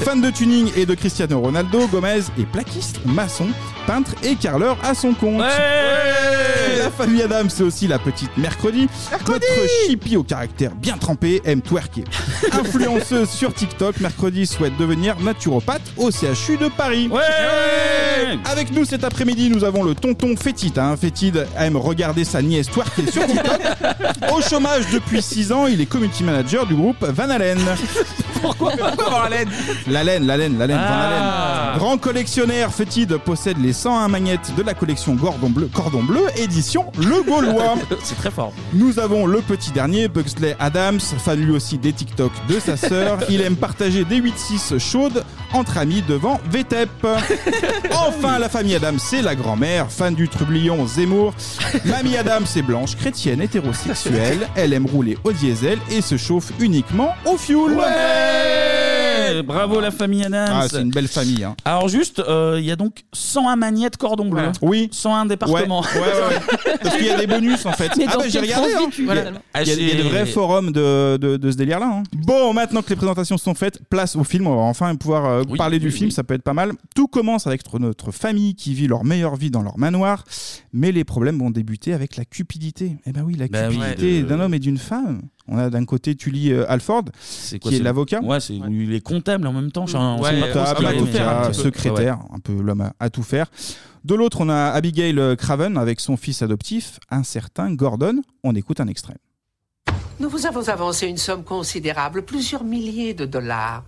[SPEAKER 6] Fan de tuning et de Cristiano Ronaldo, Gomez est plaquiste, maçon, peintre et carleur à son compte. La famille Adam, c'est aussi la petite mercredi. Notre chippie au caractère bien trempé aime twerker. Influenceuse sur TikTok, mercredi souhaite devenir naturopathe au CHU de Paris. Avec nous cet après-midi, nous avons le tonton Fétide. Hein. Fétide aime regarder sa nièce twerker sur TikTok. Au chômage depuis 6 ans, il est community
[SPEAKER 1] Ah.
[SPEAKER 9] Ah.
[SPEAKER 6] manager du groupe Van Halen. Pourquoi Van Halen La laine, la laine, la laine, Van Halen. Grand collectionneur, Fétide possède les 101 magnettes de la collection Gordon Bleu, Cordon Bleu, édition Le Gaulois.
[SPEAKER 1] C'est très fort.
[SPEAKER 6] Nous avons le petit dernier, Bugsley Adams, fan lui aussi des TikTok de sa sœur. Il aime partager des 8-6 chaudes entre amis devant VTEP. Enfin, la famille Adams, c'est la grand-mère, fan du trublion Zemmour. Mamie Adams est blanche, chrétienne, hétérosexuelle. Elle aime rouler au diesel et se chauffe uniquement au fioul.
[SPEAKER 1] Eh, Bravo la famille Adams.
[SPEAKER 6] Ah, c'est une belle famille. hein.
[SPEAKER 1] Alors juste, euh, il y a donc 101 magnettes cordon bleu.
[SPEAKER 6] Oui.
[SPEAKER 1] 101 départements.
[SPEAKER 6] Ouais, ouais, ouais. Parce qu'il y a des bonus en fait.
[SPEAKER 1] Mais
[SPEAKER 6] ah
[SPEAKER 1] dans
[SPEAKER 6] bah j'ai
[SPEAKER 1] quel
[SPEAKER 6] regardé.
[SPEAKER 1] sens
[SPEAKER 6] hein.
[SPEAKER 1] vis-tu,
[SPEAKER 6] Voilà.
[SPEAKER 1] finalement
[SPEAKER 6] Il y a- il y, a de vrais forums de, de- de ce délire là. Bon, maintenant que les présentations sont faites, place au film. On va enfin pouvoir euh, parler du film, ça peut être pas mal. Tout commence avec notre famille qui vit leur meilleure vie dans leur manoir, mais les problèmes vont débuter avec la cupidité. Eh ben oui, la
[SPEAKER 1] Ben ouais,
[SPEAKER 6] cupidité
[SPEAKER 1] de-
[SPEAKER 6] d'un homme et d'une femme. On a d'un côté Tully euh, Alford,
[SPEAKER 1] quoi,
[SPEAKER 6] qui est
[SPEAKER 1] c'est-
[SPEAKER 6] l'avocat.
[SPEAKER 1] Ouais, c'est il est comptable en même temps. je- on sait pas trop ce
[SPEAKER 6] Comptable,
[SPEAKER 1] qu'il est, mais-
[SPEAKER 6] avocat,
[SPEAKER 1] Ouais.
[SPEAKER 6] secrétaire,
[SPEAKER 1] Ouais.
[SPEAKER 6] un peu l'homme à, à tout faire. De l'autre, on a Abigail euh, Craven avec son fils adoptif, un certain Gordon. On écoute un extrait.
[SPEAKER 21] Nous vous avons avancé une somme considérable, plusieurs milliers de dollars.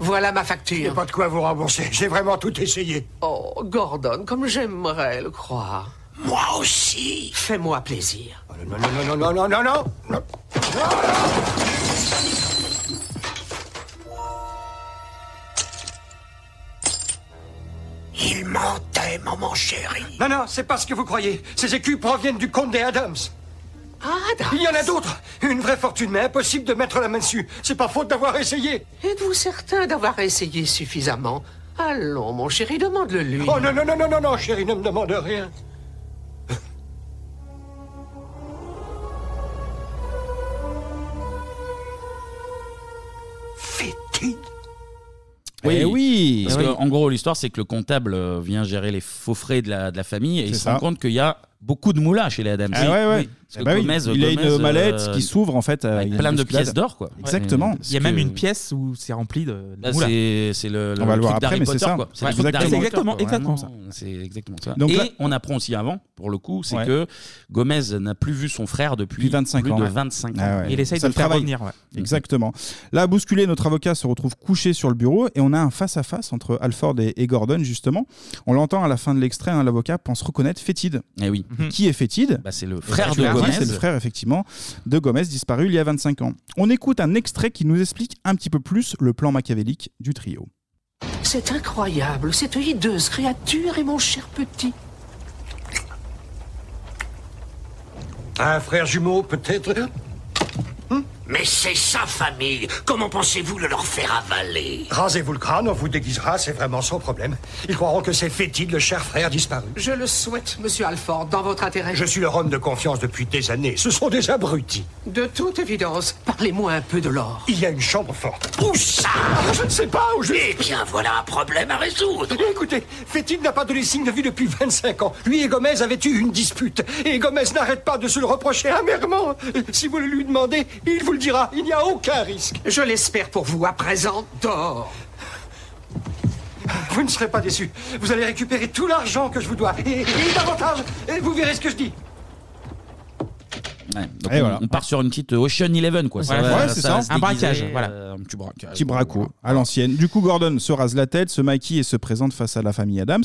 [SPEAKER 21] Voilà ma facture. Il n'y a pas de quoi vous rembourser. J'ai vraiment tout essayé. Oh, Gordon, comme j'aimerais le croire. Moi aussi. Oh, Fais-moi plaisir.
[SPEAKER 15] Non, non, non, non, non, non, non
[SPEAKER 21] Il mentait, maman chérie.
[SPEAKER 15] Non, non, c'est pas ce que vous croyez. Ces écus proviennent du compte des Adams.
[SPEAKER 21] Adam,
[SPEAKER 15] Il y en a d'autres. Une vraie fortune, mais impossible de mettre la main dessus. C'est pas faute d'avoir essayé.
[SPEAKER 21] êtes-vous certain d'avoir essayé suffisamment Allons, mon chéri, demande-le lui.
[SPEAKER 15] Oh non, non, non, non, non, non, chérie, ne me demande rien.
[SPEAKER 1] Oui,
[SPEAKER 6] Eh oui.
[SPEAKER 1] Parce
[SPEAKER 6] Eh
[SPEAKER 1] que,
[SPEAKER 6] oui.
[SPEAKER 1] en gros, l'histoire, c'est que le comptable euh, vient gérer les faux frais de la, de la famille et il
[SPEAKER 6] C'est
[SPEAKER 1] se
[SPEAKER 6] ça.
[SPEAKER 1] rend compte qu'il y a beaucoup de moulins chez les Adams.
[SPEAKER 6] Ah ouais, ouais.
[SPEAKER 1] Parce que
[SPEAKER 6] Bah oui,
[SPEAKER 1] Gomez,
[SPEAKER 6] il a
[SPEAKER 1] Gomez,
[SPEAKER 6] une
[SPEAKER 1] euh,
[SPEAKER 6] mallette qui s'ouvre en fait. euh, il y a
[SPEAKER 1] plein
[SPEAKER 6] une
[SPEAKER 1] de
[SPEAKER 6] bousculade.
[SPEAKER 1] pièces d'or, quoi.
[SPEAKER 6] Exactement.
[SPEAKER 9] Il y a même une pièce où c'est rempli de.
[SPEAKER 1] Là,
[SPEAKER 9] Oula.
[SPEAKER 1] c'est c'est le, le
[SPEAKER 6] On va le voir
[SPEAKER 1] truc
[SPEAKER 6] après,
[SPEAKER 1] d'Harry
[SPEAKER 6] mais c'est
[SPEAKER 1] Potter,
[SPEAKER 6] ça.
[SPEAKER 1] quoi. C'est
[SPEAKER 9] Ouais,
[SPEAKER 1] le truc d'Harry
[SPEAKER 9] exactement.
[SPEAKER 1] Potter,
[SPEAKER 9] Exactement,
[SPEAKER 1] quoi.
[SPEAKER 9] exactement
[SPEAKER 1] Vraiment, C'est exactement ça.
[SPEAKER 6] Donc
[SPEAKER 1] et
[SPEAKER 6] là-
[SPEAKER 1] on apprend aussi avant, pour le coup, c'est
[SPEAKER 6] Ouais.
[SPEAKER 1] que Gomez n'a plus vu son frère depuis
[SPEAKER 6] 25
[SPEAKER 1] plus
[SPEAKER 6] ans,
[SPEAKER 1] de
[SPEAKER 6] ouais.
[SPEAKER 1] 25 ans.
[SPEAKER 6] Ah ouais. Ça travaille. Mhm. Exactement. Là, bousculé, notre avocat se retrouve couché sur le bureau et on a un face-à-face entre Alford et, et Gordon, justement. On l'entend à la fin de l'extrait, hein, l'avocat pense reconnaître Fétide. Mhm.
[SPEAKER 1] Eh oui.
[SPEAKER 6] Qui est Fétide Eh ben,
[SPEAKER 1] Bah, c'est le frère
[SPEAKER 6] tu
[SPEAKER 1] de
[SPEAKER 6] l'as dit,
[SPEAKER 1] Gomez.
[SPEAKER 6] C'est le frère, effectivement, de Gomez, disparu il y a 25 ans. On écoute un extrait qui nous explique un petit peu plus le plan machiavélique du trio.
[SPEAKER 21] C'est incroyable, cette hideuse créature est mon cher petit.
[SPEAKER 15] Un frère jumeau, peut-être
[SPEAKER 12] Mais c'est sa famille. Comment pensez-vous le leur faire avaler
[SPEAKER 15] Rasez-vous le crâne, on vous déguisera, c'est vraiment son problème. Ils croiront que c'est Fétide, le cher frère disparu.
[SPEAKER 21] Je le souhaite, monsieur Alford, dans votre intérêt.
[SPEAKER 15] Je suis leur homme de confiance depuis des années. Ce sont des abrutis.
[SPEAKER 21] De toute évidence, parlez-moi un peu de l'or.
[SPEAKER 15] Il y a une chambre forte. Ah,
[SPEAKER 21] Où ça
[SPEAKER 15] Je ne sais pas où je...
[SPEAKER 12] Eh bien, voilà un problème à résoudre.
[SPEAKER 15] Eh, Écoutez, Fétide n'a pas donné signe de vie depuis 25 ans. Lui et Gomez avaient eu une dispute. Et Gomez n'arrête pas de se le reprocher amèrement. Si vous le lui demandez, il vous le dira. Il n'y a aucun risque.
[SPEAKER 21] Je l'espère pour vous à présent d'or.
[SPEAKER 15] Vous ne serez pas déçus. Vous allez récupérer tout l'argent que je vous dois. Et, et davantage, Et vous verrez ce que je dis.
[SPEAKER 1] Ouais, donc
[SPEAKER 6] Et
[SPEAKER 1] on,
[SPEAKER 6] voilà.
[SPEAKER 1] on part sur une petite Ocean Eleven, quoi.
[SPEAKER 6] Ouais,
[SPEAKER 1] va-
[SPEAKER 6] ouais, c'est ça.
[SPEAKER 1] va se
[SPEAKER 6] Un
[SPEAKER 1] déguiser,
[SPEAKER 6] braquage,
[SPEAKER 1] euh,
[SPEAKER 6] voilà.
[SPEAKER 1] Un petit braquage.
[SPEAKER 6] Petit braco à l'ancienne. Du coup, Gordon se rase la tête, se maquille et se présente face à la famille Adams.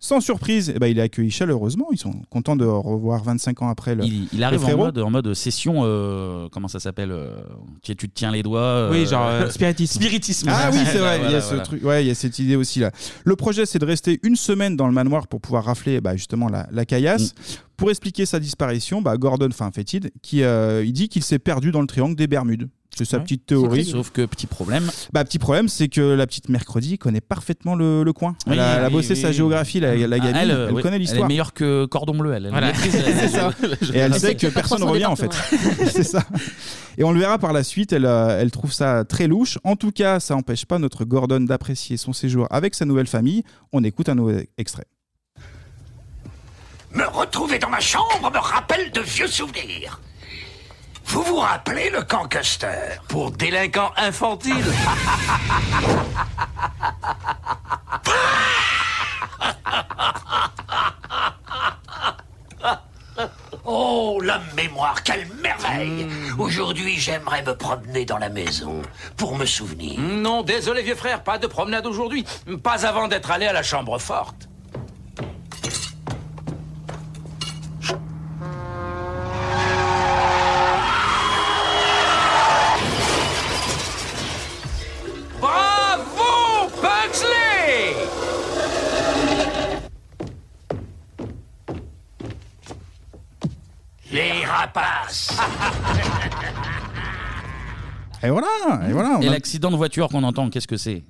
[SPEAKER 6] Sans surprise, eh ben, il est accueilli chaleureusement. Ils sont contents de revoir 25 ans après le.
[SPEAKER 1] Il, il
[SPEAKER 6] le
[SPEAKER 1] arrive en
[SPEAKER 6] frérot.
[SPEAKER 1] mode, en mode session, euh, comment ça s'appelle euh, Tu tu te tiens les doigts. euh,
[SPEAKER 9] Oui, genre, euh, spiritisme.
[SPEAKER 1] Spiritisme.
[SPEAKER 6] Ah oui, c'est vrai,
[SPEAKER 1] Voilà,
[SPEAKER 6] il y a ce
[SPEAKER 1] voilà.
[SPEAKER 6] truc, ouais, il y a cette idée aussi là. Le projet, c'est de rester une semaine dans le manoir pour pouvoir rafler bah, justement la, la caillasse.
[SPEAKER 1] Mm.
[SPEAKER 6] Pour expliquer sa disparition, bah, Gordon, enfin Fétide, qui euh, il dit qu'il s'est perdu dans le triangle des Bermudes. C'est sa petite théorie.
[SPEAKER 1] Sauf que petit problème.
[SPEAKER 6] Bah, petit problème, c'est que la petite mercredi connaît parfaitement le, le coin. elle a,
[SPEAKER 1] Oui,
[SPEAKER 6] elle a
[SPEAKER 1] oui,
[SPEAKER 6] bossé
[SPEAKER 1] oui,
[SPEAKER 6] sa
[SPEAKER 1] oui.
[SPEAKER 6] géographie, la, la gamine,
[SPEAKER 1] Ah,
[SPEAKER 6] elle,
[SPEAKER 1] euh, oui,
[SPEAKER 6] connaît
[SPEAKER 1] Elle
[SPEAKER 6] l'histoire.
[SPEAKER 1] est meilleure que Cordon Bleu, elle. elle maîtrise la-
[SPEAKER 6] C'est ça.
[SPEAKER 1] la- la-
[SPEAKER 6] Et elle
[SPEAKER 1] la-
[SPEAKER 6] sait que personne ne revient en fait. C'est ça. Et on le verra par la suite, elle, euh, elle trouve ça très louche. En tout cas, ça n'empêche pas notre Gordon d'apprécier son séjour avec sa nouvelle famille. On écoute un nouvel extrait.
[SPEAKER 12] Me retrouver dans ma chambre me rappelle de vieux souvenirs. Vous vous rappelez le camp Custer Pour délinquants infantiles
[SPEAKER 21] Oh, la
[SPEAKER 15] homme mémoire, quelle merveille
[SPEAKER 13] Hmm.
[SPEAKER 15] Aujourd'hui, j'aimerais me promener dans la maison pour me souvenir.
[SPEAKER 13] Non, désolé vieux frère, pas de promenade aujourd'hui. Pas avant d'être allé à la chambre forte. Bravo, Pugsley
[SPEAKER 15] Les rapaces
[SPEAKER 6] Et voilà, Ah, et voilà. on
[SPEAKER 1] Et
[SPEAKER 6] a-
[SPEAKER 1] l'accident de voiture qu'on entend, qu'est-ce que c'est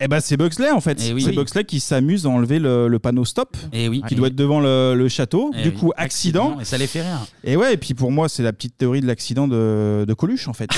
[SPEAKER 6] Eh ben c'est Bugsley en fait.
[SPEAKER 1] Eh oui.
[SPEAKER 6] c'est
[SPEAKER 1] Oui.
[SPEAKER 6] Bugsley qui s'amuse à enlever le, le panneau stop,
[SPEAKER 1] Eh oui.
[SPEAKER 6] qui doit être devant le, le château.
[SPEAKER 1] Eh
[SPEAKER 6] du
[SPEAKER 1] oui.
[SPEAKER 6] coup accident.
[SPEAKER 1] Et ça les fait rire.
[SPEAKER 6] Et ouais, et puis pour moi c'est la petite théorie de l'accident de, de Coluche en fait.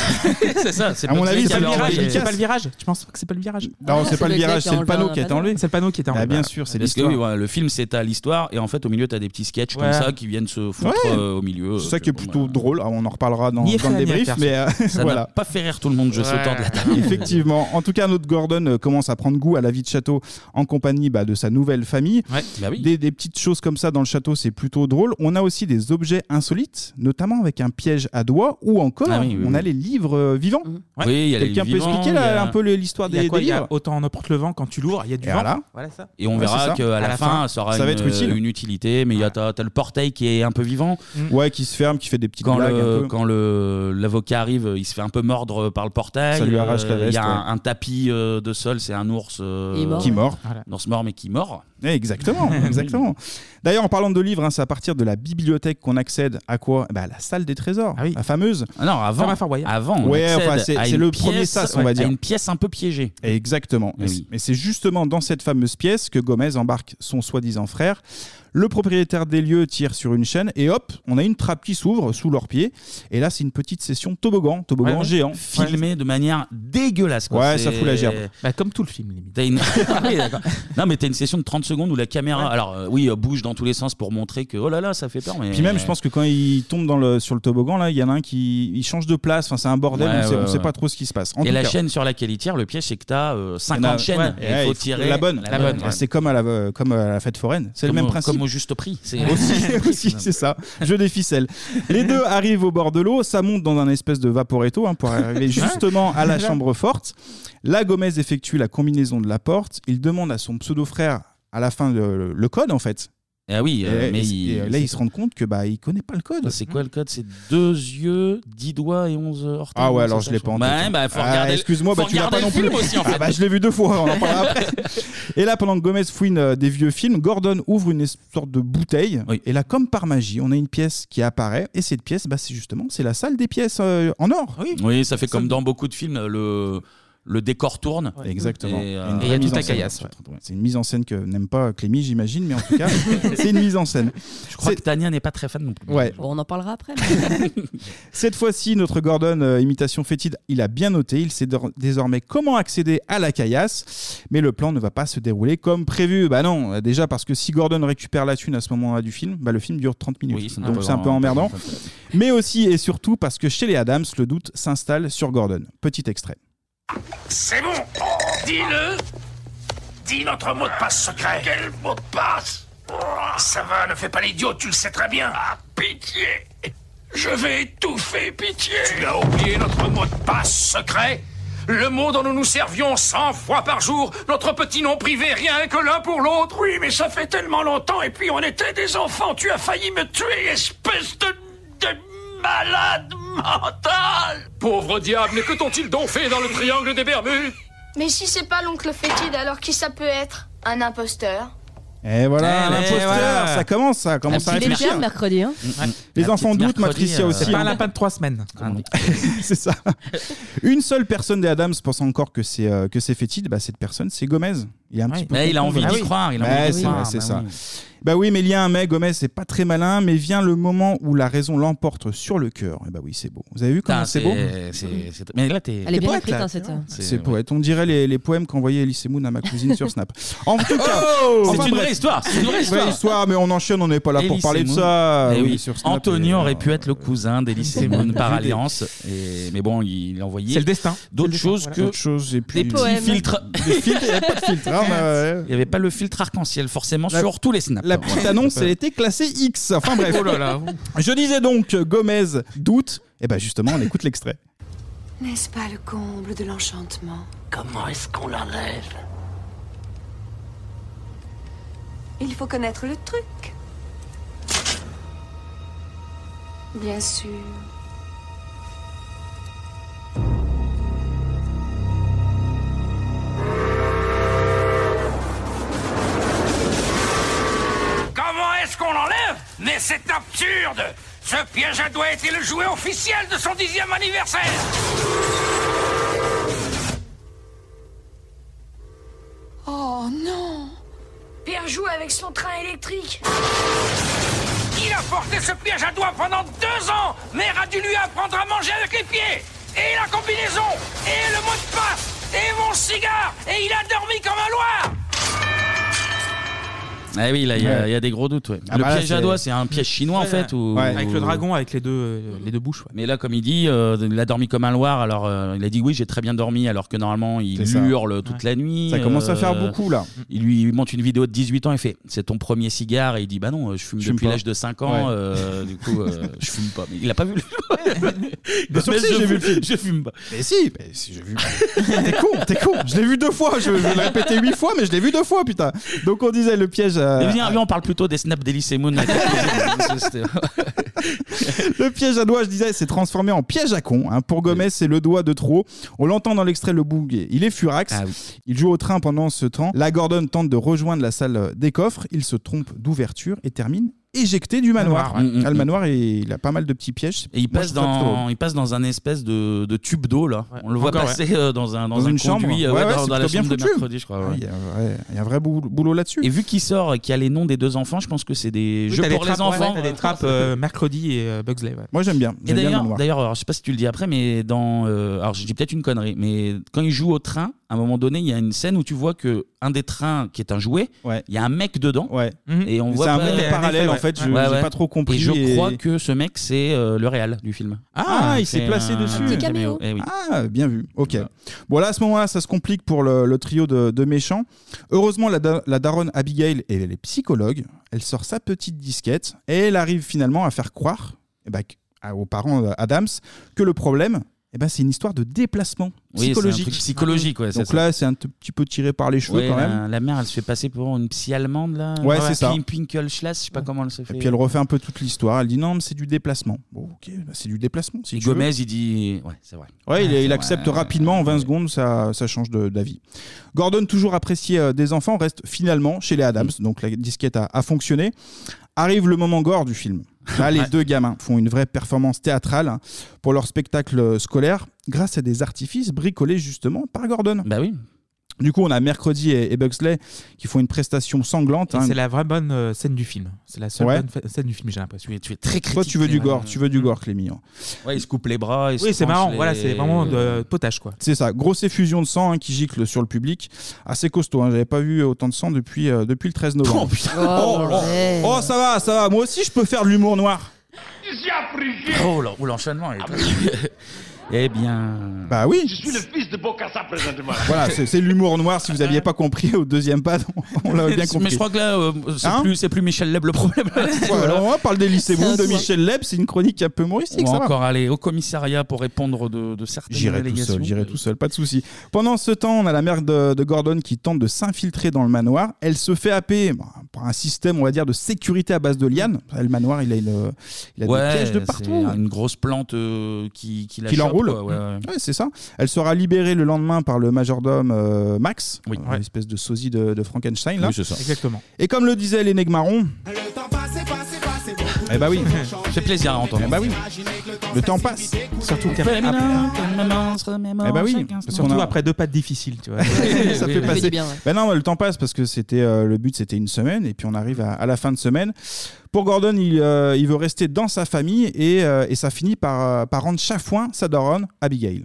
[SPEAKER 1] c'est ça, c'est
[SPEAKER 6] À mon
[SPEAKER 1] Bugsley
[SPEAKER 6] avis,
[SPEAKER 1] qui
[SPEAKER 6] c'est
[SPEAKER 1] avait
[SPEAKER 6] le virage,
[SPEAKER 1] envoyé-
[SPEAKER 6] efficace.
[SPEAKER 9] C'est pas le virage. Tu penses pas que c'est pas le virage
[SPEAKER 6] Non, Ah, c'est pas le virage, c'est le panneau qui est enlevé.
[SPEAKER 9] C'est le panneau qui est
[SPEAKER 1] Bah,
[SPEAKER 9] enlevé.
[SPEAKER 6] Ah, bien sûr, c'est
[SPEAKER 1] Parce que
[SPEAKER 6] l'histoire.
[SPEAKER 1] oui, voilà, le film c'est à l'histoire et en fait au milieu t'as des petits sketchs
[SPEAKER 6] Ouais.
[SPEAKER 1] comme ça qui viennent se foutre
[SPEAKER 6] Ouais.
[SPEAKER 1] euh, au milieu.
[SPEAKER 6] C'est ça qui est plutôt drôle. Ah, on en reparlera dans,
[SPEAKER 1] Ni
[SPEAKER 6] dans le
[SPEAKER 1] effrayant, ni
[SPEAKER 6] débrief,
[SPEAKER 1] aperçu.
[SPEAKER 6] mais euh,
[SPEAKER 1] Ça n'a
[SPEAKER 6] voilà.
[SPEAKER 1] pas fait rire tout le monde, je sais, autour de la table.
[SPEAKER 6] Effectivement. En tout cas, notre Gordon euh, commence à prendre goût à la vie de château en compagnie bah, de sa nouvelle famille.
[SPEAKER 1] Bah
[SPEAKER 6] des, des petites choses comme ça dans le château, c'est plutôt drôle. On a aussi des objets insolites, notamment avec un piège à doigts ou encore
[SPEAKER 1] Ah oui, oui,
[SPEAKER 6] on a
[SPEAKER 1] oui.
[SPEAKER 6] les livres euh, vivants.
[SPEAKER 1] Oui, il y a les
[SPEAKER 6] Quelqu'un peut
[SPEAKER 1] vivants,
[SPEAKER 6] expliquer
[SPEAKER 1] il y
[SPEAKER 6] là,
[SPEAKER 1] a-
[SPEAKER 6] un peu le- l'histoire
[SPEAKER 9] Il y a
[SPEAKER 6] des,
[SPEAKER 9] quoi
[SPEAKER 6] des
[SPEAKER 9] Il y a
[SPEAKER 6] livres
[SPEAKER 9] autant en emporte le vent quand tu l'ouvres, il y a du
[SPEAKER 6] Et
[SPEAKER 9] vent.
[SPEAKER 6] voilà.
[SPEAKER 9] ça.
[SPEAKER 1] Et on
[SPEAKER 6] Ouais, c'est
[SPEAKER 1] verra
[SPEAKER 6] ça.
[SPEAKER 1] qu'à
[SPEAKER 6] À
[SPEAKER 1] la,
[SPEAKER 6] la
[SPEAKER 1] fin,
[SPEAKER 6] fin,
[SPEAKER 1] ça aura
[SPEAKER 6] ça
[SPEAKER 1] une,
[SPEAKER 6] va être utile.
[SPEAKER 1] une utilité, mais il y a t'as t'as le portail qui est un peu vivant.
[SPEAKER 6] Ouais, qui se ferme, qui fait des petites
[SPEAKER 1] Quand
[SPEAKER 6] blagues. un
[SPEAKER 1] le
[SPEAKER 6] peu.
[SPEAKER 1] quand le l'avocat arrive, il se fait un peu mordre par le portail.
[SPEAKER 6] Ça lui arrache la
[SPEAKER 1] Euh, Il y
[SPEAKER 6] veste,
[SPEAKER 1] a un,
[SPEAKER 6] ouais.
[SPEAKER 1] un tapis euh, de sol, c'est un ours euh,
[SPEAKER 6] Il est mort. Qui mord.
[SPEAKER 1] Un ours mort mais qui mord.
[SPEAKER 6] Eh, Exactement, exactement. D'ailleurs, en parlant de livres, hein, c'est à partir de la bibliothèque qu'on accède à quoi Bah, à La salle des trésors, la fameuse.
[SPEAKER 1] Ah non, avant,
[SPEAKER 6] Comme à Fort Boyard.
[SPEAKER 1] avant, on
[SPEAKER 6] Ouais,
[SPEAKER 1] accède
[SPEAKER 6] enfin, c'est
[SPEAKER 1] à
[SPEAKER 6] c'est
[SPEAKER 1] une
[SPEAKER 6] le
[SPEAKER 1] pièce-
[SPEAKER 6] premier sas, on
[SPEAKER 1] ouais, à
[SPEAKER 6] va dire.
[SPEAKER 1] une pièce un peu piégée.
[SPEAKER 6] Exactement.
[SPEAKER 1] Eh
[SPEAKER 6] Et
[SPEAKER 1] oui.
[SPEAKER 6] c'est- et c'est justement dans cette fameuse pièce que Gomez embarque son soi-disant frère. Le propriétaire des lieux tire sur une chaîne et hop, on a une trappe qui s'ouvre sous leurs pieds. Et là, c'est une petite session toboggan, toboggan
[SPEAKER 1] Ouais.
[SPEAKER 6] géant.
[SPEAKER 1] Filmé de manière dégueulasse. quoi.
[SPEAKER 6] hein. Ouais, ça
[SPEAKER 1] C'est-
[SPEAKER 6] fout la gerbe.
[SPEAKER 9] comme tout le film, limite.
[SPEAKER 1] T'as une... Ah oui, d'accord. non, mais t'as une session de 30 secondes où la caméra, alors euh, oui, euh, bouge dans tous les sens pour montrer que oh là là, ça fait peur. Mais...
[SPEAKER 6] Puis même, je pense que quand il tombe dans le, sur le toboggan, là, il y en a un qui il change de place. Enfin, c'est un bordel.
[SPEAKER 1] Ouais,
[SPEAKER 6] on sait,
[SPEAKER 1] ouais,
[SPEAKER 6] on sait
[SPEAKER 1] ouais.
[SPEAKER 6] pas trop ce qui se passe. En
[SPEAKER 1] et
[SPEAKER 6] tout
[SPEAKER 1] la
[SPEAKER 6] cas,
[SPEAKER 1] chaîne sur laquelle il tire, le piège, c'est que t'as euh,
[SPEAKER 6] il y en
[SPEAKER 1] 50
[SPEAKER 6] a-
[SPEAKER 1] chaînes.
[SPEAKER 6] ouais,
[SPEAKER 1] et
[SPEAKER 6] ouais,
[SPEAKER 1] il faut
[SPEAKER 6] il
[SPEAKER 1] tirer
[SPEAKER 6] la bonne.
[SPEAKER 1] La bonne.
[SPEAKER 6] Ouais, C'est comme à la euh, comme à la fête foraine. C'est le
[SPEAKER 1] Comme
[SPEAKER 6] même
[SPEAKER 1] au-
[SPEAKER 6] principe.
[SPEAKER 1] Comme au juste prix. C'est-
[SPEAKER 6] aussi, aussi, c'est ça. Jeu des ficelles. Les deux arrivent au bord de l'eau, ça monte dans un espèce de vaporetto hein, pour arriver justement à la chambre forte. Là, Gomez effectue la combinaison de la porte. Il demande à son pseudo-frère à la fin le, le code en fait.
[SPEAKER 1] Ah oui, euh,
[SPEAKER 6] et,
[SPEAKER 1] mais
[SPEAKER 6] et-
[SPEAKER 1] il-
[SPEAKER 6] et là, ils se rendent compte que bah il connaît pas le code.
[SPEAKER 1] C'est quoi le code C'est deux yeux, dix doigts et onze orteils.
[SPEAKER 6] Ah ouais,
[SPEAKER 1] ça
[SPEAKER 6] alors je l'ai pas
[SPEAKER 1] s'appelle,
[SPEAKER 6] en
[SPEAKER 1] Bah,
[SPEAKER 6] tête.
[SPEAKER 1] ouais, bah, faut
[SPEAKER 6] Ah,
[SPEAKER 1] regarder. le-
[SPEAKER 6] Excuse-moi,
[SPEAKER 1] faut
[SPEAKER 6] bah, tu l'as
[SPEAKER 1] regarder
[SPEAKER 6] pas non plus.
[SPEAKER 1] le film aussi, en fait.
[SPEAKER 6] Ah, bah, je l'ai vu deux fois, on en parlera après. Et là, pendant que Gomez fouine euh, des vieux films, Gordon ouvre une sorte de bouteille. Et là, comme par magie, on a une pièce qui apparaît. Et cette pièce, bah, c'est justement, c'est la salle des pièces euh, en or.
[SPEAKER 1] Oui, ça fait comme dans beaucoup de films, le, le décor tourne.
[SPEAKER 6] Exactement.
[SPEAKER 1] Et, euh,
[SPEAKER 6] Une vraie mise en scène. C'est une mise en scène que n'aime pas Clémy, j'imagine, mais en tout cas, c'est une mise en scène.
[SPEAKER 1] Je crois que Tania n'est pas très fan non plus.
[SPEAKER 6] Ouais.
[SPEAKER 7] Bon, on en parlera après.
[SPEAKER 6] Cette fois-ci, notre Gordon, euh, imitation fétide, il a bien noté. Il sait dor- désormais comment accéder à la caillasse. Mais le plan ne va pas se dérouler comme prévu. Bah non, euh, déjà parce que si Gordon récupère la thune à ce moment-là du film, bah le film dure 30 minutes.
[SPEAKER 1] Oui, c'est un peu
[SPEAKER 6] Donc c'est un peu
[SPEAKER 1] grand. hein.
[SPEAKER 6] emmerdant. Mais aussi et surtout parce que chez les Adams, le doute s'installe sur Gordon. Petit extrait.
[SPEAKER 15] C'est bon Dis-le Dis notre mot de passe secret Quel mot de passe Ça va, ne fais pas l'idiot, tu le sais très bien Ah, pitié Je vais étouffer, pitié Tu as oublié notre mot de passe secret
[SPEAKER 13] Le mot dont nous nous servions 100 fois par jour, notre petit nom privé, rien que l'un pour l'autre.
[SPEAKER 15] Oui, mais ça fait tellement longtemps, et puis on était des enfants, tu as failli me tuer, espèce de... de malade mental
[SPEAKER 13] Pauvre diable, mais que t'ont-ils donc fait dans le triangle des Bermudes
[SPEAKER 20] Mais si c'est pas l'oncle fétide, alors qui ça peut être Un imposteur
[SPEAKER 6] Et
[SPEAKER 1] Eh,
[SPEAKER 6] voilà,
[SPEAKER 9] Allez,
[SPEAKER 6] l'imposteur,
[SPEAKER 9] voilà.
[SPEAKER 6] ça commence, ça commence à
[SPEAKER 7] Il est bien
[SPEAKER 6] réfléchir.
[SPEAKER 7] le mercredi. Hein
[SPEAKER 6] Les enfants doutent,
[SPEAKER 9] Patricia
[SPEAKER 6] Matricia
[SPEAKER 1] euh,
[SPEAKER 6] aussi.
[SPEAKER 9] C'est pas un
[SPEAKER 6] hein.
[SPEAKER 9] lapin de trois semaines.
[SPEAKER 1] Ah,
[SPEAKER 6] c'est ça. Une seule personne des Adams pense encore que c'est euh, que c'est fétide. Bah, cette personne, c'est Gomez. Il a un petit peu.
[SPEAKER 1] Ouais, il a
[SPEAKER 6] con,
[SPEAKER 1] envie
[SPEAKER 6] voilà.
[SPEAKER 1] d'y croire, il a
[SPEAKER 6] Ouais,
[SPEAKER 1] envie d'y
[SPEAKER 6] c'est
[SPEAKER 1] croire,
[SPEAKER 6] vrai, c'est
[SPEAKER 1] bah
[SPEAKER 6] ça.
[SPEAKER 1] oui.
[SPEAKER 6] Bah oui, mais il y a un mais. Gomez, c'est pas très malin, mais vient le moment où la raison l'emporte sur le cœur. Et bah oui, c'est beau. Vous avez vu comment
[SPEAKER 1] Putain,
[SPEAKER 6] Ah, c'est beau
[SPEAKER 1] c'est- c'est- c'est- mais là, t'es- Elle est
[SPEAKER 6] T'es
[SPEAKER 1] bien
[SPEAKER 6] poète,
[SPEAKER 1] écrite,
[SPEAKER 6] là.
[SPEAKER 1] hein, cette-
[SPEAKER 6] C'est
[SPEAKER 1] C'est-
[SPEAKER 6] c'est poète. On dirait les, les poèmes qu'envoyait Elise Moon à ma cousine sur Snap. En tout cas,
[SPEAKER 1] Oh
[SPEAKER 6] enfin,
[SPEAKER 1] C'est une
[SPEAKER 6] bref.
[SPEAKER 1] vraie histoire, c'est une vraie histoire.
[SPEAKER 6] mais on enchaîne, on n'est pas là pour
[SPEAKER 1] Elise
[SPEAKER 6] parler de
[SPEAKER 1] Moon.
[SPEAKER 6] ça.
[SPEAKER 1] Eh
[SPEAKER 6] Oui,
[SPEAKER 1] oui.
[SPEAKER 6] sur Snap. euh.
[SPEAKER 1] Antonio aurait pu être le cousin d'Elise Moon par
[SPEAKER 6] Vu des-
[SPEAKER 1] alliance, et- mais bon, il a envoyé.
[SPEAKER 6] C'est le destin.
[SPEAKER 1] D'autres choses que
[SPEAKER 6] Autre chose, et puis-
[SPEAKER 1] des petits
[SPEAKER 6] Poème.
[SPEAKER 1] filtres.
[SPEAKER 6] Des filtres, il y avait pas de filtre, hein, bah, ouais.
[SPEAKER 1] Il n'y avait pas le filtre arc-en-ciel forcément
[SPEAKER 6] La-
[SPEAKER 1] sur tous les snaps.
[SPEAKER 6] Ah, la petite annonce, elle était classée X. Enfin bref.
[SPEAKER 9] Oh là là.
[SPEAKER 6] Je disais donc, Gomez doute. Et ben justement, on écoute l'extrait.
[SPEAKER 21] N'est-ce pas le comble de l'enchantement
[SPEAKER 15] Comment est-ce qu'on l'enlève
[SPEAKER 21] Il faut connaître le truc. Bien sûr.
[SPEAKER 13] Comment est-ce qu'on l'enlève Mais c'est absurde Ce piège à doigts était le jouet officiel de son dixième anniversaire
[SPEAKER 20] Oh non Pierre joue avec son train électrique.
[SPEAKER 13] Il a porté ce piège à doigts pendant deux ans Mère a dû lui apprendre à manger avec les pieds Et la combinaison Et le mot de passe Et mon cigare Et il a dormi comme un loir
[SPEAKER 1] Ah oui, là, il y, a-
[SPEAKER 9] Ouais.
[SPEAKER 1] il y a des gros doutes. ouais.
[SPEAKER 9] Ah
[SPEAKER 1] le
[SPEAKER 9] bah là,
[SPEAKER 1] piège à
[SPEAKER 9] c'est-
[SPEAKER 1] doigts, c'est un piège chinois en
[SPEAKER 9] Ouais,
[SPEAKER 1] fait
[SPEAKER 9] ouais.
[SPEAKER 1] ou...
[SPEAKER 9] Ouais. Avec le dragon,
[SPEAKER 1] avec les deux, les deux bouches. Mais là, comme il dit, euh, il a dormi comme un loir. Alors, euh, il a dit oui, j'ai très bien dormi, alors que normalement, il
[SPEAKER 6] C'est ça.
[SPEAKER 1] hurle toute la nuit. euh,
[SPEAKER 6] Ça commence à faire beaucoup, là.
[SPEAKER 1] Il lui monte une vidéo de 18 ans et fait c'est ton premier cigare. Et il dit bah non, je fume
[SPEAKER 6] Je fume
[SPEAKER 1] depuis
[SPEAKER 6] pas.
[SPEAKER 1] l'âge de 5 ans.
[SPEAKER 6] Ouais.
[SPEAKER 1] euh, du coup, euh, je fume pas. Mais il a pas vu le film.
[SPEAKER 6] Bien sûr que
[SPEAKER 1] Mais
[SPEAKER 6] si,
[SPEAKER 1] je
[SPEAKER 6] j'ai vu le
[SPEAKER 1] fume-
[SPEAKER 6] film.
[SPEAKER 1] Je fume pas.
[SPEAKER 6] Mais si, mais si j'ai vu. t'es con, t'es con. Je l'ai vu deux fois. Je, je vais le répéter huit fois, mais je l'ai vu deux fois, putain. Donc on disait le piège à.
[SPEAKER 1] Mais viens, viens, on parle plutôt des snaps d'Elysée Moon.
[SPEAKER 6] Le piège à doigt, je disais, s'est transformé en piège à con. hein. Pour Gomez, c'est le doigt de trop. On l'entend dans l'extrait Le Boug. Il est furax.
[SPEAKER 1] Ah
[SPEAKER 6] Il joue au train pendant ce temps. La Gordon tente de rejoindre la salle des coffres. Il se trompe d'ouverture et termine éjecté du manoir.
[SPEAKER 1] Manoir, ouais. Mm,
[SPEAKER 6] Ah, le manoir, il il a pas mal de petits pièges.
[SPEAKER 1] Et il
[SPEAKER 6] Moi,
[SPEAKER 1] passe,
[SPEAKER 6] je trouve ça plutôt drôle.
[SPEAKER 1] dans, il passe dans un espèce de, de tube d'eau, là. On le voit
[SPEAKER 6] Encore,
[SPEAKER 1] passer
[SPEAKER 6] ouais.
[SPEAKER 1] euh, dans un, dans un
[SPEAKER 6] une chambre.
[SPEAKER 1] conduit, euh, ouais,
[SPEAKER 6] Ouais, ouais,
[SPEAKER 1] dans,
[SPEAKER 6] c'est
[SPEAKER 1] dans la
[SPEAKER 6] plutôt bien
[SPEAKER 1] chambre de
[SPEAKER 6] foutu.
[SPEAKER 1] mercredi, je crois.
[SPEAKER 6] Ah,
[SPEAKER 1] ouais.
[SPEAKER 6] Il y a un vrai- il y a un vrai boulot, boulot là-dessus.
[SPEAKER 1] Et vu qu'il sort, et qu'il y a les noms des deux enfants, je pense que c'est des
[SPEAKER 9] Oui,
[SPEAKER 1] jeux
[SPEAKER 9] t'as des
[SPEAKER 1] pour
[SPEAKER 9] trappes,
[SPEAKER 1] les enfants.
[SPEAKER 9] ouais, t'as des trappes euh, mercredi et euh, Bugsley. ouais.
[SPEAKER 6] Moi, j'aime bien. J'aime bien
[SPEAKER 1] Et
[SPEAKER 6] le
[SPEAKER 1] d'ailleurs,
[SPEAKER 6] manoir.
[SPEAKER 1] d'ailleurs, alors, je sais pas si tu le dis après, mais dans, euh, alors je dis peut-être une connerie, mais quand il joue au train, à un moment donné, il y a une scène où tu vois que un des trains qui est un jouet, il y a un mec dedans,
[SPEAKER 9] Mhm.
[SPEAKER 1] et on
[SPEAKER 6] C'est
[SPEAKER 1] voit
[SPEAKER 6] un
[SPEAKER 1] pas-
[SPEAKER 6] monde
[SPEAKER 1] Ouais,
[SPEAKER 6] parallèle,
[SPEAKER 1] ouais.
[SPEAKER 6] en fait, je-
[SPEAKER 1] Ouais,
[SPEAKER 6] j'ai
[SPEAKER 1] ouais.
[SPEAKER 6] pas trop compris
[SPEAKER 1] Et je
[SPEAKER 6] et-
[SPEAKER 1] crois que ce mec, c'est euh, le réal du film.
[SPEAKER 6] Ah, il
[SPEAKER 1] c'est
[SPEAKER 6] s'est placé
[SPEAKER 1] un-
[SPEAKER 6] dessus.
[SPEAKER 1] un petit caméo. Eh oui.
[SPEAKER 6] Ah, bien vu. Ok. Bon, là, à ce moment-là, ça se complique pour le, le trio de, de méchants. Heureusement, la, da- la daronne Abigail, elle est psychologue. Elle sort sa petite disquette et elle arrive finalement à faire croire eh ben, qu- à- aux parents euh, Adams que le problème. eh ben, c'est une histoire de déplacement
[SPEAKER 1] Oui, c'est un
[SPEAKER 6] psychologique.
[SPEAKER 1] truc psychologique, ouais, c'est
[SPEAKER 6] Donc
[SPEAKER 1] ça.
[SPEAKER 6] là, c'est un t- petit peu tiré par les cheveux
[SPEAKER 1] Ouais,
[SPEAKER 6] quand
[SPEAKER 1] la-
[SPEAKER 6] même.
[SPEAKER 1] La, mère, elle se fait passer pour une psy allemande là.
[SPEAKER 6] Ouais, c'est ça.
[SPEAKER 1] Pink- Pinkelschlass, je sais pas comment elle se fait.
[SPEAKER 6] Puis elle refait un peu toute l'histoire. Elle dit non, mais c'est du déplacement. Bon, ok, bah, c'est du déplacement. Si
[SPEAKER 1] Et
[SPEAKER 6] tu veux.
[SPEAKER 1] Gomez, il dit, ouais, c'est vrai.
[SPEAKER 6] Ouais, il, il
[SPEAKER 1] c'est vrai.
[SPEAKER 6] accepte rapidement, en 20 secondes, ça, ça change de- d'avis. Gordon, toujours apprécié euh, des enfants, reste finalement chez les Adams, donc la disquette a, a fonctionné. Arrive le moment gore du film. Là, les deux gamins font une vraie performance théâtrale hein, pour leur spectacle euh, scolaire grâce à des artifices bricolés justement par Gordon.
[SPEAKER 1] Bah oui.
[SPEAKER 6] Du coup, on a Mercredi et, et Bugsley qui font une prestation sanglante.
[SPEAKER 9] Et
[SPEAKER 6] hein.
[SPEAKER 9] C'est la vraie bonne euh, scène du film. C'est la seule
[SPEAKER 6] Ouais.
[SPEAKER 9] bonne fa- scène du film, j'ai l'impression.
[SPEAKER 1] Tu es très
[SPEAKER 6] Toi, tu veux du
[SPEAKER 9] euh,
[SPEAKER 6] gore, tu veux du gore, Clémy. hein.
[SPEAKER 1] Ouais, il se coupe les bras. il se
[SPEAKER 9] Oui, c'est
[SPEAKER 1] tranche
[SPEAKER 9] marrant.
[SPEAKER 1] les-
[SPEAKER 9] Voilà, c'est vraiment de potage, quoi.
[SPEAKER 6] C'est ça, grosse effusion de sang hein, qui gicle sur le public. Assez costaud, hein, j'avais pas vu autant de sang depuis, euh, depuis le 13 novembre.
[SPEAKER 1] Oh, putain.
[SPEAKER 6] oh,
[SPEAKER 1] Oh, ouais.
[SPEAKER 6] oh, ça va, ça va, moi aussi je peux faire de l'humour noir.
[SPEAKER 2] J'ai appris
[SPEAKER 1] Oh, l'en- oh, l'enchaînement.
[SPEAKER 9] Ah,
[SPEAKER 1] il est pas-
[SPEAKER 9] bah,
[SPEAKER 1] eh bien.
[SPEAKER 6] Bah oui.
[SPEAKER 2] Je suis le fils de Bokassa présentement.
[SPEAKER 6] Voilà, c'est c'est l'humour noir, si vous aviez pas compris au deuxième pas, on l'a bien compris.
[SPEAKER 1] Mais je crois que là, euh, c'est
[SPEAKER 6] Hein
[SPEAKER 1] plus, c'est plus Michel Leb le problème.
[SPEAKER 6] Voilà, on va parler des lycées
[SPEAKER 1] C'est un
[SPEAKER 6] Boulle de
[SPEAKER 1] soir.
[SPEAKER 6] Michel Leb, c'est une chronique un peu humoristique,
[SPEAKER 1] On va
[SPEAKER 6] ça va.
[SPEAKER 1] encore aller au commissariat pour répondre de, de certaines
[SPEAKER 6] J'irai tout
[SPEAKER 1] allégations.
[SPEAKER 6] seul, j'irai tout seul, pas de souci. Pendant ce temps, on a la mère de, de Gordon qui tente de s'infiltrer dans le manoir. Elle se fait happer bon, par un système, on va dire, de sécurité à base de lianes. Le manoir, il a, une- il a
[SPEAKER 1] Ouais,
[SPEAKER 6] des pièges de
[SPEAKER 1] c'est
[SPEAKER 6] partout.
[SPEAKER 1] Une grosse plante euh, qui, qui, la
[SPEAKER 6] qui
[SPEAKER 1] chope,
[SPEAKER 6] l'enroule. Mmh.
[SPEAKER 1] quoi, ouais, ouais.
[SPEAKER 6] Ouais, c'est ça. Elle sera libérée le lendemain par le majordome euh, Max, euh, une espèce de sosie de, de Frankenstein. Là.
[SPEAKER 1] Oui, c'est ça. Exactement.
[SPEAKER 6] Et comme le disait Lénég Marron, eh bah oui.
[SPEAKER 1] Fait plaisir à entendre.
[SPEAKER 6] Eh bah oui. Le temps passe. Surtout qu'après. Ah, Eh bah oui. parce qu'on
[SPEAKER 9] Surtout
[SPEAKER 6] a-
[SPEAKER 9] après deux pattes difficiles, tu vois.
[SPEAKER 6] ça fait passer. Ben non, le temps passe parce que c'était euh, le but, c'était une semaine, et puis on arrive à, à la fin de semaine. Pour Gordon, il, euh, il veut rester dans sa famille et, euh, et ça finit par, euh, par rendre chafouin sa daronne, Abigail.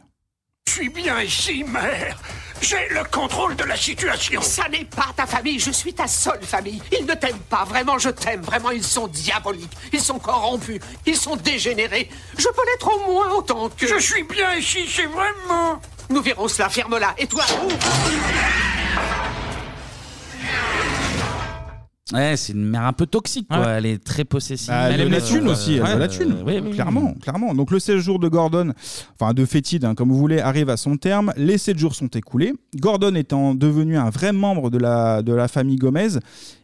[SPEAKER 15] Je suis bien ici, mère. J'ai le contrôle de la situation.
[SPEAKER 4] Ça n'est pas ta famille, je suis ta seule famille. Ils ne t'aiment pas, vraiment je t'aime, vraiment ils sont diaboliques, ils sont corrompus, ils sont dégénérés. Je peux l'être au moins autant que... Je suis bien ici, c'est vraiment... Nous verrons cela, ferme-la, et toi... ouvre.
[SPEAKER 1] Ouais, c'est une mère un peu toxique, quoi. Elle est très possessive.
[SPEAKER 6] Bah, elle aime la
[SPEAKER 1] euh,
[SPEAKER 6] thune aussi, elle
[SPEAKER 1] ouais,
[SPEAKER 6] veut la
[SPEAKER 1] euh,
[SPEAKER 6] thune,
[SPEAKER 1] oui, oui, oui.
[SPEAKER 6] clairement, clairement. Donc le séjour de Gordon, enfin de fétide, hein, comme vous voulez, arrive à son terme. Les 7 jours sont écoulés. Gordon étant devenu un vrai membre de la, de la famille Gomez,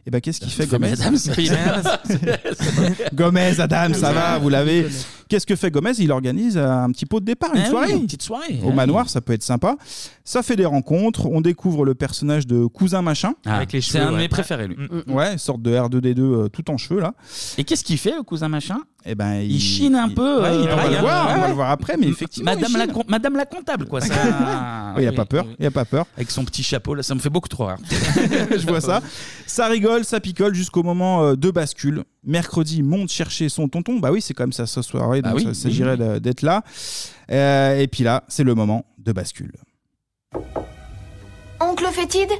[SPEAKER 6] et ben qu'est-ce qu'il fait Gomez
[SPEAKER 1] Bah, Madame, c'est-
[SPEAKER 6] Gomez, Adam, ça va, vous l'avez. Qu'est-ce que fait Gomez Il organise euh, un petit pot de départ, une
[SPEAKER 1] Ah oui,
[SPEAKER 6] soirée.
[SPEAKER 1] une petite soirée.
[SPEAKER 6] Au
[SPEAKER 1] Ouais.
[SPEAKER 6] manoir, ça peut être sympa. Ça fait des rencontres. On découvre le personnage de Cousin Machin.
[SPEAKER 1] Ah, Avec les c'est cheveux, un de ouais. mes préférés, lui.
[SPEAKER 6] Mmh.
[SPEAKER 1] Mm, mm, mm.
[SPEAKER 6] Ouais, sorte de R2D2 euh, tout en cheveux, là.
[SPEAKER 1] Et qu'est-ce qu'il fait, le cousin machin
[SPEAKER 6] Eh ben,
[SPEAKER 1] Il chine un peu.
[SPEAKER 6] Ouais,
[SPEAKER 1] euh,
[SPEAKER 6] il- on va
[SPEAKER 1] Brian.
[SPEAKER 6] le voir, on va
[SPEAKER 1] Ouais.
[SPEAKER 6] le voir après, mais effectivement.
[SPEAKER 1] Madame,
[SPEAKER 6] il
[SPEAKER 1] la,
[SPEAKER 6] chine.
[SPEAKER 1] com- Madame la comptable, quoi. Ça...
[SPEAKER 6] Ouais, Ah, il a pas peur, il a pas peur.
[SPEAKER 1] Ah, Avec son petit chapeau, là, ça me fait beaucoup trop rire.
[SPEAKER 6] je vois ça. Ça rigole, ça picole jusqu'au moment euh, de bascule. Mercredi, monte chercher son tonton. Bah oui, c'est quand même sa sa soirée, donc
[SPEAKER 1] Ah oui,
[SPEAKER 6] ça
[SPEAKER 1] oui,
[SPEAKER 6] s'agirait
[SPEAKER 1] oui.
[SPEAKER 6] de- d'être là. Euh, et puis là, c'est le moment de bascule.
[SPEAKER 13] Oncle fétide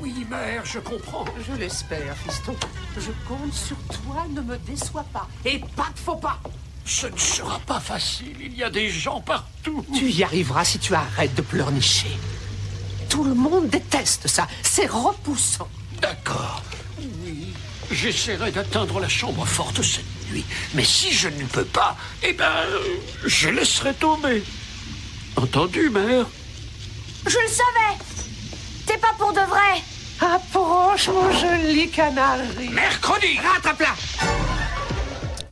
[SPEAKER 32] Oui, mère, je comprends. Je l'espère, fiston. Je compte sur toi, ne me déçois pas. Et pas de faux pas. Ce ne sera pas facile, il y a des gens partout. Tu y arriveras si tu arrêtes de pleurnicher. Tout le monde déteste ça, c'est repoussant.
[SPEAKER 33] D'accord. Oui. J'essaierai d'atteindre la chambre forte cette nuit. Mais si je ne peux pas, eh ben, euh, je laisserai tomber. Entendu, mère
[SPEAKER 13] Je le savais T'es pas pour de vrai
[SPEAKER 32] Approche, mon joli canari.
[SPEAKER 33] Mercredi, rattrape-la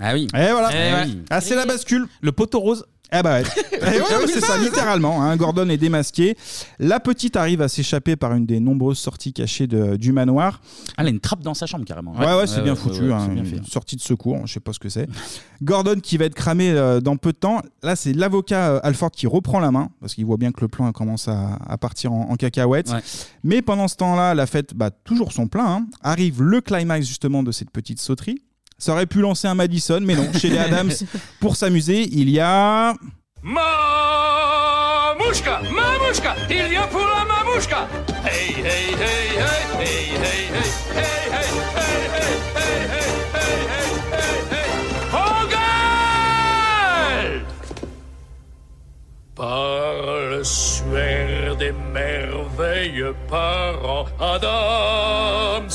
[SPEAKER 1] Ah oui.
[SPEAKER 6] Et voilà.
[SPEAKER 1] Eh ouais.
[SPEAKER 6] Ah, c'est la bascule.
[SPEAKER 9] Le poteau rose.
[SPEAKER 6] Ah bah ouais. Eh ouais, ouais, c'est ça, littéralement. hein. Gordon est démasqué. La petite arrive à s'échapper par une des nombreuses sorties cachées de- du manoir.
[SPEAKER 1] Ah, Elle a une trappe dans sa chambre, carrément.
[SPEAKER 6] Ouais, ouais, c'est bien foutu.
[SPEAKER 1] ouais,
[SPEAKER 6] hein,
[SPEAKER 1] c'est bien fait.
[SPEAKER 6] une sortie de secours, je sais pas ce que c'est. Gordon qui va être cramé euh, dans peu de temps. Là, c'est l'avocat euh, Alford qui reprend la main parce qu'il voit bien que le plan euh, commence à, à partir en, en cacahuète. Mais pendant ce temps-là, la fête bat toujours son plein. hein. Arrive le climax justement de cette petite sauterie. Ça aurait pu lancer un Madison, mais non. Chez les Adams, pour s'amuser, il y a.
[SPEAKER 12] Mamouchka Mamouchka Il vient pour la mamouchka Hey, hey, hey, hey Hey, hey, hey Hey, hey, hey, hey Hey, hey, hey, hey Hey, hey On gueule Par le suaire des merveilles parents Adams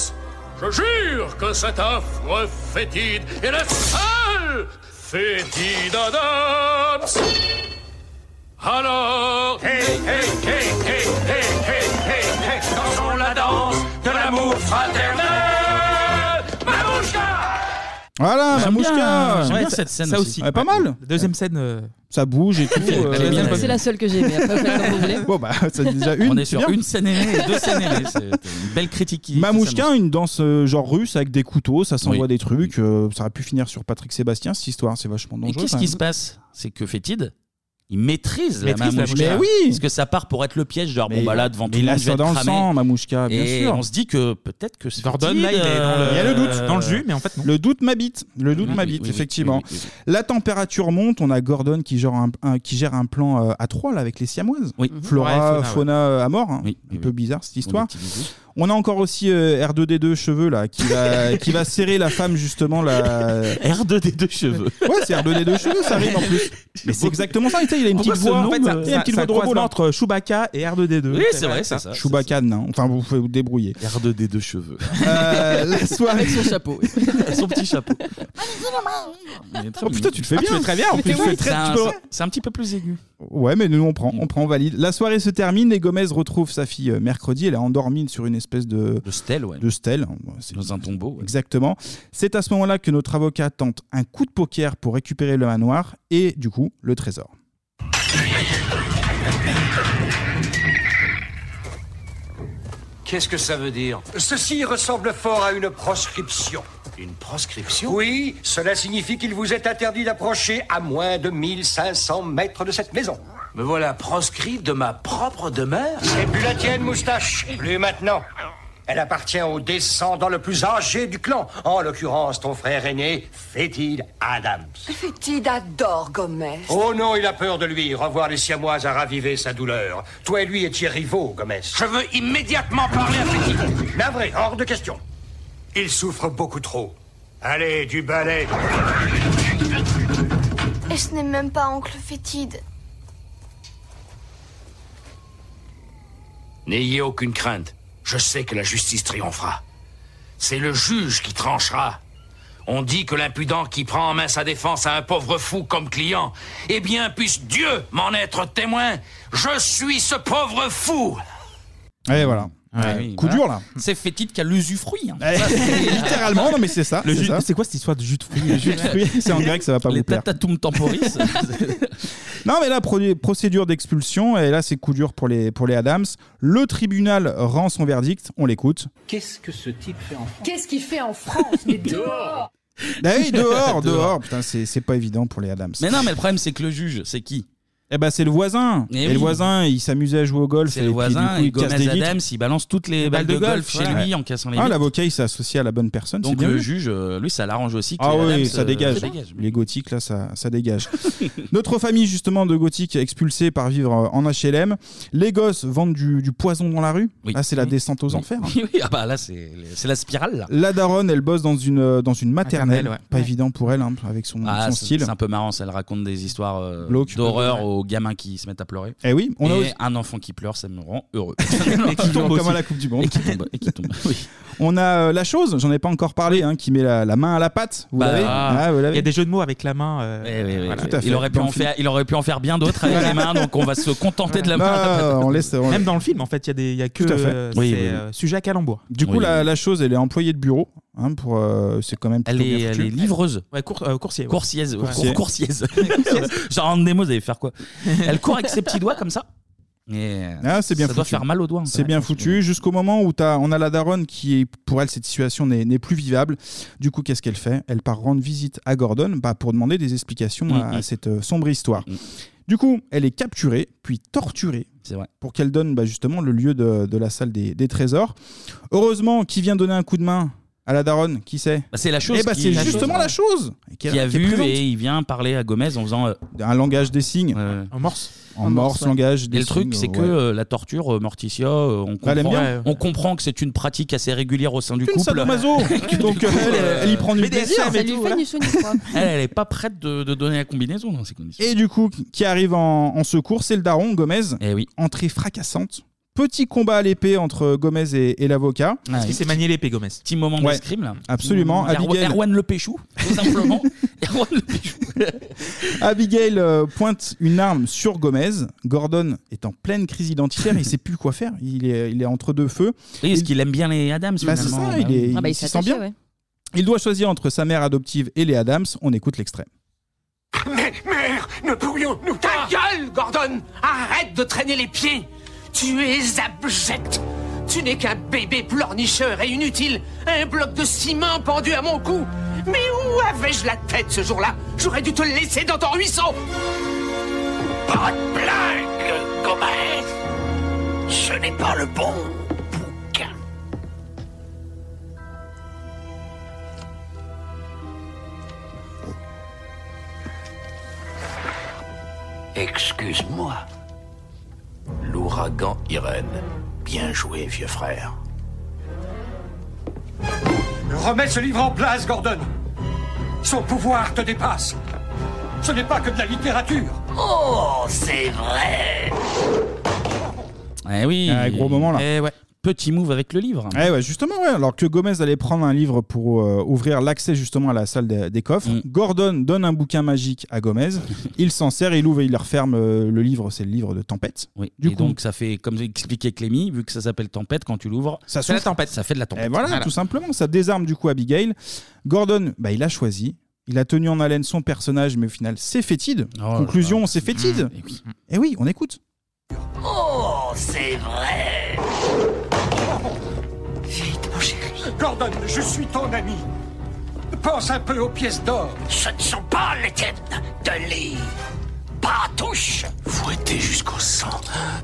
[SPEAKER 12] Je jure que cet affreux fétide est la seule fétide Adams alors, hey, hey, hey, hey, hey, hey, hey, hey, dansons la danse de l'amour fraternel. Mamouchka
[SPEAKER 6] Voilà,
[SPEAKER 9] J'aime
[SPEAKER 6] Mamouchka
[SPEAKER 9] bien, j'aime
[SPEAKER 6] Ouais,
[SPEAKER 9] bien
[SPEAKER 6] ça-
[SPEAKER 9] cette scène
[SPEAKER 6] ça
[SPEAKER 9] aussi.
[SPEAKER 6] Ouais, pas mal
[SPEAKER 9] Deuxième scène. euh,
[SPEAKER 6] Ça bouge et tout.
[SPEAKER 9] Elle est
[SPEAKER 6] euh,
[SPEAKER 9] bien,
[SPEAKER 6] ouais.
[SPEAKER 9] elle est
[SPEAKER 7] C'est la seule que j'ai aimée. Après, vous faites comme vous voulez.
[SPEAKER 6] Bon, bah, c'est déjà une.
[SPEAKER 1] On est
[SPEAKER 6] c'est
[SPEAKER 1] sur
[SPEAKER 6] bien.
[SPEAKER 1] une scène aînée et deux scènes aînées. C'est une belle critique. qui- qui
[SPEAKER 6] Mamouchka, une danse euh, genre russe avec des couteaux, ça s'envoie des trucs. euh, ça aurait pu finir sur Patrick Sébastien, cette histoire. C'est vachement
[SPEAKER 1] Et
[SPEAKER 6] dangereux.
[SPEAKER 1] qu'est-ce
[SPEAKER 6] quand
[SPEAKER 1] qui
[SPEAKER 6] même.
[SPEAKER 1] se passe C'est que Fétide, il maîtrise,
[SPEAKER 6] Maîtrise la
[SPEAKER 1] la mamouchka.
[SPEAKER 6] mamouchka. Mais oui
[SPEAKER 1] Parce que ça part pour être le piège, genre, bon, bah là, devant
[SPEAKER 6] mais
[SPEAKER 1] tout le
[SPEAKER 6] il a
[SPEAKER 1] monde, je
[SPEAKER 6] ça
[SPEAKER 1] vais
[SPEAKER 6] dans
[SPEAKER 1] être
[SPEAKER 6] le
[SPEAKER 1] cramé.
[SPEAKER 6] sang, Mamouchka, bien
[SPEAKER 1] Et
[SPEAKER 6] sûr.
[SPEAKER 1] on se dit que peut-être que c'est
[SPEAKER 9] Gordon,
[SPEAKER 1] Fétide,
[SPEAKER 9] là, il est dans le-
[SPEAKER 1] euh,
[SPEAKER 6] Il y a le doute.
[SPEAKER 1] euh,
[SPEAKER 9] fait, non.
[SPEAKER 6] Le doute m'habite. Le doute
[SPEAKER 1] Oui,
[SPEAKER 6] m'habite,
[SPEAKER 1] oui, oui,
[SPEAKER 6] effectivement.
[SPEAKER 1] oui, oui, oui,
[SPEAKER 6] La température monte. On a Gordon qui gère un, un- qui gère un plan euh, à trois, là, avec les Siamoises.
[SPEAKER 9] Mhm.
[SPEAKER 6] Flora,
[SPEAKER 1] Ouais, fauna, ouais.
[SPEAKER 6] fauna, euh, à mort. hein. un peu bizarre, cette histoire.
[SPEAKER 1] petits bisous.
[SPEAKER 6] On a encore aussi euh, R2D2 cheveux, là, qui va, qui va serrer la femme, justement, la.
[SPEAKER 1] R2D2 cheveux.
[SPEAKER 6] Ouais, c'est R2D2 cheveux, ça arrive en plus. Mais c'est exactement ça. tu sais, Il a une
[SPEAKER 9] Pourquoi
[SPEAKER 6] petite
[SPEAKER 9] ce
[SPEAKER 6] voix.
[SPEAKER 9] nom, en fait,
[SPEAKER 6] il a
[SPEAKER 9] ça-
[SPEAKER 6] une
[SPEAKER 9] ça-
[SPEAKER 6] petite
[SPEAKER 9] ça
[SPEAKER 6] voix de robot,
[SPEAKER 9] croisement
[SPEAKER 6] là.
[SPEAKER 9] entre Chewbacca et R2D2.
[SPEAKER 6] Oui, c'est vrai, c'est ça. Chewbacca, non. Enfin, vous pouvez vous débrouiller.
[SPEAKER 1] R2D2 cheveux.
[SPEAKER 6] Euh, la soirée.
[SPEAKER 1] Avec son chapeau. Son petit chapeau.
[SPEAKER 6] Oh putain, tu le fais
[SPEAKER 1] Ah,
[SPEAKER 6] bien.
[SPEAKER 1] tu fais très bien, en plus.
[SPEAKER 6] Tu le fais très-
[SPEAKER 1] C'est un-
[SPEAKER 6] tu peux-
[SPEAKER 1] C'est un petit peu plus aigu.
[SPEAKER 6] Ouais, mais nous on prend, on prend, on valide. La soirée se termine et Gomez retrouve sa fille euh, mercredi. Elle est endormie sur une espèce de.
[SPEAKER 1] De stèle, ouais.
[SPEAKER 6] De stèle. C'est-
[SPEAKER 1] Dans un tombeau. ouais.
[SPEAKER 6] Exactement. C'est à ce moment-là que notre avocat tente un coup de poker pour récupérer le manoir et du coup le trésor.
[SPEAKER 15] Qu'est-ce que ça veut dire Ceci ressemble fort à une proscription. Une proscription Oui, cela signifie qu'il vous est interdit d'approcher à moins de 1500 mètres de cette maison.
[SPEAKER 33] Me voilà proscrit de ma propre demeure
[SPEAKER 15] C'est plus la tienne, moustache. Plus maintenant. Elle appartient au descendant le plus âgé du clan. En l'occurrence, ton frère aîné, Fétide Adams.
[SPEAKER 13] Fétide adore Gomez.
[SPEAKER 15] Oh non, il a peur de lui. Revoir les Siamois a ravivé sa douleur. Toi et lui étiez rivaux, Gomez.
[SPEAKER 33] Je veux immédiatement parler à Fétide.
[SPEAKER 15] Navré, hors de question. Il souffre beaucoup trop. Allez, du balai.
[SPEAKER 17] Et ce n'est même pas oncle fétide.
[SPEAKER 33] N'ayez aucune crainte.
[SPEAKER 15] Je sais que la justice triomphera. C'est le juge qui tranchera. On dit que l'impudent qui prend en main sa défense à un pauvre fou comme client, eh bien, puisse Dieu m'en être témoin, je suis ce pauvre fou
[SPEAKER 6] Et voilà. Euh, coup dur là.
[SPEAKER 1] C'est Fétide qui a l'usufruit. hein. Ça, c'est-
[SPEAKER 6] Littéralement, non mais c'est ça.
[SPEAKER 1] Le
[SPEAKER 6] c'est
[SPEAKER 1] jus-
[SPEAKER 6] ça.
[SPEAKER 9] C'est quoi cette histoire de jus de fruits
[SPEAKER 6] Le jus de fruits, c'est en grec, ça va pas
[SPEAKER 1] Les
[SPEAKER 6] vous plaire.
[SPEAKER 1] tatatum temporis.
[SPEAKER 6] Non, mais là, produ- procédure d'expulsion, et là, c'est coup dur pour les, pour les Adams. Le tribunal rend son verdict, on l'écoute.
[SPEAKER 19] Qu'est-ce que ce type fait en France
[SPEAKER 16] Qu'est-ce qu'il fait en France Mais dehors
[SPEAKER 6] Ah oui, dehors,
[SPEAKER 1] Dehors.
[SPEAKER 6] dehors, putain, c'est c'est pas évident pour les Adams.
[SPEAKER 1] mais non, mais le problème, c'est que le juge, c'est qui
[SPEAKER 6] Eh ben, c'est le voisin.
[SPEAKER 1] Eh
[SPEAKER 6] et
[SPEAKER 1] oui.
[SPEAKER 6] le voisin, il s'amusait à jouer au golf.
[SPEAKER 1] C'est
[SPEAKER 6] et
[SPEAKER 1] le
[SPEAKER 6] puis,
[SPEAKER 1] voisin,
[SPEAKER 6] du coup,
[SPEAKER 1] et
[SPEAKER 6] il casse
[SPEAKER 1] Gomez
[SPEAKER 6] des vitres.
[SPEAKER 1] Adams, il balance toutes les balles de golf chez
[SPEAKER 6] ouais.
[SPEAKER 1] lui en cassant les
[SPEAKER 6] Ah,
[SPEAKER 1] vitres.
[SPEAKER 6] l'avocat, il s'est associé à la bonne personne. c'est
[SPEAKER 1] Donc
[SPEAKER 6] bien
[SPEAKER 1] le
[SPEAKER 6] vu.
[SPEAKER 1] juge, euh, lui, ça l'arrange aussi. que
[SPEAKER 6] Ah
[SPEAKER 1] les
[SPEAKER 6] oui,
[SPEAKER 1] Adams,
[SPEAKER 6] ça
[SPEAKER 1] euh,
[SPEAKER 6] dégage. Les gothiques, là, ça, ça dégage. Notre famille, justement, de gothiques expulsés par vivre euh, en HLM. Les gosses vendent du, du poison dans la rue. Là, c'est la descente aux enfers. hein.
[SPEAKER 1] Oui, oui, ah bah là, c'est c'est la spirale. Là.
[SPEAKER 6] La daronne, elle bosse dans une, euh, dans une maternelle.
[SPEAKER 1] Maternelle, ouais.
[SPEAKER 6] Pas évident pour elle, hein, avec son,
[SPEAKER 1] Ah,
[SPEAKER 6] son
[SPEAKER 1] c'est-
[SPEAKER 6] style.
[SPEAKER 1] C'est un peu marrant, ça, elle raconte des histoires euh,
[SPEAKER 6] Glauque.
[SPEAKER 1] d'horreur aux gamins qui se mettent à pleurer.
[SPEAKER 6] Eh oui, on a
[SPEAKER 1] Et
[SPEAKER 6] aussi-
[SPEAKER 1] un enfant qui pleure, ça me rend heureux.
[SPEAKER 6] Et qui tombe comme à la Coupe du Monde.
[SPEAKER 1] Et qui tombe, et qui tombe. oui.
[SPEAKER 6] On a euh, la chose, j'en ai pas encore parlé, hein, qui met la, la main à la patte. Vous
[SPEAKER 1] Bah,
[SPEAKER 6] l'avez
[SPEAKER 1] ah.
[SPEAKER 6] Ah, vous l'avez
[SPEAKER 1] Il y a des
[SPEAKER 9] jeux de mots avec la main. euh,
[SPEAKER 6] Tout à fait.
[SPEAKER 1] Il, aurait pu
[SPEAKER 6] Dans
[SPEAKER 1] en
[SPEAKER 6] le film.
[SPEAKER 1] faire, il aurait pu en faire bien d'autres avec les mains, donc on va se contenter de la main.
[SPEAKER 6] on laisse. on-
[SPEAKER 9] Même dans le film, en fait, il y a des- il y a, que
[SPEAKER 6] Tout à fait.
[SPEAKER 9] euh,
[SPEAKER 6] Oui,
[SPEAKER 9] c'est,
[SPEAKER 6] oui, oui.
[SPEAKER 9] euh, sujet à calembour.
[SPEAKER 6] Du coup, la, la chose, elle est employée de bureau. hein, pour, euh, c'est quand même.
[SPEAKER 1] Elle
[SPEAKER 6] plutôt
[SPEAKER 1] est,
[SPEAKER 6] bien
[SPEAKER 1] elle
[SPEAKER 6] foutu.
[SPEAKER 1] est livreuse.
[SPEAKER 9] Ouais, cour- euh, coursier. ouais.
[SPEAKER 1] Coursièse.
[SPEAKER 9] Coursier.
[SPEAKER 1] ouais, cour- Coursièse. Genre, en démo, vous allez faire quoi Elle court avec ses petits doigts comme ça. Et
[SPEAKER 6] Ah, c'est bien
[SPEAKER 1] ça
[SPEAKER 6] foutu.
[SPEAKER 1] doit faire mal aux doigts. hein,
[SPEAKER 6] C'est bien foutu jusqu'au moment où t'as- on a la daronne qui, est- pour elle, cette situation n'est n'est plus vivable. Du coup, qu'est-ce qu'elle fait Elle part rendre visite à Gordon bah, pour demander des explications à-
[SPEAKER 1] Mhm.
[SPEAKER 6] à, cette euh, sombre histoire.
[SPEAKER 1] Mm.
[SPEAKER 6] Du coup, elle est capturée, puis torturée pour qu'elle donne bah, justement le lieu de, de la salle des, des trésors. Heureusement, qui vient donner un coup de main à la daronne Qui c'est
[SPEAKER 1] Bah, c'est la chose.
[SPEAKER 6] Eh bah, c'est
[SPEAKER 1] qui-
[SPEAKER 6] justement la chose
[SPEAKER 1] Qui,
[SPEAKER 6] qui-
[SPEAKER 1] a
[SPEAKER 6] qui est
[SPEAKER 1] vu
[SPEAKER 6] présente.
[SPEAKER 1] et il vient parler à Gomez en faisant. euh,
[SPEAKER 6] un langage des signes.
[SPEAKER 9] En morse.
[SPEAKER 6] En morse, langage
[SPEAKER 1] Et
[SPEAKER 6] des
[SPEAKER 1] le truc,
[SPEAKER 6] signes,
[SPEAKER 1] c'est que
[SPEAKER 6] ouais. Bah,
[SPEAKER 1] euh, la torture, euh, Morticia, euh, on
[SPEAKER 6] Elle aime
[SPEAKER 1] comprend,
[SPEAKER 6] bien.
[SPEAKER 1] on comprend que c'est une pratique assez régulière au sein du couple.
[SPEAKER 6] sadomaso. Donc, euh, elle, elle y prend du plaisir.
[SPEAKER 1] BDSM et
[SPEAKER 7] lui
[SPEAKER 1] tout,
[SPEAKER 7] fait
[SPEAKER 1] voilà.
[SPEAKER 7] du saut, du froid.
[SPEAKER 1] Elle, elle est pas prête de, de donner la combinaison dans ces conditions.
[SPEAKER 6] Et du coup, qui arrive en, en secours, c'est le daron, Gomez.
[SPEAKER 1] Eh
[SPEAKER 6] Entrée fracassante. Petit combat à l'épée entre Gomez et, et l'avocat.
[SPEAKER 1] Ah
[SPEAKER 9] Parce qu'il s'est manié l'épée, Gomez.
[SPEAKER 1] Petit moment
[SPEAKER 6] Ouais.
[SPEAKER 1] d'escrime là.
[SPEAKER 6] Absolument.
[SPEAKER 1] Erwan-
[SPEAKER 6] Abigail,
[SPEAKER 1] Erwan le Péchou, tout simplement. Erwan le Péchou.
[SPEAKER 6] Abigail, euh, pointe une arme sur Gomez. Gordon est en pleine crise identitaire. il sait plus quoi faire. Il est, il est entre deux feux.
[SPEAKER 1] Oui, parce qu'il aime bien les Adams
[SPEAKER 6] Bah, c'est
[SPEAKER 1] finalement.
[SPEAKER 6] ça, il, est-
[SPEAKER 7] Ah bah,
[SPEAKER 6] il
[SPEAKER 7] il
[SPEAKER 6] s'y
[SPEAKER 7] s'est
[SPEAKER 6] sent
[SPEAKER 7] attaché,
[SPEAKER 6] bien.
[SPEAKER 7] ouais.
[SPEAKER 6] Il doit choisir entre sa mère adoptive et les Adams. On écoute l'extrait.
[SPEAKER 15] Mais, mère, ne pourrions-nous
[SPEAKER 13] Ta gueule, Gordon Arrête de traîner les pieds Tu es abject Tu n'es qu'un bébé pleurnicheur et inutile Un bloc de ciment pendu à mon cou Mais où avais-je la tête ce jour-là J'aurais dû te laisser dans ton ruisseau
[SPEAKER 15] Pas de blague, Gomez Ce n'est pas le bon bouquin.
[SPEAKER 2] Excuse-moi.
[SPEAKER 15] L'ouragan Irène. Bien joué, vieux frère.
[SPEAKER 26] Remets ce livre en place, Gordon. Son pouvoir te dépasse. Ce n'est pas que de la littérature.
[SPEAKER 13] Oh, c'est vrai
[SPEAKER 1] Eh oui.
[SPEAKER 6] Ah, gros moment, là.
[SPEAKER 1] Eh ouais. Petit move avec le livre.
[SPEAKER 6] Eh ouais, justement, ouais. alors que Gomez allait prendre un livre pour euh, ouvrir l'accès justement à la salle des, des coffres,
[SPEAKER 1] Mm.
[SPEAKER 6] Gordon donne un bouquin magique à Gomez, il s'en sert, il ouvre et il referme euh, le livre, c'est le livre de Tempête.
[SPEAKER 1] Oui.
[SPEAKER 6] Du
[SPEAKER 1] et
[SPEAKER 6] coup,
[SPEAKER 1] donc ça fait, comme expliquait Clémy, vu que ça s'appelle tempête, quand tu l'ouvres,
[SPEAKER 6] Ça
[SPEAKER 1] c'est la
[SPEAKER 6] souffle.
[SPEAKER 1] tempête, ça fait de la tempête.
[SPEAKER 6] et voilà, tout simplement, ça désarme du coup Abigail. Gordon, bah, il a choisi, il a tenu en haleine son personnage, mais au final, c'est fétide.
[SPEAKER 1] Oh
[SPEAKER 6] Conclusion, c'est fétide.
[SPEAKER 1] Mm.
[SPEAKER 6] et, oui. on écoute.
[SPEAKER 13] Oh, c'est vrai
[SPEAKER 26] Vite, mon chéri. Gordon, je suis ton ami. Pense un peu aux pièces d'or.
[SPEAKER 15] Ce ne sont pas les tiennes de lit. Pas touche. Fouetté jusqu'au sang,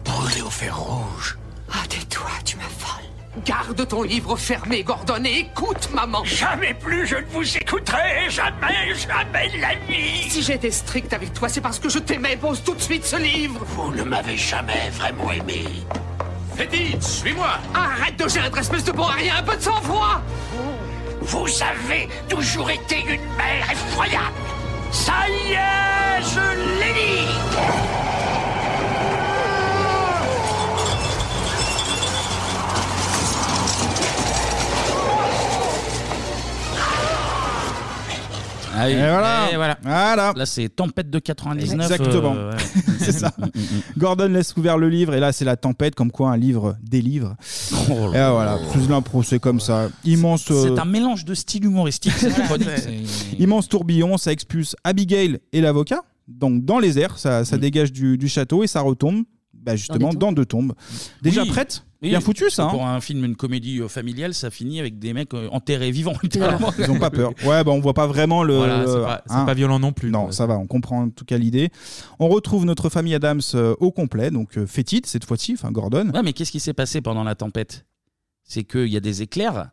[SPEAKER 15] brûlé au fer rouge.
[SPEAKER 13] Ah, tais-toi, tu m'affales Garde ton livre fermé, Gordon, et écoute maman
[SPEAKER 15] Jamais plus je ne vous écouterai, jamais, jamais de la vie.
[SPEAKER 13] Si j'étais stricte avec toi, c'est parce que je t'aimais. Pose tout de suite ce livre.
[SPEAKER 15] Vous ne m'avez jamais vraiment aimé.
[SPEAKER 13] Feddy, suis-moi. Arrête de geindre, espèce de bon à rien. Un peu de sang-froid.
[SPEAKER 15] Vous avez toujours été une mère effroyable. Ça y est, je l'ai dit.
[SPEAKER 1] Ah oui.
[SPEAKER 6] Et voilà.
[SPEAKER 1] Et Là, c'est Tempête de 99.
[SPEAKER 6] Exactement.
[SPEAKER 1] euh, ouais.
[SPEAKER 6] c'est ça.
[SPEAKER 1] mm.
[SPEAKER 6] Gordon laisse ouvert le livre et là, c'est la tempête, comme quoi un livre délivre.
[SPEAKER 1] Oh
[SPEAKER 6] Et voilà, plus l'impro, c'est comme ça. Immense. euh,
[SPEAKER 1] C'est un mélange de styles humoristiques, cette chronique. C'est-
[SPEAKER 6] Immense tourbillon, ça expulse Abigail et l'avocat. Donc dans les airs, ça,
[SPEAKER 1] Mm.
[SPEAKER 6] ça dégage du, du château et ça retombe bah, justement
[SPEAKER 1] des
[SPEAKER 6] dans deux tombes. Déjà
[SPEAKER 1] Oui.
[SPEAKER 6] prête
[SPEAKER 1] Oui,
[SPEAKER 6] Bien foutu ça.
[SPEAKER 1] Pour
[SPEAKER 6] hein.
[SPEAKER 1] un film, une comédie euh, familiale, ça finit avec des mecs euh, enterrés vivants. littéralement.
[SPEAKER 6] Ah, Ils ont pas peur. Ouais, bah on voit pas vraiment le.
[SPEAKER 1] Voilà, c'est pas- c'est pas
[SPEAKER 6] violent non plus. Non, ça va, on comprend en tout cas l'idée. On retrouve notre famille Adams euh, au complet, donc euh, fétide cette fois-ci, enfin Gordon.
[SPEAKER 1] Ouais, mais qu'est-ce qui s'est passé pendant la tempête C'est qu'il y a des éclairs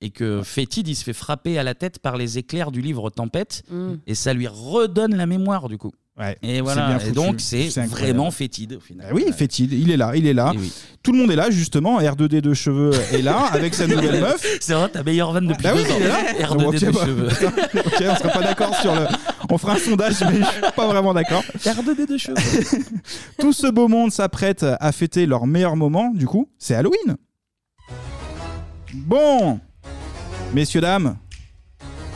[SPEAKER 1] et que Fétide, il se fait frapper à la tête par les éclairs du livre Tempête
[SPEAKER 7] Mm.
[SPEAKER 1] et ça lui redonne la mémoire du coup. et voilà.
[SPEAKER 6] bien
[SPEAKER 1] Et
[SPEAKER 6] foutu.
[SPEAKER 1] donc c'est
[SPEAKER 6] C'est incroyable.
[SPEAKER 1] vraiment Fétide au final. Eh
[SPEAKER 6] Bah oui, fétide, il est là, il est là. Tout le monde est là justement. R2D de cheveux est là avec sa nouvelle meuf.
[SPEAKER 1] C'est vraiment ta meilleure vanne depuis
[SPEAKER 6] Bah oui,
[SPEAKER 1] deux ans.
[SPEAKER 6] il est là.
[SPEAKER 1] R2D
[SPEAKER 6] Ok,
[SPEAKER 1] de
[SPEAKER 6] bah,
[SPEAKER 1] cheveux.
[SPEAKER 6] Ok, on sera pas d'accord sur le. On fera un sondage, mais je suis pas vraiment d'accord.
[SPEAKER 1] R2D de cheveux.
[SPEAKER 6] Tout ce beau monde s'apprête à fêter leur meilleur moment, du coup, c'est Halloween. Bon, messieurs, dames,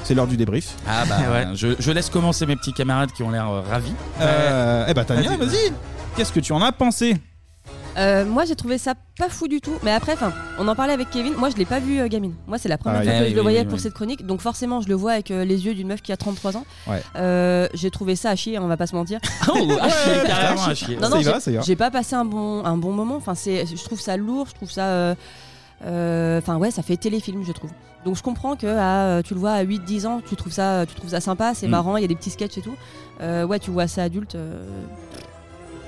[SPEAKER 6] c'est l'heure du débrief.
[SPEAKER 1] Ah bah je, je laisse commencer mes petits camarades qui ont l'air euh, ravis.
[SPEAKER 6] Euh, eh bah Tania, vas-y. Qu'est-ce que tu en as pensé
[SPEAKER 7] Euh, moi j'ai trouvé ça pas fou du tout, mais après, enfin, on en parlait avec Kevin. Moi je l'ai pas vu euh, gamine. Moi c'est la première
[SPEAKER 6] Ah,
[SPEAKER 7] fois
[SPEAKER 6] oui,
[SPEAKER 7] que
[SPEAKER 6] oui,
[SPEAKER 7] je le
[SPEAKER 6] oui,
[SPEAKER 7] voyais
[SPEAKER 6] oui,
[SPEAKER 7] pour
[SPEAKER 6] oui.
[SPEAKER 7] cette chronique, donc forcément je le vois avec euh, les yeux d'une meuf qui a 33 ans.
[SPEAKER 6] Ouais. ah,
[SPEAKER 7] Euh, j'ai trouvé ça à chier, on va pas se mentir.
[SPEAKER 1] Oh, à chier, Ouais, carrément à chier.
[SPEAKER 7] Non,
[SPEAKER 1] Ça
[SPEAKER 7] non,
[SPEAKER 1] y va,
[SPEAKER 7] j'ai-
[SPEAKER 1] ça y va.
[SPEAKER 7] j'ai pas passé un bon un bon moment. Enfin c'est, je trouve ça lourd, je trouve ça. euh, euh, Enfin ouais, ça fait téléfilm, je trouve. Donc je comprends que à, euh, tu le vois à 8-10 ans, tu trouves ça, tu trouves ça sympa, c'est
[SPEAKER 6] Mm.
[SPEAKER 7] marrant, il y a des petits sketchs et tout. Euh, ouais, tu vois ça adulte. euh,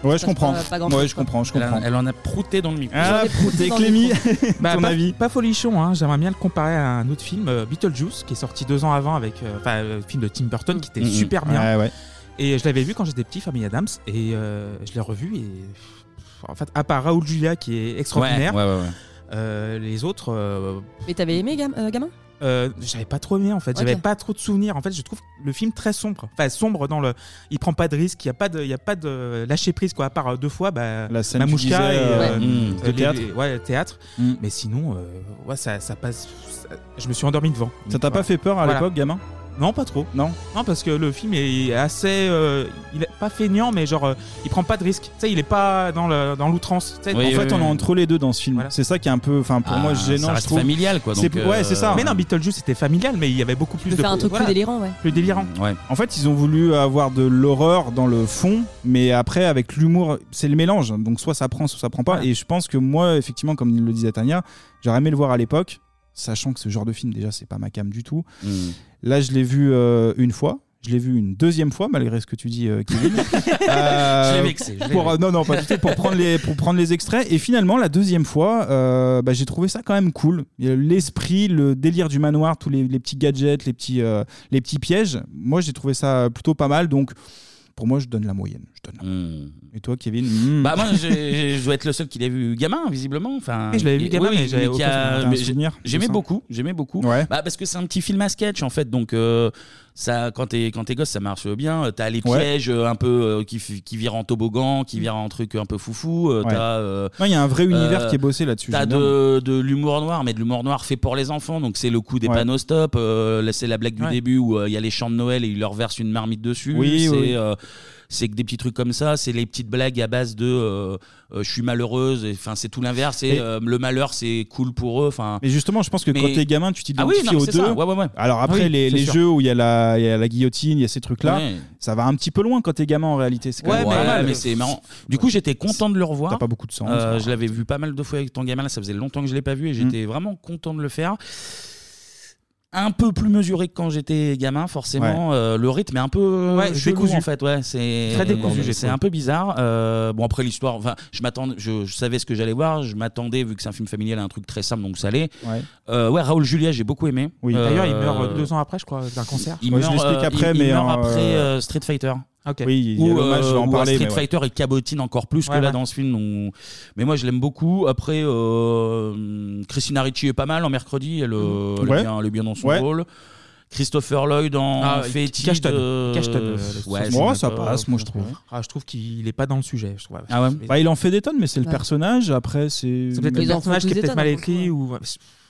[SPEAKER 6] Ouais, je
[SPEAKER 7] Ça
[SPEAKER 6] comprends.
[SPEAKER 7] passe pas- pas grand-chose,
[SPEAKER 6] Ouais, je comprends, je
[SPEAKER 1] Elle,
[SPEAKER 6] comprends.
[SPEAKER 1] en- elle en a prouté dans le micro.
[SPEAKER 6] Ah, prouté, Clémy,
[SPEAKER 9] Bah,
[SPEAKER 6] ton
[SPEAKER 9] pas,
[SPEAKER 6] avis
[SPEAKER 9] pas folichon, hein. j'aimerais bien le comparer à un autre film, euh, Beetlejuice, qui est sorti deux ans avant avec euh, enfin, le film de Tim Burton, qui était
[SPEAKER 6] Mhm.
[SPEAKER 9] super bien.
[SPEAKER 6] Ouais, ouais.
[SPEAKER 9] Et je l'avais vu quand j'étais petit, Famille Adams, et euh, je l'ai revu. Et pff, en fait, à part Raoul Julia, qui est extraordinaire,
[SPEAKER 1] Ouais, ouais, ouais, ouais.
[SPEAKER 9] euh, les autres, euh,
[SPEAKER 7] Mais t'avais aimé gam- euh, gamin
[SPEAKER 9] euh, j'avais pas trop aimé en fait, j'avais
[SPEAKER 7] Ok.
[SPEAKER 9] pas trop de souvenirs. En fait, je trouve le film très sombre. Enfin, sombre dans le. Il prend pas de risque, il y a pas de, il y a pas de lâcher prise quoi. À part euh, deux fois, bah,
[SPEAKER 6] La scène, tu
[SPEAKER 9] Mamouchka
[SPEAKER 6] disais,
[SPEAKER 9] et euh,
[SPEAKER 6] euh, Mm.
[SPEAKER 9] euh,
[SPEAKER 6] de
[SPEAKER 9] les-
[SPEAKER 6] théâtre. Mmh.
[SPEAKER 9] les- ouais, le théâtre. Mais sinon, euh, ouais, ça, ça passe. ça- je me suis endormi devant.
[SPEAKER 6] Ça t'a pas fait peur à l'époque, gamin
[SPEAKER 9] Non, pas trop.
[SPEAKER 6] Non.
[SPEAKER 9] Non, parce que le film est assez. euh, il est pas feignant, mais genre, euh, il prend pas de risque. Tu sais, il est pas dans le- dans l'outrance. tu sais.
[SPEAKER 6] en fait, on est entre les deux dans ce film. C'est ça qui est un peu, enfin, pour
[SPEAKER 9] Ah,
[SPEAKER 6] moi,
[SPEAKER 9] ça
[SPEAKER 6] gênant. je
[SPEAKER 9] reste
[SPEAKER 6] trouve.
[SPEAKER 9] familial, quoi,
[SPEAKER 6] C'est-
[SPEAKER 9] donc,
[SPEAKER 6] Ouais,
[SPEAKER 9] euh,
[SPEAKER 6] c'est ça.
[SPEAKER 9] Mais non, Beetlejuice c'était familial, mais il y avait beaucoup plus de.
[SPEAKER 7] faire un truc plus
[SPEAKER 9] voilà.
[SPEAKER 7] délirant, ouais.
[SPEAKER 9] Plus délirant.
[SPEAKER 6] En fait, ils ont voulu avoir de l'horreur dans le fond, mais après, avec l'humour, c'est le mélange. Donc, soit ça prend, soit ça prend pas. Et je pense que moi, effectivement, comme le disait Tania, j'aurais aimé le voir à l'époque, sachant que ce genre de film, déjà, c'est pas ma cam du tout.
[SPEAKER 1] Hmm.
[SPEAKER 6] Là, je l'ai vu euh, une fois. Je l'ai vu une deuxième fois, malgré ce que tu dis, euh, Kevin. Euh,
[SPEAKER 1] Je l'ai vexé, je l'ai
[SPEAKER 6] pour,
[SPEAKER 1] vexé.
[SPEAKER 6] euh, non, non, pas du tout. Pour prendre les, pour prendre les extraits. Et finalement, la deuxième fois, euh, bah, j'ai trouvé ça quand même cool. Il y a L'esprit, le délire du manoir, tous les, les petits gadgets, les petits, euh, les petits pièges. Moi, j'ai trouvé ça plutôt pas mal. Donc, pour moi, je donne la moyenne. Je donne. Et toi, Kevin Hmm.
[SPEAKER 1] Bah moi, j'ai- je dois être le seul qui l'ait vu gamin, visiblement. Enfin,
[SPEAKER 6] Et je l'avais vu
[SPEAKER 1] oui,
[SPEAKER 6] gamin,
[SPEAKER 1] oui,
[SPEAKER 6] mais j'avais
[SPEAKER 1] qui a-
[SPEAKER 6] aucun
[SPEAKER 1] mais
[SPEAKER 6] souvenir
[SPEAKER 1] j'ai- J'aimais
[SPEAKER 6] de ça.
[SPEAKER 1] beaucoup, j'aimais beaucoup. Bah, parce que c'est un petit film à sketch en fait, donc euh, ça, quand t'es quand t'es gosse, ça marche bien. Euh, T'as les
[SPEAKER 6] Ouais.
[SPEAKER 1] pièges euh, un peu euh, qui f- qui virent en toboggan, qui virent en truc un peu foufou. euh,
[SPEAKER 6] Ouais.
[SPEAKER 1] T'as. euh,
[SPEAKER 6] Non, il y a un vrai univers qui est bossé là-dessus,
[SPEAKER 1] T'as
[SPEAKER 6] j'aime bien.
[SPEAKER 1] de, de l'humour noir, mais de l'humour noir fait pour les enfants. Donc c'est le coup des
[SPEAKER 6] Ouais.
[SPEAKER 1] panneaux stop. euh, là, c'est la blague du
[SPEAKER 6] Ouais.
[SPEAKER 1] début où euh, il y a les chants de Noël et il leur verse une marmite dessus.
[SPEAKER 6] Oui,
[SPEAKER 1] c'est,
[SPEAKER 6] oui.
[SPEAKER 1] euh, c'est que des petits trucs comme ça, c'est les petites blagues à base de euh, euh, je suis malheureuse, Et, enfin c'est tout l'inverse, c'est
[SPEAKER 6] Et-
[SPEAKER 1] euh, le malheur c'est cool pour eux. Enfin,
[SPEAKER 6] Mais justement, je pense que quand
[SPEAKER 1] Mais-
[SPEAKER 6] t'es gamin, tu
[SPEAKER 1] Ah oui,
[SPEAKER 6] t'identifies
[SPEAKER 1] non, mais
[SPEAKER 6] aux
[SPEAKER 1] c'est
[SPEAKER 6] deux.
[SPEAKER 1] ça, ouais, ouais, ouais.
[SPEAKER 6] Alors après,
[SPEAKER 1] Oui,
[SPEAKER 6] les,
[SPEAKER 1] c'est
[SPEAKER 6] les
[SPEAKER 1] sûr.
[SPEAKER 6] jeux où il y, a la- il y a la guillotine, il y a ces trucs-là,
[SPEAKER 1] Ouais.
[SPEAKER 6] ça va un petit peu loin quand t'es gamin en réalité. C'est quand même
[SPEAKER 1] Ouais,
[SPEAKER 6] pas mal.
[SPEAKER 1] mais c'est marrant. Du coup, j'étais content de le revoir.
[SPEAKER 6] T'as pas beaucoup de sang.
[SPEAKER 1] Euh,
[SPEAKER 6] ça.
[SPEAKER 1] je l'avais vu pas mal de fois avec ton gamin. Là, ça faisait longtemps que je l'ai pas vu
[SPEAKER 6] Mmh.
[SPEAKER 1] et j'étais vraiment content de le faire. Un peu plus mesuré que quand j'étais gamin, forcément. Euh, le rythme est un peu
[SPEAKER 9] Ouais,
[SPEAKER 1] chelou,
[SPEAKER 9] décousu.
[SPEAKER 1] en fait. Ouais, c'est
[SPEAKER 9] Très décousu, j'ai
[SPEAKER 1] C'est
[SPEAKER 9] trouvé.
[SPEAKER 1] un peu bizarre. Euh, bon après l'histoire, enfin, je m'attendais, je, je savais ce que j'allais voir. Je m'attendais vu que c'est un film familial à un truc très simple, donc ça allait.
[SPEAKER 6] Ouais.
[SPEAKER 1] Euh, ouais, Raoul Julia, j'ai beaucoup aimé. Euh,
[SPEAKER 9] D'ailleurs, il meurt deux ans après, je crois, d'un cancer.
[SPEAKER 1] il meurt, euh, il- il meurt après euh, Street Fighter.
[SPEAKER 9] Ok.
[SPEAKER 6] Oui, il y a
[SPEAKER 1] Ou, euh,
[SPEAKER 6] l'hommage, je vais en
[SPEAKER 1] ou
[SPEAKER 6] parler,
[SPEAKER 1] Street
[SPEAKER 6] mais ouais.
[SPEAKER 1] Fighter, il cabotine encore plus
[SPEAKER 6] Ouais,
[SPEAKER 1] que là
[SPEAKER 6] ouais.
[SPEAKER 1] dans ce film. donc- Mais moi, je l'aime beaucoup. Après, euh, Christina Ricci est pas mal en mercredi. Elle, euh, elle
[SPEAKER 6] Ouais.
[SPEAKER 1] est, bien, elle est bien dans son
[SPEAKER 6] Ouais.
[SPEAKER 1] rôle. Christopher Lloyd en
[SPEAKER 9] Ah,
[SPEAKER 1] Fétide.
[SPEAKER 9] Cashton.
[SPEAKER 1] euh,
[SPEAKER 9] Cashton, euh,
[SPEAKER 1] ouais,
[SPEAKER 9] le-
[SPEAKER 1] c'est
[SPEAKER 6] Moi, ça
[SPEAKER 1] d'accord.
[SPEAKER 6] passe, moi, je trouve.
[SPEAKER 9] Ah, je trouve Ah, qu'il est pas dans le sujet. Je trouve.
[SPEAKER 6] Bah, il en fait des tonnes, mais c'est le
[SPEAKER 9] Ouais.
[SPEAKER 6] personnage. Après, c'est.
[SPEAKER 9] C'est peut-être le personnage qui est peut-être mal écrit ou.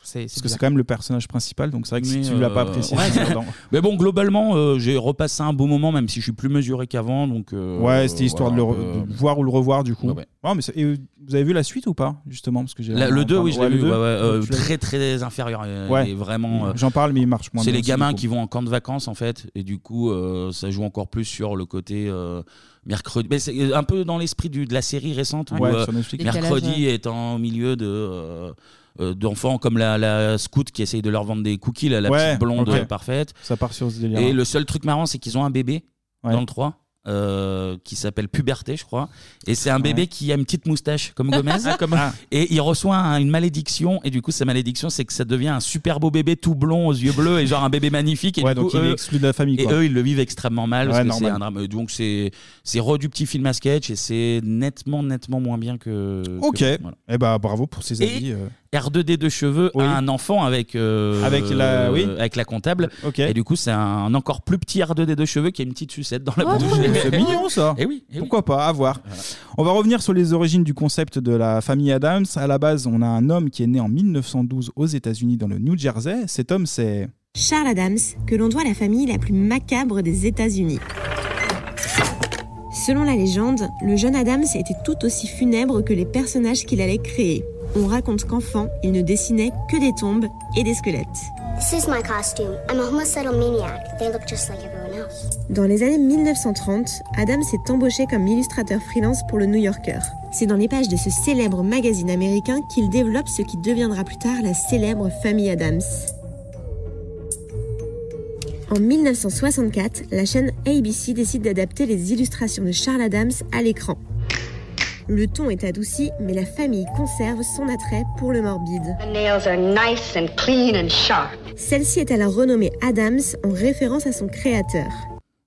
[SPEAKER 9] C'est
[SPEAKER 6] Parce
[SPEAKER 9] c'est
[SPEAKER 6] que c'est
[SPEAKER 9] bizarre.
[SPEAKER 6] quand même le personnage principal, donc c'est vrai que si
[SPEAKER 1] Mais,
[SPEAKER 6] tu l'as pas
[SPEAKER 1] euh,
[SPEAKER 6] apprécié,
[SPEAKER 1] ouais.
[SPEAKER 6] c'est emmerdant.
[SPEAKER 1] Mais bon, globalement, euh, j'ai repassé un bon moment, même si je suis plus mesuré qu'avant. Donc, euh,
[SPEAKER 6] Ouais, c'était histoire
[SPEAKER 1] voilà,
[SPEAKER 6] de, le
[SPEAKER 1] un
[SPEAKER 6] re-
[SPEAKER 1] peu-
[SPEAKER 6] de voir ou le revoir du coup.
[SPEAKER 1] Euh, Ouais, ouais.
[SPEAKER 6] Ouais, mais c'est- et, euh, vous avez vu la suite ou pas justement parce que j'ai
[SPEAKER 1] La- le 2, oui, je l'ai
[SPEAKER 6] Ouais, le
[SPEAKER 1] vu.
[SPEAKER 6] deux.
[SPEAKER 1] ouais, ouais, euh,
[SPEAKER 6] Donc, tu l'as-
[SPEAKER 1] très, très inférieur. euh,
[SPEAKER 6] Ouais.
[SPEAKER 1] et vraiment. euh,
[SPEAKER 6] J'en parle, mais il marche moins
[SPEAKER 1] C'est
[SPEAKER 6] bien
[SPEAKER 1] les
[SPEAKER 6] aussi,
[SPEAKER 1] gamins
[SPEAKER 6] du coup.
[SPEAKER 1] qui vont en camp de vacances, en fait. Et du coup, euh, ça joue encore plus sur le côté euh, mercredi. Mais c'est euh, un peu dans l'esprit du- de la série récente. où,
[SPEAKER 6] Ouais,
[SPEAKER 1] euh,
[SPEAKER 6] sur Netflix. Décalage,
[SPEAKER 1] mercredi est en milieu de. euh, euh, d'enfants comme la, la scout qui essaye de leur vendre des cookies, la, la
[SPEAKER 6] Ouais,
[SPEAKER 1] petite blonde
[SPEAKER 6] ok.
[SPEAKER 1] euh, parfaite.
[SPEAKER 6] Ça part sur ce délire.
[SPEAKER 1] Et le seul truc marrant, c'est qu'ils ont un bébé
[SPEAKER 6] Ouais.
[SPEAKER 1] dans le 3 euh, qui s'appelle Puberté, je crois. Et c'est un bébé
[SPEAKER 6] Ouais.
[SPEAKER 1] qui a une petite moustache, comme Gomez.
[SPEAKER 6] Ah, comme- Ah.
[SPEAKER 1] Et il reçoit un- une malédiction. Et du coup, sa malédiction, c'est que ça devient un super beau bébé tout blond, aux yeux bleus, et genre un bébé magnifique. Et
[SPEAKER 6] Ouais,
[SPEAKER 1] du
[SPEAKER 6] donc
[SPEAKER 1] coup,
[SPEAKER 6] il est
[SPEAKER 1] eux-
[SPEAKER 6] exclu de la famille.
[SPEAKER 1] et
[SPEAKER 6] quoi.
[SPEAKER 1] eux, ils le vivent extrêmement mal. parce
[SPEAKER 6] Ouais,
[SPEAKER 1] que c'est
[SPEAKER 6] normal.
[SPEAKER 1] un drame. Euh, Donc, c'est c'est re du petit film à sketch et c'est nettement, nettement moins bien que. que-
[SPEAKER 6] Ok.
[SPEAKER 1] voilà.
[SPEAKER 6] Eh bah bravo pour ces
[SPEAKER 1] Et-
[SPEAKER 6] avis. euh.
[SPEAKER 1] R2D de cheveux a un enfant avec euh,
[SPEAKER 6] Avec la- oui.
[SPEAKER 1] avec la comptable et du coup c'est un encore plus petit R2D de cheveux qui a une petite sucette dans la
[SPEAKER 6] Ah,
[SPEAKER 1] bouche
[SPEAKER 6] c'est mignon ça.
[SPEAKER 1] et Eh oui
[SPEAKER 6] Pourquoi pas, à voir. On va revenir sur les origines du concept de la famille Adams. À la base, on a un homme qui est né en 1912 aux États-Unis dans le New Jersey. Cet homme, c'est
[SPEAKER 17] Charles Adams, que l'on doit la famille la plus macabre des États-Unis. Selon la légende, le jeune Adams était tout aussi funèbre que les personnages qu'il allait créer. On raconte qu'enfant, il ne dessinait que des tombes et des squelettes.
[SPEAKER 22] This is my costume. I'm a homicidal maniac. They look just like everyone else.
[SPEAKER 17] Dans les années 1930, Adams est embauché comme illustrateur freelance pour le New Yorker. C'est dans les pages de ce célèbre magazine américain qu'il développe ce qui deviendra plus tard la célèbre famille Adams. En 1964, la chaîne ABC décide d'adapter les illustrations de Charles Adams à l'écran. Le ton est adouci, mais la famille conserve son attrait pour le morbide.
[SPEAKER 14] The nails are nice and clean and sharp.
[SPEAKER 17] Celle-ci est alors renommée Adams en référence à son créateur.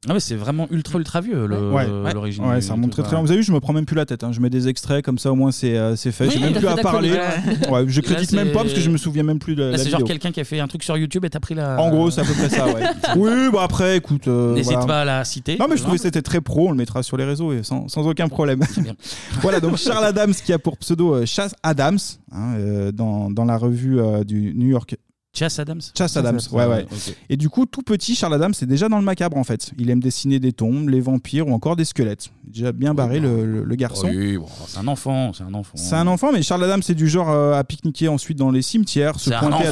[SPEAKER 1] Ah ouais, c'est vraiment ultra ultra vieux le-
[SPEAKER 6] Ouais,
[SPEAKER 1] euh, l'origine.
[SPEAKER 6] ouais,
[SPEAKER 1] du
[SPEAKER 6] ça remonte très
[SPEAKER 1] truc,
[SPEAKER 6] très
[SPEAKER 1] ouais.
[SPEAKER 6] loin. Vous avez vu, je me prends même plus la tête. hein. Je mets des extraits comme ça, au moins c'est euh, c'est fait.
[SPEAKER 1] Oui,
[SPEAKER 6] J'ai même
[SPEAKER 1] t'as
[SPEAKER 6] plus
[SPEAKER 1] fait
[SPEAKER 6] à
[SPEAKER 1] ta
[SPEAKER 6] parler.
[SPEAKER 1] chronique, ouais.
[SPEAKER 6] Ouais, je
[SPEAKER 1] Là,
[SPEAKER 6] critique même
[SPEAKER 1] c'est-
[SPEAKER 6] pas parce que je me souviens même plus de
[SPEAKER 1] Là,
[SPEAKER 6] la
[SPEAKER 1] c'est genre
[SPEAKER 6] vidéo.
[SPEAKER 1] quelqu'un qui a fait un truc sur YouTube et t'as pris la.
[SPEAKER 6] En gros, c'est à peu près ça. Ouais. oui, bah après, écoute. euh,
[SPEAKER 1] N'hésite
[SPEAKER 6] voilà.
[SPEAKER 1] pas à la citer. euh, hein.
[SPEAKER 6] Non, mais je
[SPEAKER 1] Voilà.
[SPEAKER 6] trouvais que c'était très pro. On le mettra sur les réseaux et sans, sans aucun problème. voilà, donc Charles Adams qui a pour pseudo euh, Chas Adams hein, euh, dans, dans la revue euh, du New York.
[SPEAKER 1] Chas Adams
[SPEAKER 6] Chas Adams,
[SPEAKER 1] Chas Adams,
[SPEAKER 6] ouais, ouais.
[SPEAKER 1] ouais, ok.
[SPEAKER 6] Et du coup, tout petit, Charles Adams est déjà dans le macabre en fait. Il aime dessiner des tombes, les vampires ou encore des squelettes. Déjà bien barré
[SPEAKER 9] bah.
[SPEAKER 6] le, le- le garçon.
[SPEAKER 9] Oh,
[SPEAKER 1] Oui, bon, c'est un enfant, c'est un enfant.
[SPEAKER 6] C'est un enfant, mais Charles Adams, c'est du genre euh, à pique-niquer ensuite dans les cimetières, se
[SPEAKER 9] Ah,
[SPEAKER 1] C'est un
[SPEAKER 6] pointer à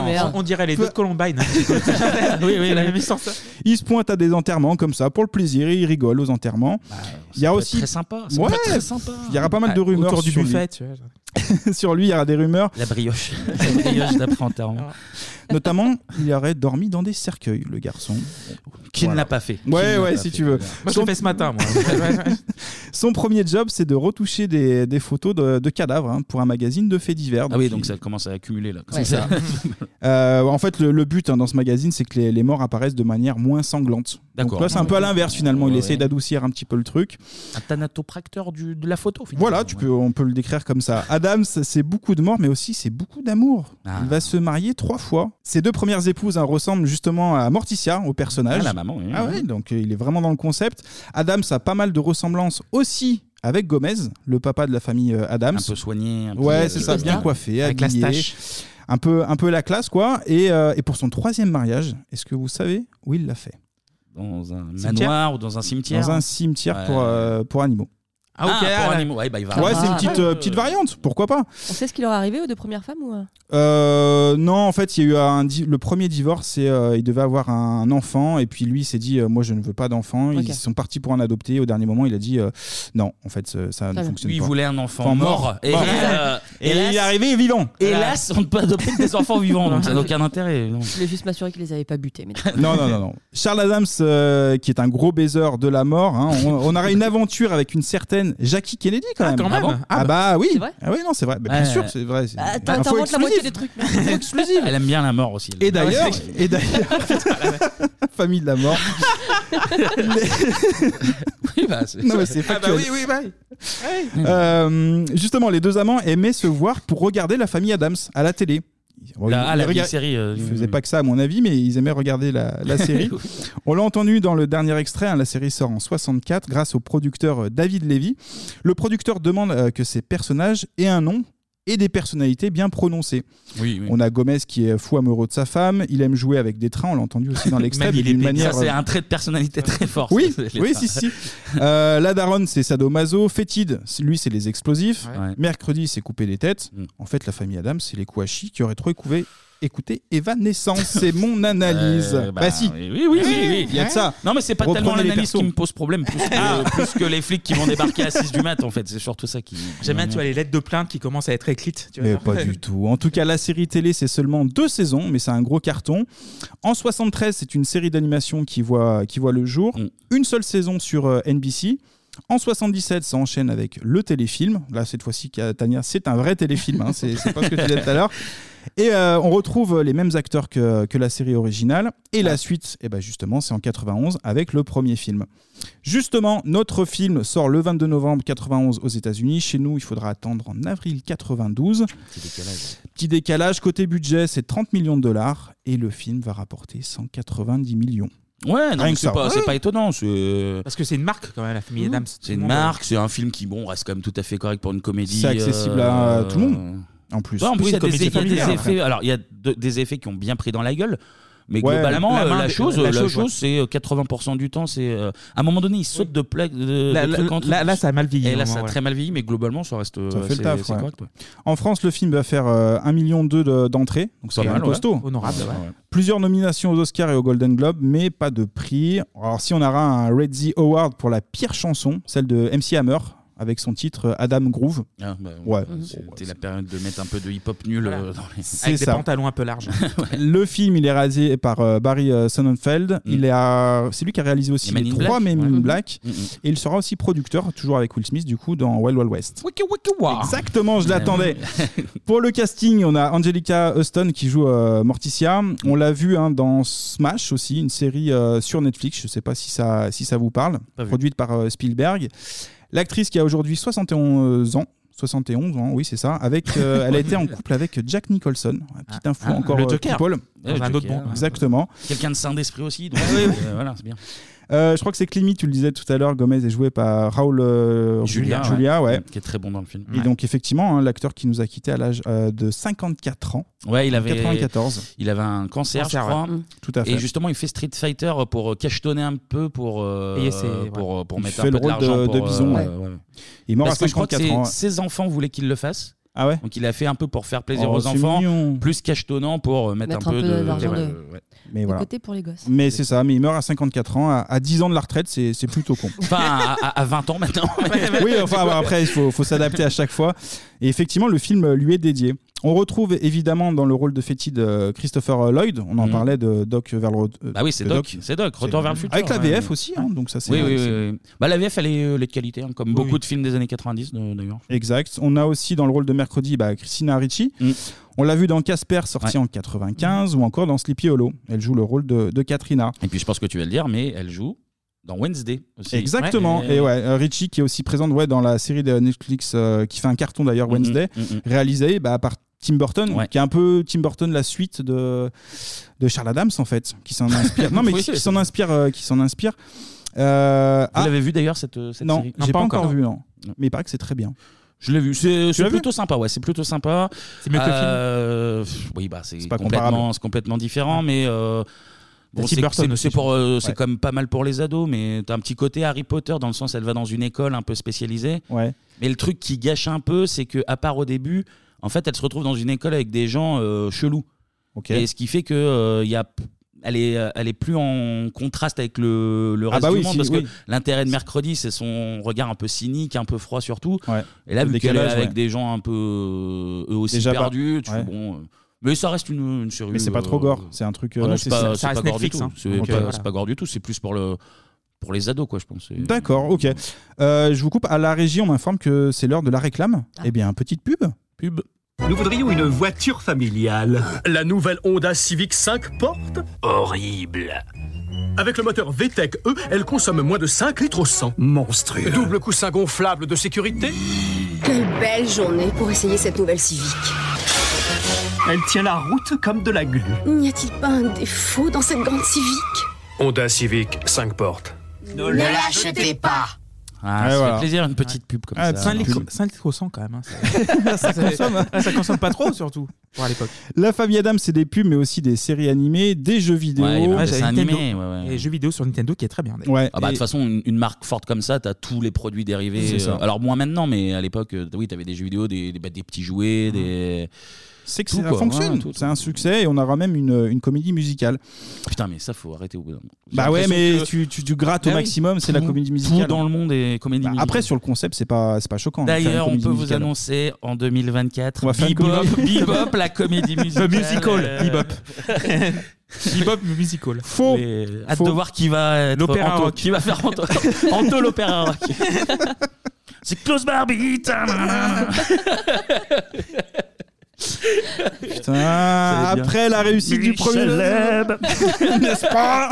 [SPEAKER 9] Oh,
[SPEAKER 6] des.
[SPEAKER 9] merde. On dirait les deux de Columbine. oui, oui, la même histoire. ça.
[SPEAKER 6] Il se pointe à des enterrements comme ça pour le plaisir et il rigole aux enterrements. il y a aussi
[SPEAKER 1] Très sympa. Bah, ça
[SPEAKER 6] Ouais,
[SPEAKER 1] peut être très sympa.
[SPEAKER 6] Il y aura pas mal de
[SPEAKER 9] Ouais,
[SPEAKER 6] rumeurs
[SPEAKER 9] autour du
[SPEAKER 6] sur
[SPEAKER 9] buffet,
[SPEAKER 6] lui.
[SPEAKER 9] tu
[SPEAKER 6] sur lui, il y aura des rumeurs.
[SPEAKER 1] La brioche. La brioche d'apprentissage.
[SPEAKER 6] Notamment, il aurait dormi dans des cercueils, le garçon.
[SPEAKER 1] Qui ne l'a pas fait. Qui ne
[SPEAKER 6] Ouais,
[SPEAKER 1] l'a
[SPEAKER 6] ouais,
[SPEAKER 1] pas
[SPEAKER 6] si
[SPEAKER 1] fait.
[SPEAKER 6] tu veux.
[SPEAKER 9] Moi, je l'ai fait ce matin, moi.
[SPEAKER 6] Son premier job, c'est de retoucher des, des photos de, de cadavres hein, pour un magazine de faits divers.
[SPEAKER 1] Ah oui,
[SPEAKER 6] il-
[SPEAKER 1] donc ça commence à accumuler là.
[SPEAKER 6] C'est ça. Euh, en fait, le, le but hein, dans ce magazine, c'est que les, les morts apparaissent de manière moins sanglante.
[SPEAKER 1] D'accord.
[SPEAKER 6] Donc là, c'est un peu à l'inverse finalement. Il essaye d'adoucir un petit peu le truc.
[SPEAKER 1] Un thanatopracteur du- de la photo. finalement.
[SPEAKER 6] Voilà, tu peux, on peut le décrire comme ça. Adams, c'est beaucoup de morts, mais aussi c'est beaucoup d'amour.
[SPEAKER 1] Ah.
[SPEAKER 6] Il va se marier trois fois. Ses deux premières épouses hein, ressemblent justement à Morticia, au personnage.
[SPEAKER 1] Ah, la maman, oui.
[SPEAKER 6] Ah ouais, donc euh, il est vraiment dans le concept. Adams a pas mal de ressemblances aussi avec Gomez, le papa de la famille euh, Adams.
[SPEAKER 1] Un peu soigné. un peu,
[SPEAKER 6] Ouais,
[SPEAKER 1] euh,
[SPEAKER 6] c'est ça, bien coiffé,
[SPEAKER 1] Avec la
[SPEAKER 6] habillé.
[SPEAKER 1] stache.
[SPEAKER 6] Un peu, un peu la classe, quoi. Et, euh, et pour son troisième mariage, est-ce que vous savez où il l'a fait
[SPEAKER 1] Dans un
[SPEAKER 6] Cimetière.
[SPEAKER 1] manoir ou dans un cimetière.
[SPEAKER 6] Dans un cimetière
[SPEAKER 1] Ouais.
[SPEAKER 6] pour, euh, pour animaux.
[SPEAKER 1] Ah, ok. pour animaux. Ouais, bah, il va.
[SPEAKER 6] Ouais, c'est une
[SPEAKER 7] Ah,
[SPEAKER 6] petite,
[SPEAKER 7] ouais.
[SPEAKER 6] euh, petite variante, pourquoi pas
[SPEAKER 7] On sait ce qui leur est arrivé aux deux premières femmes ou euh
[SPEAKER 6] Euh, non, en fait, il y a eu un di- le premier divorce, c'est euh, il devait avoir un enfant et puis lui il s'est dit euh, moi je ne veux pas d'enfant.
[SPEAKER 1] Ok.
[SPEAKER 6] Ils sont partis pour en adopter. Au dernier moment, il a dit euh, non, en fait ça, ça ne
[SPEAKER 1] bien.
[SPEAKER 6] fonctionne
[SPEAKER 1] Lui, il
[SPEAKER 6] pas.
[SPEAKER 1] voulait un enfant mort. Et, euh,
[SPEAKER 6] Et
[SPEAKER 1] hélas-
[SPEAKER 6] il est arrivé vivant.
[SPEAKER 1] Hélas, on ne peut adopter que des enfants vivants, donc ça n'a aucun intérêt. non.
[SPEAKER 7] Je voulais juste m'assurer qu'ils les avaient pas butés. Mais...
[SPEAKER 6] Non, non, non, non. Charles Adams, euh, qui est un gros baiser de la mort, hein, on, on aurait une aventure avec une certaine Jackie Kennedy quand même.
[SPEAKER 9] quand même.
[SPEAKER 6] Ah, bon
[SPEAKER 9] Ah
[SPEAKER 6] Ah
[SPEAKER 9] bah.
[SPEAKER 6] bah oui.
[SPEAKER 9] C'est vrai
[SPEAKER 6] ah oui, non, c'est vrai. Bah, bien
[SPEAKER 1] Ouais.
[SPEAKER 6] sûr, c'est vrai. c'est-
[SPEAKER 1] Bah,
[SPEAKER 7] Ah, t'in-
[SPEAKER 6] Info
[SPEAKER 7] t'inventes la moitié
[SPEAKER 6] exclusive.
[SPEAKER 7] des trucs.
[SPEAKER 6] exclusive.
[SPEAKER 1] Elle Ah aime bien la mort aussi.
[SPEAKER 6] Et d'ailleurs, et d'ailleurs, famille de la mort.
[SPEAKER 1] Oui, bah, c'est-
[SPEAKER 6] Non, mais c'est
[SPEAKER 9] Ah bah
[SPEAKER 6] factuel.
[SPEAKER 9] oui, oui, bah. oui.
[SPEAKER 6] Euh, justement, les deux amants aimaient se voir pour regarder la famille Adams à la télé. Bon,
[SPEAKER 1] La-
[SPEAKER 6] ils-
[SPEAKER 1] ah,
[SPEAKER 6] ils
[SPEAKER 1] la
[SPEAKER 6] rega-
[SPEAKER 1] vieille série, euh,
[SPEAKER 6] ils
[SPEAKER 1] oui,
[SPEAKER 6] faisaient
[SPEAKER 1] oui.
[SPEAKER 6] pas que ça, à mon avis, mais ils aimaient regarder la, la série. On l'a entendu dans le dernier extrait. hein, la série sort en 64 grâce au producteur euh, David Levy. Le producteur demande euh, que ses personnages aient un nom et des personnalités bien prononcées. On a Gomez qui est fou amoureux de sa femme, il aime jouer avec des trains, on l'a entendu aussi dans l'extrait,
[SPEAKER 1] Même
[SPEAKER 6] mais
[SPEAKER 1] il
[SPEAKER 6] d'une
[SPEAKER 1] était-
[SPEAKER 6] manière... euh,
[SPEAKER 1] Ça, c'est un trait de personnalité très fort.
[SPEAKER 6] Oui,
[SPEAKER 1] ça, c'est-
[SPEAKER 6] oui, si, si. Euh, la daronne, c'est sadomaso. Fétide, c'est- lui, c'est les explosifs.
[SPEAKER 1] Ouais. Mm.
[SPEAKER 6] Mercredi, c'est couper des têtes. En fait, la famille Adams, c'est les kouachi qui auraient trop écouté, écouté Evanescence. c'est mon analyse.
[SPEAKER 1] Euh,
[SPEAKER 6] bah,
[SPEAKER 1] bah,
[SPEAKER 6] si.
[SPEAKER 1] Oui, oui, oui, oui, oui.
[SPEAKER 6] Il y a de ça.
[SPEAKER 1] Non, mais c'est pas tellement
[SPEAKER 6] Reprenez les
[SPEAKER 1] l'analyse
[SPEAKER 6] persos. Ah.
[SPEAKER 1] qui me pose problème, plus que, plus que les flics qui vont débarquer à 6 du mat, en fait. C'est surtout ça qui.
[SPEAKER 9] J'aime bien, tu vois, les lettres de plainte qui commencent à être écrites. tu
[SPEAKER 6] Mais
[SPEAKER 9] vois.
[SPEAKER 6] pas du tout. En tout cas, la série télé, c'est seulement deux saisons, mais c'est un gros carton. En 73, c'est une série d'animation qui voit, qui voit le jour. Une seule saison sur euh, NBC. En 77, ça enchaîne avec le téléfilm. Là, cette fois-ci, Tania, c'est un vrai téléfilm. hein. C'est c'est pas ce que tu disais tout à l'heure. Et euh, on retrouve les mêmes acteurs que, que la série originale. Et la suite, eh ben justement, c'est en 91 avec le premier film. Justement, notre film sort le 22 novembre 91 aux États-Unis. Chez nous, il faudra attendre en avril 92. Petit décalage hein. côté budget, c'est 30 millions de dollars et le film va rapporter 190 millions.
[SPEAKER 1] Ouais, non,
[SPEAKER 6] Rien
[SPEAKER 1] mais
[SPEAKER 6] que
[SPEAKER 1] c'est
[SPEAKER 6] ça.
[SPEAKER 1] pas, c'est
[SPEAKER 6] Ouais.
[SPEAKER 1] pas étonnant. Parce
[SPEAKER 9] que c'est une marque quand même, la
[SPEAKER 6] Mmh.
[SPEAKER 9] famille Adams.
[SPEAKER 1] C'est une
[SPEAKER 9] Tout le monde-
[SPEAKER 1] marque, c'est un film qui, bon, reste quand même tout à fait correct pour une comédie. euh,
[SPEAKER 6] C'est accessible à euh, tout le monde, en plus.
[SPEAKER 1] Ouais, en plus,
[SPEAKER 6] Oui,
[SPEAKER 1] il y a
[SPEAKER 6] comme
[SPEAKER 1] des,
[SPEAKER 6] il dit
[SPEAKER 1] il y a des
[SPEAKER 6] populaire,
[SPEAKER 1] effets.
[SPEAKER 6] après.
[SPEAKER 1] Alors, il y a de- des effets qui ont bien pris dans la gueule. Mais
[SPEAKER 6] Ouais,
[SPEAKER 1] globalement,
[SPEAKER 6] la
[SPEAKER 1] euh, la,
[SPEAKER 6] main des-
[SPEAKER 1] chose,
[SPEAKER 6] la
[SPEAKER 1] la
[SPEAKER 6] chose,
[SPEAKER 1] chose,
[SPEAKER 6] ouais.
[SPEAKER 1] c'est euh, 80% du temps, c'est euh, à un moment donné, il saute de plaque. De,
[SPEAKER 9] Là-
[SPEAKER 1] de
[SPEAKER 9] là-
[SPEAKER 1] truc en truc.
[SPEAKER 9] là- là, ça a mal vieilli,
[SPEAKER 1] Et là,
[SPEAKER 9] vraiment,
[SPEAKER 1] ça a
[SPEAKER 9] ouais.
[SPEAKER 1] très mal vieilli, mais globalement, ça reste.
[SPEAKER 6] hein, Ça
[SPEAKER 1] euh,
[SPEAKER 6] fait le
[SPEAKER 1] c'est-
[SPEAKER 6] taf.
[SPEAKER 1] c'est
[SPEAKER 6] ouais.
[SPEAKER 1] correct, ouais.
[SPEAKER 6] En France, le film va faire euh, 1,2 million de- d'entrées, donc c'est quand
[SPEAKER 1] Pas
[SPEAKER 6] même
[SPEAKER 1] mal, ouais.
[SPEAKER 6] costaud.
[SPEAKER 1] Honorable, ouais.
[SPEAKER 6] Plusieurs nominations aux Oscars et aux Golden Globes, mais pas de prix. Alors si on aura un Red Z Award pour la pire chanson, celle de MC Hammer, avec son titre euh, Adam Groove.
[SPEAKER 1] Ah, bah,
[SPEAKER 6] Ouais.
[SPEAKER 1] C'était la période de mettre un peu de hip-hop nul euh, dans les.
[SPEAKER 6] C'est Avec des ça. Euh, pantalons
[SPEAKER 9] un peu larges.
[SPEAKER 6] Le film, il est réalisé par euh, Barry euh, Sonnenfeld. Il est à- c'est lui qui a réalisé aussi
[SPEAKER 1] Mm. Et Men
[SPEAKER 6] les
[SPEAKER 1] in
[SPEAKER 6] trois
[SPEAKER 1] Black,
[SPEAKER 6] Men in
[SPEAKER 1] ouais.
[SPEAKER 6] Black.
[SPEAKER 1] Mhm.
[SPEAKER 6] Et il sera aussi producteur, toujours avec Will Smith, du coup, dans Wild Wild West. Exactement, je
[SPEAKER 1] Ouais,
[SPEAKER 6] l'attendais. Pour le casting, on a Angelica Huston qui joue euh, Morticia. On l'a vu hein, dans Smash aussi, une série euh, sur Netflix. Je ne sais pas si ça, si ça vous parle,
[SPEAKER 1] Pas vu.
[SPEAKER 6] produite par euh, Spielberg. L'actrice qui a aujourd'hui 71 ans. 71 ans, oui, c'est ça. Avec, euh, elle a été en couple avec Jack Nicholson, un petit info
[SPEAKER 1] Ah,
[SPEAKER 6] encore
[SPEAKER 1] le
[SPEAKER 6] euh,
[SPEAKER 1] Joker.
[SPEAKER 6] people.
[SPEAKER 1] Ouais, le Joker. hein.
[SPEAKER 6] Exactement.
[SPEAKER 1] Quelqu'un de sain d'esprit aussi. donc, euh, voilà, c'est bien.
[SPEAKER 6] Euh, je crois que c'est Clémy, tu le disais tout à l'heure, Gomez est joué par Raoul euh,
[SPEAKER 1] Julia,
[SPEAKER 6] Julia, ouais.
[SPEAKER 1] Qui est très bon dans le film.
[SPEAKER 6] Et donc effectivement, hein, l'acteur qui nous a quitté à l'âge euh, de 54 ans.
[SPEAKER 1] Ouais, il avait
[SPEAKER 6] 94.
[SPEAKER 1] Il avait un cancer,
[SPEAKER 6] Cancer,
[SPEAKER 1] je crois.
[SPEAKER 6] ouais. Mm. Tout à fait.
[SPEAKER 1] Et justement, il fait Street Fighter pour euh, cachetonner un peu pour euh,
[SPEAKER 6] Et c'est- ouais.
[SPEAKER 1] pour, euh, pour
[SPEAKER 6] Il
[SPEAKER 1] mettre
[SPEAKER 6] fait
[SPEAKER 1] un peu
[SPEAKER 6] le rôle
[SPEAKER 1] de l'argent
[SPEAKER 6] de-
[SPEAKER 1] pour,
[SPEAKER 6] de Bison,
[SPEAKER 1] euh,
[SPEAKER 6] ouais. Il est mort
[SPEAKER 1] Parce
[SPEAKER 6] à
[SPEAKER 1] que je crois que
[SPEAKER 6] 54 ans,
[SPEAKER 1] ses- ses enfants voulaient qu'il le fasse.
[SPEAKER 6] Ah ouais
[SPEAKER 1] Donc il a fait un peu pour faire plaisir
[SPEAKER 6] Oh,
[SPEAKER 1] aux
[SPEAKER 6] c'est
[SPEAKER 1] enfants,
[SPEAKER 6] mignon.
[SPEAKER 1] plus cachetonnant pour euh, mettre,
[SPEAKER 7] Mettre
[SPEAKER 1] un
[SPEAKER 7] un
[SPEAKER 1] peu,
[SPEAKER 7] peu
[SPEAKER 1] de
[SPEAKER 7] d'argent
[SPEAKER 1] Ouais,
[SPEAKER 7] de-
[SPEAKER 1] ouais.
[SPEAKER 6] Mais
[SPEAKER 7] De
[SPEAKER 6] voilà.
[SPEAKER 7] côté pour les gosses.
[SPEAKER 6] Mais c'est ça, mais il meurt à 54 ans, à, à 10 ans de la retraite, c'est c'est plutôt con.
[SPEAKER 1] Enfin, à, à- à 20 ans maintenant.
[SPEAKER 6] oui, enfin bon, après, il faut, faut s'adapter à chaque fois. Et effectivement, le film euh, lui est dédié. On retrouve évidemment dans le rôle de fétide euh, Christopher euh, Lloyd. On en
[SPEAKER 1] Mhm.
[SPEAKER 6] parlait de Doc vers le. euh,
[SPEAKER 1] Bah oui, c'est
[SPEAKER 6] de
[SPEAKER 1] Doc, c'est Doc, Retour vers le futur.
[SPEAKER 6] Avec la
[SPEAKER 1] ouais.
[SPEAKER 6] VF aussi, hein, donc ça c'est.
[SPEAKER 1] Oui, oui,
[SPEAKER 6] c'est-
[SPEAKER 1] oui, oui. Bah, la VF, elle est euh, elle est de qualité, hein, comme beaucoup de films des années 90 de- d'ailleurs.
[SPEAKER 6] Exact. On a aussi dans le rôle de mercredi bah, Christina Ricci.
[SPEAKER 1] Mm.
[SPEAKER 6] On l'a vu dans Casper, sorti en 95, ou encore dans Sleepy Hollow. Elle joue le rôle de, de Katrina.
[SPEAKER 1] Et puis je pense que tu vas le dire, mais elle joue dans Wednesday aussi.
[SPEAKER 6] Exactement. Et ouais, euh, Ricci qui est aussi présente ouais, dans la série de Netflix euh, qui fait un carton d'ailleurs,
[SPEAKER 1] Mhm,
[SPEAKER 6] Wednesday,
[SPEAKER 1] mhm.
[SPEAKER 6] réalisée bah, par Tim Burton,
[SPEAKER 1] Ouais.
[SPEAKER 6] qui est un peu Tim Burton la suite de, de Charles Adams en fait, qui s'en inspire. non mais
[SPEAKER 1] Oui,
[SPEAKER 6] qui,
[SPEAKER 1] c'est-
[SPEAKER 6] qui s'en inspire, euh, qui s'en inspire. Euh,
[SPEAKER 1] Vous
[SPEAKER 6] ah,
[SPEAKER 1] l'avez vu d'ailleurs cette, euh, cette
[SPEAKER 6] non,
[SPEAKER 1] série
[SPEAKER 6] j'ai pas, encore vu non. Mais il paraît que c'est très bien.
[SPEAKER 1] Je l'ai vu. C'est c'est
[SPEAKER 6] l'as vu
[SPEAKER 1] plutôt sympa, ouais. C'est plutôt sympa.
[SPEAKER 6] C'est mieux que le film
[SPEAKER 1] Euh, pff, Oui, bah c'est
[SPEAKER 6] pas
[SPEAKER 1] complètement,
[SPEAKER 6] comparable.
[SPEAKER 1] c'est complètement différent, mais. euh, Bon,
[SPEAKER 6] Tim
[SPEAKER 1] c'est
[SPEAKER 6] Burton
[SPEAKER 1] c'est-
[SPEAKER 6] aussi,
[SPEAKER 1] c'est
[SPEAKER 6] je
[SPEAKER 1] pour, euh,
[SPEAKER 6] pense.
[SPEAKER 1] c'est
[SPEAKER 6] Ouais.
[SPEAKER 1] quand même pas mal pour les ados, mais t'as un petit côté Harry Potter dans le sens elle va dans une école un peu spécialisée.
[SPEAKER 6] Ouais.
[SPEAKER 1] Mais le truc qui gâche un peu, c'est que à part au début, en fait, elle se retrouve dans une école avec des gens euh, chelous. Et ce qui fait que euh, il y a elle est, euh, elle est plus en contraste avec le, le
[SPEAKER 6] Ah
[SPEAKER 1] reste
[SPEAKER 6] bah oui,
[SPEAKER 1] du monde
[SPEAKER 6] si,
[SPEAKER 1] parce
[SPEAKER 6] oui.
[SPEAKER 1] que l'intérêt de mercredi c'est son regard un peu cynique un peu froid surtout
[SPEAKER 6] Ouais.
[SPEAKER 1] et là
[SPEAKER 6] Le
[SPEAKER 1] vu qu'elle est
[SPEAKER 6] décalage,
[SPEAKER 1] avec
[SPEAKER 6] ouais.
[SPEAKER 1] des gens un peu euh, eux aussi
[SPEAKER 6] Déjà pas-
[SPEAKER 1] perdus tu
[SPEAKER 6] ouais.
[SPEAKER 1] fais, bon euh, mais ça reste une, une série
[SPEAKER 6] Mais c'est pas
[SPEAKER 1] euh,
[SPEAKER 6] trop gore, c'est un truc,
[SPEAKER 1] ah
[SPEAKER 6] euh,
[SPEAKER 1] non,
[SPEAKER 6] assez
[SPEAKER 1] c'est pas,
[SPEAKER 6] simple.
[SPEAKER 1] c'est
[SPEAKER 6] Ça
[SPEAKER 1] pas
[SPEAKER 6] reste
[SPEAKER 1] gore du
[SPEAKER 6] Netflix,
[SPEAKER 1] tout
[SPEAKER 6] hein.
[SPEAKER 1] c'est
[SPEAKER 6] Ok,
[SPEAKER 1] pas,
[SPEAKER 6] voilà.
[SPEAKER 1] c'est pas gore du tout c'est plus pour le pour les ados quoi je pense C'est-
[SPEAKER 6] D'accord, ok. Euh, je vous coupe. À la régie, on m'informe que c'est l'heure de la réclame.
[SPEAKER 9] Ah.
[SPEAKER 6] Eh bien, petite pub.
[SPEAKER 1] Pub.
[SPEAKER 8] Nous voudrions une voiture familiale. La nouvelle Honda Civic 5 portes Horrible. Avec le moteur VTEC E, elle consomme moins de 5 litres au 100. Monstrueux. Double coussin gonflable de sécurité.
[SPEAKER 23] Quelle belle journée pour essayer cette nouvelle civique.
[SPEAKER 8] Elle tient la route comme de la glu.
[SPEAKER 23] N'y a-t-il pas un défaut dans cette grande civique
[SPEAKER 8] Honda Civic 5 portes.
[SPEAKER 23] Ne l'achetez pas
[SPEAKER 1] Ah,
[SPEAKER 6] Ouais,
[SPEAKER 1] ça
[SPEAKER 6] Eh, voilà.
[SPEAKER 1] fait plaisir une petite pub comme
[SPEAKER 6] Ah,
[SPEAKER 1] ça.
[SPEAKER 6] petite
[SPEAKER 9] 5 litres,
[SPEAKER 6] pub.
[SPEAKER 9] cinq litres au 100 quand même. hein, ça- ça, consomme, hein. ça consomme pas trop surtout pour à l'époque.
[SPEAKER 6] La famille Adams, c'est des pubs, mais aussi des séries animées, des jeux vidéo.
[SPEAKER 9] Ouais, j'avais Nintendo. Et jeux vidéo sur Nintendo qui est très bien. d'ailleurs.
[SPEAKER 6] Ouais.
[SPEAKER 1] Ah bah, de toute façon, une, une marque forte comme ça, t'as tous les produits dérivés.
[SPEAKER 9] C'est ça.
[SPEAKER 1] euh, alors moins maintenant, mais à l'époque, euh, oui, t'avais des jeux vidéo, des, des- bah, des petits jouets, des.
[SPEAKER 6] Mmh. C'est que
[SPEAKER 1] tout,
[SPEAKER 6] ça
[SPEAKER 1] quoi.
[SPEAKER 6] fonctionne.
[SPEAKER 1] Ouais, tout.
[SPEAKER 6] c'est un succès et on aura même une, une comédie musicale.
[SPEAKER 1] Putain, mais ça, faut arrêter au bout d'un moment. J'ai
[SPEAKER 6] Bah ouais, mais
[SPEAKER 1] l'impression que-
[SPEAKER 6] tu, tu, tu grattes au
[SPEAKER 1] Ah oui.
[SPEAKER 6] maximum, c'est la
[SPEAKER 1] Tout-
[SPEAKER 6] comédie
[SPEAKER 1] tout
[SPEAKER 6] musicale.
[SPEAKER 1] dans le monde est comédie
[SPEAKER 6] Bah,
[SPEAKER 1] musicale.
[SPEAKER 6] Après, sur le concept, c'est pas, c'est pas choquant. de faire une
[SPEAKER 1] D'ailleurs, on
[SPEAKER 6] comédie
[SPEAKER 1] peut vous
[SPEAKER 6] musicale.
[SPEAKER 1] annoncer en 2024
[SPEAKER 6] On va faire une
[SPEAKER 1] Bebop,
[SPEAKER 6] comédie.
[SPEAKER 1] Bebop, la comédie musicale. euh,
[SPEAKER 9] The musical, Bebop. Bebop musical.
[SPEAKER 6] Faux.
[SPEAKER 1] Mais, euh, Hâte
[SPEAKER 9] Faux.
[SPEAKER 1] de voir qui va être
[SPEAKER 9] L'opéra
[SPEAKER 1] Anto-
[SPEAKER 9] rock.
[SPEAKER 1] qui va faire Anto, Anto l'opéra rock. C'est Klaus Barbie. tadam.
[SPEAKER 6] Putain,
[SPEAKER 1] Ça va bien.
[SPEAKER 6] après la réussite du premier.
[SPEAKER 1] Michelin.
[SPEAKER 6] N'est-ce pas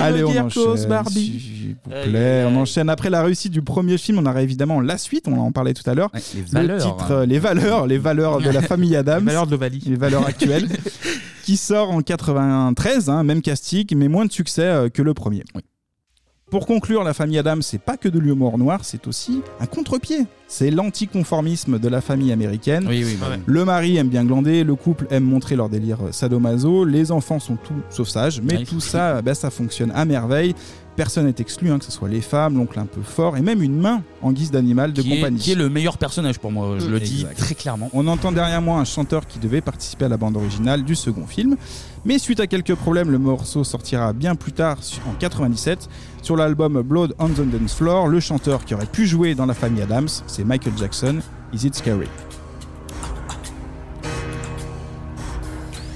[SPEAKER 6] Allez, on enchaîne. S'il vous plaît, on enchaîne. Après la réussite du premier film, on aura évidemment la suite. On en parlait tout à l'heure.
[SPEAKER 1] les
[SPEAKER 6] Le
[SPEAKER 1] valeurs,
[SPEAKER 6] titre,
[SPEAKER 1] hein.
[SPEAKER 6] euh, les valeurs, les valeurs de la famille Adams. Les valeurs
[SPEAKER 9] de l'Ovalie.
[SPEAKER 6] Les valeurs actuelles. qui sort en 93, hein, même casting, mais moins de succès euh, que le premier. Pour conclure, la famille Adams, c'est pas que de l'humour noir, c'est aussi un contre-pied. C'est l'anticonformisme de la famille américaine.
[SPEAKER 1] Oui, oui, bah oui.
[SPEAKER 6] Le mari aime bien glander, le couple aime montrer leur délire sadomaso, les enfants sont tout sauf sages, mais
[SPEAKER 1] Ouais.
[SPEAKER 6] tout ça, bah, ça fonctionne à merveille. Personne n'est exclu, hein, que ce soit les femmes, l'oncle un peu fort, et même une main en guise d'animal de
[SPEAKER 1] qui, est,
[SPEAKER 6] compagnie.
[SPEAKER 1] qui est le meilleur personnage pour moi, je le dis
[SPEAKER 6] Exact.
[SPEAKER 1] très clairement.
[SPEAKER 6] On entend derrière moi un chanteur qui devait participer à la bande originale du second film, mais suite à quelques problèmes, le morceau sortira bien plus tard sur- en 97 sur l'album Blood on the Dance Floor. Le chanteur qui aurait pu jouer dans la famille Adams, c'est Michael Jackson. Is it scary?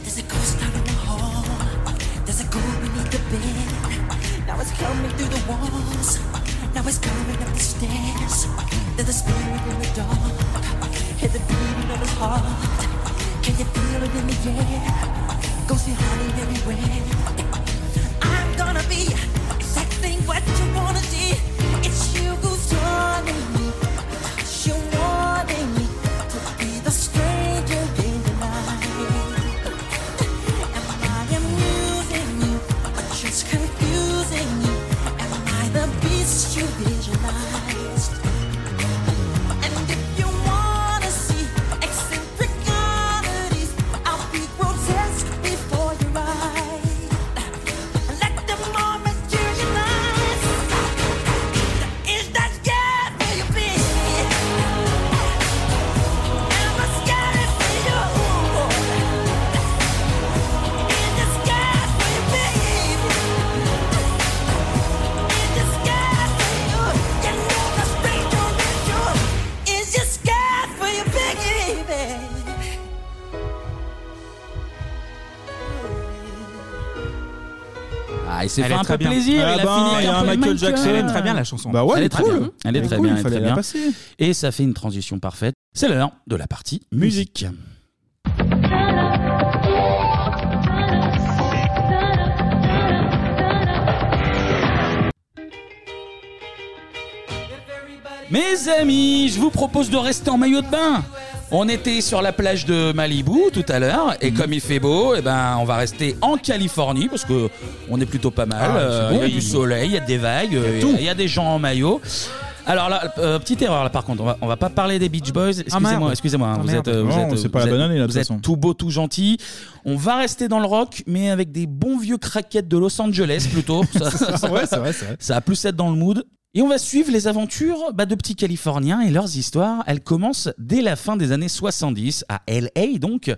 [SPEAKER 12] There's a ghost out in the hall. There's a ghoul beneath the bed. Now it's coming through the walls. Now it's coming up the stairs. There's a spirit in the dark. Hear the beating of his heart. Can you feel it in the air? Ghostly haunting everywhere. I'm gonna be exactly what you wanna be. It's you who's haunting me. You're wanting me to be the stranger in the night. I am using you, but just confusing you. Am I the beast you visualized? And if you wanna see eccentricities, I'll be grotesque before your eyes. Let the more materialize. Is that scared for you, bitch? Am I scared for you? Is you scared for your baby?
[SPEAKER 1] Ah, il s'est
[SPEAKER 9] Elle
[SPEAKER 1] fait
[SPEAKER 9] est
[SPEAKER 1] un
[SPEAKER 9] très
[SPEAKER 1] peu
[SPEAKER 9] bien.
[SPEAKER 1] plaisir.
[SPEAKER 9] Ah
[SPEAKER 1] bah, il a
[SPEAKER 9] ben,
[SPEAKER 1] fini
[SPEAKER 9] il y a
[SPEAKER 1] avec
[SPEAKER 9] un Michael Jackson.
[SPEAKER 1] Elle
[SPEAKER 9] Elle est très bien, la chanson.
[SPEAKER 6] Bah ouais,
[SPEAKER 1] elle
[SPEAKER 6] elle
[SPEAKER 1] est
[SPEAKER 6] est
[SPEAKER 1] très
[SPEAKER 6] cool.
[SPEAKER 1] bien. Elle est
[SPEAKER 6] Elle est
[SPEAKER 1] très
[SPEAKER 6] cool,
[SPEAKER 1] bien. elle est
[SPEAKER 6] fallait
[SPEAKER 1] très
[SPEAKER 6] la
[SPEAKER 1] bien.
[SPEAKER 6] passer.
[SPEAKER 1] Et ça fait une transition parfaite. C'est l'heure de la partie musique. Mes amis, je vous propose de rester en maillot de bain. On était sur la plage de Malibu tout à l'heure et comme il fait beau, eh ben on va rester en Californie parce que on est plutôt pas mal.
[SPEAKER 9] Ah, c'est
[SPEAKER 1] Euh, Il
[SPEAKER 9] bon.
[SPEAKER 1] y a du soleil, il y a des vagues, euh, il y, a- il y a des gens en maillot. Alors là, euh, petite erreur là par contre, on va, on va pas parler des Beach Boys. Excusez-moi,
[SPEAKER 6] merde.
[SPEAKER 1] excusez-moi. hein,
[SPEAKER 6] Ah,
[SPEAKER 1] vous
[SPEAKER 6] merde.
[SPEAKER 1] êtes, euh, vous
[SPEAKER 6] Non,
[SPEAKER 1] êtes,
[SPEAKER 6] c'est pas
[SPEAKER 1] vous
[SPEAKER 6] la bonne
[SPEAKER 1] êtes-
[SPEAKER 6] année, là, de
[SPEAKER 1] vous
[SPEAKER 6] toute
[SPEAKER 1] êtes
[SPEAKER 6] façon.
[SPEAKER 1] tout beau, tout gentil. On va rester dans le rock, mais avec des bons vieux craquettes de Los Angeles plutôt. Ça-
[SPEAKER 6] Ouais, c'est vrai, c'est vrai.
[SPEAKER 1] ça va plus être dans le mood. Et on va suivre les aventures bah, de petits Californiens et leurs histoires. Elles commencent dès la fin des années 70 à LA, donc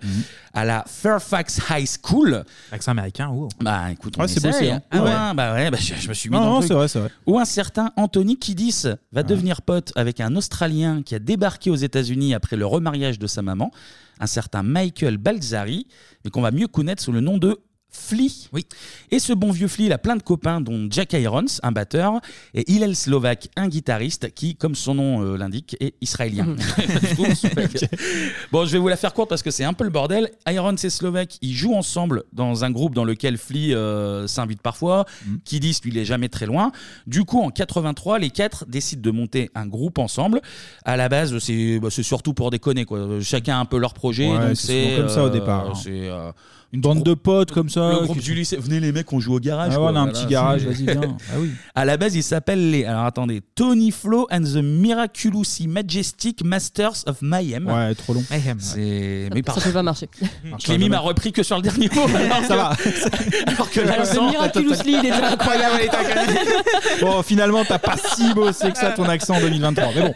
[SPEAKER 1] à la Fairfax High School.
[SPEAKER 9] Accent américain, ou
[SPEAKER 1] Bah écoute, on
[SPEAKER 9] Ouais, c'est
[SPEAKER 1] essaye,
[SPEAKER 9] bossé,
[SPEAKER 1] hein.
[SPEAKER 9] hein.
[SPEAKER 1] Ah
[SPEAKER 9] Ouais.
[SPEAKER 1] ouais, bah ouais, bah, je, je me suis mis
[SPEAKER 6] Non,
[SPEAKER 1] dans
[SPEAKER 6] non,
[SPEAKER 1] le truc.
[SPEAKER 6] c'est vrai, c'est vrai.
[SPEAKER 1] Ou un certain Anthony Kiddis va devenir pote avec un Australien qui a débarqué aux États-Unis après le remariage de sa maman, un certain Michael Balzari, mais qu'on va mieux connaître sous le nom de Flea. Oui. Et ce bon vieux Flea, il a plein de copains, dont Jack Irons, un batteur, et Hillel Slovak, un guitariste, qui, comme son nom euh, l'indique, est israélien. Du coup, Slovak. bon, je vais vous la faire courte parce que c'est un peu le bordel. Irons et Slovak, ils jouent ensemble dans un groupe dans lequel Flea euh, s'invite parfois.
[SPEAKER 6] Mhm.
[SPEAKER 1] Kiddis, lui, il est jamais très loin. Du coup, en 83, les quatre décident de monter un groupe ensemble. À la base, c'est bah, c'est surtout pour déconner. Quoi. Chacun a un peu leur projet.
[SPEAKER 6] Ouais,
[SPEAKER 1] donc euh,
[SPEAKER 6] c'est souvent comme ça au départ, hein.
[SPEAKER 1] c'est, euh,
[SPEAKER 6] Une bande de potes comme ça.
[SPEAKER 1] le
[SPEAKER 6] ouais,
[SPEAKER 1] groupe
[SPEAKER 6] qui-
[SPEAKER 1] du lycée. Venez les mecs, on joue au garage.
[SPEAKER 6] Ah ouais,
[SPEAKER 1] quoi.
[SPEAKER 6] on a un
[SPEAKER 1] Voilà,
[SPEAKER 6] petit garage,
[SPEAKER 1] c'est-
[SPEAKER 6] vas-y, viens. Ah oui.
[SPEAKER 1] À la base, ils s'appellent les. Alors attendez, Tony Flo and the Miraculously Majestic Masters of Mayhem.
[SPEAKER 6] Ouais, trop long.
[SPEAKER 1] C'est. Mais par.
[SPEAKER 7] Ça peut pas marcher.
[SPEAKER 1] Clémy m'a repris que sur le dernier mot. Alors
[SPEAKER 6] Ça va.
[SPEAKER 1] Alors que
[SPEAKER 7] Alors,
[SPEAKER 1] l'accent.
[SPEAKER 7] c'est Miraculously, il est déjà incroyable.
[SPEAKER 6] Bon, finalement, t'as pas si bossé que ça ton accent en 2023. Mais bon.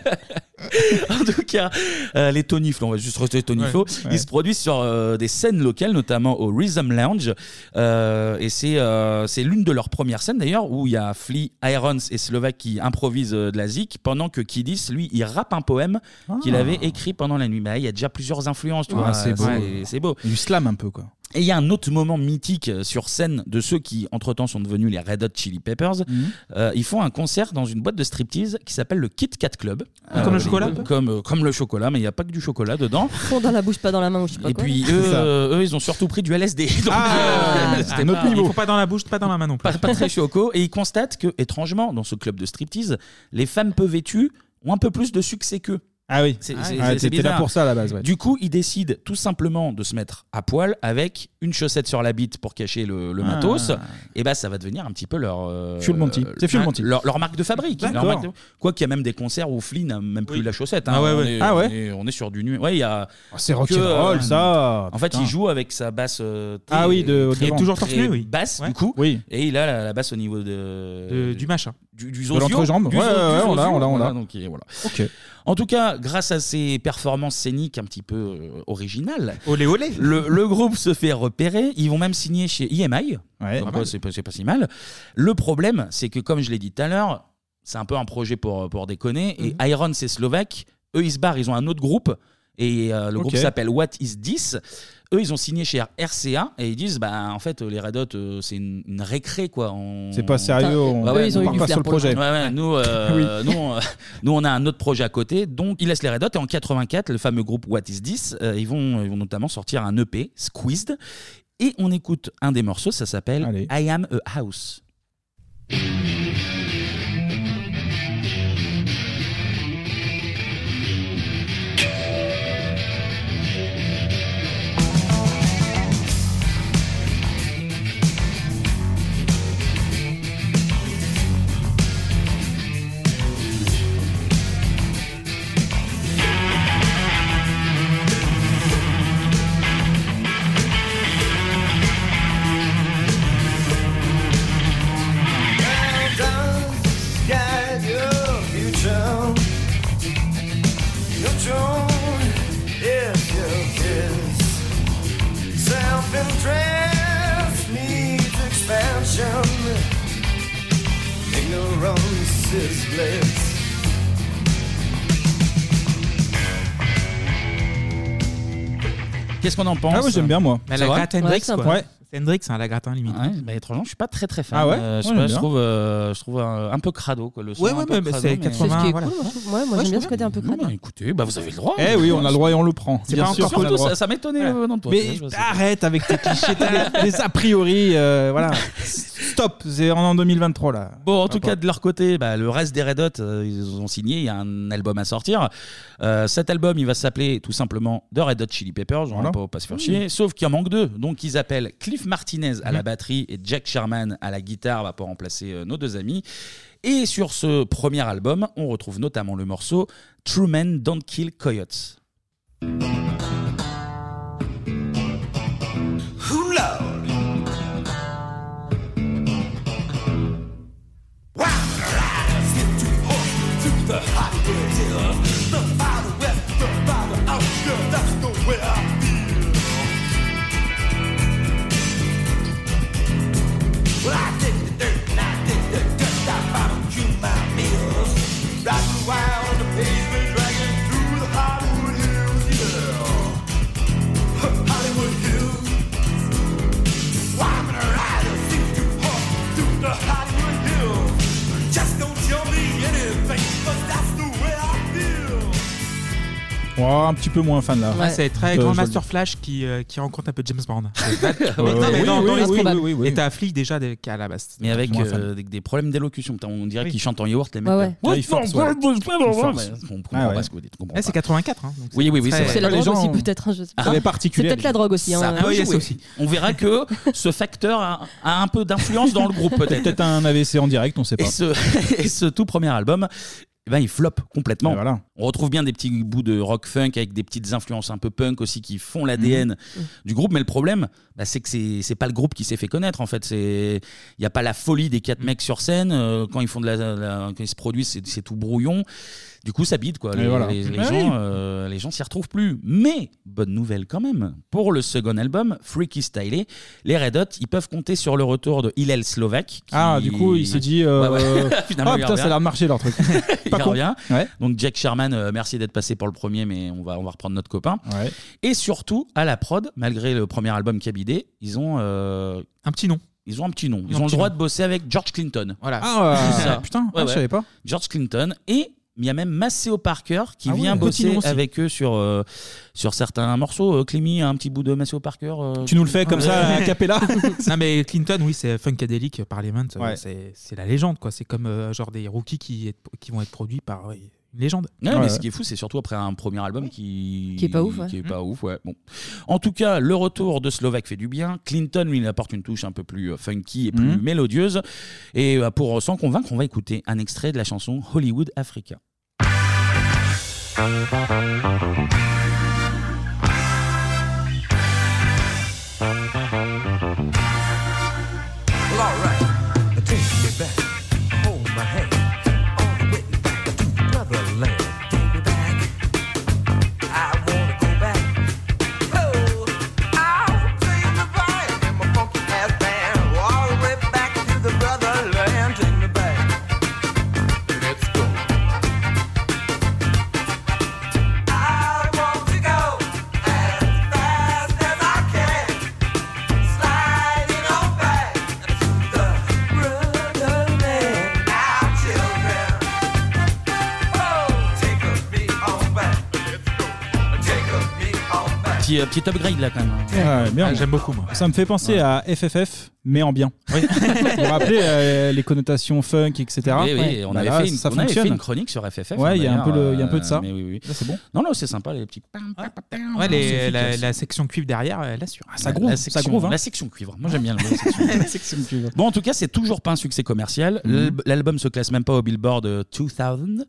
[SPEAKER 1] en tout cas, euh, les Tony Flo, on va juste rester Tony
[SPEAKER 6] Ouais,
[SPEAKER 1] Flo,
[SPEAKER 6] ouais.
[SPEAKER 1] ils se produisent sur euh, des scènes locales, notamment au Rhythm Lounge. Euh, et c'est euh, c'est l'une de leurs premières scènes d'ailleurs, où il y a Flea, Irons et Slovak qui improvisent euh, de la zik, pendant que Kidis, lui, il rappe un poème qu'il
[SPEAKER 6] Ah.
[SPEAKER 1] avait écrit pendant la nuit. Bah, Il y a déjà plusieurs influences, tu vois.
[SPEAKER 6] Ah, c'est beau.
[SPEAKER 1] Ouais, c'est beau.
[SPEAKER 6] Du slam un peu, quoi.
[SPEAKER 1] Et il y a un autre moment mythique euh, sur scène de ceux qui, entre-temps, sont devenus les Red Hot Chili Peppers.
[SPEAKER 9] Mhm.
[SPEAKER 1] Euh, ils font un concert dans une boîte de striptease qui s'appelle le Kit Kat Club.
[SPEAKER 9] Ah, comme le chocolat, un peu
[SPEAKER 1] comme, euh, comme le chocolat, mais il n'y a pas que du chocolat dedans.
[SPEAKER 7] Fond dans la bouche, pas dans la main, ou je sais pas
[SPEAKER 1] Et
[SPEAKER 7] quoi.
[SPEAKER 1] puis
[SPEAKER 7] C'est
[SPEAKER 1] eux,
[SPEAKER 7] ça.
[SPEAKER 1] euh, eux, ils ont surtout pris du LSD. Donc,
[SPEAKER 9] Ah,
[SPEAKER 1] euh, c'était
[SPEAKER 9] un autre
[SPEAKER 1] pas-
[SPEAKER 9] niveau.
[SPEAKER 1] il
[SPEAKER 9] Faut pas dans la bouche, pas dans la main non plus.
[SPEAKER 1] Pas, pas très choco. Et ils constatent que, étrangement, dans ce club de striptease, les femmes peu vêtues ont un peu plus de succès qu'eux.
[SPEAKER 6] Ah oui,
[SPEAKER 1] c'est
[SPEAKER 6] Ah
[SPEAKER 1] c'est-
[SPEAKER 6] oui.
[SPEAKER 1] c'est-
[SPEAKER 6] Ouais,
[SPEAKER 1] c'est
[SPEAKER 6] t'étais là
[SPEAKER 1] bizarre.
[SPEAKER 6] pour ça, à la base, ouais.
[SPEAKER 1] Du coup, ils décident tout simplement de se mettre à poil avec une chaussette sur la bite pour cacher le, le
[SPEAKER 6] Ah.
[SPEAKER 1] matos. Et bah, ça va devenir un petit peu leur. euh,
[SPEAKER 6] Fuel Monty.
[SPEAKER 1] euh,
[SPEAKER 6] C'est Fuel Monty.
[SPEAKER 1] Leur, leur marque de fabrique. Leur
[SPEAKER 6] D'accord.
[SPEAKER 1] marque de- Quoi qu'il y a même des concerts où Flynn n'a même plus la chaussette. hein.
[SPEAKER 6] Ah ouais,
[SPEAKER 1] On
[SPEAKER 6] ouais.
[SPEAKER 1] est-
[SPEAKER 6] Ah ouais. Ah,
[SPEAKER 1] On est, on est sur du nu. Ouais, il y a.
[SPEAKER 6] c'est
[SPEAKER 1] que,
[SPEAKER 6] rock'n'roll,
[SPEAKER 1] euh,
[SPEAKER 6] ça.
[SPEAKER 1] En fait,
[SPEAKER 6] Putain.
[SPEAKER 1] il joue avec sa basse. euh, très-
[SPEAKER 6] Ah oui, de-
[SPEAKER 1] très-
[SPEAKER 6] devant. Toujours
[SPEAKER 1] très
[SPEAKER 6] torse nu, oui.
[SPEAKER 1] Basse, du coup.
[SPEAKER 6] Oui.
[SPEAKER 1] Et il a la, la basse au niveau de.
[SPEAKER 9] De- du machin.
[SPEAKER 1] Du, du
[SPEAKER 6] De
[SPEAKER 1] zozio,
[SPEAKER 6] l'entrejambe.
[SPEAKER 1] du
[SPEAKER 6] Ouais,
[SPEAKER 1] zo-
[SPEAKER 6] ouais,
[SPEAKER 1] du
[SPEAKER 6] ouais, on l'a,
[SPEAKER 1] zozio,
[SPEAKER 6] on l'a, on
[SPEAKER 1] voilà,
[SPEAKER 6] l'a.
[SPEAKER 1] donc, et voilà.
[SPEAKER 6] Ok.
[SPEAKER 1] En tout cas, grâce à ses performances scéniques un petit peu euh, originales,
[SPEAKER 9] Olé, olé.
[SPEAKER 1] Le, le groupe se fait repérer. Ils vont même signer chez EMI.
[SPEAKER 6] Ouais,
[SPEAKER 1] Donc,
[SPEAKER 6] pas
[SPEAKER 1] ouais, c'est pas, c'est pas si mal. Le problème, c'est que comme je l'ai dit tout à l'heure, c'est un peu un projet pour, pour déconner.
[SPEAKER 6] Mhm.
[SPEAKER 1] Et Iron, c'est Slovaque. Eux, ils se barrent. Ils ont un autre groupe. Et euh, le
[SPEAKER 6] Ok.
[SPEAKER 1] groupe s'appelle What Is This. Eux, ils ont signé chez RCA et ils disent, bah en fait, les Red Hot, euh, c'est une, une récré quoi. On- bah
[SPEAKER 6] C'est pas sérieux, on- Eux, ils ont on eu part du pas flair sur le pour le projet.
[SPEAKER 1] Ouais, ouais, nous, euh, nous, on, nous, on a un autre projet à côté. Donc, ils laissent les Red Hot. Et en 84, le fameux groupe What Is This, euh, ils, vont, ils vont notamment sortir un EP, Squeezed. Et on écoute un des morceaux, ça s'appelle I Am a House.
[SPEAKER 5] guide your future. Your tune is your kiss. Self-interest needs expansion. Ignorance is bliss.
[SPEAKER 1] Qu'est-ce qu'on en pense
[SPEAKER 6] Ah ouais, j'aime bien, moi.
[SPEAKER 9] Mais
[SPEAKER 1] C'est
[SPEAKER 9] la
[SPEAKER 1] vrai
[SPEAKER 9] gratte Hendrix,
[SPEAKER 1] Ouais,
[SPEAKER 9] quoi.
[SPEAKER 1] sympa.
[SPEAKER 9] C'est Hendrix, hein, la gratte hein, limite.
[SPEAKER 1] Ouais, bah, étrangement, je suis pas très très fan.
[SPEAKER 9] Ah ouais
[SPEAKER 1] Euh, je, sais
[SPEAKER 9] Ouais,
[SPEAKER 1] pas,
[SPEAKER 9] j'aime
[SPEAKER 1] je
[SPEAKER 9] bien.
[SPEAKER 1] trouve, euh, je trouve un, un peu crado quoi, le son.
[SPEAKER 9] Ouais,
[SPEAKER 1] un
[SPEAKER 9] ouais,
[SPEAKER 1] peu hein.
[SPEAKER 9] mais
[SPEAKER 1] crado,
[SPEAKER 9] c'est 80,
[SPEAKER 7] ce qui est
[SPEAKER 9] voilà.
[SPEAKER 7] cool, moi, je trouve. Ouais, moi, j'aime bien ce côté un peu crade.
[SPEAKER 1] Écoutez, bah, vous avez le droit.
[SPEAKER 6] Eh oui, on a le droit et on le prend.
[SPEAKER 1] C'est
[SPEAKER 6] Bien
[SPEAKER 1] pas
[SPEAKER 6] sûr
[SPEAKER 1] encore
[SPEAKER 6] qu'on a le
[SPEAKER 1] surtout,
[SPEAKER 6] droit.
[SPEAKER 1] ça, ça m'étonnait
[SPEAKER 6] Voilà.
[SPEAKER 1] euh, non, toi, tu
[SPEAKER 6] Mais
[SPEAKER 1] vois, je-
[SPEAKER 6] arrête avec tes clichés, t'as des, des a priori. euh, voilà. Stop, c'est en 2023 là.
[SPEAKER 1] Bon, en tout cas, de leur côté, bah, le reste des Red Hot, euh, ils ont signé, il y a un album à sortir. Euh, cet album, il va s'appeler tout simplement The Red Hot Chili Peppers, on va
[SPEAKER 6] Voilà.
[SPEAKER 1] pas, pas se faire
[SPEAKER 9] Mmh.
[SPEAKER 6] Oui.
[SPEAKER 1] chier, sauf qu'il en manque deux. Donc, ils appellent Cliff Martinez à la batterie et Jack Sherman à la guitare bah, pour remplacer euh, nos deux amis. Et sur ce premier album, on retrouve notamment le morceau True Men Don't Kill Coyotes.
[SPEAKER 5] Who loud? Wild rise into horse to the hot deal. The farther west, the farther out, girl, that's the way I feel. Well, I dig the dirt and I dig the dust. I found you my meals. Riding wild on the pavement, dragging through the hardwood hills, yeah.
[SPEAKER 6] Oh, un petit peu moins fan là. Euh,
[SPEAKER 9] Ah, c'est très grand Master
[SPEAKER 6] masterflash
[SPEAKER 9] Flash qui, euh, qui rencontre un peu James Bond.
[SPEAKER 1] ouais,
[SPEAKER 9] non, mais
[SPEAKER 1] oui,
[SPEAKER 9] dans,
[SPEAKER 1] oui,
[SPEAKER 9] dans
[SPEAKER 1] oui,
[SPEAKER 9] l'esprit.
[SPEAKER 1] oui, oui, oui.
[SPEAKER 9] Et t'as Flick déjà des- qui a la base.
[SPEAKER 1] Mais avec
[SPEAKER 9] Moins
[SPEAKER 1] euh,
[SPEAKER 9] fan.
[SPEAKER 1] des, des problèmes d'élocution. Putain, On dirait
[SPEAKER 9] Oui.
[SPEAKER 1] qu'ils chantent en yaourt, les mecs.
[SPEAKER 9] Ouais,
[SPEAKER 1] là.
[SPEAKER 9] ouais.
[SPEAKER 1] Tu vois,
[SPEAKER 9] Ouais,
[SPEAKER 1] ils forcent,
[SPEAKER 9] ouais,
[SPEAKER 1] ouais.
[SPEAKER 9] ouais, ouais,
[SPEAKER 1] Ils forcent,
[SPEAKER 9] ouais.
[SPEAKER 1] ouais. On comprend
[SPEAKER 9] Ah ouais.
[SPEAKER 1] pas ce que vous dites. on comprend
[SPEAKER 9] Eh, c'est
[SPEAKER 1] pas.
[SPEAKER 9] 84. Hein, donc
[SPEAKER 1] Oui, oui, oui,
[SPEAKER 9] très-
[SPEAKER 1] c'est vrai.
[SPEAKER 7] C'est la drogue aussi, peut-être. hein, je sais pas.
[SPEAKER 1] Ah,
[SPEAKER 7] C'est peut-être la drogue aussi. hein.
[SPEAKER 1] Ça peut jouer. On verra que ce facteur a, a un peu d'influence dans le groupe, peut-être.
[SPEAKER 6] Peut-être un AVC en direct, on sait pas.
[SPEAKER 1] Et ce, et ce tout premier album, eh ben, il floppe complètement. On retrouve bien des petits bouts de rock funk avec des petites influences un peu punk aussi qui font l'ADN
[SPEAKER 6] Mhm.
[SPEAKER 1] du groupe. Mais le problème, bah, c'est que c'est c'est pas le groupe qui s'est fait connaître en fait. C'est il y a pas la folie des
[SPEAKER 6] Mhm.
[SPEAKER 1] quatre mecs sur scène Euh, quand ils font de la, la- quand ils se produisent, c'est c'est tout brouillon. Du coup, ça bide quoi.
[SPEAKER 6] Et
[SPEAKER 1] Les,
[SPEAKER 6] voilà.
[SPEAKER 1] les- les
[SPEAKER 6] Ah oui.
[SPEAKER 1] gens, euh, les gens s'y retrouvent plus. Mais bonne nouvelle quand même. Pour le second album, Freaky Stylé, les Red Hot, ils peuvent compter sur le retour de Hillel Slovak. qui-
[SPEAKER 6] Ah, du coup, il s'est dit. euh,
[SPEAKER 1] Ouais, ouais. Finalement,
[SPEAKER 6] ah,
[SPEAKER 1] il
[SPEAKER 6] putain, ça a
[SPEAKER 1] revient.
[SPEAKER 6] l'air de marcher leur truc.
[SPEAKER 1] Il revient. Donc Jack Sherman, euh, merci d'être passé pour le premier, mais on va, on va reprendre notre copain. Et surtout, à la prod, malgré le premier album qui a bidé, ils ont... euh,
[SPEAKER 9] Un petit nom.
[SPEAKER 1] Ils ont un petit nom. Ils
[SPEAKER 9] Un
[SPEAKER 1] ont le
[SPEAKER 9] petit
[SPEAKER 1] droit
[SPEAKER 9] nom.
[SPEAKER 1] de bosser avec George Clinton.
[SPEAKER 9] Voilà. Ah,
[SPEAKER 1] C'est
[SPEAKER 9] euh, putain, ah, je savais pas.
[SPEAKER 1] George Clinton et... Il y a même Maceo Parker qui
[SPEAKER 9] Ah
[SPEAKER 1] vient
[SPEAKER 9] ouais, petit
[SPEAKER 1] bosser
[SPEAKER 9] nom aussi.
[SPEAKER 1] avec eux sur, euh, sur certains morceaux. Euh, Clémy, un petit bout de Maceo Parker. euh,
[SPEAKER 9] Ouais. Non, mais Clinton, oui, c'est Funkadelic, Parliament, euh,
[SPEAKER 1] Ouais.
[SPEAKER 9] c'est c'est la légende, quoi. C'est comme euh, genre des rookies qui, est- qui vont être produits par euh, une légende.
[SPEAKER 1] Ouais, mais ce qui est fou, c'est surtout après un premier album qui
[SPEAKER 9] Qui est pas ouf, ouais.
[SPEAKER 1] qui est pas ouf, ouais. Bon, en tout cas, le retour de Slovak fait du bien. Clinton lui il apporte une touche un peu plus euh, funky et plus
[SPEAKER 9] Mhm.
[SPEAKER 1] mélodieuse. Et euh, pour euh, s'en convaincre, on va écouter un extrait de la chanson Hollywood Africa.
[SPEAKER 5] Well, all right, I take you back, hold my hand, all the way back to Neverland. Take me back, I wanna go back. Oh, I'll take me back in my funky ass band, all the way back to the brotherland. Take me back. Let's go. I want to go as fast as I can, sliding on back.
[SPEAKER 1] Petit, euh, petit upgrade là quand même.
[SPEAKER 6] Ouais,
[SPEAKER 1] Ah,
[SPEAKER 6] bien.
[SPEAKER 9] J'aime beaucoup, moi.
[SPEAKER 6] Ah, Ça me fait penser à FFF, mais en bien. Vous vous rappelez euh, les connotations funk, etc.
[SPEAKER 1] Oui, oui,
[SPEAKER 6] Ouais.
[SPEAKER 1] on,
[SPEAKER 6] Bah
[SPEAKER 1] avait,
[SPEAKER 6] là,
[SPEAKER 1] fait une,
[SPEAKER 6] ça
[SPEAKER 1] on avait fait
[SPEAKER 6] fonctionne.
[SPEAKER 1] une chronique sur FFF.
[SPEAKER 6] Ouais,
[SPEAKER 1] hein,
[SPEAKER 6] il y a un peu le- il y a un peu de
[SPEAKER 1] d'ailleurs,
[SPEAKER 6] ça. Ah,
[SPEAKER 1] euh, mais oui, oui.
[SPEAKER 6] c'est bon.
[SPEAKER 1] Non, non, c'est sympa les petits.
[SPEAKER 9] Ouais, les-
[SPEAKER 1] C'est efficace.
[SPEAKER 9] la, la section cuivre derrière, elle assure.
[SPEAKER 6] Ah,
[SPEAKER 1] La- la section-
[SPEAKER 6] hein.
[SPEAKER 1] La section cuivre. Moi, j'aime bien le mot section. Bon, en tout cas, c'est toujours pas un succès commercial.
[SPEAKER 9] Mhm.
[SPEAKER 1] L'alb- L'album se classe même pas au Billboard euh, 2000.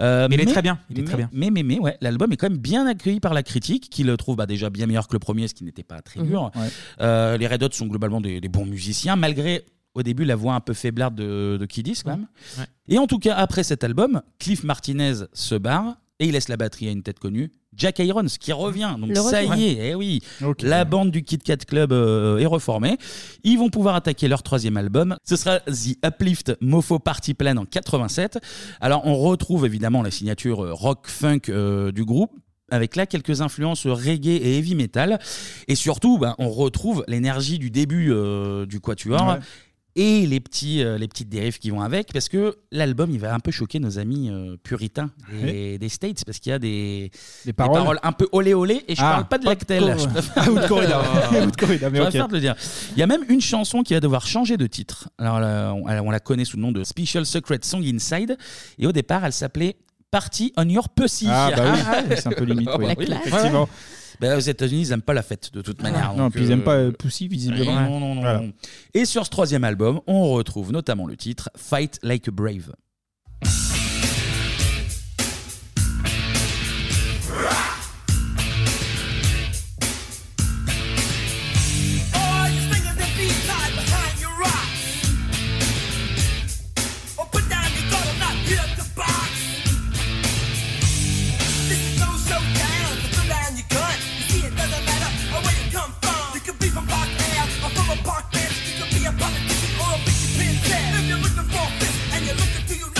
[SPEAKER 1] Euh,
[SPEAKER 9] Mais il est très bien, il est
[SPEAKER 1] mais-
[SPEAKER 9] très bien.
[SPEAKER 1] Mais, mais, mais, ouais, l'album est quand même bien accueilli par la critique, qui le trouve bah, déjà bien meilleur que le premier, ce qui n'était pas très
[SPEAKER 9] Mhm.
[SPEAKER 1] dur. Euh, les Red Hot sont globalement des, des bons musiciens, malgré au début la voix un peu faiblarde de, de Kidis, quand même.
[SPEAKER 9] Ouais.
[SPEAKER 1] Et en tout cas, après cet album, Cliff Martinez se barre et il laisse la batterie à une tête connue. Jack Irons qui revient, donc
[SPEAKER 9] Le
[SPEAKER 1] ça
[SPEAKER 9] retour.
[SPEAKER 1] y est, eh oui, la bande du Kit Kat Club euh, est reformée. Ils vont pouvoir attaquer leur troisième album. Ce sera The Uplift Mofo Party Plan en 87. Alors on retrouve évidemment la signature euh, rock funk euh, du groupe. Avec là quelques influences euh, reggae et heavy metal. Et surtout, bah, on retrouve l'énergie du début euh, du Quatuor
[SPEAKER 9] Ouais.
[SPEAKER 1] et les, petits, euh, les petites dérives qui vont avec, parce que l'album, il va un peu choquer nos amis euh, puritains des, des States, parce qu'il y a des, des
[SPEAKER 6] paroles.
[SPEAKER 1] un peu olé olé, et je
[SPEAKER 6] Ah,
[SPEAKER 1] parle pas de
[SPEAKER 6] pas de
[SPEAKER 1] lactel.
[SPEAKER 6] cor-
[SPEAKER 1] Je préfère-
[SPEAKER 6] Ah, ou de corrida. Ou de corrida, mais
[SPEAKER 1] Je
[SPEAKER 6] ok.
[SPEAKER 1] préfère de le dire. Il y a même une chanson qui va devoir changer de titre. Alors, là, on, on la connaît sous le nom de Special Secret Song Inside, et au départ, elle s'appelait Party on Your Pussy.
[SPEAKER 6] Ah, bah oui, c'est un peu limite, oui. La classe. effectivement.
[SPEAKER 1] Bah, aux États-Unis, ils n'aiment pas la fête de toute manière.
[SPEAKER 6] Non,
[SPEAKER 1] donc,
[SPEAKER 6] puis ils aiment
[SPEAKER 1] euh,
[SPEAKER 6] pas euh, Pussy, visiblement.
[SPEAKER 1] non, non, non, non. Et sur ce troisième album, on retrouve notamment le titre Fight Like a Brave.
[SPEAKER 5] All you think is the beat tied behind your rocks. Or put down your guard, I'm not here to box. This is no showdown, so put down your gun. You see, it doesn't matter where you come from. You could be from Park Ave or from a park bench. You could be a politician or a big pin If you're looking for a fist and you're looking to your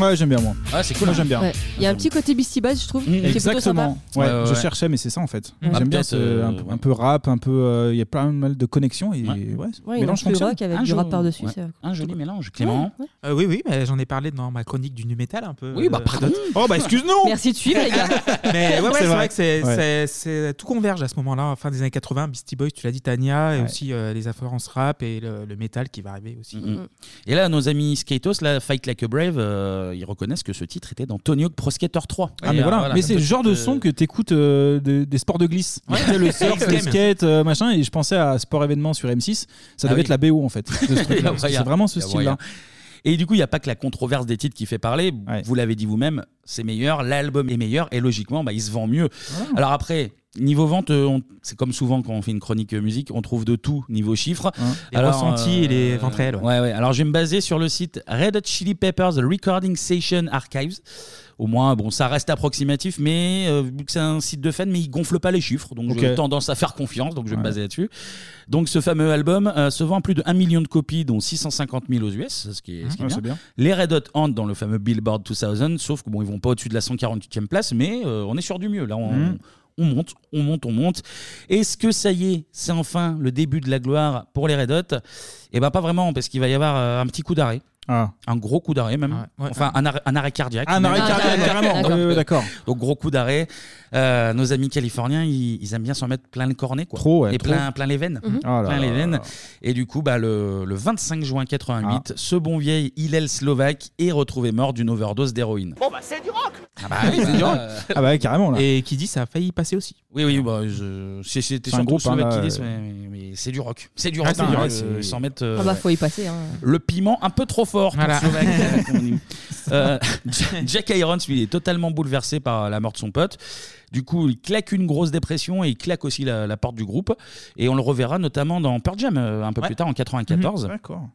[SPEAKER 6] Ouais, j'aime bien moi.
[SPEAKER 1] Ah, c'est cool,
[SPEAKER 6] Moi
[SPEAKER 1] hein.
[SPEAKER 6] j'aime bien.
[SPEAKER 7] Ouais. Il y a un petit côté Beastie Boys, je trouve, qui est plutôt sympa.
[SPEAKER 6] Exactement. Ouais,
[SPEAKER 1] Ouais, ouais,
[SPEAKER 6] je
[SPEAKER 1] ouais.
[SPEAKER 6] cherchais, mais c'est ça en fait.
[SPEAKER 1] Bah,
[SPEAKER 6] J'aime bien
[SPEAKER 1] peut-être,
[SPEAKER 6] ce,
[SPEAKER 1] euh,
[SPEAKER 6] un, un peu rap, un peu. euh, Il y a plein mal de connexions et ouais.
[SPEAKER 7] Ouais,
[SPEAKER 6] mélange
[SPEAKER 7] ils ont plus
[SPEAKER 6] fonctionne.
[SPEAKER 7] rock avec
[SPEAKER 9] Un
[SPEAKER 7] du rap
[SPEAKER 9] joli-
[SPEAKER 7] par-dessus.
[SPEAKER 9] ouais.
[SPEAKER 7] c'est-
[SPEAKER 1] Un joli mélange, Clément.
[SPEAKER 9] Euh, oui, oui, mais j'en ai parlé dans ma chronique du nu metal un peu.
[SPEAKER 1] Oui, bah,
[SPEAKER 9] euh,
[SPEAKER 1] pardon.
[SPEAKER 9] d'autres- Oh, bah, excuse-nous
[SPEAKER 7] Merci de suivre, les gars.
[SPEAKER 9] Mais ouais, ouais,
[SPEAKER 1] C'est
[SPEAKER 9] c'est
[SPEAKER 1] vrai.
[SPEAKER 9] vrai que c'est,
[SPEAKER 1] Ouais.
[SPEAKER 9] c'est- c'est- tout converge à ce moment-là, fin des années 80, Beastie Boys, tu l'as dit, Tania, et aussi euh, les influences rap et le, le métal qui va arriver aussi.
[SPEAKER 1] Mm. Et là, nos amis skatos, là, Fight Like a Brave, euh, ils reconnaissent que ce titre était dans Tony Hawk Pro Skater 3.
[SPEAKER 6] Ah, mais
[SPEAKER 1] Et,
[SPEAKER 6] voilà.
[SPEAKER 1] euh,
[SPEAKER 6] Mais c'est le genre de son que t'écoutes euh, de- des sports de glisse. Tu sais, le surf, le
[SPEAKER 1] X-Games.
[SPEAKER 6] skate, euh, machin. Et je pensais à Sport événement sur M6. Ça
[SPEAKER 1] Ah
[SPEAKER 6] devait
[SPEAKER 1] oui.
[SPEAKER 6] être la BO en fait. de ce truc-là,
[SPEAKER 1] Il y a
[SPEAKER 6] parce que
[SPEAKER 1] moyen.
[SPEAKER 6] c'est vraiment ce
[SPEAKER 1] Il y a
[SPEAKER 6] style-là.
[SPEAKER 1] moyen. Et du coup, il n'y a pas que la controverse des titres qui fait parler. Vous l'avez dit vous-même, c'est meilleur, l'album est meilleur et logiquement, bah, il se vend mieux. Alors après, niveau vente, euh, on- c'est comme souvent quand on fait une chronique euh, musique, on trouve de tout niveau chiffres. euh,
[SPEAKER 9] Les ressentis et les ventes réelles, ouais.
[SPEAKER 1] Ouais, ouais. Alors je vais me baser sur le site Red Hot Chili Peppers Recording Station Archives. Au moins, bon, ça reste approximatif, mais euh, vu que c'est un site de fans, mais il gonfle pas les chiffres. Donc
[SPEAKER 6] Ok.
[SPEAKER 1] j'ai tendance à faire confiance, donc je vais me
[SPEAKER 6] Ouais.
[SPEAKER 1] baser là-dessus. Donc ce fameux album euh, se vend à plus de 1 million de copies, dont 650 000 aux US, ce qui est, ce qui
[SPEAKER 6] Ah,
[SPEAKER 1] est bien.
[SPEAKER 6] c'est bien.
[SPEAKER 1] Les Red Hot entrent dans le fameux Billboard 2000, sauf que bon, ils vont pas au-dessus de la 148e place, mais euh, on est sur du mieux. Là, on,
[SPEAKER 6] Mhm.
[SPEAKER 1] on monte, on monte, on monte. Est-ce que ça y est, c'est enfin le début de la gloire pour les Red Hot Eh ben pas vraiment, parce qu'il va y avoir euh, un petit coup d'arrêt. Un gros coup d'arrêt même.
[SPEAKER 9] ouais. Ah,
[SPEAKER 1] enfin, un arrêt, un arrêt cardiaque.
[SPEAKER 6] Ah. Un arrêt cardiaque, carrément. D'accord. Oui, oui, oui, d'accord.
[SPEAKER 1] Donc gros coup d'arrêt. Euh, nos amis californiens, ils, ils aiment bien s'en mettre plein le cornet, quoi.
[SPEAKER 6] Trop, ouais,
[SPEAKER 1] Et
[SPEAKER 6] trop.
[SPEAKER 1] plein, plein les veines.
[SPEAKER 6] Mhm. Ah là
[SPEAKER 1] plein les
[SPEAKER 6] là
[SPEAKER 1] veines. Et du coup, bah, le, le 25 juin 88, ce bon vieil Hillel Slovaque est retrouvé mort d'une overdose d'héroïne.
[SPEAKER 13] Bon, bah, c'est du rock
[SPEAKER 1] Ah bah oui, c'est dur.
[SPEAKER 6] Ah bah carrément là.
[SPEAKER 9] Et qui dit ça a failli passer aussi.
[SPEAKER 1] Oui, oui, bah, je... c'est- c'était
[SPEAKER 9] C'est un
[SPEAKER 1] surtout
[SPEAKER 9] groupe,
[SPEAKER 1] Slovaque
[SPEAKER 9] hein, là,
[SPEAKER 1] qui dit,
[SPEAKER 9] euh,
[SPEAKER 1] mais, mais- mais c'est du rock. C'est du
[SPEAKER 9] Ah,
[SPEAKER 1] rock,
[SPEAKER 9] c'est du
[SPEAKER 1] hein,
[SPEAKER 9] rock,
[SPEAKER 1] euh,
[SPEAKER 9] c'est-
[SPEAKER 1] sans mettre. euh,
[SPEAKER 7] Ah bah, faut y passer. hein.
[SPEAKER 1] Le piment un peu trop fort. pour
[SPEAKER 7] Voilà.
[SPEAKER 1] Slovaque, euh, comme on dit. Euh, Jack- Jack Irons, lui, il est totalement bouleversé par la mort de son pote. Du coup, il claque une grosse dépression et il claque aussi la, la porte du groupe. Et on le reverra notamment dans Pearl Jam euh, un peu
[SPEAKER 6] Ouais.
[SPEAKER 1] plus tard en 94.
[SPEAKER 6] Mhm, D'accord.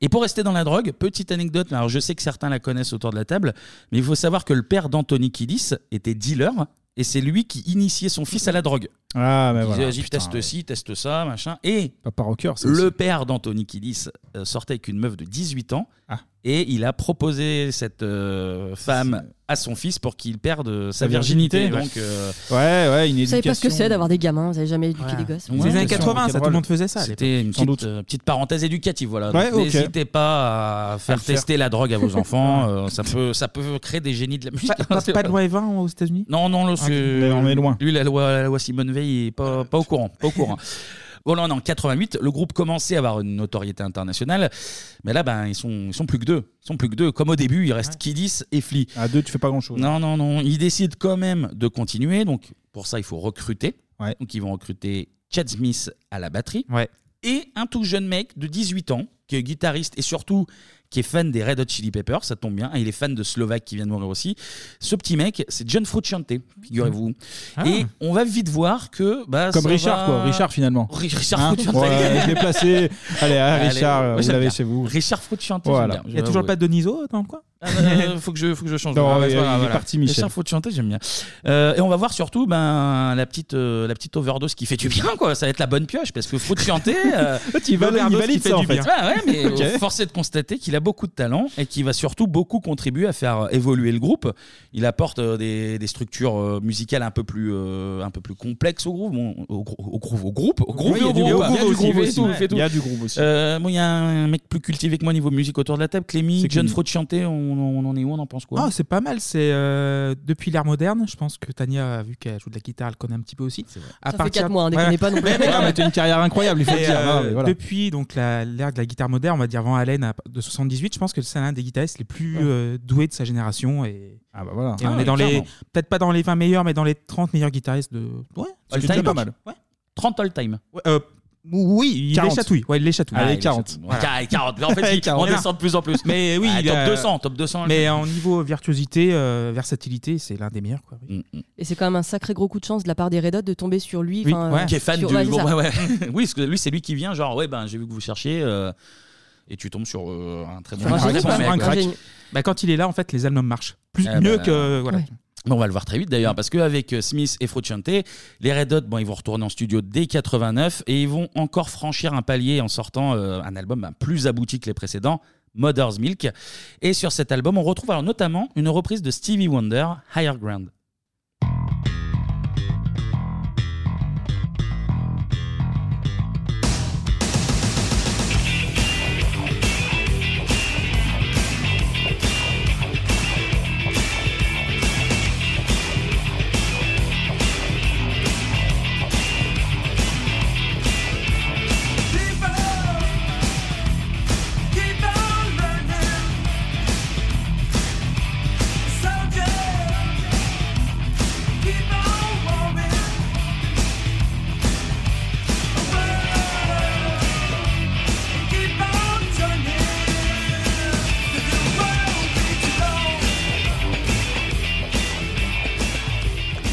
[SPEAKER 1] Et pour rester dans la drogue, petite anecdote, alors je sais que certains la connaissent autour de la table, mais il faut savoir que le père d'Anthony Kiddis était dealer et c'est lui qui initiait son fils à la drogue.
[SPEAKER 6] Ah, mais
[SPEAKER 1] Il
[SPEAKER 6] voilà.
[SPEAKER 1] disait, vas-y,
[SPEAKER 6] Putain,
[SPEAKER 1] teste ci, teste ça, machin. Et
[SPEAKER 6] Papa Rocker, ça
[SPEAKER 1] le
[SPEAKER 6] aussi.
[SPEAKER 1] père d'Anthony Kiddis euh, sortait avec une meuf de 18 ans
[SPEAKER 6] Ah.
[SPEAKER 1] et il a proposé cette euh, femme à son fils pour qu'il perde
[SPEAKER 6] Sa
[SPEAKER 1] sa
[SPEAKER 6] virginité,
[SPEAKER 1] virginité.
[SPEAKER 6] ouais.
[SPEAKER 1] Donc, euh,
[SPEAKER 6] Ouais, ouais, une
[SPEAKER 7] Vous savez pas ce que
[SPEAKER 6] éducation.
[SPEAKER 7] c'est d'avoir des gamins, vous avez jamais éduqué des gosses.
[SPEAKER 1] Ouais, bien sûr,
[SPEAKER 6] ça, tout le monde faisait ça, à
[SPEAKER 1] C'était une
[SPEAKER 6] Sans
[SPEAKER 1] petite, euh, petite parenthèse éducative, voilà.
[SPEAKER 6] Ouais,
[SPEAKER 1] Donc,
[SPEAKER 6] ok.
[SPEAKER 1] N'hésitez pas à faire
[SPEAKER 6] le faire.
[SPEAKER 1] tester la drogue à vos enfants. euh, ça peut, ça peut créer des génies de la musique.
[SPEAKER 9] Pas, pas- pas de loi E20 aux États-Unis
[SPEAKER 1] Non, non, le,
[SPEAKER 9] Ah, mais on est loin.
[SPEAKER 1] Lui, la loi, la loi Simone Veil, il est pas, pas au courant. Pas au courant. Bon, là, on est en 88. Le groupe commençait à avoir une notoriété internationale. Mais là, ben, ils sont, ils sont plus que deux. Ils sont plus que deux. Comme au début, il reste Kidis et Flea.
[SPEAKER 6] À deux, tu fais pas grand chose.
[SPEAKER 1] Non, non, non. Ils décident quand même de continuer. Donc, pour ça, il faut recruter. Donc, ils vont recruter Chad Smith à la batterie. Et un tout jeune mec de 18 ans, qui est guitariste et surtout qui est fan des Red Hot Chili Peppers, ça tombe bien. Et il est fan de Slovaque qui vient de mourir aussi. Ce petit mec, c'est John Frusciante, figurez-vous.
[SPEAKER 6] Ah.
[SPEAKER 1] Et on va vite voir que. Bah,
[SPEAKER 6] Comme
[SPEAKER 1] ça
[SPEAKER 6] Richard,
[SPEAKER 1] va-
[SPEAKER 6] quoi. Richard, finalement.
[SPEAKER 1] Ri- Richard
[SPEAKER 6] Hein
[SPEAKER 1] Frusciante.
[SPEAKER 6] Ouais, je l'ai placé. Allez, hein, Richard,
[SPEAKER 1] moi,
[SPEAKER 6] vous
[SPEAKER 1] j'aime
[SPEAKER 6] l'avez
[SPEAKER 1] bien.
[SPEAKER 6] chez vous.
[SPEAKER 1] Richard Frusciante, j'aime
[SPEAKER 6] Voilà.
[SPEAKER 1] bien.
[SPEAKER 9] Il y a toujours pas de Deniso dans le coin
[SPEAKER 1] Euh, faut que je faut que je change.
[SPEAKER 6] Non,
[SPEAKER 1] Ah ouais,
[SPEAKER 6] il- il
[SPEAKER 1] voilà,
[SPEAKER 6] est
[SPEAKER 1] voilà.
[SPEAKER 6] parti, Michel.
[SPEAKER 1] Richard, faut te chanter, j'aime bien. Euh, et on va voir surtout ben la petite euh, la petite overdose qui fait du bien quoi. Ça va être la bonne pioche parce que faut te chanter. euh,
[SPEAKER 6] Il va- il
[SPEAKER 1] l'overdose
[SPEAKER 6] valide
[SPEAKER 1] qui fait
[SPEAKER 6] ça, en
[SPEAKER 1] du
[SPEAKER 6] fait.
[SPEAKER 1] bien. Ouais, ouais, mais
[SPEAKER 6] Ok.
[SPEAKER 1] euh, force est de constater qu'il a beaucoup de talent et qu'il va surtout beaucoup contribuer à faire euh, évoluer le groupe. Il apporte euh, des, des structures euh, musicales un peu plus euh, un peu plus complexes au groupe, bon, au, gro- au groupe, au groupe, au groupe,
[SPEAKER 6] Oui, il y a
[SPEAKER 1] au
[SPEAKER 6] du
[SPEAKER 1] groupe,
[SPEAKER 6] groupe
[SPEAKER 1] il y a du
[SPEAKER 6] aussi,
[SPEAKER 1] groupe
[SPEAKER 6] oui,
[SPEAKER 1] et tout,
[SPEAKER 6] ouais.
[SPEAKER 1] fait tout.
[SPEAKER 6] Il y a du groupe aussi.
[SPEAKER 1] Euh, moi, il y a un mec plus cultivé que moi niveau musique autour de la table, Clémy,
[SPEAKER 9] C'est
[SPEAKER 1] John
[SPEAKER 9] Clémy.
[SPEAKER 1] Fraud chanter, on, on en est où, on en pense quoi
[SPEAKER 9] Ah, c'est pas mal. C'est euh, depuis l'ère moderne. Je pense que Tania, vu qu'elle joue de la guitare, elle connaît un petit peu aussi. À
[SPEAKER 7] Ça fait quatre mois, hein, déconnez pas non plus.
[SPEAKER 9] Mais- mais-
[SPEAKER 7] Ouais, mais t'as une carrière incroyable, il faut
[SPEAKER 9] Et,
[SPEAKER 7] le dire.
[SPEAKER 9] euh,
[SPEAKER 7] Non, mais voilà.
[SPEAKER 9] Depuis donc la- l'ère de la guitare moderne, on va dire Van Halen à- de 78, je pense que c'est l'un des guitaristes les plus
[SPEAKER 6] Ouais.
[SPEAKER 9] euh, doués de sa génération. Et,
[SPEAKER 6] Ah bah voilà.
[SPEAKER 9] Et
[SPEAKER 6] Ah
[SPEAKER 9] on
[SPEAKER 6] ouais,
[SPEAKER 9] est dans les
[SPEAKER 6] clairement.
[SPEAKER 9] peut-être pas dans les 20 meilleurs, mais dans les 30 meilleurs guitaristes de. Ouais,
[SPEAKER 1] All
[SPEAKER 9] c'est
[SPEAKER 1] time,
[SPEAKER 9] Ah, pas
[SPEAKER 1] donc.
[SPEAKER 9] mal.
[SPEAKER 1] 30 all time.
[SPEAKER 9] Ouais, euh, oui, il
[SPEAKER 1] 40.
[SPEAKER 9] les chatouille. Ouais, il les chatouille.
[SPEAKER 1] Ah, il les chatouille. Ouais,
[SPEAKER 9] Voilà.
[SPEAKER 1] 40. Mais en fait, il-
[SPEAKER 9] 40.
[SPEAKER 1] on descend de plus en plus.
[SPEAKER 9] Mais oui,
[SPEAKER 1] Ah,
[SPEAKER 9] il
[SPEAKER 1] top
[SPEAKER 9] a-
[SPEAKER 1] 200, top 200.
[SPEAKER 9] Mais en niveau virtuosité, euh, versatilité, c'est l'un des meilleurs. Quoi,
[SPEAKER 1] oui.
[SPEAKER 7] Et c'est quand même un sacré gros coup de chance de la part des Red Hot de tomber sur lui.
[SPEAKER 9] Oui,
[SPEAKER 7] enfin, euh,
[SPEAKER 1] qui est fan
[SPEAKER 7] sur-
[SPEAKER 1] du
[SPEAKER 7] ouais, c'est
[SPEAKER 1] bon,
[SPEAKER 7] ça.
[SPEAKER 1] ouais, ouais. oui, parce que lui, c'est lui qui vient, genre, ouais, ben j'ai vu que vous cherchiez, euh, et tu tombes sur euh, un très bon
[SPEAKER 9] Sur un
[SPEAKER 1] très
[SPEAKER 9] génie,
[SPEAKER 1] bon
[SPEAKER 9] ouais,
[SPEAKER 1] mec,
[SPEAKER 9] un
[SPEAKER 1] quoi.
[SPEAKER 9] crack. Bah, quand il est là, en fait, les albums marchent. Plus
[SPEAKER 1] Ah,
[SPEAKER 9] mieux
[SPEAKER 1] bah,
[SPEAKER 9] que. Voilà.
[SPEAKER 1] Mais on va le voir très vite d'ailleurs, parce qu'avec Smith et Frusciante, les Red Hot, bon, ils vont retourner en studio dès 89 et ils vont encore franchir un palier en sortant euh, un album bah, plus ben, abouti que les précédents, Mother's Milk. Et sur cet album, on retrouve alors notamment une reprise de Stevie Wonder, Higher Ground.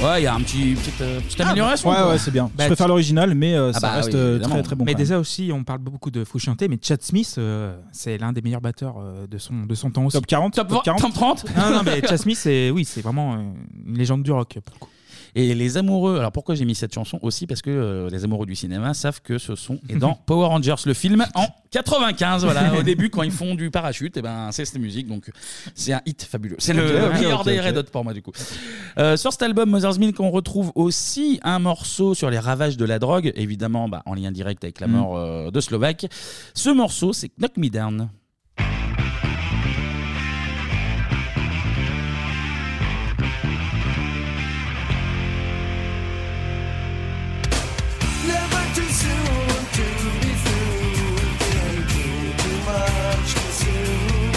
[SPEAKER 1] Ouais, il y a un petit, petite, euh, petite amélioration.
[SPEAKER 6] Ah, bah. Ouais,
[SPEAKER 1] quoi. Bah,
[SPEAKER 6] ouais, c'est bien.
[SPEAKER 9] Bah,
[SPEAKER 6] Je préfère l'original, mais euh, ça
[SPEAKER 1] Ah bah
[SPEAKER 6] reste
[SPEAKER 1] oui,
[SPEAKER 6] euh,
[SPEAKER 1] évidemment.
[SPEAKER 6] très très bon.
[SPEAKER 9] mais
[SPEAKER 6] quand même.
[SPEAKER 9] déjà aussi, on parle beaucoup de Fou chanter, mais Chad Smith, euh, c'est l'un des meilleurs batteurs euh, de son, de son temps aussi.
[SPEAKER 6] Top 40
[SPEAKER 1] Top 40.
[SPEAKER 9] Non, non, mais Chad Smith, c'est oui, c'est vraiment euh, une légende du rock.
[SPEAKER 1] Et les amoureux, alors pourquoi j'ai mis cette chanson aussi Parce que euh, les amoureux du cinéma savent que ce son est dans Power Rangers, le film en 95. Voilà, au début, quand ils font du parachute, et ben c'est cette musique. Donc c'est un hit fabuleux. C'est le
[SPEAKER 9] Ok, ok,
[SPEAKER 1] meilleur
[SPEAKER 9] ok,
[SPEAKER 1] des
[SPEAKER 9] ok.
[SPEAKER 1] Red Hot pour moi, du coup. Euh, sur cet album, Mother's Milk, on retrouve aussi un morceau sur les ravages de la drogue, évidemment bah, en lien direct avec la
[SPEAKER 9] Mm.
[SPEAKER 1] mort euh, de Slovaque. Ce morceau, c'est Knock Me Down.
[SPEAKER 12] Never too soon to be fooled. Can't do too much too soon.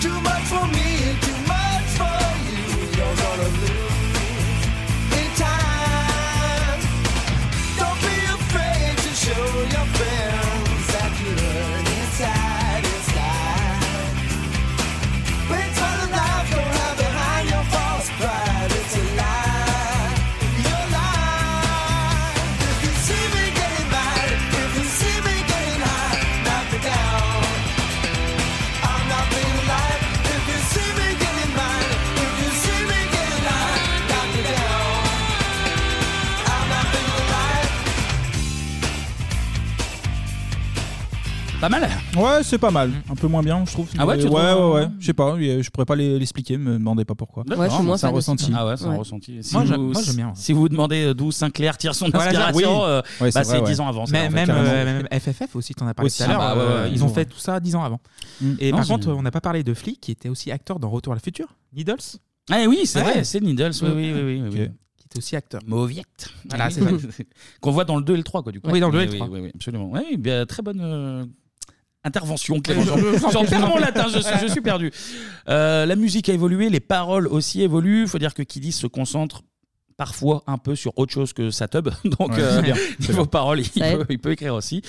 [SPEAKER 12] Too much for me, too much for you. You're gonna lose in time. Don't be afraid to show your friends that you learn inside inside. Wait for the life you have behind your false pride. It's a lie. You're lying. If you see me getting by, if you see me getting high, knock me down. I'm not being alive. If you see me getting by, if you see me getting high, knock me down. I'm not being alive.
[SPEAKER 1] Pas mal
[SPEAKER 6] Ouais, c'est pas mal. Un peu moins bien, je trouve.
[SPEAKER 1] Ah ouais, tu
[SPEAKER 6] ouais, ouais,
[SPEAKER 1] trouves
[SPEAKER 6] ouais. Je sais pas, je pourrais pas les- l'expliquer, me demandez pas pourquoi.
[SPEAKER 1] D'accord.
[SPEAKER 6] C'est un ressenti.
[SPEAKER 1] Ah ouais, c'est un ressenti. Si
[SPEAKER 9] Moi,
[SPEAKER 1] vous-
[SPEAKER 9] j'aime- moi, j'aime bien.
[SPEAKER 1] Si vous vous demandez euh, d'où Sinclair tire son
[SPEAKER 9] Voilà, ça,
[SPEAKER 1] inspiration,
[SPEAKER 9] oui.
[SPEAKER 1] euh,
[SPEAKER 9] Ouais,
[SPEAKER 1] bah,
[SPEAKER 9] c'est vrai,
[SPEAKER 1] c'est 10
[SPEAKER 9] ouais.
[SPEAKER 1] ans avant. ça,
[SPEAKER 9] Mais-
[SPEAKER 1] en fait,
[SPEAKER 9] même,
[SPEAKER 1] carrément.
[SPEAKER 9] euh, même FFF aussi, t'en as parlé
[SPEAKER 1] Aussi.
[SPEAKER 9] tout à l'heure.
[SPEAKER 1] Ah bah ouais, ouais,
[SPEAKER 9] euh,
[SPEAKER 1] ouais,
[SPEAKER 9] ils
[SPEAKER 1] ils
[SPEAKER 9] ont
[SPEAKER 1] ont-
[SPEAKER 9] fait tout ça 10 ans avant.
[SPEAKER 1] Mm.
[SPEAKER 9] Et
[SPEAKER 1] Non,
[SPEAKER 9] par
[SPEAKER 1] c'est-
[SPEAKER 9] contre, on n'a pas parlé de Flea, qui était aussi acteur dans Retour à la future, Needles.
[SPEAKER 1] Ah oui, c'est vrai, c'est Needles, oui,
[SPEAKER 9] Mm.
[SPEAKER 1] oui, oui, oui, oui, oui.
[SPEAKER 9] Qui était aussi acteur.
[SPEAKER 1] Mauviette.
[SPEAKER 9] Voilà,
[SPEAKER 1] Oui.
[SPEAKER 9] c'est vrai.
[SPEAKER 1] Qu'on voit dans le 2 et le 3, quoi, du coup.
[SPEAKER 9] Oui, dans le
[SPEAKER 1] Oui,
[SPEAKER 9] 2 et le 3.
[SPEAKER 1] Oui, oui, absolument. Oui, bien, très bonne euh, intervention, Clément.
[SPEAKER 9] Je- je- je-
[SPEAKER 1] J'en
[SPEAKER 9] je-
[SPEAKER 1] perds mon
[SPEAKER 9] je-
[SPEAKER 1] latin, je, suis- je suis perdu. Euh, la musique a évolué, les paroles aussi évoluent. Il faut dire que Kiddy se concentre parfois un peu sur autre chose que sa tub. Donc,
[SPEAKER 9] Ouais,
[SPEAKER 1] euh,
[SPEAKER 9] c'est bien, c'est
[SPEAKER 1] niveau
[SPEAKER 9] bien.
[SPEAKER 1] paroles, il
[SPEAKER 9] Ça aide.
[SPEAKER 1] peut, il peut écrire aussi.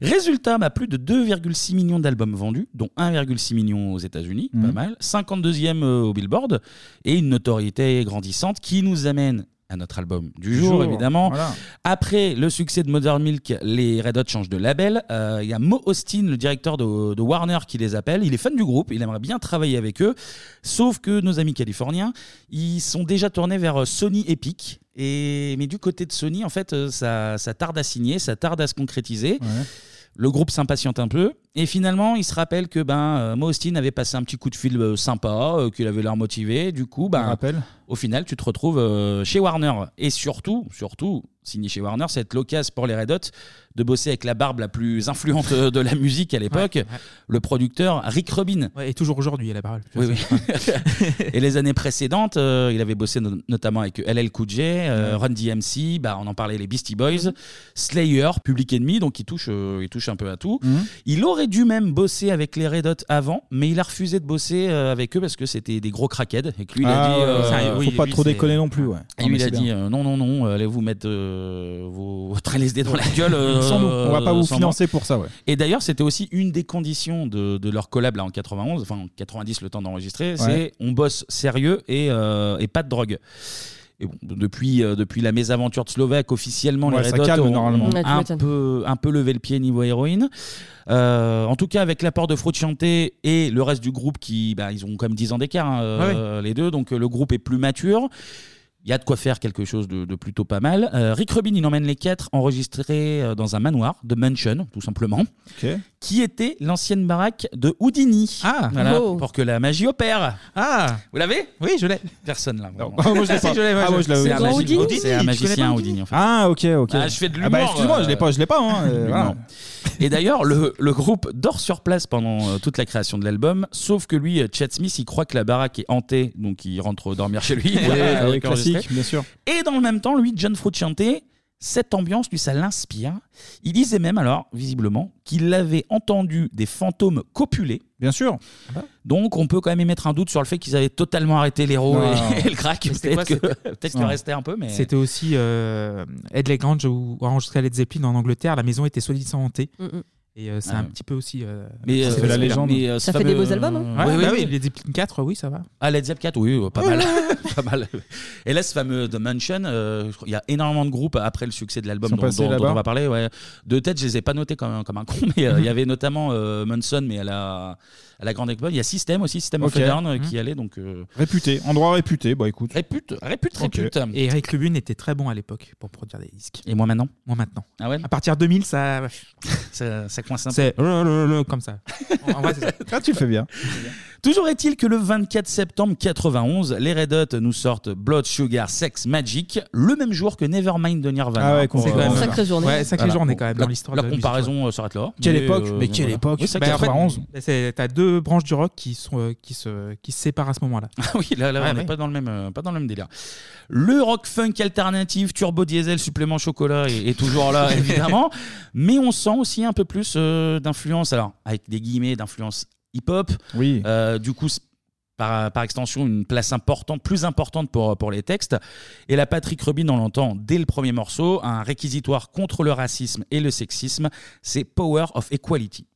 [SPEAKER 1] Résultat, bah, plus de 2,6 millions d'albums vendus, dont 1,6 million aux États-Unis,
[SPEAKER 9] Mhm.
[SPEAKER 1] pas mal. 52e euh, au Billboard et une notoriété grandissante qui nous amène à notre album du
[SPEAKER 9] Du
[SPEAKER 1] jour,
[SPEAKER 9] jour,
[SPEAKER 1] évidemment.
[SPEAKER 9] voilà.
[SPEAKER 1] Après le succès de Mother Milk, les Red Hot changent de label. Euh, Il y a Mo Austin, le directeur de, de Warner, qui les appelle. Il est fan du groupe, il aimerait bien travailler avec eux. Sauf que nos amis californiens, ils sont déjà tournés vers euh, Sony Epic. Et, mais du côté de Sony, en fait, euh, ça, ça tarde à signer, ça tarde à se concrétiser. Le groupe s'impatiente un peu et finalement il se rappelle que ben euh, Mo Austin avait passé un petit coup de fil euh, sympa, euh, qu'il avait l'air motivé. Du coup, ben au final tu te retrouves euh, chez Warner et surtout, surtout signé chez Warner, cette l'occasion pour les Red Hot de bosser avec la barbe la plus influente euh, de la musique à l'époque, le producteur Rick Rubin.
[SPEAKER 9] Ouais, et toujours aujourd'hui, à la parole.
[SPEAKER 1] Oui, oui. et les années précédentes, euh, il avait bossé no- notamment avec LL Cool J, euh, Run DMC, bah, on en parlait les Beastie Boys, Slayer, Public Enemy, donc il touche, euh, il touche un peu à tout.
[SPEAKER 6] Mhm.
[SPEAKER 1] Il aurait dû même bosser avec les Red Hot avant, mais il a refusé de bosser euh, avec eux parce que c'était des gros crackheads et que lui il a
[SPEAKER 6] Ah,
[SPEAKER 1] dit
[SPEAKER 6] ouais,
[SPEAKER 1] euh,
[SPEAKER 6] c'est un- oui, Faut pas lui, trop c'est- déconner non plus, ouais.
[SPEAKER 1] Et
[SPEAKER 6] Non,
[SPEAKER 1] lui
[SPEAKER 6] mais
[SPEAKER 1] il a
[SPEAKER 6] c'est
[SPEAKER 1] dit
[SPEAKER 6] bien.
[SPEAKER 1] euh, non non non, allez vous mettre euh, vos- votre LSD dans la gueule. euh,
[SPEAKER 6] Sans nous. On va pas vous
[SPEAKER 1] sans moi.
[SPEAKER 6] financer pour ça, ouais.
[SPEAKER 1] Et d'ailleurs, c'était aussi une des conditions de, de leur collab là, en 91, enfin en 90, le temps d'enregistrer, c'est on bosse sérieux et, euh, et pas de drogue. Et bon, depuis, euh, depuis la mésaventure de Slovaque, officiellement,
[SPEAKER 6] Ouais,
[SPEAKER 1] les
[SPEAKER 6] ça
[SPEAKER 1] Red Hot
[SPEAKER 6] calme,
[SPEAKER 1] ont-
[SPEAKER 6] normalement.
[SPEAKER 1] ont
[SPEAKER 6] Ouais, tu
[SPEAKER 1] un,
[SPEAKER 6] m'étonnes.
[SPEAKER 1] peu, un peu levé le pied niveau héroïne. Euh, en tout cas, avec l'apport de Fraude Chanté et le Ah reste du groupe, qui bah, ils ont quand même 10 ans d'écart, hein, euh, les deux, donc euh, le groupe est plus mature. Il y a de quoi faire quelque chose de, de plutôt pas mal. Euh, Rick Rubin, il emmène les quatre enregistrés euh, dans un manoir de Mansion, tout simplement, qui était l'ancienne baraque de Houdini. Ah,
[SPEAKER 6] Oh.
[SPEAKER 1] pour que la magie opère. Ah, vous l'avez Oui, je l'ai. Personne là. vraiment.
[SPEAKER 6] Ah, moi, je l'ai
[SPEAKER 1] Si,
[SPEAKER 6] pas.
[SPEAKER 1] l'ai, moi,
[SPEAKER 6] Ah, moi,
[SPEAKER 1] je
[SPEAKER 6] je l'ai.
[SPEAKER 1] C'est un,
[SPEAKER 6] Dans
[SPEAKER 1] magi-
[SPEAKER 6] Houdini
[SPEAKER 1] c'est un
[SPEAKER 6] Tu connais pas
[SPEAKER 1] magicien
[SPEAKER 6] Houdini
[SPEAKER 1] Houdini. en fait.
[SPEAKER 6] Ah, ok, ok.
[SPEAKER 1] Ah, je fais de
[SPEAKER 6] Ah bah,
[SPEAKER 1] l'humour,
[SPEAKER 6] excuse-moi,
[SPEAKER 1] euh,
[SPEAKER 6] je l'ai pas, je l'ai pas. hein, euh, voilà.
[SPEAKER 1] Non. Et d'ailleurs, le, le groupe dort sur place pendant euh, toute la création de l'album, sauf que lui, euh, Chad Smith, il croit que la baraque est hantée, donc il rentre dormir chez lui.
[SPEAKER 6] Ouais,
[SPEAKER 1] Voilà,
[SPEAKER 6] ouais,
[SPEAKER 1] avec
[SPEAKER 6] classique,
[SPEAKER 1] enregistré.
[SPEAKER 6] bien sûr.
[SPEAKER 1] Et dans le même temps, lui, John Frusciante, cette ambiance, lui, ça l'inspire. Il disait même alors, visiblement, qu'il avait entendu des fantômes copuler.
[SPEAKER 6] Bien sûr.
[SPEAKER 1] Donc, on peut quand même émettre un doute sur le fait qu'ils avaient totalement arrêté l'héros
[SPEAKER 9] Non.
[SPEAKER 1] et, et le crack.
[SPEAKER 9] Mais c'était
[SPEAKER 1] Peut-être que,
[SPEAKER 9] quoi, c'était-
[SPEAKER 1] peut-être qu'il
[SPEAKER 9] Non.
[SPEAKER 1] restait un peu, mais.
[SPEAKER 9] C'était aussi euh, Ed Lagrange ou enregistré à Led Zeppelin en Angleterre. La maison était soi-disant hantée.
[SPEAKER 7] Mm, mm.
[SPEAKER 9] Et euh, c'est
[SPEAKER 1] Ah
[SPEAKER 9] un
[SPEAKER 1] ouais.
[SPEAKER 9] petit peu aussi. euh,
[SPEAKER 1] Mais,
[SPEAKER 9] ça
[SPEAKER 1] euh,
[SPEAKER 9] fait
[SPEAKER 1] mais,
[SPEAKER 9] Mais,
[SPEAKER 1] euh, ce
[SPEAKER 7] hein.
[SPEAKER 1] fameux-
[SPEAKER 9] Ouais,
[SPEAKER 1] oui,
[SPEAKER 9] bah
[SPEAKER 1] oui,
[SPEAKER 9] oui, Led Zeppelin 4, oui, ça va.
[SPEAKER 1] Ah, Led Zepp 4, oui, euh, pas mal. pas mal. Et là, ce fameux The Mansion, euh, je crois- il y a énormément de groupes après le succès de l'album
[SPEAKER 6] Sont
[SPEAKER 1] dont,
[SPEAKER 6] passés
[SPEAKER 1] dont- dont
[SPEAKER 6] là-bas.
[SPEAKER 1] on va parler. ouais. De tête, je les ai pas notés comme, un- comme un con, mais euh, il y avait notamment euh, Manson, mais à la, à la grande époque. Il y a System aussi, System of
[SPEAKER 6] Ok. Mmh.
[SPEAKER 1] a Down, euh, qui allait donc. euh,
[SPEAKER 6] Réputé, endroit réputé. Bah écoute.
[SPEAKER 1] Répute, répute,
[SPEAKER 9] Ok.
[SPEAKER 1] répute.
[SPEAKER 9] Et Eric Lubin était très bon à l'époque pour produire des disques.
[SPEAKER 1] Et moi maintenant
[SPEAKER 9] Moi maintenant.
[SPEAKER 1] Ah ouais
[SPEAKER 9] À partir de 2000, ça.
[SPEAKER 1] ça, ça coince un peu.
[SPEAKER 9] C'est. le, le, le, Comme ça. En vrai, c'est ça.
[SPEAKER 6] Ah, tu le fais bien.
[SPEAKER 1] Toujours est-il que le 24 septembre 91, les Red Hot nous sortent Blood Sugar Sex Magic le même jour que Nevermind de Nirvana.
[SPEAKER 9] Ah ouais, qu'on-
[SPEAKER 1] Pour,
[SPEAKER 9] C'est quand
[SPEAKER 1] euh,
[SPEAKER 9] même
[SPEAKER 1] voilà.
[SPEAKER 9] sacrée journée. Ouais, sacrée journée quand même dans
[SPEAKER 1] La-
[SPEAKER 9] l'histoire
[SPEAKER 1] La,
[SPEAKER 9] de la musique,
[SPEAKER 1] comparaison euh, s'arrête là.
[SPEAKER 9] Quelle époque,
[SPEAKER 1] euh,
[SPEAKER 9] mais quelle
[SPEAKER 1] voilà.
[SPEAKER 9] époque, Bah,
[SPEAKER 1] Oui, c'est vrai qu'en fait,
[SPEAKER 9] 91. C'est- T'as deux branches du rock qui, sont, euh, qui, se, qui se séparent à ce moment-là.
[SPEAKER 1] Ah oui, là, là,
[SPEAKER 9] Ouais,
[SPEAKER 1] on n'est
[SPEAKER 9] ouais.
[SPEAKER 1] pas dans le même, euh, pas dans le même délire. Le rock funk alternatif, turbo diesel, supplément chocolat est, est toujours là évidemment, mais on sent aussi un peu plus euh, d'influence, alors avec des guillemets d'influence hip-hop. Euh,
[SPEAKER 6] Oui.
[SPEAKER 1] du coup. c'est Par, par extension, une place importante, plus importante pour, pour les textes. Et la Patrick Rubin, on l'entend dès le premier morceau, un réquisitoire contre le racisme et le sexisme, c'est Power of Equality.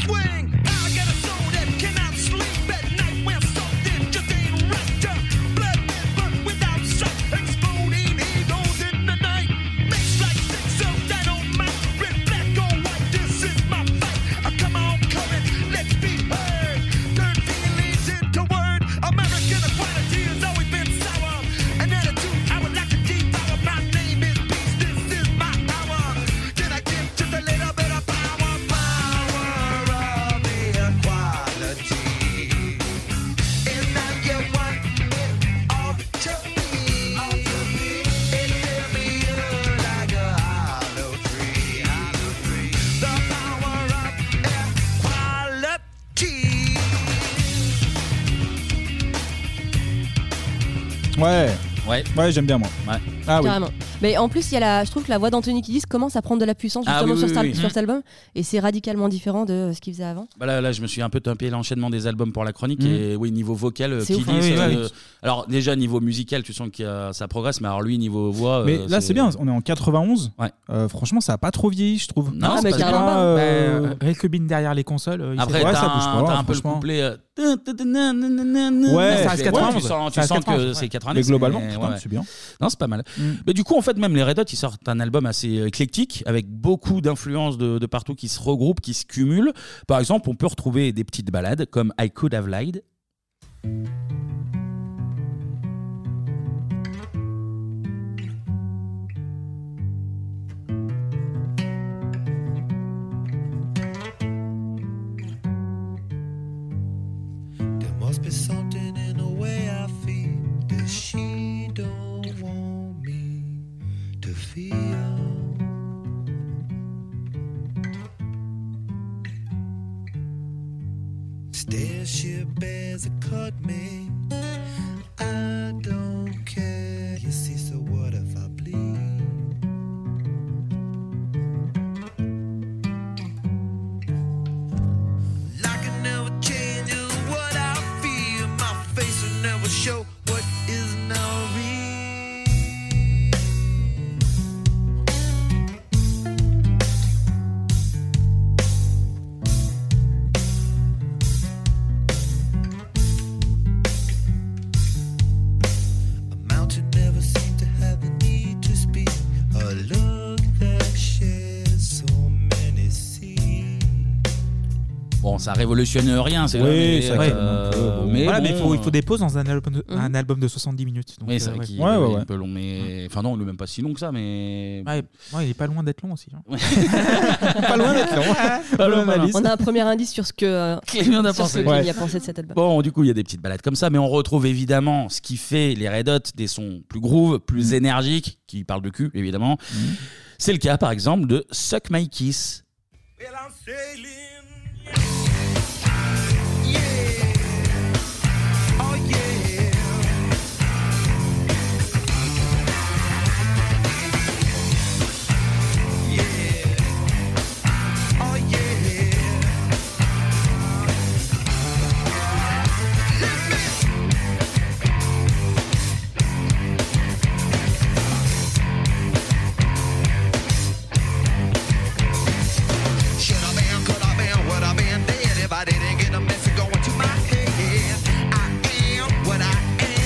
[SPEAKER 5] Swing! I got a soul that cannot sleep at night when something just ain't right. Uh, Blood that burn without sight, exploding egos in the night. Makes like six of dynamite, red, black, or white. This is my fight. Uh, Come on, courage, let's be heard. Turn feelings into word. American equality has always been sour. An attitude I would like to devour. My name is peace. This is my hour. Can I get just a little bit of power? Power of equality. Is that you want it all to be? It will be you like a hollow tree. The power of equality.
[SPEAKER 6] Ouais.
[SPEAKER 1] Ouais.
[SPEAKER 6] Ouais, j'aime bien moi. Ah oui.
[SPEAKER 7] Carrément. Mais en plus, il y a la, je trouve que la voix d'Anthony Kiedis commence à prendre de la puissance
[SPEAKER 1] Ah
[SPEAKER 7] justement
[SPEAKER 1] oui,
[SPEAKER 7] sur,
[SPEAKER 1] oui,
[SPEAKER 7] cet al-
[SPEAKER 1] oui.
[SPEAKER 7] sur cet album, et c'est radicalement différent de euh, ce qu'il faisait avant.
[SPEAKER 1] Bah là, là, je me suis un peu tapé l'enchaînement des albums pour la chronique.
[SPEAKER 9] Mhm.
[SPEAKER 1] Et oui, niveau vocal, euh,
[SPEAKER 9] C'est
[SPEAKER 1] Kiddis,
[SPEAKER 9] ouf. Ah oui,
[SPEAKER 1] euh,
[SPEAKER 9] ouais.
[SPEAKER 1] alors déjà, niveau musical, tu sens que euh, ça progresse, mais alors lui, niveau voix.
[SPEAKER 6] Mais
[SPEAKER 1] euh,
[SPEAKER 6] là, c'est bien, on est en 91. Euh, franchement, ça a pas trop vieilli, je trouve.
[SPEAKER 1] Non, Ah, c'est mais pas carrément grave. pas.
[SPEAKER 6] Euh,
[SPEAKER 9] Euh, Rick Rubin derrière les consoles. euh, il
[SPEAKER 1] Après,
[SPEAKER 9] s'est-
[SPEAKER 1] t'as
[SPEAKER 9] Ouais,
[SPEAKER 1] un, t'as un peu le
[SPEAKER 9] franchement.
[SPEAKER 1] couplet. euh,
[SPEAKER 9] Ouais,
[SPEAKER 1] mais
[SPEAKER 9] ça reste
[SPEAKER 1] c'est-
[SPEAKER 9] 91,
[SPEAKER 1] tu sens, tu
[SPEAKER 9] ça reste
[SPEAKER 1] sens que
[SPEAKER 9] 91,
[SPEAKER 1] c'est
[SPEAKER 9] ouais.
[SPEAKER 1] 90.
[SPEAKER 9] Mais globalement,
[SPEAKER 6] putain, c'est bien.
[SPEAKER 1] Non, c'est pas mal.
[SPEAKER 9] Mm.
[SPEAKER 1] Mais du coup, en fait, même les Red Hot, ils sortent un album assez éclectique, avec beaucoup d'influences de, de partout qui se regroupent, qui se cumulent. Par exemple, on peut retrouver des petites balades comme I Could Have Lied.
[SPEAKER 5] There must be something in the way I feel that she don't want me to feel. Stairs she bears a cut me. I don't care. You see, so what if I bleed? I can never change is what I feel. My face will never show what is now real.
[SPEAKER 1] Bon, ça révolutionne rien, c'est
[SPEAKER 9] Oui,
[SPEAKER 1] mais,
[SPEAKER 9] c'est vrai.
[SPEAKER 1] euh,
[SPEAKER 9] mais voilà,
[SPEAKER 1] bon,
[SPEAKER 9] mais il faut, il faut des pauses dans un album de,
[SPEAKER 1] Mhm.
[SPEAKER 9] un album de 70 minutes. Donc,
[SPEAKER 1] Mais c'est
[SPEAKER 9] euh,
[SPEAKER 1] vrai
[SPEAKER 9] ouais.
[SPEAKER 1] qu'il est un peu long, mais. Enfin, non, il est même pas si long que ça, mais.
[SPEAKER 9] Ouais, ouais, il est pas loin d'être long aussi. hein.
[SPEAKER 1] Pas loin d'être long. Pas loin, pas loin.
[SPEAKER 7] On a un premier indice sur ce que euh,
[SPEAKER 1] Clément a
[SPEAKER 7] sur ce
[SPEAKER 1] pensé.
[SPEAKER 7] que Clémy
[SPEAKER 1] Ouais.
[SPEAKER 7] a pensé de cet album.
[SPEAKER 1] Bon, du coup, il y a des petites balades comme ça, mais on retrouve évidemment ce qui fait les Red Hot des sons plus groove,
[SPEAKER 9] Mm.
[SPEAKER 1] plus énergiques, qui parlent de cul, évidemment. C'est le cas, par exemple, de Suck My Kiss.
[SPEAKER 12] Should I been, could I been, would I been dead if I didn't get a message going to my head? I am what I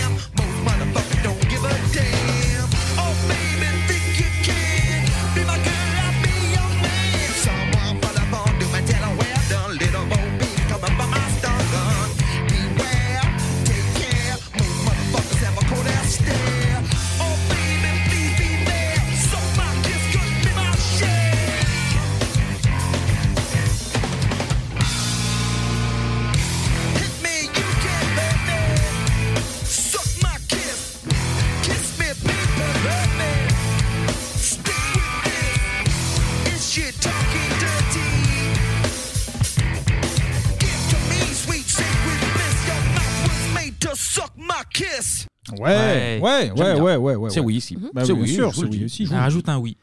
[SPEAKER 12] am. Most motherfuckers don't give a damn. Oh, baby, think you can be my girl, I'll be your man. Someone for the phone, do my tell her well done. Little Bo B coming from my stun gun. Beware, take care. Most motherfuckers have a cold ass stare. Oh, baby, please be there. So my kiss could be my share. Suck my kiss.
[SPEAKER 6] Ouais, ouais,
[SPEAKER 1] J'aime
[SPEAKER 6] ouais,
[SPEAKER 1] bien.
[SPEAKER 6] ouais, ouais, ouais,
[SPEAKER 1] C'est
[SPEAKER 6] ouais.
[SPEAKER 1] oui, si.
[SPEAKER 6] Bah
[SPEAKER 1] c'est
[SPEAKER 6] oui,
[SPEAKER 1] oui,
[SPEAKER 6] bien sûr,
[SPEAKER 1] je vous
[SPEAKER 6] c'est
[SPEAKER 1] le
[SPEAKER 6] oui
[SPEAKER 1] dis.
[SPEAKER 6] aussi.
[SPEAKER 1] Je
[SPEAKER 6] Ah,
[SPEAKER 1] vous le
[SPEAKER 9] rajoute un oui.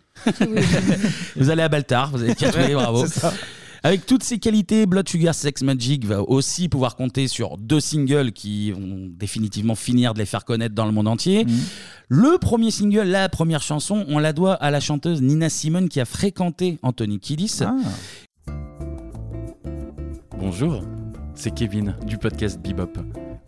[SPEAKER 1] vous allez à Baltar, vous avez quatre
[SPEAKER 9] Ouais,
[SPEAKER 1] bravo.
[SPEAKER 9] c'est ça.
[SPEAKER 1] Avec toutes ses qualités, Blood Sugar Sex Magic va aussi pouvoir compter sur deux singles qui vont définitivement finir de les faire connaître dans le monde
[SPEAKER 9] Mm.
[SPEAKER 1] entier. Le premier single, la première chanson, on la doit à la chanteuse Nina Simone qui a fréquenté Anthony Kiddis.
[SPEAKER 9] Ah.
[SPEAKER 34] Bonjour, c'est Kevin du podcast Bebop.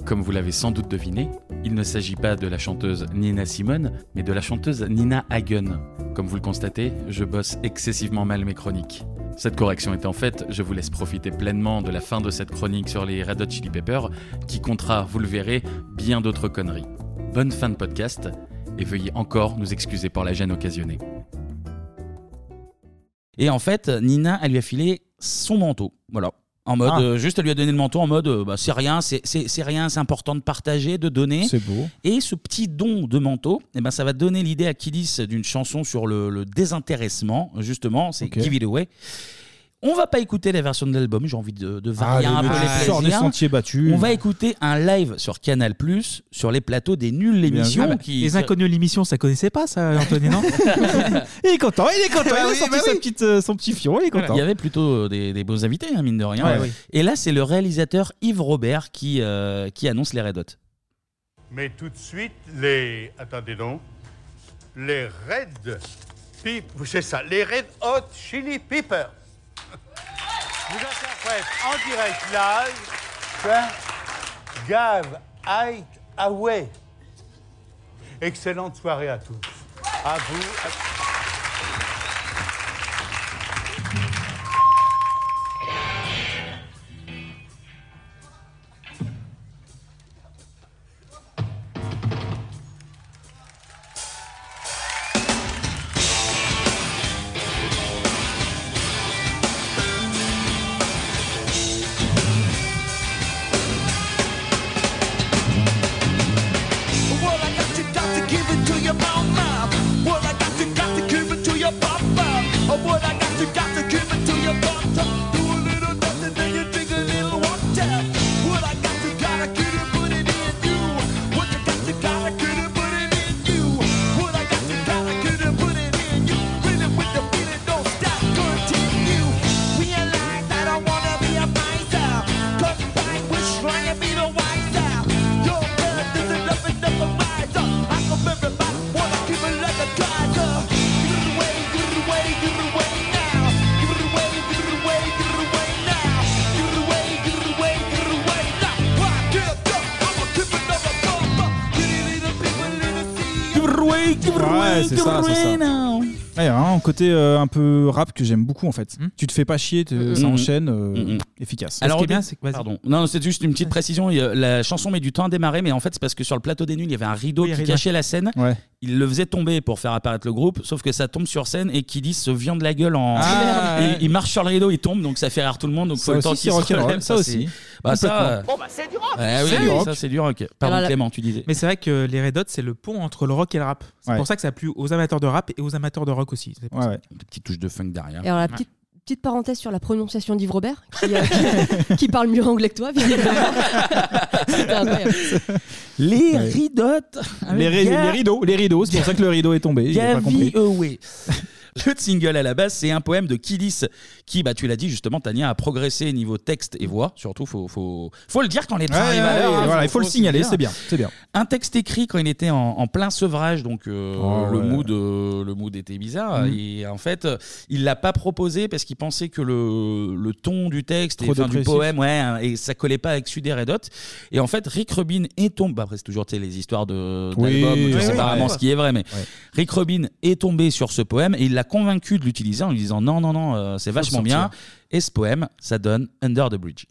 [SPEAKER 34] Comme vous l'avez sans doute deviné, il ne s'agit pas de la chanteuse Nina Simone, mais de la chanteuse Nina Hagen. Comme vous le constatez, je bosse excessivement mal mes chroniques. Cette correction étant faite, je vous laisse profiter pleinement de la fin de cette chronique sur les Red Hot Chili Peppers, qui comptera, vous le verrez, bien d'autres conneries. Bonne fin de podcast, et veuillez encore nous excuser pour la gêne occasionnée.
[SPEAKER 1] Et en fait, Nina, elle lui a filé son manteau. Voilà. En mode,
[SPEAKER 6] Ah.
[SPEAKER 1] euh, juste, elle lui a donné le manteau en mode, euh, bah, c'est rien, c'est- c'est c'est rien, c'est important de partager, de donner.
[SPEAKER 6] C'est beau.
[SPEAKER 1] Et ce petit don de manteau, eh ben, ça va donner l'idée à Kiddis d'une chanson sur le, le désintéressement, justement, c'est Give It Away. On va pas écouter la version de l'album, j'ai envie de, de varier
[SPEAKER 6] le
[SPEAKER 1] un peu
[SPEAKER 6] petit
[SPEAKER 1] les
[SPEAKER 6] sort des
[SPEAKER 1] plaisirs.
[SPEAKER 6] sentiers battus.
[SPEAKER 1] On va écouter un live sur Canal+, sur les plateaux des nuls l'émission.
[SPEAKER 9] Ah bah,
[SPEAKER 1] qui...
[SPEAKER 9] Les inconnus de l'émission, ça connaissait pas ça, Anthony, non Il est content, il est content,
[SPEAKER 1] Bah
[SPEAKER 6] Ah
[SPEAKER 9] il a
[SPEAKER 1] oui,
[SPEAKER 9] sorti
[SPEAKER 1] bah
[SPEAKER 9] sa
[SPEAKER 1] oui.
[SPEAKER 9] petite, euh, son petit fion, il est
[SPEAKER 1] Voilà.
[SPEAKER 9] content.
[SPEAKER 1] Il y avait plutôt euh, des, des beaux invités, hein, mine de rien.
[SPEAKER 9] Ouais, ouais.
[SPEAKER 1] Et là, c'est le réalisateur Yves Robert qui, euh, qui annonce les Red Hot.
[SPEAKER 15] Mais tout de suite, les. Attendez donc. Les Red. Pip. C'est ça, les Red Hot Chili Peppers. Vous interprète en direct live. Hein? Gave Height Away. Excellente soirée à tous. À vous.
[SPEAKER 12] What I got, you got to give it to your mama. What I got, you got to give it to your papa. Oh, what I got, you got to give it to your daughter. Do a little nothing, then you drink a little water. What I got, you gotta get it, put it in you. What you got, you gotta get it, put it in you. What I got, you gotta get it, put it in you. Really with the feeling, don't stop, continue. Realize I don't wanna be a miser. Cause I wish I be the wiser. Your blood doesn't up and up a miser. I can everybody wanna keep it like a tiger. Give it away, give it away, give it away now. Give it away, give it away, give it away now. Give it away, give it away, give it away now. Why give up? I'ma keep it up, up, up. Give it little people, little
[SPEAKER 1] Give it away, give it
[SPEAKER 6] Ouais,
[SPEAKER 1] away,
[SPEAKER 6] c'est
[SPEAKER 1] give
[SPEAKER 6] ça,
[SPEAKER 1] it
[SPEAKER 6] c'est ça.
[SPEAKER 1] away now.
[SPEAKER 6] Ouais, un côté euh, un peu rap que j'aime beaucoup en fait.
[SPEAKER 1] Hmm.
[SPEAKER 6] Tu te fais pas chier, te- ça
[SPEAKER 1] Mhm.
[SPEAKER 6] enchaîne, euh,
[SPEAKER 1] Mhm.
[SPEAKER 6] efficace.
[SPEAKER 1] Alors, au dé- pardon. Non, c'est juste une petite précision. Il y a- La chanson met du temps à démarrer, mais en fait, c'est parce que sur le plateau des nuls, il y avait un rideau qui
[SPEAKER 6] rideau.
[SPEAKER 1] cachait la scène.
[SPEAKER 6] Ouais.
[SPEAKER 1] Il le faisait tomber pour faire apparaître le groupe, sauf que ça tombe sur scène et qui dit se vient de la gueule en.
[SPEAKER 6] Ah,
[SPEAKER 1] il,
[SPEAKER 6] ouais.
[SPEAKER 1] il marche sur le rideau, il tombe, donc ça fait rire tout le monde. Donc
[SPEAKER 6] Ça
[SPEAKER 1] faut le temps
[SPEAKER 6] aussi,
[SPEAKER 1] qu'il
[SPEAKER 6] c'est
[SPEAKER 1] se
[SPEAKER 6] rock'n'roll,
[SPEAKER 1] relève.
[SPEAKER 6] ça aussi.
[SPEAKER 1] c'est- Bah, ça. euh,
[SPEAKER 6] Complètement. Bon, bah, c'est du rock.
[SPEAKER 1] Ouais, oui,
[SPEAKER 6] C'est du
[SPEAKER 1] oui,
[SPEAKER 6] rock.
[SPEAKER 1] ça, c'est du rock. Pardon,
[SPEAKER 9] Alors là-
[SPEAKER 1] Clément, tu disais.
[SPEAKER 9] Mais c'est vrai que les Red Hot, c'est le pont entre le rock et le rap. C'est
[SPEAKER 1] Ouais.
[SPEAKER 9] pour ça que ça plu aux amateurs de rap et aux amateurs de rock aussi. C'est pour ça.
[SPEAKER 1] Une petite touche de funk derrière.
[SPEAKER 7] Et alors, la petite, petite parenthèse sur la prononciation d'Yves Robert, qui, euh, qui- qui parle mieux anglais que toi,
[SPEAKER 1] Ah,
[SPEAKER 7] visiblement. C'était incroyable.
[SPEAKER 1] Les
[SPEAKER 6] Ouais.
[SPEAKER 1] ridotes.
[SPEAKER 6] Les, ri- les rideaux, les rideaux, c'est pour ça que le rideau est tombé. J'ai pas compris.
[SPEAKER 1] L'autre single à la base, c'est un poème de Kilis qui, bah, tu l'as dit justement, Tania a progressé niveau texte et voix. Surtout, faut, faut, faut le dire quand les trains
[SPEAKER 6] Ouais,
[SPEAKER 1] arrivent à
[SPEAKER 6] ouais,
[SPEAKER 1] l'heure,
[SPEAKER 6] ouais,
[SPEAKER 1] hein.
[SPEAKER 6] voilà, il faut le signaler,
[SPEAKER 1] dire.
[SPEAKER 6] c'est bien, c'est bien.
[SPEAKER 1] Un texte écrit quand il était en, en plein sevrage, donc euh,
[SPEAKER 6] Oh,
[SPEAKER 1] le
[SPEAKER 6] ouais.
[SPEAKER 1] mood, euh, le mood était bizarre.
[SPEAKER 6] Mhm.
[SPEAKER 1] Et en fait, euh, il l'a pas proposé parce qu'il pensait que le, le ton du texte et
[SPEAKER 6] Trop
[SPEAKER 1] enfin, du
[SPEAKER 6] dépressif.
[SPEAKER 1] poème, ouais, hein, et ça collait pas avec Sud et Red Hot. Et en fait, Rick Rubin est tombé. bah, Après, c'est toujours tu sais, les histoires de
[SPEAKER 6] Oui,
[SPEAKER 1] d'albums, je
[SPEAKER 6] oui,
[SPEAKER 1] sais
[SPEAKER 6] oui,
[SPEAKER 1] pas
[SPEAKER 6] ouais.
[SPEAKER 1] vraiment ce qui est vrai, mais
[SPEAKER 6] Ouais.
[SPEAKER 1] Rick Rubin est tombé sur ce poème et il l'a convaincu de l'utiliser en lui disant non, non, non, euh, c'est
[SPEAKER 6] Faut le
[SPEAKER 1] vachement
[SPEAKER 6] sortir.
[SPEAKER 1] bien. Et ce poème, ça donne Under the Bridge.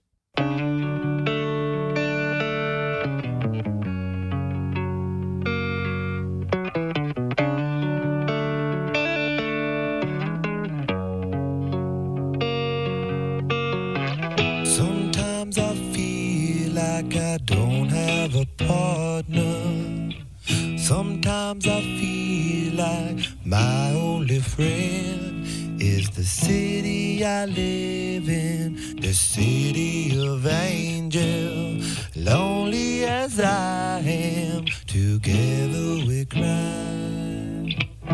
[SPEAKER 4] Sometimes I feel like I don't have a partner. Sometimes I feel like my only friend is the city I live in, the city of angel. Lonely as I am, together we cry.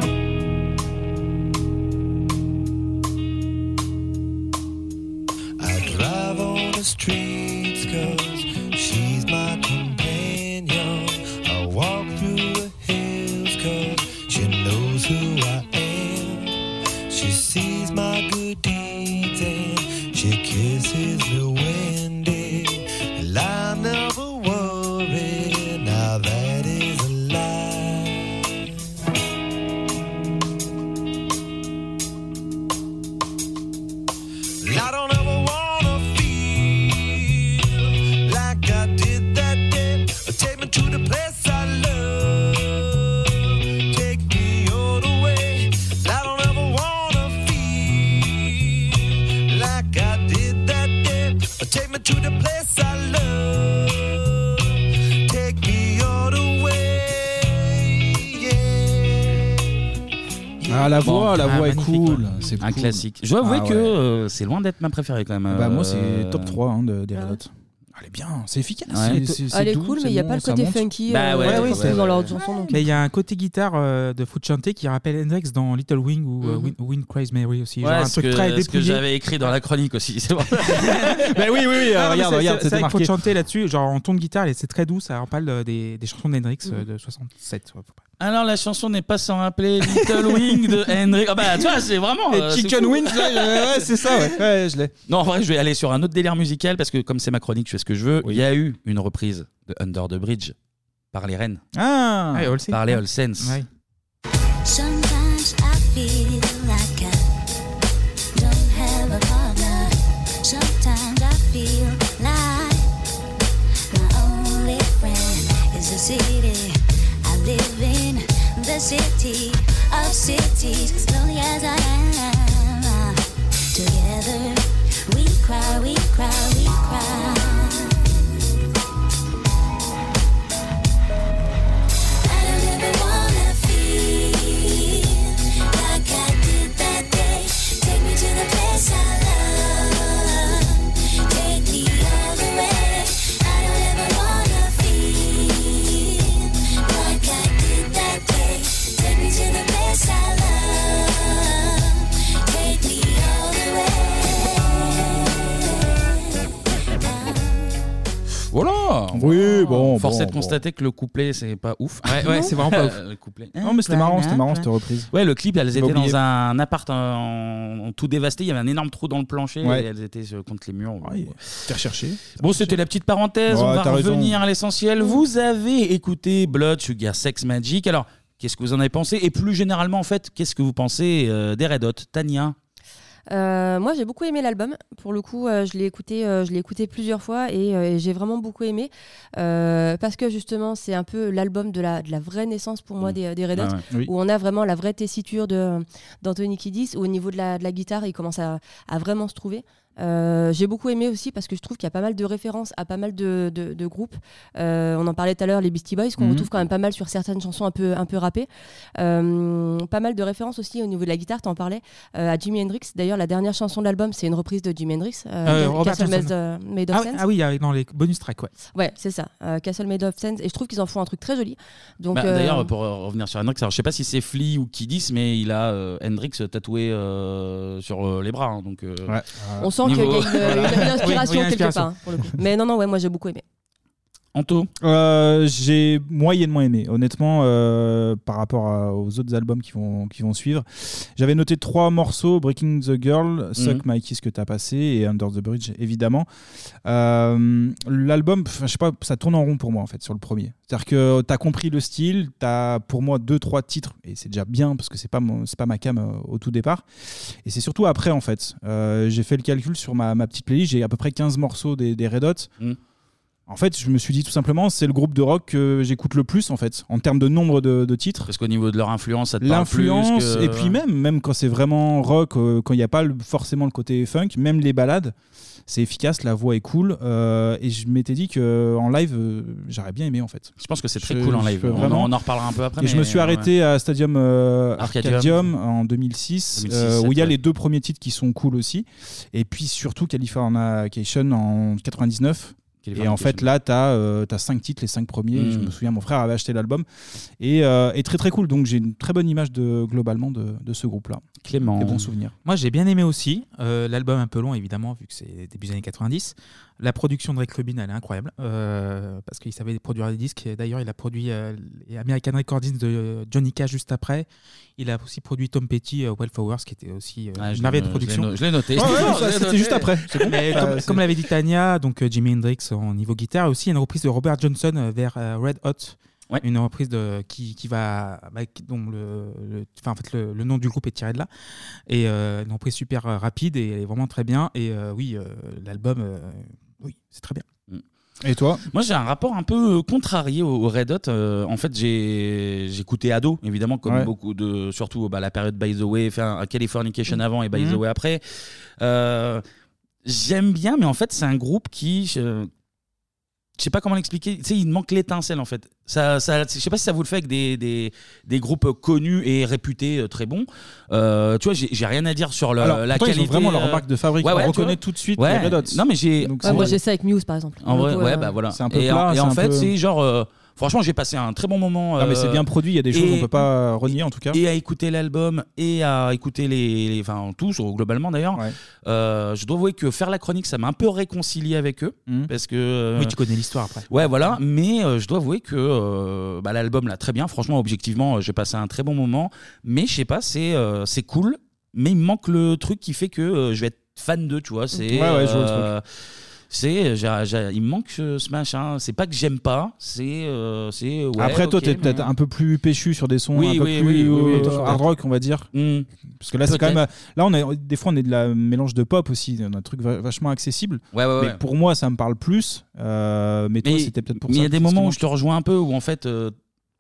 [SPEAKER 4] I drive on the streets cause she's my companion. I walk through the hills cause she knows who I am. She sees my good deeds and she kisses the wind. And I never worry, now that is a lie. I don't ever wanna feel like I did that day. Take me to the place I love. Take me all the way. I don't ever wanna feel like I did that day. Take me to the place I love. Take me all the way. Yeah.
[SPEAKER 6] Ah, la voix, la voix est cool. Euh, C'est
[SPEAKER 1] un
[SPEAKER 6] cool.
[SPEAKER 1] classique. Je dois avouer
[SPEAKER 6] Ah
[SPEAKER 1] que
[SPEAKER 6] ouais.
[SPEAKER 1] euh, c'est loin d'être ma préférée quand même.
[SPEAKER 6] Bah, moi,
[SPEAKER 1] Euh,
[SPEAKER 6] c'est top 3 hein, de, des Red Hot. Ah, Elle est bien, c'est efficace.
[SPEAKER 1] Ouais.
[SPEAKER 6] c'est-
[SPEAKER 1] Elle est
[SPEAKER 6] c'est-
[SPEAKER 7] Elle
[SPEAKER 6] c'est
[SPEAKER 7] est
[SPEAKER 6] doux,
[SPEAKER 7] cool,
[SPEAKER 6] c'est
[SPEAKER 7] mais il n'y a
[SPEAKER 6] bon,
[SPEAKER 7] pas le
[SPEAKER 6] ça
[SPEAKER 7] côté
[SPEAKER 6] monte.
[SPEAKER 7] funky
[SPEAKER 1] Bah
[SPEAKER 7] euh,
[SPEAKER 1] ouais,
[SPEAKER 7] qu'on
[SPEAKER 1] ouais,
[SPEAKER 7] trouve
[SPEAKER 1] ouais,
[SPEAKER 7] dans
[SPEAKER 1] ouais.
[SPEAKER 7] leurs autres chansons. donc.
[SPEAKER 9] Mais il y a un côté guitare euh, de Fuchante qui rappelle Hendrix dans Little Wing ou euh, Wind, Wind Cries Mary aussi.
[SPEAKER 1] Mm-hmm. ouais,
[SPEAKER 9] genre un
[SPEAKER 1] ce
[SPEAKER 9] truc
[SPEAKER 1] que-
[SPEAKER 9] très
[SPEAKER 1] ce que
[SPEAKER 9] dépouillé.
[SPEAKER 1] j'avais écrit dans la chronique aussi. C'est bon.
[SPEAKER 6] Mais oui, oui, oui, euh,
[SPEAKER 9] Non, mais c'est-
[SPEAKER 6] regarde,
[SPEAKER 9] c'est-
[SPEAKER 6] regarde, c'était
[SPEAKER 9] C'est vrai qu'il faut
[SPEAKER 6] marqué.
[SPEAKER 9] chanter là-dessus, genre en ton de guitare, et c'est très doux, ça en parle euh, des, des chansons d'Hendrix
[SPEAKER 6] Mm.
[SPEAKER 9] euh, de 67. ouais, faut pas-
[SPEAKER 1] Alors la chanson n'est pas sans rappeler Little Wing de Henry. Ah bah tu vois, c'est vraiment.
[SPEAKER 6] Et
[SPEAKER 1] euh, c'est
[SPEAKER 6] Chicken
[SPEAKER 1] fou.
[SPEAKER 6] Wings, là, euh, ouais, c'est ça, ouais. Ouais, je l'ai.
[SPEAKER 1] Non, en vrai, je vais aller sur un autre délire musical parce que comme c'est ma chronique, je fais ce que je veux. Il y a eu une reprise de Under the Bridge par les Rennes.
[SPEAKER 9] Ah, ouais, Olsen.
[SPEAKER 1] Par les Olsens.
[SPEAKER 9] Ouais.
[SPEAKER 21] Sometimes I feel like I don't have a partner. Sometimes I feel like my only friend is the city I live in, the city of cities. As lonely as I am, together we cry, we cry, we cry. I don't ever wanna feel like I did that day. Take me to the place I love. Take me all the way. I don't ever wanna feel like I did that day. Take me to the place I love. Take me all the way.
[SPEAKER 1] Voilà.
[SPEAKER 6] Oui, bon.
[SPEAKER 1] Force
[SPEAKER 6] bon,
[SPEAKER 1] est de
[SPEAKER 6] bon.
[SPEAKER 1] constater que le couplet, c'est pas ouf.
[SPEAKER 6] Ouais, ouais, c'est vraiment pas ouf.
[SPEAKER 1] Le couplet.
[SPEAKER 6] Non, mais c'était marrant, c'était marrant cette reprise.
[SPEAKER 1] Ouais, le clip, elles
[SPEAKER 6] J'ai
[SPEAKER 1] étaient
[SPEAKER 6] oublié.
[SPEAKER 1] dans un appart euh, en, en tout dévasté. Il y avait un énorme trou dans le plancher
[SPEAKER 6] Ouais.
[SPEAKER 1] et elles étaient euh, contre les murs.
[SPEAKER 6] T'es recherché.
[SPEAKER 1] Bon, c'était la petite parenthèse.
[SPEAKER 6] Ouais,
[SPEAKER 1] on va
[SPEAKER 6] t'as raison. Mm.
[SPEAKER 1] revenir à l'essentiel. Vous avez écouté Blood Sugar Sex Magic. Alors, Qu'est-ce que vous en avez pensé Et plus généralement, en fait, qu'est-ce que vous pensez euh, des Red Hot Tania
[SPEAKER 7] Euh, moi, j'ai beaucoup aimé l'album. Pour le coup, euh, je l'ai écouté, euh, je l'ai écouté plusieurs fois et, euh, et j'ai vraiment beaucoup aimé Euh, parce que justement, c'est un peu l'album de la, de la vraie naissance pour moi des, des Red Hot,
[SPEAKER 3] Ah ouais. Oui.
[SPEAKER 7] où on a vraiment la vraie tessiture de d'Anthony Kiddis. Où au niveau de la, de la guitare, il commence à, à vraiment se trouver. Euh, j'ai beaucoup aimé aussi parce que je trouve qu'il y a pas mal de références à pas mal de, de- de groupes. Euh, on en parlait tout à l'heure, les Beastie Boys, qu'on
[SPEAKER 19] Mhm.
[SPEAKER 7] retrouve quand même pas mal sur certaines chansons un peu, un peu rappées. Euh, pas mal de références aussi au niveau de la guitare, t'en parlais, euh, à Jimi Hendrix. D'ailleurs, la dernière chanson de l'album, c'est une reprise de Jimi Hendrix. euh,
[SPEAKER 9] Euh,
[SPEAKER 7] Ca-
[SPEAKER 9] Robert
[SPEAKER 7] Castle
[SPEAKER 9] Johnson.
[SPEAKER 7] Made, euh, Made of
[SPEAKER 9] ah, oui,
[SPEAKER 7] Sense.
[SPEAKER 9] ah oui, avec- dans les bonus tracks, ouais.
[SPEAKER 7] Ouais, c'est ça. euh, Castle Made of Sense. Et je trouve qu'ils en font un truc très joli. Donc,
[SPEAKER 1] Bah,
[SPEAKER 7] euh,
[SPEAKER 1] D'ailleurs, pour euh, revenir sur Hendrix, alors, je sais pas si c'est Flea ou Kidis, mais il a euh, Hendrix tatoué euh, sur euh, les bras. hein, donc, euh,
[SPEAKER 7] on sent qu'il y a
[SPEAKER 1] niveau-
[SPEAKER 7] une, une- une
[SPEAKER 1] Voilà.
[SPEAKER 7] inspiration
[SPEAKER 1] Oui, oui,
[SPEAKER 7] quelque
[SPEAKER 1] inspiration. Eh,
[SPEAKER 7] part. hein, pour le coup. Mais non, non, ouais, moi j'ai beaucoup aimé.
[SPEAKER 1] Anto
[SPEAKER 6] Euh, J'ai moyennement aimé, honnêtement, euh, par rapport à- aux autres albums qui vont, qui vont suivre. J'avais noté trois morceaux Breaking the Girl, Suck My Kiss que t'as passé et Under the Bridge, évidemment. Euh, L'album, pff, je sais pas, ça tourne en rond pour moi en fait sur le premier. C'est-à-dire que t'as compris le style, t'as pour moi deux trois titres et c'est déjà bien parce que c'est pas mon- c'est pas ma cam euh, au tout départ. Et c'est surtout après en fait. Euh, j'ai fait le calcul sur ma, ma petite playlist, j'ai à peu près 15 morceaux des, des Red Hot. En fait, je me suis dit tout simplement, c'est le groupe de rock que j'écoute le plus en fait, en termes de nombre de, de titres.
[SPEAKER 1] Parce qu'au niveau de leur influence, ça te parle plus
[SPEAKER 6] L'influence,
[SPEAKER 1] que-
[SPEAKER 6] et puis même, même quand c'est vraiment rock, euh, quand il n'y a pas le- forcément le côté funk, même les balades, c'est efficace, la voix est cool. euh, et je m'étais dit que en live, euh, j'aurais bien aimé en fait.
[SPEAKER 1] Je pense que c'est très
[SPEAKER 6] Je-
[SPEAKER 1] cool en
[SPEAKER 6] je
[SPEAKER 1] live.
[SPEAKER 6] peux
[SPEAKER 1] On en-
[SPEAKER 6] vraiment.
[SPEAKER 1] on en reparlera un peu après,
[SPEAKER 6] Et je
[SPEAKER 1] mais-
[SPEAKER 6] me suis arrêté
[SPEAKER 1] ouais.
[SPEAKER 6] à Stadium euh,
[SPEAKER 1] Arcadium.
[SPEAKER 6] Arcadium, en 2006,
[SPEAKER 1] 2006,
[SPEAKER 6] euh, où il y a
[SPEAKER 1] ouais.
[SPEAKER 6] les deux premiers titres qui sont cool aussi. Et puis surtout Californication en 99. Et en fait, là, tu as, cinq titres, les cinq premiers.
[SPEAKER 1] Mm.
[SPEAKER 6] Je me souviens, mon frère avait acheté l'album. Et, euh, et très, très cool. Donc, j'ai une très bonne image de, globalement de, de ce groupe-là. Des bons souvenirs.
[SPEAKER 9] Euh, Moi, j'ai bien aimé aussi. euh, L'album un peu long, évidemment, vu que c'est début des années 90. La production de Rick Rubin, elle est incroyable. euh, parce qu'il savait produire des disques. Et D'ailleurs, il a produit euh, les American Recordings de euh, Johnny Cash juste après. Il a aussi produit Tom Petty, euh, Wild Flowers, qui était aussi euh,
[SPEAKER 1] Ah, je
[SPEAKER 9] une merveille
[SPEAKER 1] l'ai-
[SPEAKER 9] de
[SPEAKER 1] je l'ai no-
[SPEAKER 9] production.
[SPEAKER 1] je l'ai noté. Ouais, ouais, Je ça, l'ai c'était noté. juste après. C'est bon.
[SPEAKER 9] Mais
[SPEAKER 1] Ah,
[SPEAKER 9] comme,
[SPEAKER 1] c'est-
[SPEAKER 9] comme l'avait dit Tania, donc euh, Jimi Hendrix en niveau guitare, et aussi il y a une reprise de Robert Johnson euh, vers euh, Red Hot. Une reprise de, qui, qui va. bah, qui- dont le, le- enfin, en fait, le, le nom du groupe est tiré de là. Et euh, une reprise super euh, rapide et elle est vraiment très bien. Et euh, oui, euh, l'album, euh, oui, c'est très bien.
[SPEAKER 6] Et toi
[SPEAKER 1] Moi, j'ai un rapport un peu euh, contrarié au, au Red Hot. Euh, en fait, j'ai j'écoutais ado, évidemment, comme
[SPEAKER 6] Ouais.
[SPEAKER 1] beaucoup de. Surtout bah, la période By the Way, enfin, Californication avant et By the
[SPEAKER 6] Mhm.
[SPEAKER 1] Way après. Euh, J'aime bien, mais en fait, c'est un groupe qui. euh, je sais pas comment l'expliquer, tu sais, il manque l'étincelle en fait. Ça, ça, je sais pas si ça vous le fait avec des, des, des groupes connus et réputés euh, très bons. Euh, tu vois, j'ai j'ai rien à dire sur le,
[SPEAKER 6] Alors,
[SPEAKER 1] la
[SPEAKER 6] pourtant, ils ont
[SPEAKER 1] qualité.
[SPEAKER 6] vraiment leur
[SPEAKER 1] euh,
[SPEAKER 6] marque de fabrique. On
[SPEAKER 1] tu
[SPEAKER 6] reconnaît
[SPEAKER 1] vois.
[SPEAKER 6] tout de suite
[SPEAKER 1] Ouais.
[SPEAKER 6] les Red Hot.
[SPEAKER 1] Non, mais j'ai.
[SPEAKER 6] Donc,
[SPEAKER 7] Ouais, moi j'ai ça avec Muse par exemple.
[SPEAKER 1] En
[SPEAKER 7] Donc,
[SPEAKER 1] vrai,
[SPEAKER 7] euh,
[SPEAKER 1] ouais, bah voilà.
[SPEAKER 6] c'est un peu
[SPEAKER 1] et
[SPEAKER 6] plat,
[SPEAKER 1] en, et
[SPEAKER 6] c'est
[SPEAKER 1] en
[SPEAKER 6] un
[SPEAKER 1] fait,
[SPEAKER 6] peu-
[SPEAKER 1] c'est genre. euh, franchement, j'ai passé un très bon moment.
[SPEAKER 6] Ah, mais c'est
[SPEAKER 1] euh,
[SPEAKER 6] bien produit, il y a des choses
[SPEAKER 1] et-
[SPEAKER 6] qu'on peut pas renier en tout cas.
[SPEAKER 1] Et à écouter l'album et à écouter les. les- Enfin, tous, ou globalement d'ailleurs. Euh, je dois avouer que faire la chronique, ça m'a un peu réconcilié avec eux.
[SPEAKER 6] Mmh.
[SPEAKER 1] Parce que. euh,
[SPEAKER 9] Oui, tu connais l'histoire après.
[SPEAKER 1] Ouais, voilà. Mais euh, je dois avouer que euh, bah, l'album, là, très bien. Franchement, objectivement, euh, j'ai passé un très bon moment. Mais je sais pas, c'est euh, c'est cool. Mais il me manque le truc qui fait que euh, je vais être fan d'eux, tu vois. C'est. euh,
[SPEAKER 6] Ouais, ouais, je vois le truc.
[SPEAKER 1] c'est j'ai- j'ai- il me manque ce, ce machin c'est pas que j'aime pas c'est euh, c'est ouais,
[SPEAKER 6] Après, toi,
[SPEAKER 1] ok,
[SPEAKER 6] t'es peut-être
[SPEAKER 1] mais-
[SPEAKER 6] un peu plus péchu sur des sons
[SPEAKER 1] Oui,
[SPEAKER 6] un peu
[SPEAKER 1] oui,
[SPEAKER 6] plus
[SPEAKER 1] oui, oui, oui,
[SPEAKER 6] euh,
[SPEAKER 1] tout à fait.
[SPEAKER 6] hard rock, on va dire. Parce que là, c'est quand
[SPEAKER 1] Peut-être.
[SPEAKER 6] même. Là, on est, des fois, on est de la mélange de pop aussi, un truc va- vachement accessible.
[SPEAKER 1] Ouais, ouais,
[SPEAKER 6] mais
[SPEAKER 1] ouais.
[SPEAKER 6] pour moi, ça me parle plus. euh, mais toi,
[SPEAKER 1] Mais-
[SPEAKER 6] c'était peut-être pour
[SPEAKER 1] mais
[SPEAKER 6] ça.
[SPEAKER 1] il y a des
[SPEAKER 6] que c'est ce
[SPEAKER 1] moments
[SPEAKER 6] qui
[SPEAKER 1] où je te rejoins un peu, où en fait. euh,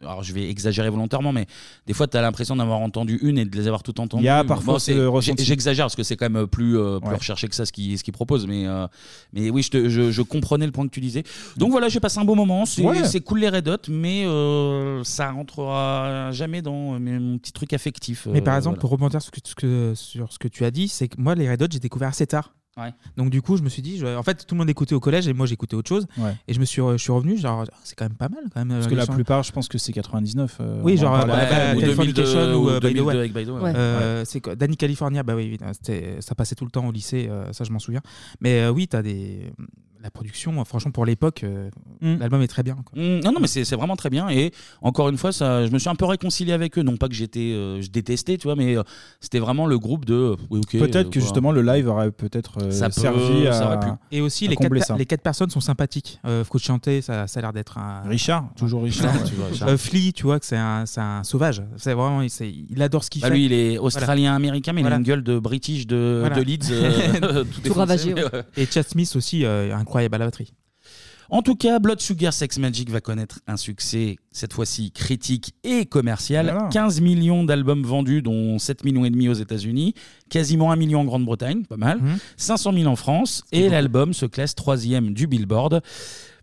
[SPEAKER 1] alors je vais exagérer volontairement, mais des fois tu as l'impression d'avoir entendu une et de les avoir toutes entendues.
[SPEAKER 6] Il y a parfois, c'est
[SPEAKER 1] c'est-
[SPEAKER 6] le
[SPEAKER 1] j'ai-
[SPEAKER 6] ressenti.
[SPEAKER 1] J'exagère parce que c'est quand même plus, euh, plus
[SPEAKER 6] Ouais.
[SPEAKER 1] recherché que ça ce qu'ils ce qu'ils proposent, mais, euh, mais oui, je, te- je, je comprenais le point que tu disais. Donc voilà, j'ai passé un bon moment, c'est
[SPEAKER 6] Ouais.
[SPEAKER 1] c'est cool les Red Hot, mais euh, ça rentrera jamais dans euh, mes- mon petit truc affectif.
[SPEAKER 9] Mais
[SPEAKER 1] euh,
[SPEAKER 9] par exemple,
[SPEAKER 1] voilà.
[SPEAKER 9] pour rebondir sur ce, que, ce que- sur ce que tu as dit, c'est que moi, les Red Hot, j'ai découvert assez tard.
[SPEAKER 1] Ouais.
[SPEAKER 9] Donc du coup, je me suis dit, je- en fait, tout le monde écoutait au collège et moi, j'écoutais autre chose.
[SPEAKER 6] Ouais.
[SPEAKER 9] Et je me suis, re- je suis revenu, genre, Ah, c'est quand même pas mal. Quand même,
[SPEAKER 6] Parce
[SPEAKER 9] euh,
[SPEAKER 6] que
[SPEAKER 9] les
[SPEAKER 6] la
[SPEAKER 9] sons.
[SPEAKER 6] plupart, je pense que c'est 99. euh,
[SPEAKER 9] Oui,
[SPEAKER 6] on en
[SPEAKER 9] genre
[SPEAKER 6] parlait
[SPEAKER 9] bah,
[SPEAKER 6] après,
[SPEAKER 9] bah,
[SPEAKER 6] mais-
[SPEAKER 9] Californication ou, euh, By the Way.
[SPEAKER 1] avec By the Way, ouais.
[SPEAKER 9] Euh, C'est quoi Danny California, bah oui, oui, c'était- ça passait tout le temps au lycée, euh, ça je m'en souviens. Mais euh, oui, t'as des la production, euh, franchement, pour l'époque, euh, l'album est très bien. quoi.
[SPEAKER 1] Mm, Non, non, mais c'est c'est vraiment très bien. Et encore une fois, ça, je me suis un peu réconcilié avec eux. Non pas que j'étais, euh, je détestais, tu vois, mais euh, c'était vraiment le groupe de. euh, oui, ok, euh,
[SPEAKER 6] Peut-être que
[SPEAKER 1] voilà.
[SPEAKER 6] justement le live aurait peut-être euh,
[SPEAKER 1] Ça peut-
[SPEAKER 6] servi à.
[SPEAKER 1] ça aurait pu.
[SPEAKER 9] Et aussi,
[SPEAKER 6] Euh, à
[SPEAKER 9] les
[SPEAKER 6] combler
[SPEAKER 9] quatre,
[SPEAKER 6] ça.
[SPEAKER 9] les quatre personnes sont sympathiques. Euh, Faut chanter, ça, ça a l'air d'être un.
[SPEAKER 6] Richard, toujours Richard, ouais. Toujours Richard.
[SPEAKER 9] Euh, Flea, tu vois, que c'est un, c'est un sauvage. C'est vraiment, il- c'est- il adore ce qu'il
[SPEAKER 1] Bah,
[SPEAKER 9] fait.
[SPEAKER 1] lui, il est
[SPEAKER 9] Voilà.
[SPEAKER 1] australien-américain, mais
[SPEAKER 9] Voilà.
[SPEAKER 1] il a une gueule de british de,
[SPEAKER 9] Voilà.
[SPEAKER 1] de Leeds. euh, défoncé.
[SPEAKER 9] Et Chad Smith aussi, euh, incroyable à la batterie.
[SPEAKER 1] En tout cas, Blood Sugar Sex Magic va connaître un succès, cette fois-ci critique et commercial.
[SPEAKER 6] Voilà.
[SPEAKER 1] 15 millions d'albums vendus, dont 7 millions et demi aux États-Unis, quasiment 1 million en Grande-Bretagne, pas mal,
[SPEAKER 9] Mhm.
[SPEAKER 1] 500 000 en France, et l'album se classe troisième du Billboard.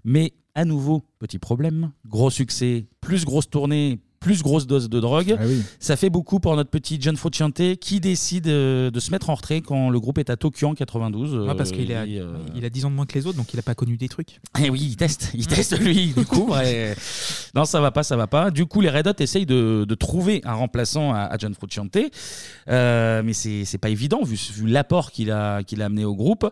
[SPEAKER 1] Mais à nouveau, petit problème, gros succès, plus grosse tournée, plus grosse dose de
[SPEAKER 9] Ah
[SPEAKER 1] drogue. Ça fait beaucoup pour notre petit John Frusciante qui décide euh, de se mettre en retrait quand le groupe est à Tokyo en 92.
[SPEAKER 9] Ouais, Ah, parce
[SPEAKER 1] Euh,
[SPEAKER 9] qu'il a,
[SPEAKER 1] il, euh,
[SPEAKER 9] il a 10 ans de moins que les autres, donc il n'a pas connu des trucs.
[SPEAKER 1] eh oui, il teste, il teste lui, il découvre. et- Non, ça va pas, ça va pas. Du coup, les Red Hot essayent de, de trouver un remplaçant à, à John Frusciante, Euh, mais c'est c'est pas évident vu, vu l'apport qu'il a, qu'il a amené au groupe.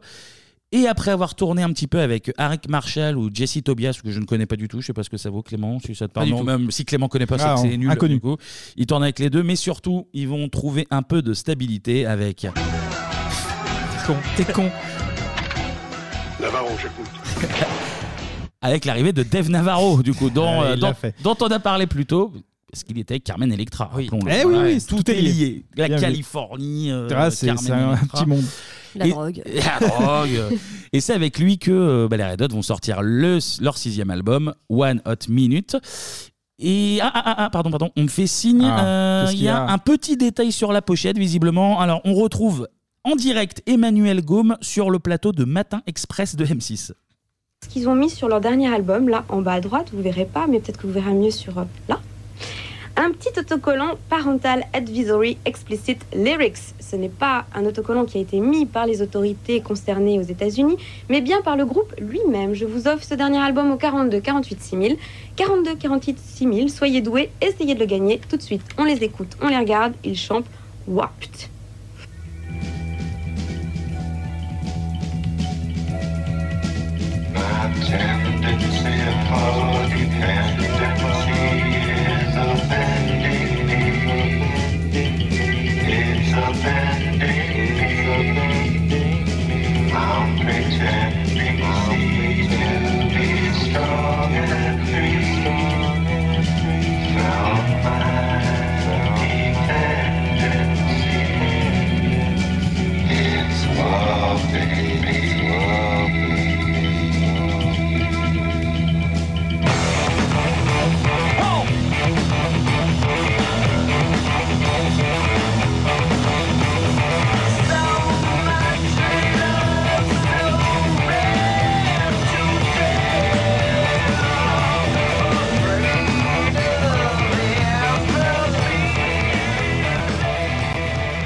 [SPEAKER 1] Et après avoir tourné un petit peu avec Arik Marshall ou Jesse Tobias, que je ne connais pas du tout, je sais pas ce que ça vaut Clément, si ça te parle,
[SPEAKER 6] du
[SPEAKER 1] Non,
[SPEAKER 6] tout.
[SPEAKER 1] même si Clément connaît pas
[SPEAKER 6] Ah,
[SPEAKER 1] ça, c'est nul.
[SPEAKER 6] inconnu.
[SPEAKER 1] du coup. Ils tournent avec les deux, mais surtout, ils vont trouver un peu de stabilité avec.
[SPEAKER 9] T'es con, t'es con.
[SPEAKER 3] Navarro, j'écoute.
[SPEAKER 1] avec l'arrivée de Dave Navarro, du coup, dont,
[SPEAKER 3] Ah, il
[SPEAKER 1] euh,
[SPEAKER 3] l'a
[SPEAKER 1] dont, dont on a parlé plus tôt. Parce qu'il était avec Carmen Electra. Oui,
[SPEAKER 6] Eh oui, oui,
[SPEAKER 1] tout, est lié. La Californie. euh,
[SPEAKER 6] Ah, c'est-
[SPEAKER 1] Carmen
[SPEAKER 6] c'est un
[SPEAKER 1] Electra.
[SPEAKER 6] petit monde.
[SPEAKER 7] La
[SPEAKER 1] Et-
[SPEAKER 7] drogue.
[SPEAKER 1] La drogue. Et c'est avec lui que euh, bah, les Red Hot vont sortir le, leur sixième album, One Hot Minute. Et ah, ah, ah, ah, pardon, pardon, on me fait signe.
[SPEAKER 6] Ah,
[SPEAKER 1] euh,
[SPEAKER 6] qu'est-ce
[SPEAKER 1] Il
[SPEAKER 6] qu'il
[SPEAKER 1] y
[SPEAKER 6] y
[SPEAKER 1] a,
[SPEAKER 6] a
[SPEAKER 1] un petit détail sur la pochette, visiblement. Alors, on retrouve en direct Emmanuel Gaume sur le plateau de Matin Express de M6.
[SPEAKER 19] Ce qu'ils ont mis sur leur dernier album, là, en bas à droite, vous verrez pas, mais peut-être que vous verrez mieux sur euh, là. Un petit autocollant Parental Advisory Explicit Lyrics. Ce n'est pas un autocollant qui a été mis par les autorités concernées aux États-Unis, mais bien par le groupe lui-même. Je vous offre ce dernier album au 42 48 6000. 42 48 6000, soyez doués, essayez de le gagner tout de suite. On les écoute, on les regarde, ils chantent Warped.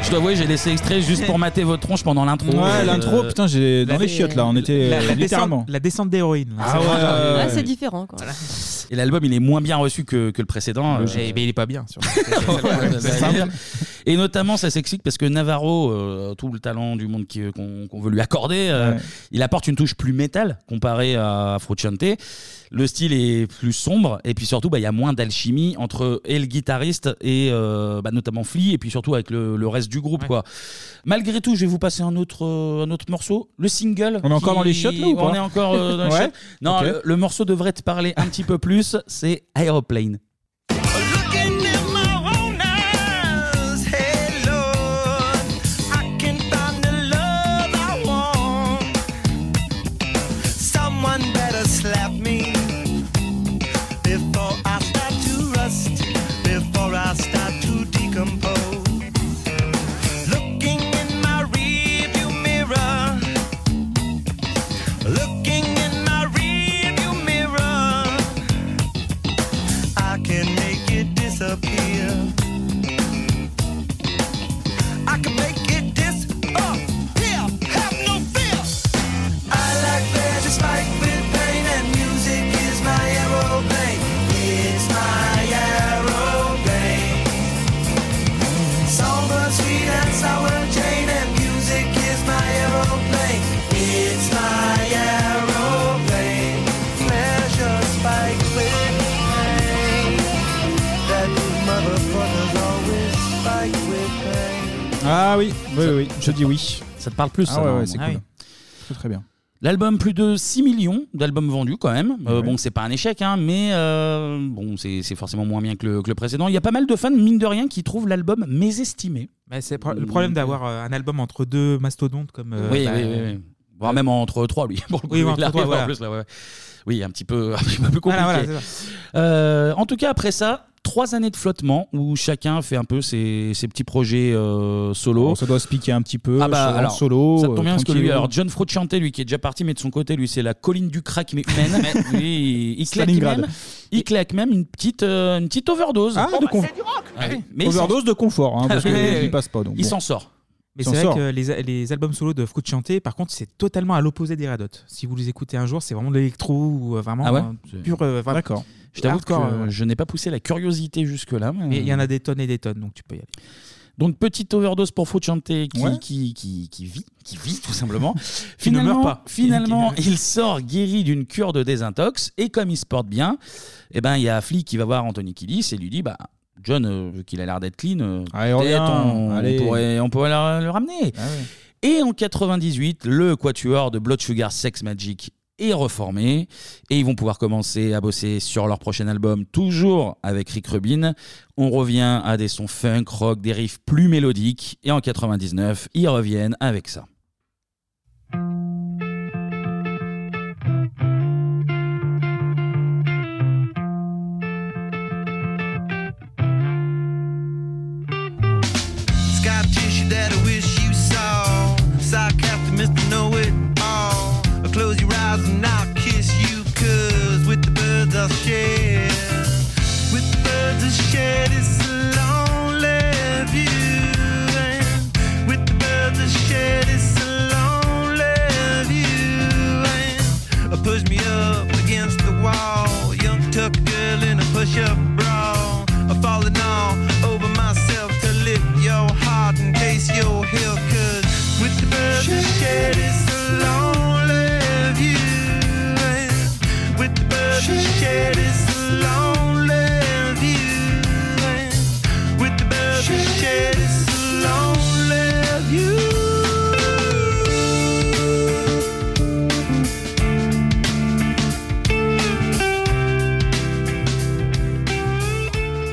[SPEAKER 1] Je dois avouer, j'ai laissé extrait juste pour mater votre tronche pendant l'intro. Euh,
[SPEAKER 6] Ouais, l'intro, putain, j'ai- dans
[SPEAKER 1] la-
[SPEAKER 6] les chiottes, là, on était, euh, littéralement.
[SPEAKER 9] Descente- la descente d'héroïne. là.
[SPEAKER 1] Ah
[SPEAKER 9] C'est
[SPEAKER 1] ouais,
[SPEAKER 9] vraiment-
[SPEAKER 1] ouais, ouais.
[SPEAKER 7] Ouais, c'est différent. Quoi.
[SPEAKER 1] Et l'album, il est moins bien reçu que, que le précédent. euh,
[SPEAKER 9] Logique. Eh ben, il est pas bien, surtout. C'est- c'est-
[SPEAKER 1] Ouais,
[SPEAKER 9] c'est
[SPEAKER 1] bah,
[SPEAKER 9] simple.
[SPEAKER 1] d'ailleurs. Et notamment, ça s'explique parce que Navarro, euh, tout le talent du monde qui- euh, qu'on qu'on veut lui accorder, euh, il apporte une touche plus métal comparé à Frusciante. Le style est plus sombre et puis surtout, bah, il y a moins d'alchimie entre et le guitariste et euh, bah, notamment Flea et puis surtout avec le, le reste du groupe. Quoi. Malgré tout, je vais vous passer un autre, euh, un autre morceau, le single.
[SPEAKER 6] On est encore dans les chiottes,
[SPEAKER 1] chiottes
[SPEAKER 6] là, ou pas
[SPEAKER 1] On est encore euh, dans les
[SPEAKER 6] Ouais.
[SPEAKER 1] chiottes. Non,
[SPEAKER 6] Ok.
[SPEAKER 1] le, le morceau devrait te parler un petit peu plus, c'est Aeroplane.
[SPEAKER 5] Looking in my own eyes, hey Lord, I can find the love I want. Someone better slap me before I start to rust, before I start to decompose. Looking in my rearview mirror, looking in my rearview mirror. I
[SPEAKER 6] Ah oui, oui, oui, oui, je dis oui.
[SPEAKER 1] Ça te parle plus,
[SPEAKER 6] Ah
[SPEAKER 1] ça,
[SPEAKER 6] ouais, ouais,
[SPEAKER 1] normalement.
[SPEAKER 6] c'est
[SPEAKER 1] Ah
[SPEAKER 6] cool.
[SPEAKER 1] oui.
[SPEAKER 6] C'est très bien.
[SPEAKER 1] L'album, plus de 6 millions d'albums vendus quand même. Euh,
[SPEAKER 6] Ouais.
[SPEAKER 1] Bon, c'est pas un échec, hein, mais euh, bon, c'est c'est forcément moins bien que le, que le précédent. Il y a pas mal de fans, mine de rien, qui trouvent l'album mésestimé.
[SPEAKER 9] Mais c'est pro- le problème d'avoir euh, un album entre deux mastodontes comme. euh,
[SPEAKER 1] oui,
[SPEAKER 9] bah,
[SPEAKER 1] oui, oui, oui. Voire même entre trois, lui. pour le coup,
[SPEAKER 9] Oui,
[SPEAKER 1] il
[SPEAKER 9] entre
[SPEAKER 1] arrive
[SPEAKER 9] trois,
[SPEAKER 1] en
[SPEAKER 9] voilà.
[SPEAKER 1] plus, là, ouais, ouais. Oui, un petit peu, un petit peu plus compliqué.
[SPEAKER 9] Voilà, voilà,
[SPEAKER 1] Euh, en tout cas, après ça, trois années de flottement où chacun fait un peu ses, ses petits projets euh, solo.
[SPEAKER 6] Bon, ça doit se piquer un petit peu.
[SPEAKER 1] Ah bah,
[SPEAKER 6] en
[SPEAKER 1] alors,
[SPEAKER 6] solo.
[SPEAKER 1] ça tombe
[SPEAKER 6] euh,
[SPEAKER 1] bien parce que lui,
[SPEAKER 6] tranquille.
[SPEAKER 1] alors John Frusciante, lui qui est déjà parti, mais de son côté, lui c'est la colline du crack mais humaine. Mais lui, il, il claque
[SPEAKER 6] Stalingrad.
[SPEAKER 1] même, il claque même une petite, euh, une petite overdose.
[SPEAKER 6] Ah, de con-
[SPEAKER 1] Ouais. Mais il s'en-
[SPEAKER 6] Overdose de confort,
[SPEAKER 9] Ah
[SPEAKER 6] hein, parce
[SPEAKER 1] Ouais.
[SPEAKER 6] qu'il passe pas. Donc,
[SPEAKER 1] Il
[SPEAKER 6] bon.
[SPEAKER 1] s'en sort.
[SPEAKER 9] Mais
[SPEAKER 6] Il
[SPEAKER 9] c'est
[SPEAKER 6] s'en
[SPEAKER 9] vrai
[SPEAKER 6] sort.
[SPEAKER 9] que les, les albums solo de Fruit Chanté, par contre, c'est totalement à l'opposé des Red Hot. Si vous les écoutez un jour, c'est vraiment de l'électro ou euh, vraiment
[SPEAKER 1] Ah ouais
[SPEAKER 9] euh, pur. euh, vraiment
[SPEAKER 1] D'accord. Je t'avoue que
[SPEAKER 9] hardcore, euh,
[SPEAKER 1] je n'ai pas poussé la curiosité jusque-là. Mais euh,
[SPEAKER 9] Mais il y en a des tonnes et des tonnes, donc tu peux y aller.
[SPEAKER 1] Donc petite overdose pour Fruchante qui,
[SPEAKER 9] Ouais.
[SPEAKER 1] qui, qui, qui vit, qui vit tout simplement.
[SPEAKER 9] Qui ne
[SPEAKER 1] finalement,
[SPEAKER 9] meurt pas.
[SPEAKER 1] Finalement, il sort guéri d'une cure de désintox et comme il se porte bien, eh ben il y a Flick qui va voir Anthony Killis et lui dit bah John euh, vu qu'il a l'air d'être clean, euh,
[SPEAKER 6] Allez,
[SPEAKER 1] peut-être
[SPEAKER 6] reviens,
[SPEAKER 1] on, on
[SPEAKER 6] allez.
[SPEAKER 1] pourrait on pourrait le, le ramener. Et en 98, le quatuor de Blood Sugar Sex Magic est reformé et ils vont pouvoir commencer à bosser sur leur prochain album, toujours avec Rick Rubin. On revient à des sons funk, rock, des riffs plus mélodiques et en 99, ils reviennent avec ça.
[SPEAKER 5] Sky tissue that I wish you saw. Sarcastic Mr. Know It All. I'll close your eyes and I'll kiss you, cause with the birds I'll share. With the birds I'll share this lonely view. And with the birds I'll share this lonely view. And push me up against the wall. Young tuck girl in a push up bra. I'm falling all over myself to lift your heart and taste your hill. Cause with the birds I share this lonely view. And With the birds I share this lonely view. And With the birds I share this lonely view.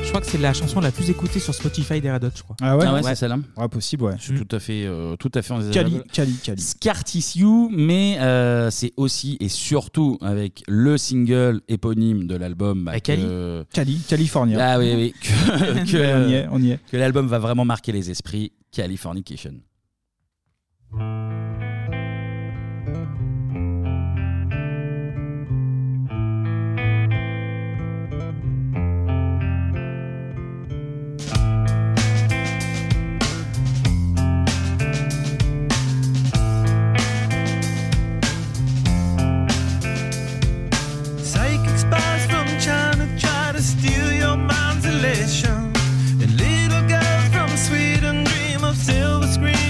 [SPEAKER 9] Je crois que c'est la chanson la plus écoutée sur Spotify des Red Hot, je crois.
[SPEAKER 6] Ah ouais,
[SPEAKER 1] c'est celle-là.
[SPEAKER 6] Ouais, possible, ouais.
[SPEAKER 1] C'est tout à fait, euh, tout à fait
[SPEAKER 6] Cali,
[SPEAKER 1] envisageable.
[SPEAKER 6] Cali, Cali.
[SPEAKER 1] Scartis You, mais euh, c'est aussi et surtout avec le single éponyme de l'album. bah,
[SPEAKER 6] Cali.
[SPEAKER 1] que-
[SPEAKER 6] Cali, California.
[SPEAKER 1] Ah oui, oui. Que, que-
[SPEAKER 6] on y est, on y est.
[SPEAKER 1] Que l'album va vraiment marquer les esprits. Californication.
[SPEAKER 5] Psychic spies from China try to steal your mind's elation. And little girls from Sweden dream of silver screen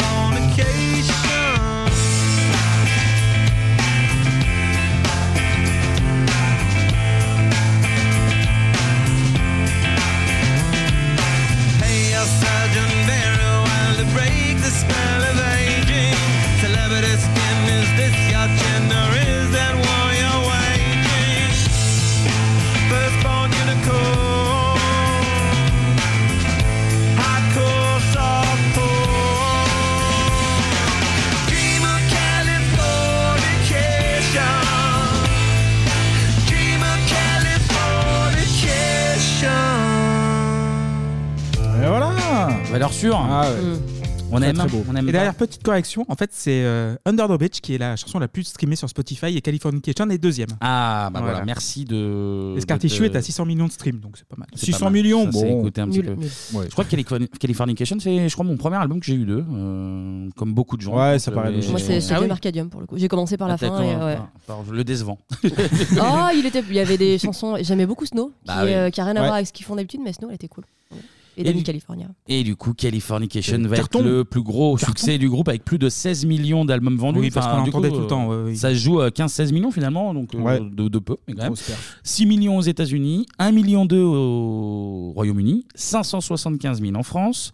[SPEAKER 5] Hey, a surgeon very well to break the spell of aging. Celebrity skin, is this your chin or is that war you're waging? Firstborn unicorn, hardcore soft porn. Dream of Californication. Dream of Californication.
[SPEAKER 6] Et voilà
[SPEAKER 1] Valeur sûre.
[SPEAKER 6] Ah ouais.
[SPEAKER 1] On
[SPEAKER 9] Très,
[SPEAKER 1] aime,
[SPEAKER 9] très beau.
[SPEAKER 1] on aime
[SPEAKER 9] Mm. Et derrière,
[SPEAKER 1] pas.
[SPEAKER 9] petite correction, en fait, c'est euh, Under the Beach qui est la chanson la plus streamée sur Spotify et Californication est deuxième.
[SPEAKER 1] Ah, bah voilà, merci de.
[SPEAKER 9] Et Scartichu
[SPEAKER 1] de-
[SPEAKER 9] est à 600 millions de streams, donc c'est pas mal.
[SPEAKER 1] C'est pas mal. Ça, c'est écouté un petit peu. Je crois que Californ- Californication, c'est je crois mon premier album que j'ai eu d'eux, euh, comme beaucoup de gens.
[SPEAKER 6] Ouais, ça paraît
[SPEAKER 1] Mais-
[SPEAKER 7] Moi, c'est c'était Arcadium pour le coup. J'ai commencé par la
[SPEAKER 1] Ah, t'as
[SPEAKER 7] fin.
[SPEAKER 1] com-
[SPEAKER 7] et, ouais.
[SPEAKER 1] par- par- le décevant.
[SPEAKER 7] oh, il, était, il y avait des chansons. J'aimais beaucoup Snow, qui,
[SPEAKER 1] Bah oui.
[SPEAKER 7] euh, qui a rien à
[SPEAKER 1] Ouais.
[SPEAKER 7] voir avec ce qu'ils font d'habitude, mais Snow, elle était cool. Et,
[SPEAKER 1] Et
[SPEAKER 7] Danny
[SPEAKER 1] du-
[SPEAKER 7] California.
[SPEAKER 1] Et du coup, Californication va
[SPEAKER 9] Euh, Carton.
[SPEAKER 1] être le plus gros succès du groupe avec plus de 16 millions d'albums vendus.
[SPEAKER 9] Oui, parce qu'on
[SPEAKER 1] du euh,
[SPEAKER 9] l'entendait tout le temps, ouais, oui.
[SPEAKER 1] Ça se joue à 15-16 millions finalement, donc euh,
[SPEAKER 9] Ouais.
[SPEAKER 1] de, de peu, mais quand même.
[SPEAKER 9] Grosse perf.
[SPEAKER 1] 6 millions aux États-Unis, 1 million d'eux au Royaume-Uni, 575 000 en France.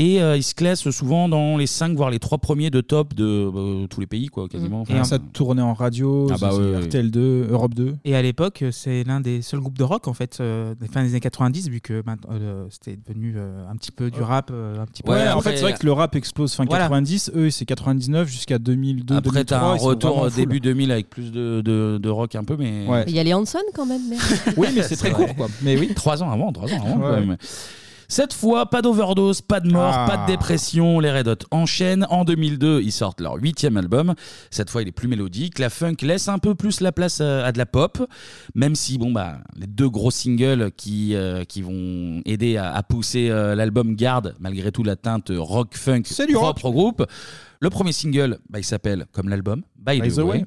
[SPEAKER 1] Et euh, ils se classent souvent dans les 5 voire les 3 premiers de top de euh, tous les pays, quoi, quasiment.
[SPEAKER 6] Et
[SPEAKER 1] Enfin,
[SPEAKER 6] ça tournait en radio,
[SPEAKER 1] Ah bah
[SPEAKER 6] c'est-
[SPEAKER 1] ouais,
[SPEAKER 6] c'est
[SPEAKER 1] ouais.
[SPEAKER 6] RTL2, Europe 2.
[SPEAKER 9] Et à l'époque, c'est l'un des seuls groupes de rock en fait, euh, des fins des années 90, vu que maintenant, euh, c'était devenu euh, un petit peu du rap, euh, un petit peu.
[SPEAKER 6] Ouais, en fait, c'est vrai que le rap explose fin
[SPEAKER 9] Voilà.
[SPEAKER 6] 90, eux, c'est 99 jusqu'à 2002.
[SPEAKER 1] Après, t'as
[SPEAKER 6] 2003,
[SPEAKER 1] un
[SPEAKER 6] ils sont vraiment
[SPEAKER 1] retour
[SPEAKER 6] full.
[SPEAKER 1] début 2000 avec plus de, de, de rock un peu, mais.
[SPEAKER 7] Et Il y a les Hanson quand même. merde.
[SPEAKER 1] Oui, mais c'est très court, quoi. Mais oui. Trois ans avant, trois ans avant, quand
[SPEAKER 6] Ouais.
[SPEAKER 1] même. Cette fois, pas d'overdose, pas de mort,
[SPEAKER 6] Ah.
[SPEAKER 1] pas de dépression. Les Red Hot enchaînent. En 2002, ils sortent leur huitième album. Cette fois, il est plus mélodique. La funk laisse un peu plus la place euh, à de la pop, même si bon bah les deux gros singles qui euh, qui vont aider à, à pousser euh, l'album gardent malgré tout la teinte rock funk
[SPEAKER 6] du rock.
[SPEAKER 1] propre au groupe. Le premier single, bah, il s'appelle comme l'album By, the, way.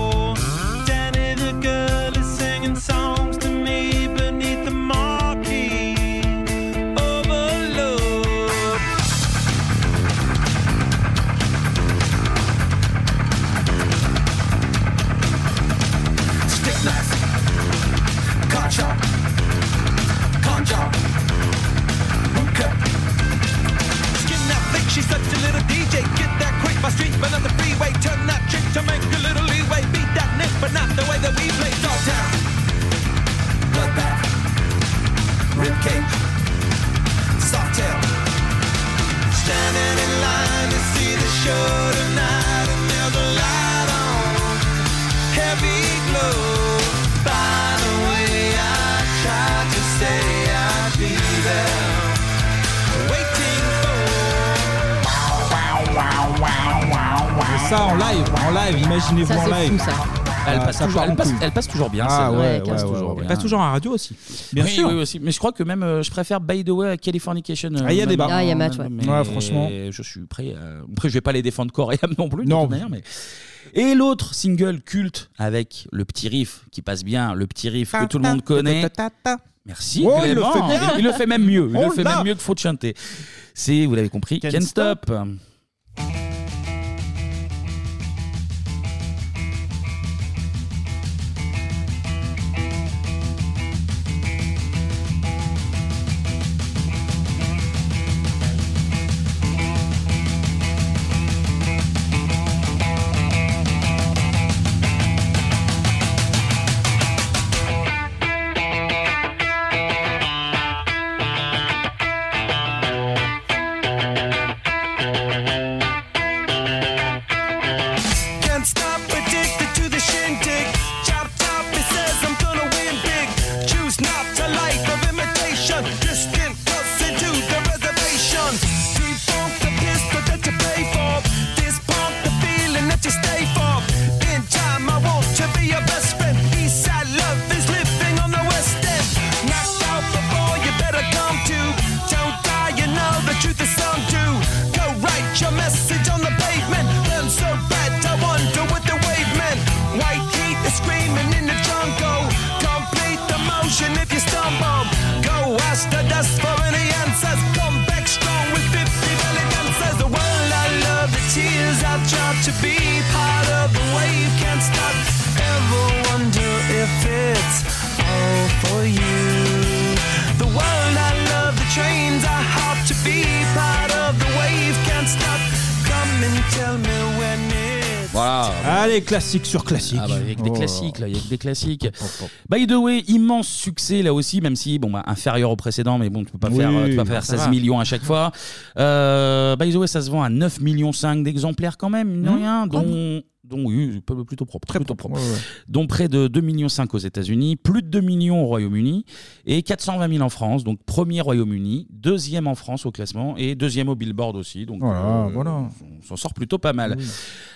[SPEAKER 5] Danny the girl is singing songs to me beneath the marquee. Overload.
[SPEAKER 13] Stick knife, ganja, ganja, hookah.
[SPEAKER 5] Skin that fake, she's such a little DJ. Get that quick, my street, but on the freeway. Turn that trick to make a little leeway. Beat that nick, but not the way that we play. Dogtown, bloodbath, ribcage, softail. Standing in line to see the show tonight, and there's a light on, heavy glow. By the way, I tried to say I'd be there.
[SPEAKER 6] Et ça en live, en live, imaginez-vous
[SPEAKER 9] Ça,
[SPEAKER 6] en
[SPEAKER 9] c'est
[SPEAKER 6] live.
[SPEAKER 9] fou, ça. Elle passe toujours- elle passe- elle passe toujours bien,
[SPEAKER 6] Ah
[SPEAKER 9] celle-là.
[SPEAKER 6] ouais,
[SPEAKER 9] Ouais,
[SPEAKER 6] ouais,
[SPEAKER 9] elle passe
[SPEAKER 6] ouais,
[SPEAKER 9] toujours
[SPEAKER 6] ouais.
[SPEAKER 9] bien. Elle passe toujours en radio aussi. Bien
[SPEAKER 1] oui,
[SPEAKER 9] sûr.
[SPEAKER 1] oui, aussi. Mais je crois que même, euh, je préfère By the Way à Californication. euh,
[SPEAKER 6] Ah, il y a
[SPEAKER 1] même-
[SPEAKER 6] débat. Ah, il y a match,
[SPEAKER 1] même-
[SPEAKER 6] ouais.
[SPEAKER 1] mais
[SPEAKER 6] Ouais, franchement.
[SPEAKER 1] Je suis prêt. à- Après, je vais pas les défendre corps et âme non plus. Non. mais... Et l'autre single culte avec le petit riff qui passe bien, le petit riff que tout le monde connaît. Merci.
[SPEAKER 9] Oh, il le
[SPEAKER 1] Clément.
[SPEAKER 9] fait bien.
[SPEAKER 1] Il le fait même mieux. Il
[SPEAKER 9] On
[SPEAKER 1] le fait
[SPEAKER 9] l'a.
[SPEAKER 1] même mieux que Faut chanter. C'est, vous l'avez compris, Can't, Stop.
[SPEAKER 5] Can't stop, addicted to the shindig. Chop top, it says I'm gonna win big. Choose not to life of imitation. Distant cuts into the reservation. Defunct the pistol that you pay for. This pump, the feeling that you stay for. In time, I want to be your best friend. Eastside love is living on the west end. Knocked out before you better come to. Don't die, you know the truth is some do. Go write your message on the pavement. Burn so bad, I wonder what the wave meant. White heat is screaming in the jungle. Complete the motion if you stumble. Go ask the dust for any answers. Come back strong with 50 belly dancers. The world I love, the tears I drop to be part of the wave. Can't stop. Ever wonder if it's all for you? The world I love, the trains I hop to be part of the wave. Can't stop. Come and tell me when it's.
[SPEAKER 1] Voilà.
[SPEAKER 6] Allez, classique sur classique.
[SPEAKER 1] Ah bah, il y a que des
[SPEAKER 6] Oh là là.
[SPEAKER 1] classiques, là, il y a que des classiques. By the way, immense succès là aussi, même si, bon, bah, inférieur au précédent, mais bon, tu peux pas
[SPEAKER 6] Oui,
[SPEAKER 1] faire, euh, tu vas pas
[SPEAKER 6] bah,
[SPEAKER 1] faire
[SPEAKER 6] ça
[SPEAKER 1] 16
[SPEAKER 6] va.
[SPEAKER 1] millions à chaque fois. Euh, by the way, ça se vend à 9,5 millions d'exemplaires quand même, mine de
[SPEAKER 6] Mmh,
[SPEAKER 1] rien,
[SPEAKER 6] propre.
[SPEAKER 1] dont, dont, oui, peu- plutôt propre, plutôt propre. Dont près de 2,5 millions aux États-Unis, plus de 2 millions au Royaume-Uni et 420 000 en France, donc premier Royaume-Uni, deuxième en France au classement et deuxième au Billboard aussi. Donc,
[SPEAKER 6] Voilà,
[SPEAKER 1] euh,
[SPEAKER 6] voilà.
[SPEAKER 1] on s'en sort plutôt pas mal.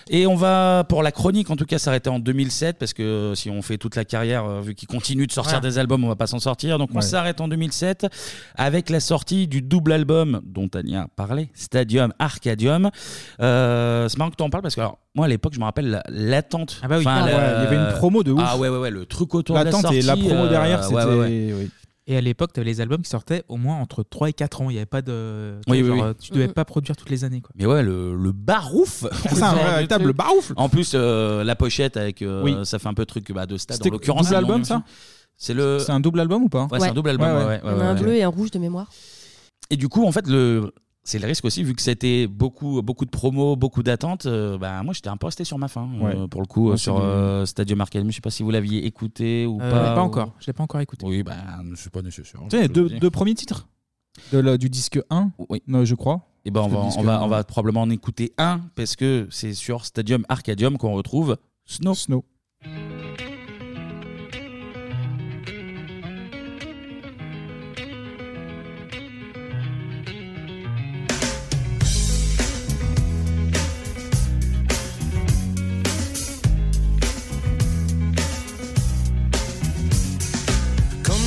[SPEAKER 1] Et on va, pour la chronique en tout cas, s'arrêter en 2007, parce que euh, si on fait toute la carrière, euh, vu qu'il continue de sortir
[SPEAKER 18] Ouais.
[SPEAKER 1] des albums, on va pas s'en sortir. Donc on
[SPEAKER 18] Ouais.
[SPEAKER 1] s'arrête en 2007 avec la sortie du double album dont Tania parlait, Stadium Arcadium. Euh, c'est marrant que tu en parles, parce que alors, moi à l'époque, je me rappelle la- l'attente. Ah bah
[SPEAKER 6] oui. Ah ouais, il y avait une promo de ouf.
[SPEAKER 1] Ah ouais, ouais, ouais, le truc autour de la
[SPEAKER 6] L'attente
[SPEAKER 1] sortie.
[SPEAKER 6] et la promo
[SPEAKER 1] euh,
[SPEAKER 6] derrière,
[SPEAKER 1] ouais, ouais, ouais.
[SPEAKER 9] Et à l'époque, tu avais les albums qui sortaient au moins entre 3 et 4 ans. Il y avait pas de.
[SPEAKER 1] Oui,
[SPEAKER 9] tu vois,
[SPEAKER 6] euh,
[SPEAKER 1] oui,
[SPEAKER 9] genre, euh,
[SPEAKER 1] oui.
[SPEAKER 9] Tu devais
[SPEAKER 1] Mhm.
[SPEAKER 9] pas produire toutes les années. Quoi.
[SPEAKER 1] Mais ouais, le, le barouf
[SPEAKER 9] C'est un véritable
[SPEAKER 1] barouf En plus, euh, la pochette avec. euh,
[SPEAKER 6] Oui.
[SPEAKER 1] Ça fait un peu truc bah, de stade.
[SPEAKER 6] C'était
[SPEAKER 1] En l'occurrence,
[SPEAKER 6] double
[SPEAKER 1] ils l'ont
[SPEAKER 6] album,
[SPEAKER 1] mis
[SPEAKER 6] ça
[SPEAKER 1] aussi. C'est le.
[SPEAKER 6] C'est un double album ou pas
[SPEAKER 1] Euh, Ouais, c'est un double album. ouais, ouais, ouais,
[SPEAKER 7] On a un
[SPEAKER 1] ouais.
[SPEAKER 7] bleu et un rouge de mémoire.
[SPEAKER 1] Et du coup, en fait, le. C'est le risque aussi, vu que c'était beaucoup, beaucoup de promos, beaucoup d'attentes. euh, bah, moi, j'étais un peu resté sur ma faim, euh,
[SPEAKER 9] Ouais.
[SPEAKER 1] pour le coup,
[SPEAKER 9] Moi,
[SPEAKER 1] euh,
[SPEAKER 9] c'est
[SPEAKER 1] sur
[SPEAKER 9] du-
[SPEAKER 1] euh, Stadium Arcadium. Je sais pas si vous l'aviez écouté ou
[SPEAKER 9] Euh,
[SPEAKER 1] pas.
[SPEAKER 9] pas
[SPEAKER 1] ou-
[SPEAKER 9] encore. Je l'ai pas encore écouté.
[SPEAKER 1] Oui, bah, c'est pas nécessaire.
[SPEAKER 6] Tu sais, les deux, deux premiers titres de la- du disque 1, non, je crois.
[SPEAKER 1] Et ben on
[SPEAKER 6] Parce que
[SPEAKER 1] va,
[SPEAKER 6] le disque euh,
[SPEAKER 1] on, va,
[SPEAKER 6] un-
[SPEAKER 1] on va probablement en écouter un parce que c'est sur Stadium Arcadium qu'on retrouve Snow.
[SPEAKER 6] Snow.
[SPEAKER 5] Come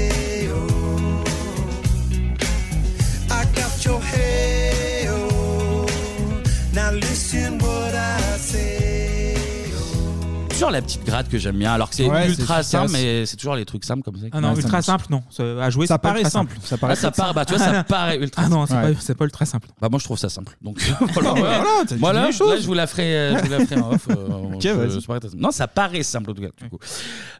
[SPEAKER 5] oh. I got your hey, oh. Now listen what I say.
[SPEAKER 1] Sur la petite grade que j'aime bien, alors que c'est
[SPEAKER 9] Ouais,
[SPEAKER 1] ultra
[SPEAKER 9] c'est- c'est-
[SPEAKER 1] simple, mais c'est toujours les trucs simples comme ça.
[SPEAKER 9] Ah non, ultra simple, non. Ça- À jouer,
[SPEAKER 1] Ça
[SPEAKER 9] c'est pas
[SPEAKER 1] paraît
[SPEAKER 9] ultra
[SPEAKER 1] simple, ça paraît Ah, ça simple. paraît- bah, tu vois, ça paraît ultra
[SPEAKER 9] Ah non, c'est
[SPEAKER 1] simple.
[SPEAKER 9] pas, c'est pas ultra simple.
[SPEAKER 1] Bah moi je trouve ça simple. Donc
[SPEAKER 9] Voilà, t'as dit
[SPEAKER 1] voilà,
[SPEAKER 9] les choses.
[SPEAKER 1] là, je vous la ferai, euh, je vous la ferai en off. euh,
[SPEAKER 9] Ok,
[SPEAKER 1] je-
[SPEAKER 9] vas-y.
[SPEAKER 1] c'est pas très- non, ça paraît simple en tout cas. du coup.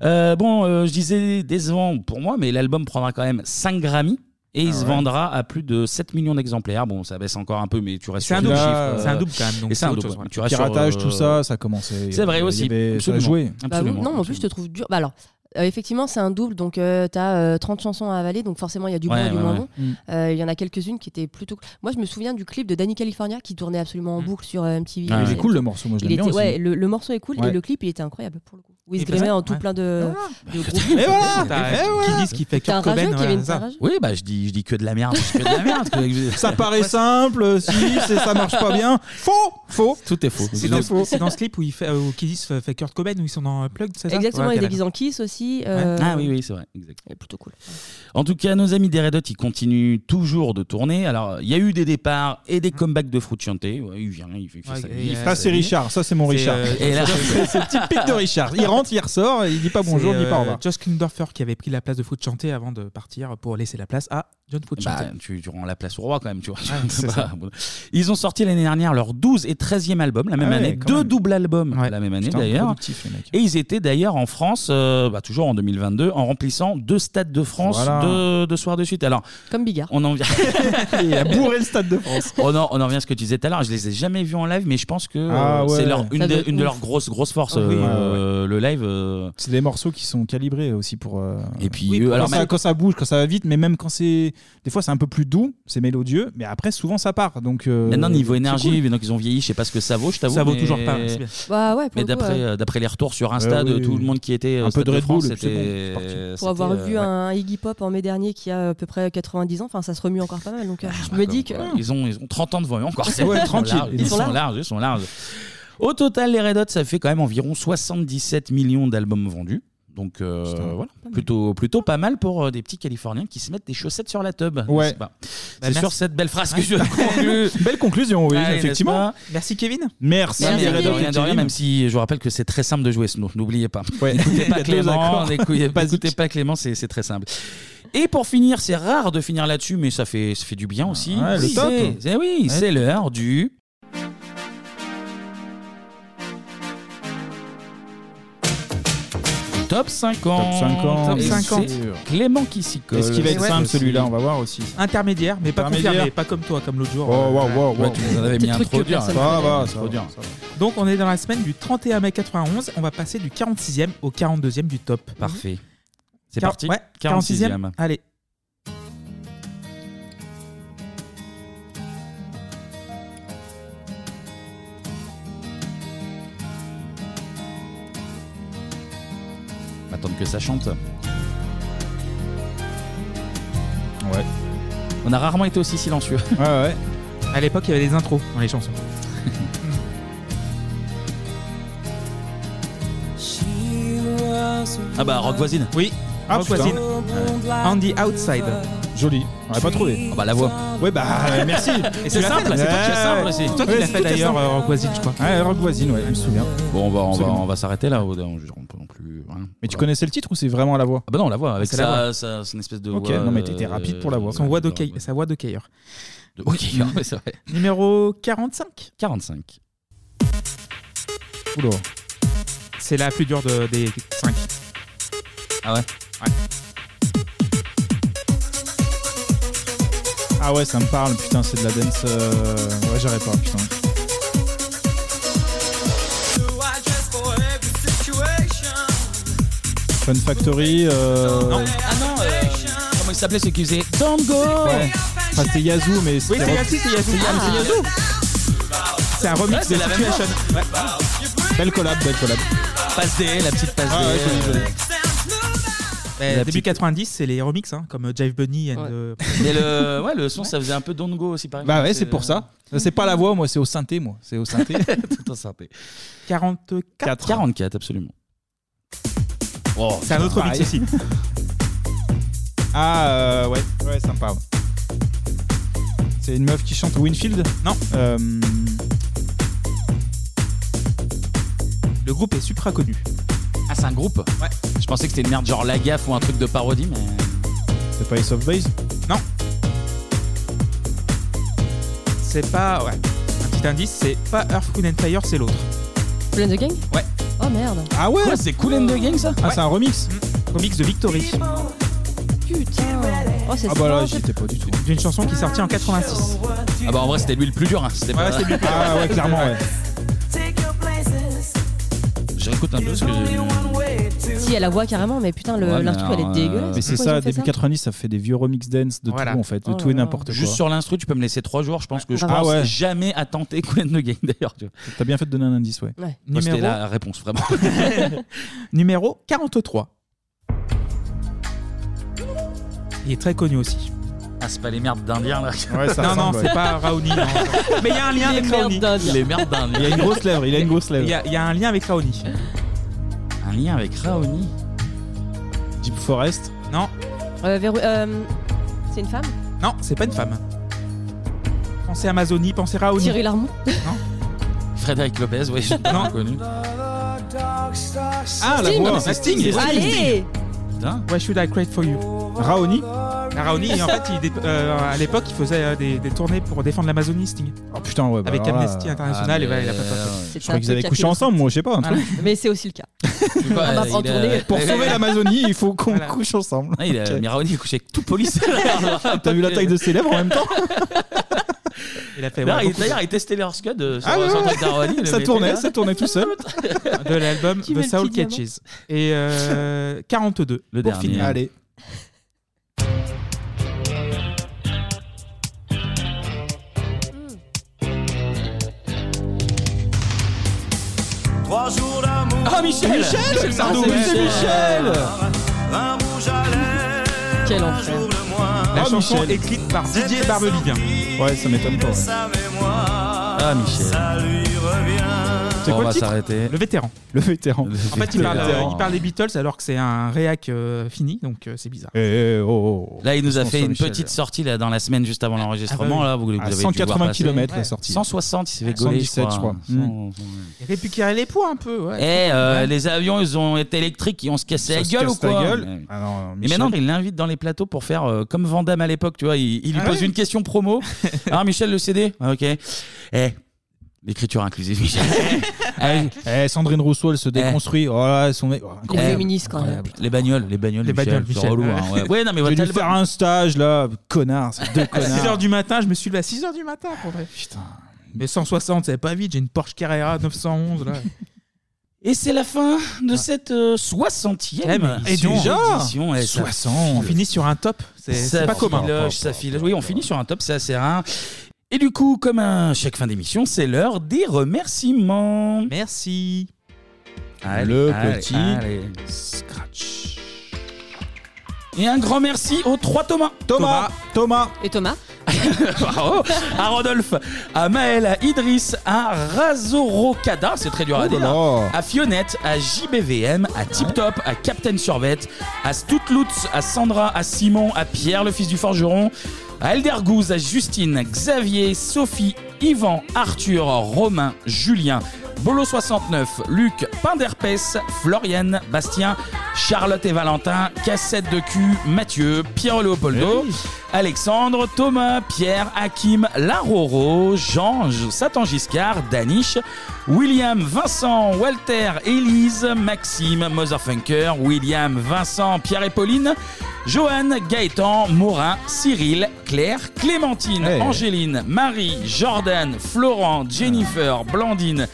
[SPEAKER 1] Euh, bon, euh, je disais décevant pour moi, mais l'album prendra quand même 5 Grammy. Et il
[SPEAKER 9] Ah
[SPEAKER 1] se
[SPEAKER 9] ouais.
[SPEAKER 1] vendra à plus de 7 millions d'exemplaires. Bon, ça baisse encore un peu, mais tu restes
[SPEAKER 9] C'est
[SPEAKER 1] sur
[SPEAKER 9] un
[SPEAKER 1] le
[SPEAKER 9] double,
[SPEAKER 1] chiffre.
[SPEAKER 9] euh, c'est un double quand même, donc
[SPEAKER 1] Et c'est
[SPEAKER 9] c'est
[SPEAKER 1] un
[SPEAKER 9] autre
[SPEAKER 1] double.
[SPEAKER 9] chose, ouais.
[SPEAKER 1] Tu restes sur,
[SPEAKER 6] Piratage, tout
[SPEAKER 1] euh,
[SPEAKER 6] ça, ça commençait.
[SPEAKER 1] C'est
[SPEAKER 6] Il
[SPEAKER 1] vrai
[SPEAKER 6] y
[SPEAKER 1] aussi.
[SPEAKER 6] avait- ça
[SPEAKER 1] absolument.
[SPEAKER 6] jouait.
[SPEAKER 7] Bah,
[SPEAKER 1] Absolument.
[SPEAKER 7] non, en plus, je te trouve dur. Bah, alors, euh, effectivement, c'est un double, donc euh, t'as euh, 30 chansons à avaler, donc forcément, il y a du bon
[SPEAKER 1] Ouais,
[SPEAKER 7] et du
[SPEAKER 1] ouais,
[SPEAKER 7] moins
[SPEAKER 1] ouais.
[SPEAKER 7] bon. Euh, Il y en a quelques-unes qui étaient plutôt. Moi, je me souviens du clip de Danny California qui tournait absolument en boucle sur euh, MTV.
[SPEAKER 6] Ah, il est
[SPEAKER 7] Euh,
[SPEAKER 6] cool, le morceau, moi, je
[SPEAKER 7] il
[SPEAKER 6] l'aime bien
[SPEAKER 7] était-
[SPEAKER 6] aussi.
[SPEAKER 7] ouais, le, le morceau est cool
[SPEAKER 6] Ouais.
[SPEAKER 7] et le clip, il était incroyable pour le coup. Où il se
[SPEAKER 1] Et
[SPEAKER 7] grimait
[SPEAKER 1] bah,
[SPEAKER 7] en tout
[SPEAKER 1] ouais.
[SPEAKER 7] plein de. de groupes.
[SPEAKER 1] Et
[SPEAKER 7] ben
[SPEAKER 1] voilà,
[SPEAKER 9] T'as-
[SPEAKER 1] et
[SPEAKER 9] qui
[SPEAKER 1] voilà.
[SPEAKER 9] disent qu'il fait
[SPEAKER 7] T'es un
[SPEAKER 9] Kurt Cobain,
[SPEAKER 7] rageux,
[SPEAKER 9] ouais,
[SPEAKER 7] Kevin,
[SPEAKER 9] ça.
[SPEAKER 7] t'es un rageux.
[SPEAKER 1] Oui, bah je dis, je dis que de la merde. je dis que de la merde. que-
[SPEAKER 6] Ça paraît simple, si, c'est- ça marche pas bien. Faux, faux.
[SPEAKER 1] Tout est faux.
[SPEAKER 9] C'est dans, c'est dans ce clip où, il fait, euh, où Kidis fait Kurt Cobain, où ils sont dans Plugged, c'est ça
[SPEAKER 7] Exactement,
[SPEAKER 9] Ouais,
[SPEAKER 7] il est
[SPEAKER 9] ok,
[SPEAKER 7] déguisé en Kiss aussi. euh,
[SPEAKER 1] Ah oui, oui, c'est vrai. Exact.
[SPEAKER 7] plutôt cool.
[SPEAKER 1] En tout cas, nos amis des Red Hot, ils continuent toujours de tourner. Alors, il y a eu des départs et des comebacks de Fruit Chanté. il vient, il fait, il fait
[SPEAKER 9] Ouais,
[SPEAKER 1] sa
[SPEAKER 9] et,
[SPEAKER 1] vie, il
[SPEAKER 9] euh,
[SPEAKER 1] fait
[SPEAKER 6] Ça,
[SPEAKER 1] sa
[SPEAKER 6] c'est
[SPEAKER 1] vie.
[SPEAKER 6] Richard. Ça, c'est mon
[SPEAKER 1] C'est,
[SPEAKER 6] Richard.
[SPEAKER 1] euh, et là-
[SPEAKER 6] C'est c'est typique de Richard. Il rentre, il ressort, il dit pas bonjour, il dit pas au revoir.
[SPEAKER 9] euh, Josh Kindorfer qui avait pris la place de Foot Chanté avant de partir pour laisser la place à John Foot
[SPEAKER 1] Bah,
[SPEAKER 9] Chanté.
[SPEAKER 1] tu, tu rends la place au roi quand même, tu vois.
[SPEAKER 9] Ouais, c'est
[SPEAKER 1] Bah,
[SPEAKER 9] ça.
[SPEAKER 1] bon. Ils ont sorti l'année dernière leur 12 et 13e album, la même
[SPEAKER 9] Ah ouais,
[SPEAKER 1] année.
[SPEAKER 9] quand
[SPEAKER 1] Deux doubles albums la même année
[SPEAKER 9] Putain,
[SPEAKER 1] d'ailleurs.
[SPEAKER 9] productifs, les mecs.
[SPEAKER 1] Et ils étaient d'ailleurs en France, euh, bah, toujours en 2022, en remplissant deux stades de France
[SPEAKER 9] Voilà.
[SPEAKER 1] deux, deux soirs de suite. Alors,
[SPEAKER 7] Comme Bigard.
[SPEAKER 1] on en vient.
[SPEAKER 6] Il a bourré le stade de
[SPEAKER 1] France. On en, on en revient à ce que tu disais tout à l'heure. Je les ai jamais vus en live, mais je pense que euh,
[SPEAKER 6] Ah ouais.
[SPEAKER 1] c'est leur, une,
[SPEAKER 6] Ça doit
[SPEAKER 1] de,
[SPEAKER 6] être
[SPEAKER 1] une de
[SPEAKER 6] ouf.
[SPEAKER 1] leurs grosses, grosses forces,
[SPEAKER 6] Ah oui.
[SPEAKER 1] euh, le live. euh,
[SPEAKER 6] C'est des morceaux qui sont calibrés aussi pour. euh,
[SPEAKER 1] Et puis,
[SPEAKER 6] Oui,
[SPEAKER 1] eux,
[SPEAKER 6] quand,
[SPEAKER 1] alors,
[SPEAKER 6] ça,
[SPEAKER 1] même-
[SPEAKER 6] quand ça bouge, quand ça va vite, mais même quand c'est. Des fois, c'est un peu plus doux, c'est mélodieux, mais après, souvent, ça part. Donc, euh,
[SPEAKER 1] Maintenant, niveau
[SPEAKER 6] c'est
[SPEAKER 1] énergie,
[SPEAKER 6] cool.
[SPEAKER 1] maintenant qu'ils ont vieilli, je sais pas ce que ça vaut, je t'avoue.
[SPEAKER 6] Ça vaut
[SPEAKER 1] mais-
[SPEAKER 6] toujours pas, c'est bien.
[SPEAKER 7] Bah ouais, pour le
[SPEAKER 1] mais
[SPEAKER 7] coup,
[SPEAKER 1] d'après
[SPEAKER 7] ouais.
[SPEAKER 1] euh, d'après les retours sur
[SPEAKER 6] Ouais,
[SPEAKER 1] Insta de
[SPEAKER 6] oui.
[SPEAKER 1] tout le monde qui était
[SPEAKER 6] Un
[SPEAKER 1] euh,
[SPEAKER 6] peu
[SPEAKER 1] Stade
[SPEAKER 6] de Red
[SPEAKER 1] France,
[SPEAKER 6] Bull, c'est
[SPEAKER 1] c'était. euh,
[SPEAKER 7] Pour avoir vu un Iggy Pop en mai dernier qui a à peu près 90 ans, enfin ça se remue encore pas mal. Donc euh, je me dis que.
[SPEAKER 1] Ils ont, ils ont 30 ans devant eux encore. c'est
[SPEAKER 7] Ouais,
[SPEAKER 1] bon,
[SPEAKER 7] tranquille.
[SPEAKER 1] large. Ils, sont larges, ils sont larges. Au total, les Red Hot, ça fait quand même environ 77 millions d'albums vendus. Donc euh, voilà, plutôt, plutôt pas mal pour euh, des petits Californiens qui se mettent des chaussettes sur la tub. n'est-ce
[SPEAKER 6] Ouais.
[SPEAKER 1] pas
[SPEAKER 6] Bah,
[SPEAKER 1] C'est
[SPEAKER 6] merci.
[SPEAKER 1] sur cette belle phrase que
[SPEAKER 6] Ouais.
[SPEAKER 1] je conclue.
[SPEAKER 6] Belle conclusion, oui,
[SPEAKER 1] Ouais, n'est-ce
[SPEAKER 6] effectivement.
[SPEAKER 1] pas
[SPEAKER 9] Merci Kevin.
[SPEAKER 6] Merci,
[SPEAKER 1] Non, mais
[SPEAKER 6] Kevin.
[SPEAKER 1] de rien, de rien,
[SPEAKER 6] Kevin.
[SPEAKER 1] même si je vous rappelle que c'est très simple de jouer Snow, n'oubliez pas.
[SPEAKER 6] Ouais.
[SPEAKER 1] N'écoutez
[SPEAKER 6] Il y a
[SPEAKER 1] pas
[SPEAKER 6] deux
[SPEAKER 1] Clément,
[SPEAKER 6] accords.
[SPEAKER 1] n'écoutez n'écoutez pas Clément, c'est c'est très simple. Et pour finir, c'est rare de finir là-dessus, mais ça fait, ça fait du bien aussi.
[SPEAKER 6] Ah, ouais, le
[SPEAKER 1] C'est-
[SPEAKER 6] top.
[SPEAKER 1] c'est- oui,
[SPEAKER 6] Ouais.
[SPEAKER 1] c'est l'heure du. Top 50.
[SPEAKER 6] Top 50.
[SPEAKER 1] Et
[SPEAKER 6] Top
[SPEAKER 1] c'est
[SPEAKER 6] 50.
[SPEAKER 1] Clément qui s'y colle.
[SPEAKER 6] Est-ce qu'il va être simple celui-là On va voir aussi.
[SPEAKER 9] Intermédiaire, mais pas
[SPEAKER 6] Intermédiaire.
[SPEAKER 9] confirmé, pas comme toi, comme l'autre jour.
[SPEAKER 6] Oh,
[SPEAKER 9] Euh,
[SPEAKER 6] wow, wow,
[SPEAKER 9] ouais.
[SPEAKER 6] wow. Tu nous en avais Des mis un trucs trop que dur, personne là. Ça connaît. va, ça
[SPEAKER 9] Trop
[SPEAKER 6] va,
[SPEAKER 9] dur.
[SPEAKER 6] ça va.
[SPEAKER 9] Donc on est dans la semaine du 31 mai 91, on va passer du 46e au 42e du top.
[SPEAKER 6] Mmh.
[SPEAKER 1] Parfait. C'est
[SPEAKER 9] Quar-
[SPEAKER 1] parti.
[SPEAKER 9] Ouais, 46e.
[SPEAKER 1] 46e.
[SPEAKER 9] Allez.
[SPEAKER 1] On va Attendre que ça chante. Ouais. On a rarement été aussi silencieux.
[SPEAKER 6] Ouais, ouais.
[SPEAKER 9] À l'époque, il y avait des intros dans les chansons.
[SPEAKER 1] Ah bah, Rock Voisine.
[SPEAKER 9] Oui.
[SPEAKER 6] Ah,
[SPEAKER 9] Rock
[SPEAKER 6] putain.
[SPEAKER 9] Voisine. On the outside.
[SPEAKER 6] Joli. On l'a pas trouvé.
[SPEAKER 1] Ah bah la voix.
[SPEAKER 6] Ouais bah euh, merci.
[SPEAKER 9] Et c'est simple, c'est toi qui as simple, c'est toi qui l'as fait d'ailleurs, euh, Rock Voisine, je crois.
[SPEAKER 6] Ouais, Rock Voisine, ouais, je me souviens.
[SPEAKER 1] Bon, on va, on va,
[SPEAKER 6] Absolument.
[SPEAKER 1] on va s'arrêter là. On on- on peut non plus. hein.
[SPEAKER 6] Mais tu connaissais le titre ou c'est vraiment la voix
[SPEAKER 1] Ah bah non, la voix avec
[SPEAKER 6] C'est la
[SPEAKER 1] ça,
[SPEAKER 6] voix.
[SPEAKER 1] ça- c'est une espèce de.
[SPEAKER 6] Ok,
[SPEAKER 1] voix,
[SPEAKER 6] non mais t'étais
[SPEAKER 1] euh,
[SPEAKER 6] rapide pour la voix.
[SPEAKER 9] Son voix d'hockey- sa voix de cailleur.
[SPEAKER 1] de- Ok, non, mais c'est vrai.
[SPEAKER 9] Numéro 45
[SPEAKER 1] 45.
[SPEAKER 6] Oula.
[SPEAKER 9] C'est la plus dure de- des 5.
[SPEAKER 1] Ah ouais
[SPEAKER 9] Ouais.
[SPEAKER 6] Ah ouais, ça me parle, putain, c'est de la dance. euh, Ouais, j'arrête pas, putain. Fun Factory. Euh...
[SPEAKER 1] Non. Ah non, euh, comment il s'appelait ce qui faisait Don't go
[SPEAKER 6] Ouais. Enfin, c'était Yazoo, mais c'était.
[SPEAKER 9] c'est Yazoo, c'est Yazoo.
[SPEAKER 6] Ah,
[SPEAKER 9] Ah. C'est un remix de Situation.
[SPEAKER 6] Belle collab, belle collab.
[SPEAKER 1] Passe D, la petite passe
[SPEAKER 6] Ah
[SPEAKER 9] D,
[SPEAKER 6] ouais, joli,
[SPEAKER 9] euh,
[SPEAKER 6] joli.
[SPEAKER 9] Mais
[SPEAKER 1] La
[SPEAKER 9] début
[SPEAKER 1] petite-
[SPEAKER 9] 90, c'est les remix, hein, comme Jive Bunny. And,
[SPEAKER 1] Ouais.
[SPEAKER 9] euh,
[SPEAKER 1] Mais le, ouais, le son, ça faisait un peu Don't go aussi, pareil.
[SPEAKER 6] Bah ouais, c'est
[SPEAKER 1] euh,
[SPEAKER 6] pour ça. C'est pas la voix, moi, c'est au synthé, moi. C'est au synthé.
[SPEAKER 1] Tout en synthé.
[SPEAKER 9] 44.
[SPEAKER 1] 44, absolument. Oh,
[SPEAKER 9] C'est un autre
[SPEAKER 1] putain.
[SPEAKER 9] remix aussi.
[SPEAKER 6] Ah euh, ouais, ouais, sympa. ouais. C'est une meuf qui chante Winfield
[SPEAKER 9] Non.
[SPEAKER 6] Euh,
[SPEAKER 9] Le groupe est supra connu.
[SPEAKER 1] Ah, c'est un groupe
[SPEAKER 9] Ouais.
[SPEAKER 1] Je pensais que c'était une merde genre La Gaffe ou un truc de parodie, mais.
[SPEAKER 6] c'est pas Ace of Base
[SPEAKER 9] Non. C'est pas. Ouais. Un petit indice, c'est pas Earth, Wind and Fire, c'est l'autre.
[SPEAKER 7] Cool and the Gang
[SPEAKER 9] Ouais.
[SPEAKER 7] Oh merde.
[SPEAKER 6] Ah ouais
[SPEAKER 1] C'est Cool and the Gang ça
[SPEAKER 6] Ah, c'est un remix
[SPEAKER 9] Mm. Remix de Victory.
[SPEAKER 7] Putain. Oh, c'est
[SPEAKER 6] Ah bah là, j'y étais pas du tout.
[SPEAKER 9] D'une chanson qui est sortie en 86.
[SPEAKER 1] Ah bah en vrai, c'était lui le plus dur. Hein. C'était pas...
[SPEAKER 9] c'était lui le plus dur.
[SPEAKER 6] Ah ouais, clairement, ouais.
[SPEAKER 1] Je réécoute un peu ce que j'ai
[SPEAKER 7] Si, elle la voix carrément, mais putain, le-
[SPEAKER 1] Ouais, mais
[SPEAKER 7] l'instru, elle
[SPEAKER 1] alors,
[SPEAKER 7] est dégueulasse.
[SPEAKER 6] Mais c'est
[SPEAKER 7] Pourquoi ils
[SPEAKER 6] ça,
[SPEAKER 7] ont fait
[SPEAKER 6] début 90, ça fait des vieux remix dance de
[SPEAKER 1] Voilà.
[SPEAKER 6] tout en fait, de
[SPEAKER 1] Oh
[SPEAKER 6] tout
[SPEAKER 1] là
[SPEAKER 6] et
[SPEAKER 1] là.
[SPEAKER 6] n'importe quoi.
[SPEAKER 1] Juste sur l'instru, tu peux me laisser 3 jours. Je pense que je
[SPEAKER 6] Ah
[SPEAKER 1] pense
[SPEAKER 6] ouais.
[SPEAKER 1] jamais à tenter Cool and the Gang d'ailleurs. tu vois.
[SPEAKER 6] T'as bien fait de donner un indice, ouais.
[SPEAKER 7] Ouais.
[SPEAKER 1] Moi, C'était
[SPEAKER 9] Numéro-
[SPEAKER 1] la réponse vraiment.
[SPEAKER 9] Numéro 43. Il est très connu aussi.
[SPEAKER 1] Ah, c'est pas les merdes d'Indiens là.
[SPEAKER 9] non, non, c'est pas Raoni. non. Mais il y a un lien
[SPEAKER 1] Les
[SPEAKER 9] avec
[SPEAKER 1] merdes
[SPEAKER 9] Raoni.
[SPEAKER 1] d'Indiens. Les merdes d'Indiens.
[SPEAKER 6] Il a une grosse lèvre, il a une grosse
[SPEAKER 9] Il
[SPEAKER 6] lèvre.
[SPEAKER 9] y, a- il y a un lien avec Raoni.
[SPEAKER 1] Un lien avec Raoni.
[SPEAKER 6] Deep Forest.
[SPEAKER 9] Non,
[SPEAKER 7] ça Euh, Véro- euh, C'est une femme
[SPEAKER 9] non, c'est pas une femme. Pensez Amazonie, pensez
[SPEAKER 6] Ah,
[SPEAKER 9] Raoni.
[SPEAKER 7] Thierry Larmont
[SPEAKER 1] Frédéric Lopez, oui, je
[SPEAKER 9] Non.
[SPEAKER 1] pas connu.
[SPEAKER 9] Ah,
[SPEAKER 6] la voix.
[SPEAKER 9] c'est Sting.
[SPEAKER 7] Allez
[SPEAKER 1] Putain.
[SPEAKER 9] Why should I cry for you
[SPEAKER 6] Raoni
[SPEAKER 9] Hein Raoni, en fait, il dé- euh, à l'époque, il faisait euh, des, des tournées pour défendre l'Amazonie, Sting.
[SPEAKER 6] Oh putain, ouais. bah
[SPEAKER 9] avec
[SPEAKER 6] alors là, ah, euh,
[SPEAKER 9] Amnesty International, et ouais, il a pas fait ça.
[SPEAKER 7] C'est
[SPEAKER 6] Je crois
[SPEAKER 7] un
[SPEAKER 6] qu'ils
[SPEAKER 7] peu
[SPEAKER 6] avaient couché
[SPEAKER 7] capillo-
[SPEAKER 6] ensemble, moi, je sais pas, un truc.
[SPEAKER 7] Mais c'est aussi le cas. Ah bah, en tournée.
[SPEAKER 6] Pour sauver l'Amazonie, il faut qu'on
[SPEAKER 9] Voilà.
[SPEAKER 6] couche ensemble.
[SPEAKER 1] Ah, il a,
[SPEAKER 6] Ok.
[SPEAKER 1] mais Raoni, il est couché avec tout police. T'as
[SPEAKER 6] T'as vu la taille de ses lèvres en même temps
[SPEAKER 9] Il a fait ouais, beaucoup
[SPEAKER 1] D'ailleurs, il testait leur scud euh, sur,
[SPEAKER 6] Ah ouais,
[SPEAKER 1] sur le
[SPEAKER 6] ouais.
[SPEAKER 1] truc d'Aroni, le
[SPEAKER 6] Ça
[SPEAKER 1] mec,
[SPEAKER 6] tournait,
[SPEAKER 1] là.
[SPEAKER 6] ça tournait tout seul.
[SPEAKER 9] de l'album
[SPEAKER 7] Tu
[SPEAKER 9] The
[SPEAKER 7] mets le
[SPEAKER 9] Soul
[SPEAKER 7] petit diamant.
[SPEAKER 9] Catches. Et euh, 42.
[SPEAKER 1] Le
[SPEAKER 9] pour
[SPEAKER 1] dernier.
[SPEAKER 9] finir.
[SPEAKER 6] Allez.
[SPEAKER 5] Trois jours d'amour.
[SPEAKER 1] Ah, Michel
[SPEAKER 6] Michel
[SPEAKER 5] Ah,
[SPEAKER 6] Sardou,
[SPEAKER 1] Michel.
[SPEAKER 6] c'est Michel
[SPEAKER 5] Un rouge à lèvres.
[SPEAKER 7] Quel
[SPEAKER 5] un
[SPEAKER 7] enfer.
[SPEAKER 5] jour de moins.
[SPEAKER 9] La
[SPEAKER 6] Ah,
[SPEAKER 9] chanson
[SPEAKER 6] Michel.
[SPEAKER 9] écrite par Didier Barbelivien.
[SPEAKER 6] Ouais, ça m'étonne pas. ouais.
[SPEAKER 5] Sa mémoire.
[SPEAKER 1] Ah, Michel.
[SPEAKER 5] Ça lui revient.
[SPEAKER 9] C'est
[SPEAKER 1] On
[SPEAKER 9] quoi
[SPEAKER 1] va
[SPEAKER 9] le titre
[SPEAKER 1] s'arrêter.
[SPEAKER 9] Le vétéran.
[SPEAKER 6] Le vétéran.
[SPEAKER 9] En fait, il parle, il parle des Beatles alors que c'est un réac euh, fini, donc euh, c'est bizarre.
[SPEAKER 1] Là, il nous a
[SPEAKER 9] François
[SPEAKER 1] fait une
[SPEAKER 9] Michel.
[SPEAKER 1] petite sortie là, dans la semaine juste avant l'enregistrement.
[SPEAKER 9] Ah bah oui.
[SPEAKER 1] là, vous, vous
[SPEAKER 9] À
[SPEAKER 1] avez dû
[SPEAKER 9] 180
[SPEAKER 1] voir passer.
[SPEAKER 9] kilomètres,
[SPEAKER 1] Ouais.
[SPEAKER 9] la sortie.
[SPEAKER 1] 160, il s'est fait gauler,
[SPEAKER 9] 117, je crois.
[SPEAKER 1] Cent-
[SPEAKER 9] Et Récupérer les poids un peu. Ouais.
[SPEAKER 1] Eh, euh,
[SPEAKER 9] Ouais.
[SPEAKER 1] les avions, ils ont été électriques, ils ont se cassé
[SPEAKER 9] Ça
[SPEAKER 1] la
[SPEAKER 9] se
[SPEAKER 1] gueule ou
[SPEAKER 9] casse ta
[SPEAKER 1] quoi
[SPEAKER 9] gueule.
[SPEAKER 1] Ouais.
[SPEAKER 9] Ah non,
[SPEAKER 1] Et
[SPEAKER 9] Michel-
[SPEAKER 1] maintenant, il l'invite dans les plateaux pour faire euh, comme Vandame à l'époque, tu vois. Il, il lui
[SPEAKER 9] Ah
[SPEAKER 1] pose
[SPEAKER 9] oui.
[SPEAKER 1] une question promo. ah, Michel, le CD Ah, Ok. Eh, l'écriture inclusive, Michel. Eh,
[SPEAKER 6] Eh, Sandrine Rousseau, elle se déconstruit. Oh là, son mec. oh, incroyable.
[SPEAKER 1] quand même. eh. Les bagnoles, les bagnoles,
[SPEAKER 6] Les
[SPEAKER 1] Michel,
[SPEAKER 6] bagnoles,
[SPEAKER 1] c'est
[SPEAKER 6] Michel.
[SPEAKER 1] relou, hein, ouais. Ouais, non, mais
[SPEAKER 6] J'ai
[SPEAKER 1] voilà,
[SPEAKER 6] dû
[SPEAKER 1] t'as le-
[SPEAKER 6] faire un stage là, connard, c'est deux
[SPEAKER 9] À 6
[SPEAKER 6] connards.
[SPEAKER 9] h du matin, je me suis levé à 6 h du matin pour vrai. Ah, Putain. Mais 160, c'est pas vite, j'ai une Porsche Carrera 911 là.
[SPEAKER 1] Et c'est la fin de cette euh, 60e
[SPEAKER 9] Eh, mais Et
[SPEAKER 1] édition.
[SPEAKER 9] déjà
[SPEAKER 1] Édition, eh, ça
[SPEAKER 9] 60. On finit sur un top, c'est
[SPEAKER 1] Ça
[SPEAKER 9] c'est pas commun.
[SPEAKER 1] filoche, ça filoche. Oui, on finit sur un top, c'est assez rare. Et du coup, comme à chaque fin d'émission, c'est l'heure des remerciements.
[SPEAKER 9] Merci.
[SPEAKER 6] Le petit
[SPEAKER 1] scratch. Et un grand merci aux trois Thomas.
[SPEAKER 6] Thomas, Thomas.
[SPEAKER 7] Et Thomas
[SPEAKER 1] Bravo. à Rodolphe, à Maël, à Idriss, à Razorocada, c'est très dur à
[SPEAKER 6] Oh là
[SPEAKER 1] dire,
[SPEAKER 6] là.
[SPEAKER 1] à Fionnette, à JBVM, à Tip Top, à Captain Survette, à Stoutlutz, à Sandra, à Simon, à Pierre, le fils du forgeron, à Eldergouz, à Justine, à Xavier, Sophie, Yvan, Arthur, Romain, Julien, Bolo69, Luc, Pinderpès, Floriane, Bastien, Charlotte et Valentin, Cassette de cul, Mathieu, Pierre Léopoldo, Alexandre, Thomas, Pierre, Hakim, Laroro, Jean, Satan Giscard, Danish, William, Vincent, Walter, Élise, Maxime, Motherfunker, William, Vincent, Pierre et Pauline, Johan, Gaëtan, Morin, Cyril, Claire, Clémentine,
[SPEAKER 6] Hey.
[SPEAKER 1] Angéline, Marie, Jordan, Florent, Jennifer, Blandine,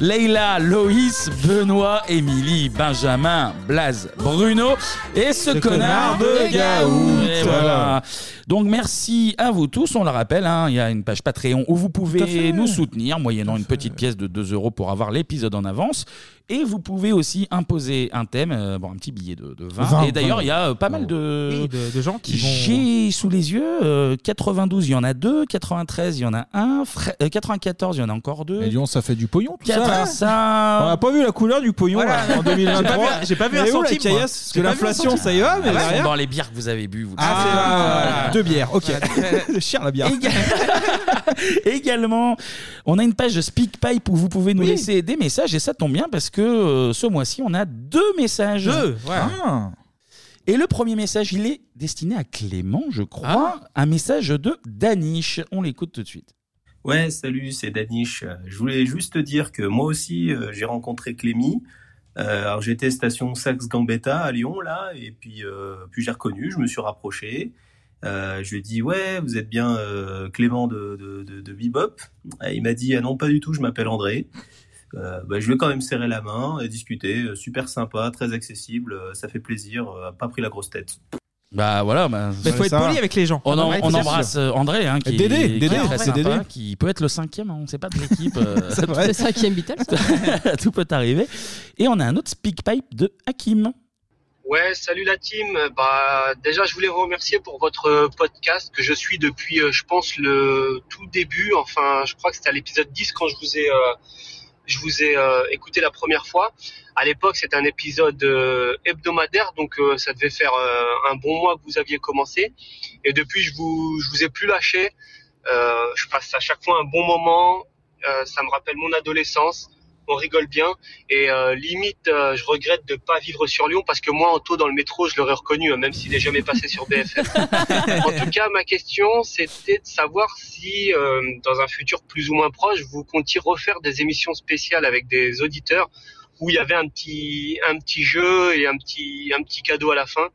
[SPEAKER 1] Leila, Loïs, Benoît, Émilie, Benjamin, Blaze, Bruno et ce, connard, de Gaout. Et voilà. Donc merci à vous tous. On le rappelle, hein, il y a une page Patreon où vous pouvez nous soutenir moyennant une petite pièce de 2 euros pour avoir l'épisode en avance. Et vous pouvez aussi imposer un thème, euh, bon, un petit billet de, de 20.
[SPEAKER 9] 20,
[SPEAKER 1] Et d'ailleurs, il y a euh, pas mal de, gens qui J'ai sous les yeux euh, 92, il y en a deux. 93, il y en a un. Fra- euh, 94, il y en a encore deux.
[SPEAKER 6] Et Lyon, ça fait du pognon tout ça. là.
[SPEAKER 1] 85.
[SPEAKER 6] On n'a pas vu la couleur du pognon
[SPEAKER 1] Voilà.
[SPEAKER 6] là, en 2023.
[SPEAKER 1] J'ai pas vu, j'ai pas vu
[SPEAKER 6] Mais
[SPEAKER 1] un
[SPEAKER 6] où, la
[SPEAKER 1] centime, moi.
[SPEAKER 6] caillasse Parce que
[SPEAKER 1] J'ai pas vu un
[SPEAKER 6] l'inflation,
[SPEAKER 1] centime.
[SPEAKER 6] ça y va, mais
[SPEAKER 1] Ah ouais, ils sont
[SPEAKER 6] derrière.
[SPEAKER 1] dans les bières que vous avez bu. Vous
[SPEAKER 6] Ah, c'est vrai.
[SPEAKER 1] Voilà.
[SPEAKER 6] Deux bières, ok. Cher la bière.
[SPEAKER 1] Également, on a une page SpeakPipe où vous pouvez nous laisser des messages et ça tombe bien parce que euh, ce mois-ci, on a deux messages.
[SPEAKER 9] Deux, ouais.
[SPEAKER 1] Ah. Et le premier message, il est destiné à Clément, je crois. Un message de Danish. On l'écoute tout de suite.
[SPEAKER 3] Ouais, salut, c'est Danish. Euh, Je voulais juste te dire que moi aussi, euh, j'ai rencontré Clémy. Euh, alors j'étais station Saxe Gambetta à Lyon là, et puis euh, puis j'ai reconnu, je me suis rapproché. Euh, je lui ai dit ouais, vous êtes bien euh, Clément de de, de, de Bebop. Et il m'a dit ah non pas du tout, je m'appelle André. Euh, bah, je lui ai quand même serré la main et discuté. Euh, Super sympa, très accessible, euh, ça fait plaisir. euh, pas pris la grosse tête.
[SPEAKER 1] Bah voilà. Bah,
[SPEAKER 3] Mais faut
[SPEAKER 1] ça
[SPEAKER 3] être
[SPEAKER 1] va.
[SPEAKER 3] poli avec les gens.
[SPEAKER 1] On, en-
[SPEAKER 3] Ouais,
[SPEAKER 1] on
[SPEAKER 3] c'est
[SPEAKER 1] embrasse
[SPEAKER 3] sûr.
[SPEAKER 1] euh, André, hein, qui,
[SPEAKER 6] Dédé,
[SPEAKER 1] qui
[SPEAKER 6] Dédé,
[SPEAKER 1] est
[SPEAKER 6] ouais,
[SPEAKER 1] très
[SPEAKER 6] c'est
[SPEAKER 1] sympa,
[SPEAKER 6] Dédé.
[SPEAKER 1] qui peut être le cinquième, hein, on ne sait pas de l'équipe. euh,
[SPEAKER 6] C'est vrai. Le
[SPEAKER 7] cinquième Beatles.
[SPEAKER 1] Tout peut arriver. Et on a un autre SpeakPipe de Hakim.
[SPEAKER 16] Ouais, salut la team. Bah, déjà, je voulais vous remercier pour votre euh, podcast que je suis depuis, euh, je pense, le tout début. Enfin, je crois que c'était à l'épisode 10 quand je vous ai, euh, je vous ai euh, écouté la première fois. À l'époque, c'était un épisode euh, hebdomadaire, donc euh, ça devait faire euh, un bon mois que vous aviez commencé. Et depuis, je vous, je vous ai plus lâché. Euh, je passe à chaque fois un bon moment. Euh, ça me rappelle mon adolescence. On rigole bien. Et euh, limite, euh, je regrette de pas vivre sur Lyon parce que moi, en taux dans le métro, je l'aurais reconnu, hein, même s'il est jamais passé sur BFM. en tout cas, ma question, c'était de savoir si, euh, dans un futur plus ou moins proche, vous comptiez refaire des émissions spéciales avec des auditeurs où il y avait un petit, un petit jeu et un petit, un petit cadeau à la fin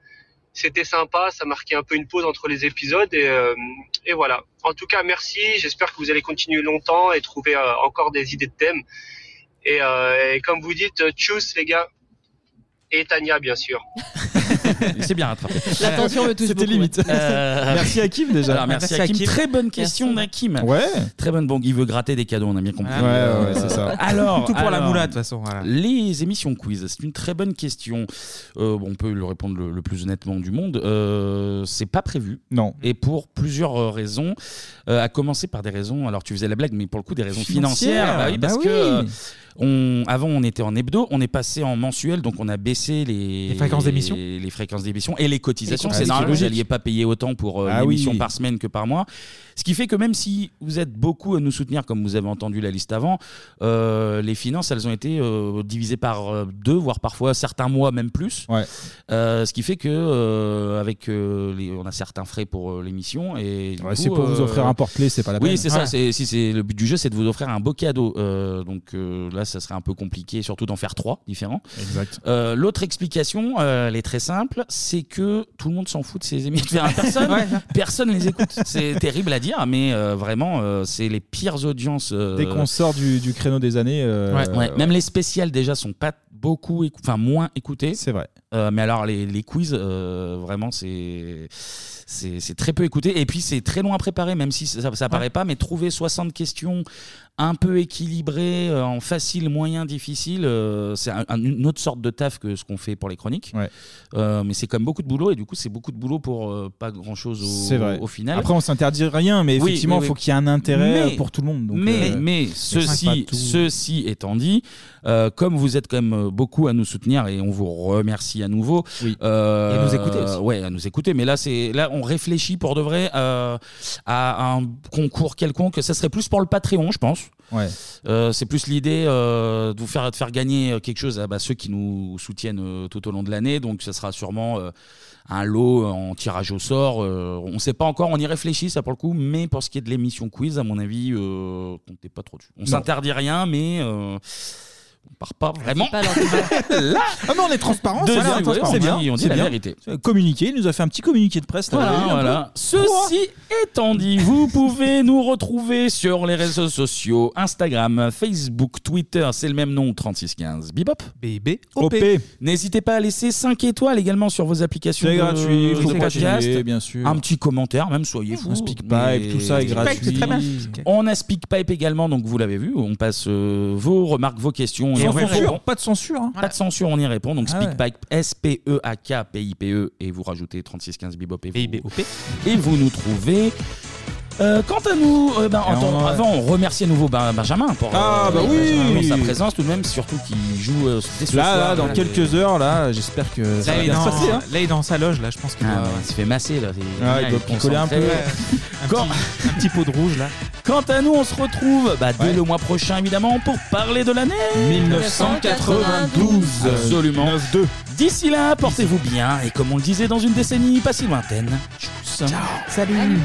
[SPEAKER 16] c'était sympa, ça marquait un peu une pause entre les épisodes et, euh, et voilà. En tout cas, merci, j'espère que vous allez continuer longtemps et trouver euh, encore des idées de thèmes. Et, euh, et comme vous dites, euh, tchuss les gars. Et Tania, bien sûr.
[SPEAKER 1] C'est bien rattrapé.
[SPEAKER 16] La tension me touche
[SPEAKER 1] C'était limite.
[SPEAKER 6] Merci Hakim, déjà.
[SPEAKER 1] Euh, Alors, merci,
[SPEAKER 6] Merci
[SPEAKER 1] Hakim.
[SPEAKER 6] Hakim.
[SPEAKER 1] Très bonne question d'Hakim.
[SPEAKER 6] Ouais.
[SPEAKER 1] Très bonne. Bon, il veut gratter des cadeaux, on a bien compris.
[SPEAKER 6] Ouais, ouais, ouais, c'est ça.
[SPEAKER 1] Alors,
[SPEAKER 9] Tout pour la
[SPEAKER 1] alors,
[SPEAKER 9] moula, de toute façon, voilà.
[SPEAKER 1] Les émissions quiz, c'est une très bonne question. Euh, bon, on peut le répondre le, le plus honnêtement du monde. Euh, c'est pas prévu.
[SPEAKER 6] Non.
[SPEAKER 1] Et pour plusieurs euh, raisons. Euh, à commencer par des raisons. Alors, tu faisais la blague, mais pour le coup, des raisons
[SPEAKER 6] Financières,
[SPEAKER 1] financières. Bah oui,
[SPEAKER 6] bah
[SPEAKER 1] parce
[SPEAKER 6] oui.
[SPEAKER 1] que. euh, On, avant, on était en hebdo, on est passé en mensuel, donc on a baissé les,
[SPEAKER 9] Les fréquences d'émission
[SPEAKER 1] les, fréquences d'émission et les cotisations.
[SPEAKER 9] Les
[SPEAKER 1] C'est
[SPEAKER 9] cotisations,
[SPEAKER 1] normal, vous
[SPEAKER 9] logique.
[SPEAKER 1] n'alliez pas payer autant pour euh,
[SPEAKER 9] Ah
[SPEAKER 1] une
[SPEAKER 9] oui.
[SPEAKER 1] émission par semaine que par mois. Ce qui fait que même si vous êtes beaucoup à nous soutenir, comme vous avez entendu la liste avant, euh, les finances, elles ont été euh, divisées par euh, deux, voire parfois certains mois, même plus. Euh, ce qui fait que euh, avec euh, les- on a certains frais pour euh, l'émission et du
[SPEAKER 6] Ouais,
[SPEAKER 1] coup,
[SPEAKER 6] c'est pour vous
[SPEAKER 1] euh,
[SPEAKER 6] offrir un porte-clés, c'est pas la
[SPEAKER 1] oui,
[SPEAKER 6] peine.
[SPEAKER 1] c'est
[SPEAKER 6] Ouais.
[SPEAKER 1] ça. c'est- Si c'est le but du jeu, c'est de vous offrir un beau cadeau. Euh, donc euh, là, ça serait un peu compliqué, surtout d'en faire trois différents.
[SPEAKER 6] Exact.
[SPEAKER 1] Euh, L'autre explication, euh, elle est très simple, c'est que tout le monde s'en fout de ses émissions. Enfin, personne,
[SPEAKER 9] Ouais.
[SPEAKER 1] personne les écoute. C'est terrible à dire, mais euh, vraiment, euh, c'est les pires audiences. euh,
[SPEAKER 6] Dès qu'on sort du, du créneau des années. euh,
[SPEAKER 1] Ouais, ouais. Même les spéciales déjà sont pas beaucoup, écou- enfin moins écoutées. Euh,
[SPEAKER 6] C'est vrai.
[SPEAKER 1] mais alors les, les quiz, euh, vraiment c'est c'est c'est très peu écouté. Et puis c'est très loin à préparer, même si ça, ça paraît pas. Mais trouver 60 questions un peu équilibrées, euh, en facile, moyen, difficile, euh, c'est un- un- une autre sorte de taf que ce qu'on fait pour les chroniques. Euh, mais c'est quand même beaucoup de boulot et du coup c'est beaucoup de boulot pour euh, pas grand chose
[SPEAKER 6] C'est
[SPEAKER 1] au,
[SPEAKER 6] vrai.
[SPEAKER 1] au final.
[SPEAKER 6] Après, on s'interdit rien, mais
[SPEAKER 1] Oui,
[SPEAKER 6] effectivement,
[SPEAKER 1] oui, oui.
[SPEAKER 6] faut qu'il y ait un intérêt
[SPEAKER 1] Mais-
[SPEAKER 6] euh, pour tout le monde. donc,
[SPEAKER 1] mais
[SPEAKER 6] euh,
[SPEAKER 1] mais
[SPEAKER 6] c'est pas
[SPEAKER 1] ceci,
[SPEAKER 6] tout.
[SPEAKER 1] ceci étant dit, euh, comme vous êtes quand même euh, beaucoup à nous soutenir et on vous remercie à nouveau. euh,
[SPEAKER 9] Et à nous écouter aussi.
[SPEAKER 1] Ouais, à nous écouter. Mais là, c'est là, on réfléchit pour de vrai euh, à un concours quelconque. Ça serait plus pour le Patreon, je pense.
[SPEAKER 6] Ouais.
[SPEAKER 1] Euh, c'est plus l'idée euh, de vous faire de faire gagner euh, quelque chose à bah, ceux qui nous soutiennent euh, tout au long de l'année. Donc, ça sera sûrement euh, un lot euh, en tirage au sort. Euh, on ne sait pas encore. On y réfléchit ça pour le coup. Mais pour ce qui est de l'émission quiz, à mon avis, euh, comptez pas trop dessus. On
[SPEAKER 6] Non.
[SPEAKER 1] s'interdit rien, mais euh, on part pas vraiment. Là,
[SPEAKER 6] Ah non, on est transparent,
[SPEAKER 1] Deux
[SPEAKER 6] c'est bien,
[SPEAKER 1] heures, ouais,
[SPEAKER 6] transparent,
[SPEAKER 1] c'est bien,
[SPEAKER 6] hein,
[SPEAKER 1] on dit
[SPEAKER 6] c'est
[SPEAKER 1] la
[SPEAKER 6] bien.
[SPEAKER 1] vérité.
[SPEAKER 6] Communiqué, il nous a fait un petit communiqué de presse. là, vous
[SPEAKER 1] Voilà,
[SPEAKER 6] avez vu, un
[SPEAKER 1] voilà.
[SPEAKER 6] peu
[SPEAKER 1] Ceci étant dit, vous pouvez nous retrouver sur les réseaux sociaux Instagram, Facebook, Twitter, c'est le même nom, 3615 Bibop.
[SPEAKER 6] OP.
[SPEAKER 1] N'hésitez pas à laisser 5 étoiles également sur vos applications.
[SPEAKER 6] C'est
[SPEAKER 1] de-
[SPEAKER 6] gratuit,
[SPEAKER 1] de
[SPEAKER 6] faut
[SPEAKER 1] podcast.
[SPEAKER 6] continuer, bien sûr.
[SPEAKER 1] Un petit commentaire, même soyez fous.
[SPEAKER 6] Pipe,
[SPEAKER 1] mais-
[SPEAKER 6] tout ça est gratuit.
[SPEAKER 1] On a SpeakPipe également, donc vous l'avez vu, on passe euh, vos remarques, vos questions.
[SPEAKER 6] Sans
[SPEAKER 1] on vous
[SPEAKER 6] censure,
[SPEAKER 1] répond.
[SPEAKER 6] pas de censure. hein.
[SPEAKER 1] Pas de censure, on y répond. Donc
[SPEAKER 6] Ah ouais.
[SPEAKER 1] SpeakPipe, E S-P-E-A-K-P-I-P-E, E, et vous rajoutez 3615 Bibop et vous, et vous nous trouvez. Euh, quant à nous, euh, ben,
[SPEAKER 6] Et
[SPEAKER 1] attends,
[SPEAKER 6] on-
[SPEAKER 1] avant, on remercie à nouveau ben- Benjamin pour,
[SPEAKER 6] Ah, bah oui.
[SPEAKER 1] pour Euh, sa présence, tout de même, surtout qu'il joue euh, dès ce
[SPEAKER 6] Là,
[SPEAKER 1] soir,
[SPEAKER 6] là, dans
[SPEAKER 1] et-
[SPEAKER 6] quelques heures, là, j'espère que ça
[SPEAKER 9] Là,
[SPEAKER 6] va
[SPEAKER 9] il est
[SPEAKER 6] bien
[SPEAKER 9] dans-
[SPEAKER 6] se passer. hein.
[SPEAKER 9] là, il est dans sa loge, là, je pense qu'il
[SPEAKER 1] Ah
[SPEAKER 9] doit-
[SPEAKER 1] ouais, il se fait masser là. c'est-
[SPEAKER 6] Ah, il doit
[SPEAKER 1] est
[SPEAKER 6] picoler un
[SPEAKER 1] concentré.
[SPEAKER 6] peu.
[SPEAKER 1] Quand-
[SPEAKER 9] Un petit pot de rouge, là.
[SPEAKER 1] Quant à nous, on se retrouve bah, dès le mois prochain, évidemment, pour parler de l'année
[SPEAKER 6] 1992.
[SPEAKER 1] Absolument.
[SPEAKER 6] 9-2.
[SPEAKER 1] D'ici là, portez-vous bien et comme on le disait dans une décennie pas si lointaine, tchuss. Ciao.
[SPEAKER 9] Salut.